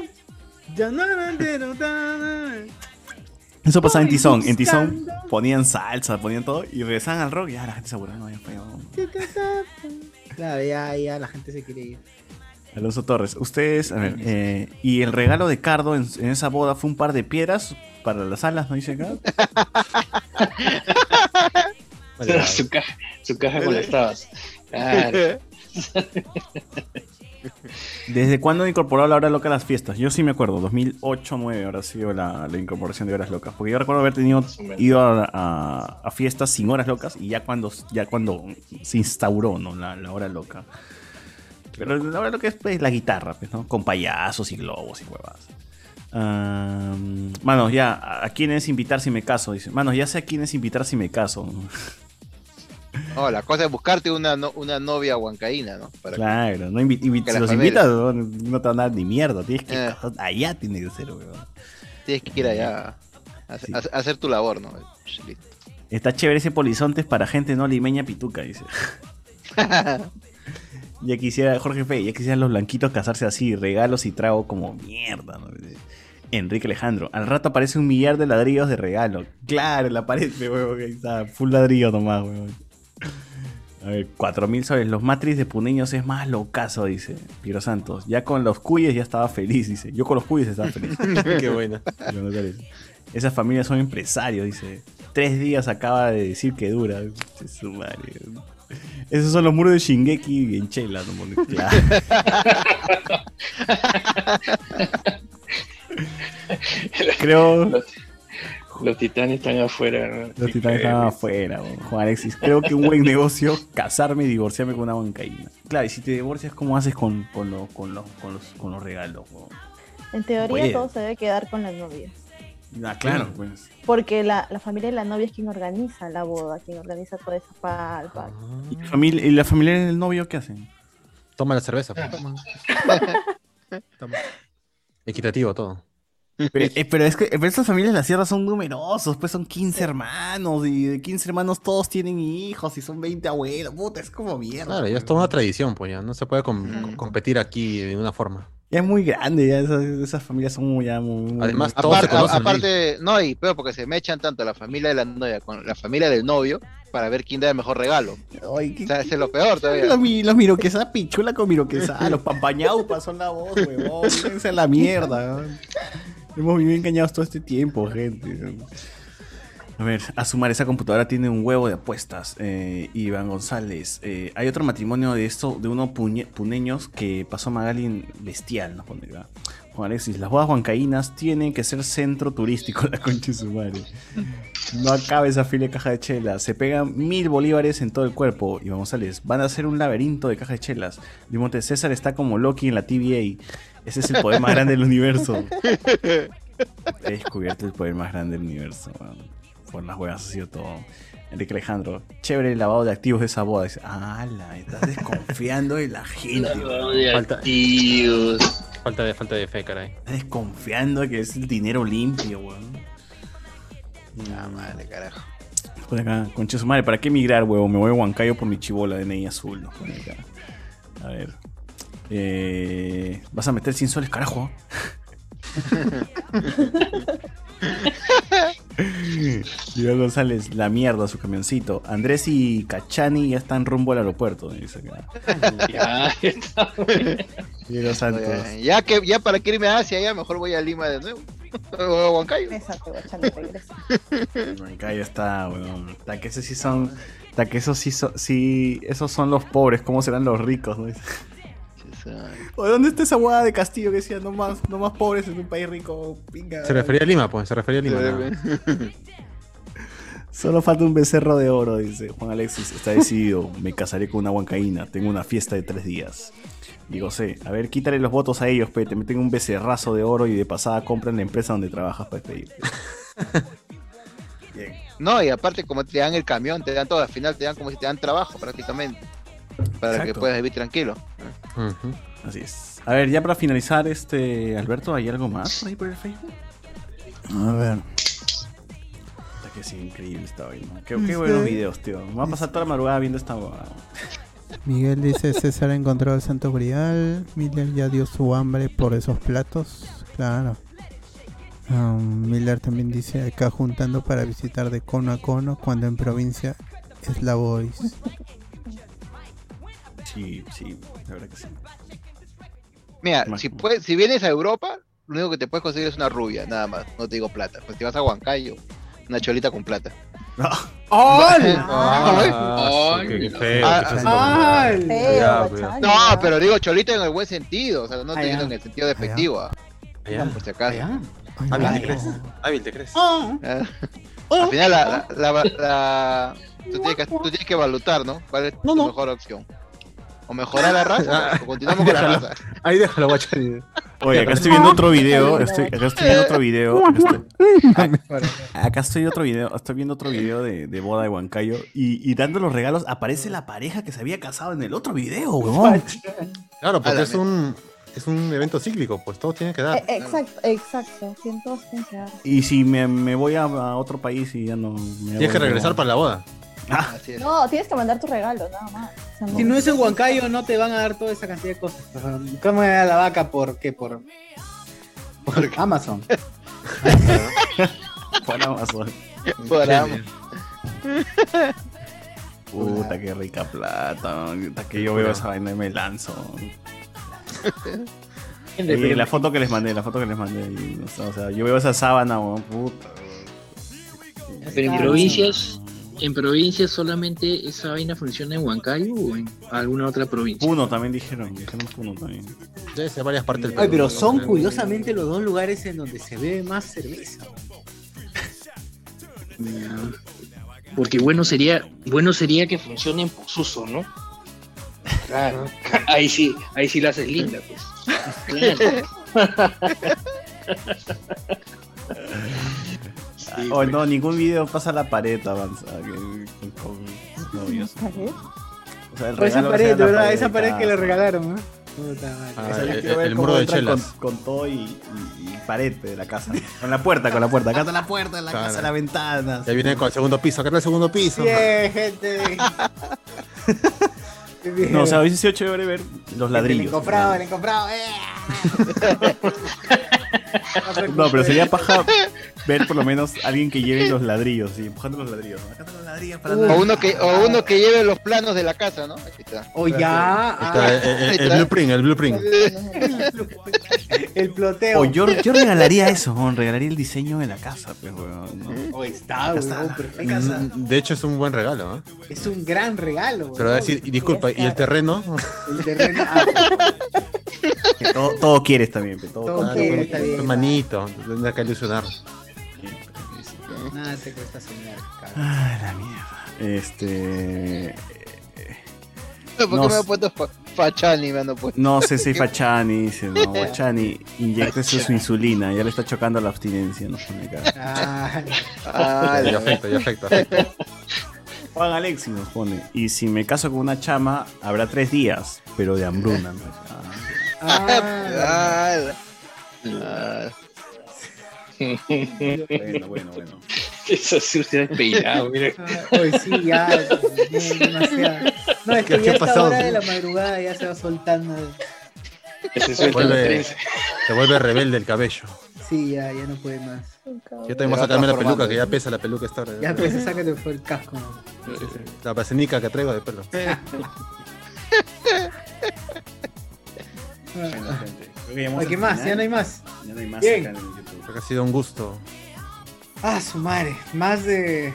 [SPEAKER 1] Ya no me entero, da, da.
[SPEAKER 2] Eso pasaba en
[SPEAKER 1] Estoy
[SPEAKER 2] Tizón. En Tizón ponían salsa, ponían todo y regresaban al rock y ah, la gente se aburría. No, ya, fue, weón.
[SPEAKER 1] Claro, ya, ya la gente se quiere ir.
[SPEAKER 2] Alonso Torres, ustedes, a ver, eh, y el regalo de Cardo en, en esa boda fue un par de piedras para las alas, ¿no dice acá?
[SPEAKER 19] Era su, caja, su caja con las trabas. Claro.
[SPEAKER 2] ¿Desde cuándo han incorporado la hora loca a las fiestas? Yo sí me acuerdo, 2008 9 habrá sido la, la incorporación de horas locas. Porque yo recuerdo haber tenido, ido a, a- a fiestas sin horas locas y ya cuando, ya cuando se instauró ¿no? la, la hora loca. Pero la hora loca es pues, la guitarra, pues, ¿no? con payasos y globos y huevas. Am, manos, ya, ¿a a quiénes invitar si me caso? Dice, manos, ya sé a quiénes invitar si me caso.
[SPEAKER 7] No, la cosa es buscarte una, no- una novia huancaína, ¿no? Para
[SPEAKER 2] Claro, no invi- invi-
[SPEAKER 7] que
[SPEAKER 2] si
[SPEAKER 7] la
[SPEAKER 2] los
[SPEAKER 7] familia- Eh.
[SPEAKER 2] invitas, weón, no te van a dar ni mierda. Tienes que allá tiene que ser, weón.
[SPEAKER 7] Tienes que ir allá a, a- a hacer tu labor, ¿no? Listo.
[SPEAKER 2] Está chévere ese polizontes para gente no limeña pituca, dice. ya quisiera, Jorge Fe, ya quisieran los blanquitos casarse así, regalos y trago como mierda, ¿no? Enrique Alejandro, al rato aparece un millar de ladrillos de regalo. Claro, la pared, weón, ahí está, full ladrillo nomás, weón. A ver, 4.000 soles. Los Matrix de Puneños es más locazo, dice Piero Santos. Ya con los cuyes ya estaba feliz, dice. Yo con los cuyes estaba feliz.
[SPEAKER 3] Qué buena.
[SPEAKER 2] Yo no sé. Esas familias son empresarios, dice. Tres días acaba de decir que dura. Che, su madre. Esos son los muros de Shingeki y en Chela, no Porque, claro. Creo.
[SPEAKER 19] Los, los titanes están afuera. ¿no?
[SPEAKER 2] Los titanes estaban afuera, weón. Juan Alexis. Creo que un buen negocio casarme y divorciarme con una bancaína. Claro, y si te divorcias, ¿cómo haces con, con, lo- con los, con, los, con los regalos? weón?
[SPEAKER 9] En teoría
[SPEAKER 2] Oye.
[SPEAKER 9] todo se debe quedar con la novia.
[SPEAKER 2] Ah, claro, pues.
[SPEAKER 9] Porque la, la familia de la novia es quien organiza la boda, quien organiza toda esa palpa.
[SPEAKER 2] ¿Y la familia, y la familia del novio qué hacen?
[SPEAKER 3] Toma la cerveza. pues. Equitativo todo.
[SPEAKER 19] Mm.
[SPEAKER 2] Pero, eh, pero es que pero estas familias de la sierra son numerosos, pues son 15 hermanos y de 15 hermanos todos tienen hijos y son 20 abuelos. Puta, es como mierda.
[SPEAKER 3] Claro, ya es toda una tradición, pues ya. No se puede com-
[SPEAKER 19] Mm.
[SPEAKER 3] com- competir aquí de una forma.
[SPEAKER 2] Ya es muy grande, ya esas, esas familias son muy, ya muy- muy-
[SPEAKER 3] Además,
[SPEAKER 2] muy-
[SPEAKER 3] todos se
[SPEAKER 7] Aparte, aparte- no, y peor porque se mechan tanto la familia de la novia con la familia del novio para ver quién da el mejor regalo.
[SPEAKER 2] o
[SPEAKER 7] sea, ese es lo peor todavía.
[SPEAKER 2] Los, mi- los miroquesá, pichula con miroquesá, los pampañaupas son la voz, huevón. Esa es la mierda. weón. Hemos vivido engañados todo este tiempo, gente. A ver, a sumar esa computadora tiene un huevo de apuestas. Eh, Iván González. eh, hay otro matrimonio de esto, de unos puñe- puneños que pasó Magali en bestial, nos pone acá. Juan Alexis, las bodas huancaínas tienen que ser centro turístico, la concha de su madre. No acaba esa fila de caja de chelas. Se pegan mil bolívares en todo el cuerpo. Iván González, van a hacer un laberinto de caja de chelas. Limonte César está como Loki en la TVA. Ese es el poder más grande del universo. He descubierto el poder más grande del universo. weón. Por las huevas ha sido todo. Enrique Alejandro, chévere el lavado de activos de esa boda. Dice, ala, estás desconfiando de la gente.
[SPEAKER 19] Lavado
[SPEAKER 2] weón.
[SPEAKER 19] de activos.
[SPEAKER 23] Falta de, falta de fe, caray.
[SPEAKER 2] Estás desconfiando de que es el dinero limpio, weón. Ah, madre,
[SPEAKER 7] carajo.
[SPEAKER 2] Por acá, concha su madre, ¿para qué emigrar, huevo? Me voy a Huancayo por mi chibola de Ney Azul. nos pone acá. A ver. Eh, Vas a meter 100 soles, carajo. Iván González, la mierda, su camioncito. Andrés y Cachani ya están rumbo al aeropuerto. Dice acá.
[SPEAKER 7] Ah,
[SPEAKER 19] Ya, está bueno.
[SPEAKER 2] Diego Santos.
[SPEAKER 7] Oye, Eh, Ya que ya para que irme hacia allá, mejor voy a Lima de nuevo. O a Huancayo.
[SPEAKER 2] Huancayo está, weón. Está que esos sí son. Está que esos sí son. Sí, esos son los pobres. ¿Cómo serán los ricos? no? ¿O dónde está esa hueá de Castillo que decía no más, no más pobres en un país rico? Pinga.
[SPEAKER 3] Se refería a Lima, pues. Se refería a Lima.
[SPEAKER 2] Se
[SPEAKER 3] nada más.
[SPEAKER 2] Solo falta un becerro de oro, dice Juan Alexis. Está decidido, me casaré con una huancaína. Tengo una fiesta de tres días. Digo, sé, a ver, quítale los votos a ellos, pe. Te meten un becerrazo de oro y de pasada compran la empresa donde trabajas para despedirte.
[SPEAKER 7] No, y aparte como te dan el camión, te dan todo, al final te dan como si te dan trabajo prácticamente. Para que
[SPEAKER 2] Exacto.
[SPEAKER 7] puedas vivir tranquilo.
[SPEAKER 2] Así es. A ver, ya para finalizar, este Alberto, ¿hay algo más? por ahí por el Facebook?
[SPEAKER 6] A ver.
[SPEAKER 2] Puta, Que sí, increíble esta vaina. Qué,
[SPEAKER 9] Este,
[SPEAKER 2] qué buenos videos, tío. Me voy a pasar toda la madrugada viendo esta hueá.
[SPEAKER 6] Miguel dice, César encontró el santo grial, Miller ya dio su hambre por esos platos, claro. Um, Miller también dice, acá juntando para visitar de cono a cono, cuando en provincia es la voice.
[SPEAKER 2] Sí, sí, la verdad que sí.
[SPEAKER 7] Mira, si, puedes, si vienes a Europa, lo único que te puedes conseguir es una rubia, nada más. No te digo plata. Pues te vas a Huancayo, una cholita con plata.
[SPEAKER 12] ¡Ay! ¡Qué feo!
[SPEAKER 7] Ah,
[SPEAKER 12] que seas
[SPEAKER 7] ah,
[SPEAKER 12] tan-
[SPEAKER 7] ay.
[SPEAKER 12] Ya, pues.
[SPEAKER 7] No, pero digo cholito en el buen sentido, o sea, no te digo en el sentido despectivo. ah.
[SPEAKER 12] Allá.
[SPEAKER 7] Por si acaso.
[SPEAKER 12] Hábil te crees. Hábil te crees.
[SPEAKER 7] Ah. Al final, la, la, la- la- tú, tienes que, tú tienes que valutar, ¿no? ¿Cuál es tu mejor opción? ¿O mejorar la
[SPEAKER 12] Ah.
[SPEAKER 7] raza? ¿O continuamos con la
[SPEAKER 3] Déjalo.
[SPEAKER 7] raza?
[SPEAKER 3] Ahí déjalo, guachani.
[SPEAKER 2] Oye, acá estoy viendo otro video. Estoy, acá estoy viendo otro video. Estoy- acá estoy otro video. Estoy viendo otro video de, de boda de Huancayo. Y, y dando los regalos aparece la pareja que se había casado en el otro video, huevón.
[SPEAKER 3] Claro,
[SPEAKER 2] A la
[SPEAKER 3] porque es un, es un evento cíclico, pues todos tienen que dar.
[SPEAKER 2] Ah.
[SPEAKER 9] Eh, Exacto, exacto. Sí, todos tienen que dar.
[SPEAKER 2] Y si me, me voy a, a otro país y ya no. me
[SPEAKER 3] que
[SPEAKER 2] hago-
[SPEAKER 3] regresar para la boda.
[SPEAKER 2] Ah,
[SPEAKER 9] No, tienes que mandar tu regalo, nada más. O sea,
[SPEAKER 1] Si no es en Huancayo, no te van a dar toda esa cantidad de cosas. ¿Cómo era la vaca? ¿Por qué? Por, por Amazon.
[SPEAKER 2] Por Amazon.
[SPEAKER 7] Por Amazon.
[SPEAKER 2] Puta, qué rica plata. man. Puta, que yo veo esa vaina y me lanzo. Y la foto que les mandé, la foto que les mandé. y, o sea, o sea, yo veo esa sábana, weón, puta.
[SPEAKER 19] Pero en provincias, en provincias solamente esa vaina funciona en Huancayo o en alguna otra provincia.
[SPEAKER 2] Puno también dijeron, dijeron Puno también.
[SPEAKER 3] Debe ser varias partes del
[SPEAKER 1] Ay, pero son
[SPEAKER 3] ¿no?
[SPEAKER 1] curiosamente los dos lugares en donde se bebe más cerveza.
[SPEAKER 19] Porque bueno sería, bueno sería que funcione en Pozuzo, ¿no? Claro. Ahí sí, ahí sí la haces linda, pues. Claro.
[SPEAKER 2] oh, no, ningún video pasa la pared avanza. que- con- no, Dios. O sea, el
[SPEAKER 1] Por Pues esa
[SPEAKER 2] regalo que
[SPEAKER 1] pared,
[SPEAKER 2] sea
[SPEAKER 1] de
[SPEAKER 2] la ah.
[SPEAKER 1] verdad, esa pared que le
[SPEAKER 2] claro.
[SPEAKER 1] regalaron, ¿eh? Puta madre.
[SPEAKER 2] Ah,
[SPEAKER 1] Esa
[SPEAKER 2] el,
[SPEAKER 1] yo
[SPEAKER 3] eh,
[SPEAKER 2] el-
[SPEAKER 1] quiero ver
[SPEAKER 2] el
[SPEAKER 1] cómo
[SPEAKER 2] muro de
[SPEAKER 1] entran
[SPEAKER 2] chelas. Con, con todo y, y- y pared de la casa. Con la puerta, con la puerta. Acá está la puerta, la
[SPEAKER 3] Claro.
[SPEAKER 2] casa, la ventana.
[SPEAKER 3] Ya viene con el segundo piso, acá está el segundo piso. Ah,
[SPEAKER 1] Bien, eh, gente. Bien.
[SPEAKER 2] No, o sea, hubiese sido chévere ver los
[SPEAKER 1] El
[SPEAKER 2] ladrillos.
[SPEAKER 1] comprado, el comprado. ¡eh!
[SPEAKER 2] No, pero sería paja ver por lo menos alguien que lleve los ladrillos, sí, empujando los ladrillos. ¿no? Acá está la ladrilla para
[SPEAKER 7] O uno, que, o uno que lleve los planos de la casa, ¿no? Ahí está.
[SPEAKER 1] O ya.
[SPEAKER 3] Está,
[SPEAKER 2] ah,
[SPEAKER 3] eh, eh, el, blueprint, el blueprint.
[SPEAKER 1] El ploteo.
[SPEAKER 2] O yo, yo regalaría eso, weón, regalaría el diseño de la casa, pues, weón, ¿no?
[SPEAKER 1] O Oh, está,
[SPEAKER 2] Acá está
[SPEAKER 1] huevón,
[SPEAKER 2] la-
[SPEAKER 1] perfecto.
[SPEAKER 3] Mm, De hecho, es un buen regalo. ¿eh?
[SPEAKER 1] Es un gran regalo.
[SPEAKER 3] Pero va a decir, y disculpa, ¿y el terreno?
[SPEAKER 1] El terreno. ah,
[SPEAKER 2] Que todo, todo quieres también, pe, todo,
[SPEAKER 1] Todo
[SPEAKER 2] todo
[SPEAKER 1] quieres,
[SPEAKER 2] quieres.
[SPEAKER 1] está bien.
[SPEAKER 3] Hermanito, tendrá que ilusionar.
[SPEAKER 1] nada te cuesta soñar, cabrón.
[SPEAKER 2] Ah, la mierda. Este. eh,
[SPEAKER 7] ¿Por qué
[SPEAKER 2] No
[SPEAKER 7] me
[SPEAKER 2] sé.
[SPEAKER 7] han puesto fa- Fachani? Me han puesto.
[SPEAKER 2] No sé si Fachani dice, no, Fachani, inyectese su insulina, ya le está chocando la abstinencia, no se me cae.
[SPEAKER 7] Ah,
[SPEAKER 3] ya afecta, ya afecta, afecta.
[SPEAKER 2] Juan Alexis nos pone, y si me caso con una chama, habrá tres días, pero de hambruna. ¿no?
[SPEAKER 7] Ah,
[SPEAKER 2] Bueno, bueno, bueno.
[SPEAKER 19] Eso sí usted es peinado, mira.
[SPEAKER 1] Ah, Hoy sí, ya. es demasiado. No, es
[SPEAKER 19] ¿Qué-
[SPEAKER 1] que
[SPEAKER 19] qué
[SPEAKER 1] ya a esta
[SPEAKER 19] pasó?
[SPEAKER 1] hora de la madrugada ya se va soltando.
[SPEAKER 19] Se
[SPEAKER 3] Te
[SPEAKER 19] suelta la
[SPEAKER 3] vuelve,
[SPEAKER 19] trenza.
[SPEAKER 3] te vuelve rebelde el cabello.
[SPEAKER 1] Sí, ya, ya no puede más.
[SPEAKER 3] Yo también voy a sacarme la peluca, que ya pesa la peluca esta hora.
[SPEAKER 1] Ya, pero se saca fue el casco.
[SPEAKER 3] La pasenica que traigo eh, de pelo. Ah.
[SPEAKER 2] que llegamos
[SPEAKER 1] Oye, ¿Qué
[SPEAKER 2] al
[SPEAKER 1] más?
[SPEAKER 2] final.
[SPEAKER 1] Ya no hay más.
[SPEAKER 2] Ya no hay más
[SPEAKER 1] Bien.
[SPEAKER 2] acá en YouTube.
[SPEAKER 3] Ha sido un gusto.
[SPEAKER 1] Ah, su madre. Más de.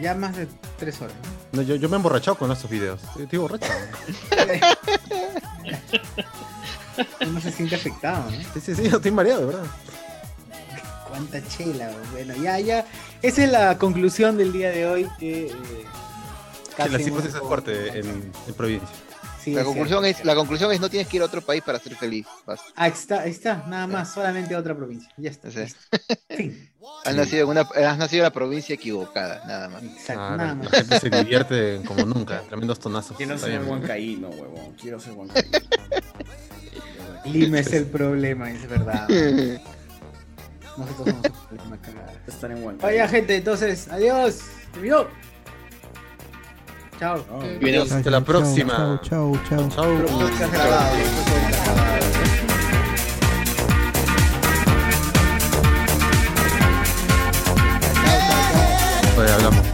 [SPEAKER 1] Ya más de tres horas. ¿no?
[SPEAKER 3] No, yo, yo me he emborrachado con estos videos. Estoy, estoy borracho.
[SPEAKER 1] Uno se siente afectado, ¿no?
[SPEAKER 3] Sí, sí, sí, yo estoy mareado, de verdad.
[SPEAKER 1] Cuánta chela, güey. bueno, ya, ya. Esa es la conclusión del día de hoy. Que, eh,
[SPEAKER 3] Sí, la
[SPEAKER 1] casi
[SPEAKER 3] cifra es
[SPEAKER 1] hemos-
[SPEAKER 3] fuerte en, en provincia.
[SPEAKER 1] Sí,
[SPEAKER 7] la,
[SPEAKER 1] es
[SPEAKER 7] conclusión es, la conclusión es no tienes que ir a otro país para ser feliz. Basta.
[SPEAKER 1] Ah, ahí está, ahí está, nada más, solamente otra provincia. Ya está.
[SPEAKER 7] Sí.
[SPEAKER 1] listo. Fin.
[SPEAKER 7] Has, nacido en una, has nacido en la provincia equivocada, nada más.
[SPEAKER 3] Ah, la- la gente se divierte como nunca. Tremendos tonazos.
[SPEAKER 2] Ah, Quiero
[SPEAKER 3] Está
[SPEAKER 2] ser
[SPEAKER 3] bien.
[SPEAKER 2] huancaíno, huevón, quiero ser huancaíno.
[SPEAKER 1] Lima es el problema, es verdad. Nosotros somos el problema, cagada.
[SPEAKER 2] Estar en Huancayo.
[SPEAKER 1] Vaya, gente, entonces, adiós. Terminó. Chao.
[SPEAKER 3] Adiós, Hasta la próxima.
[SPEAKER 6] Chau, chau,
[SPEAKER 3] chau. Oye, hablamos.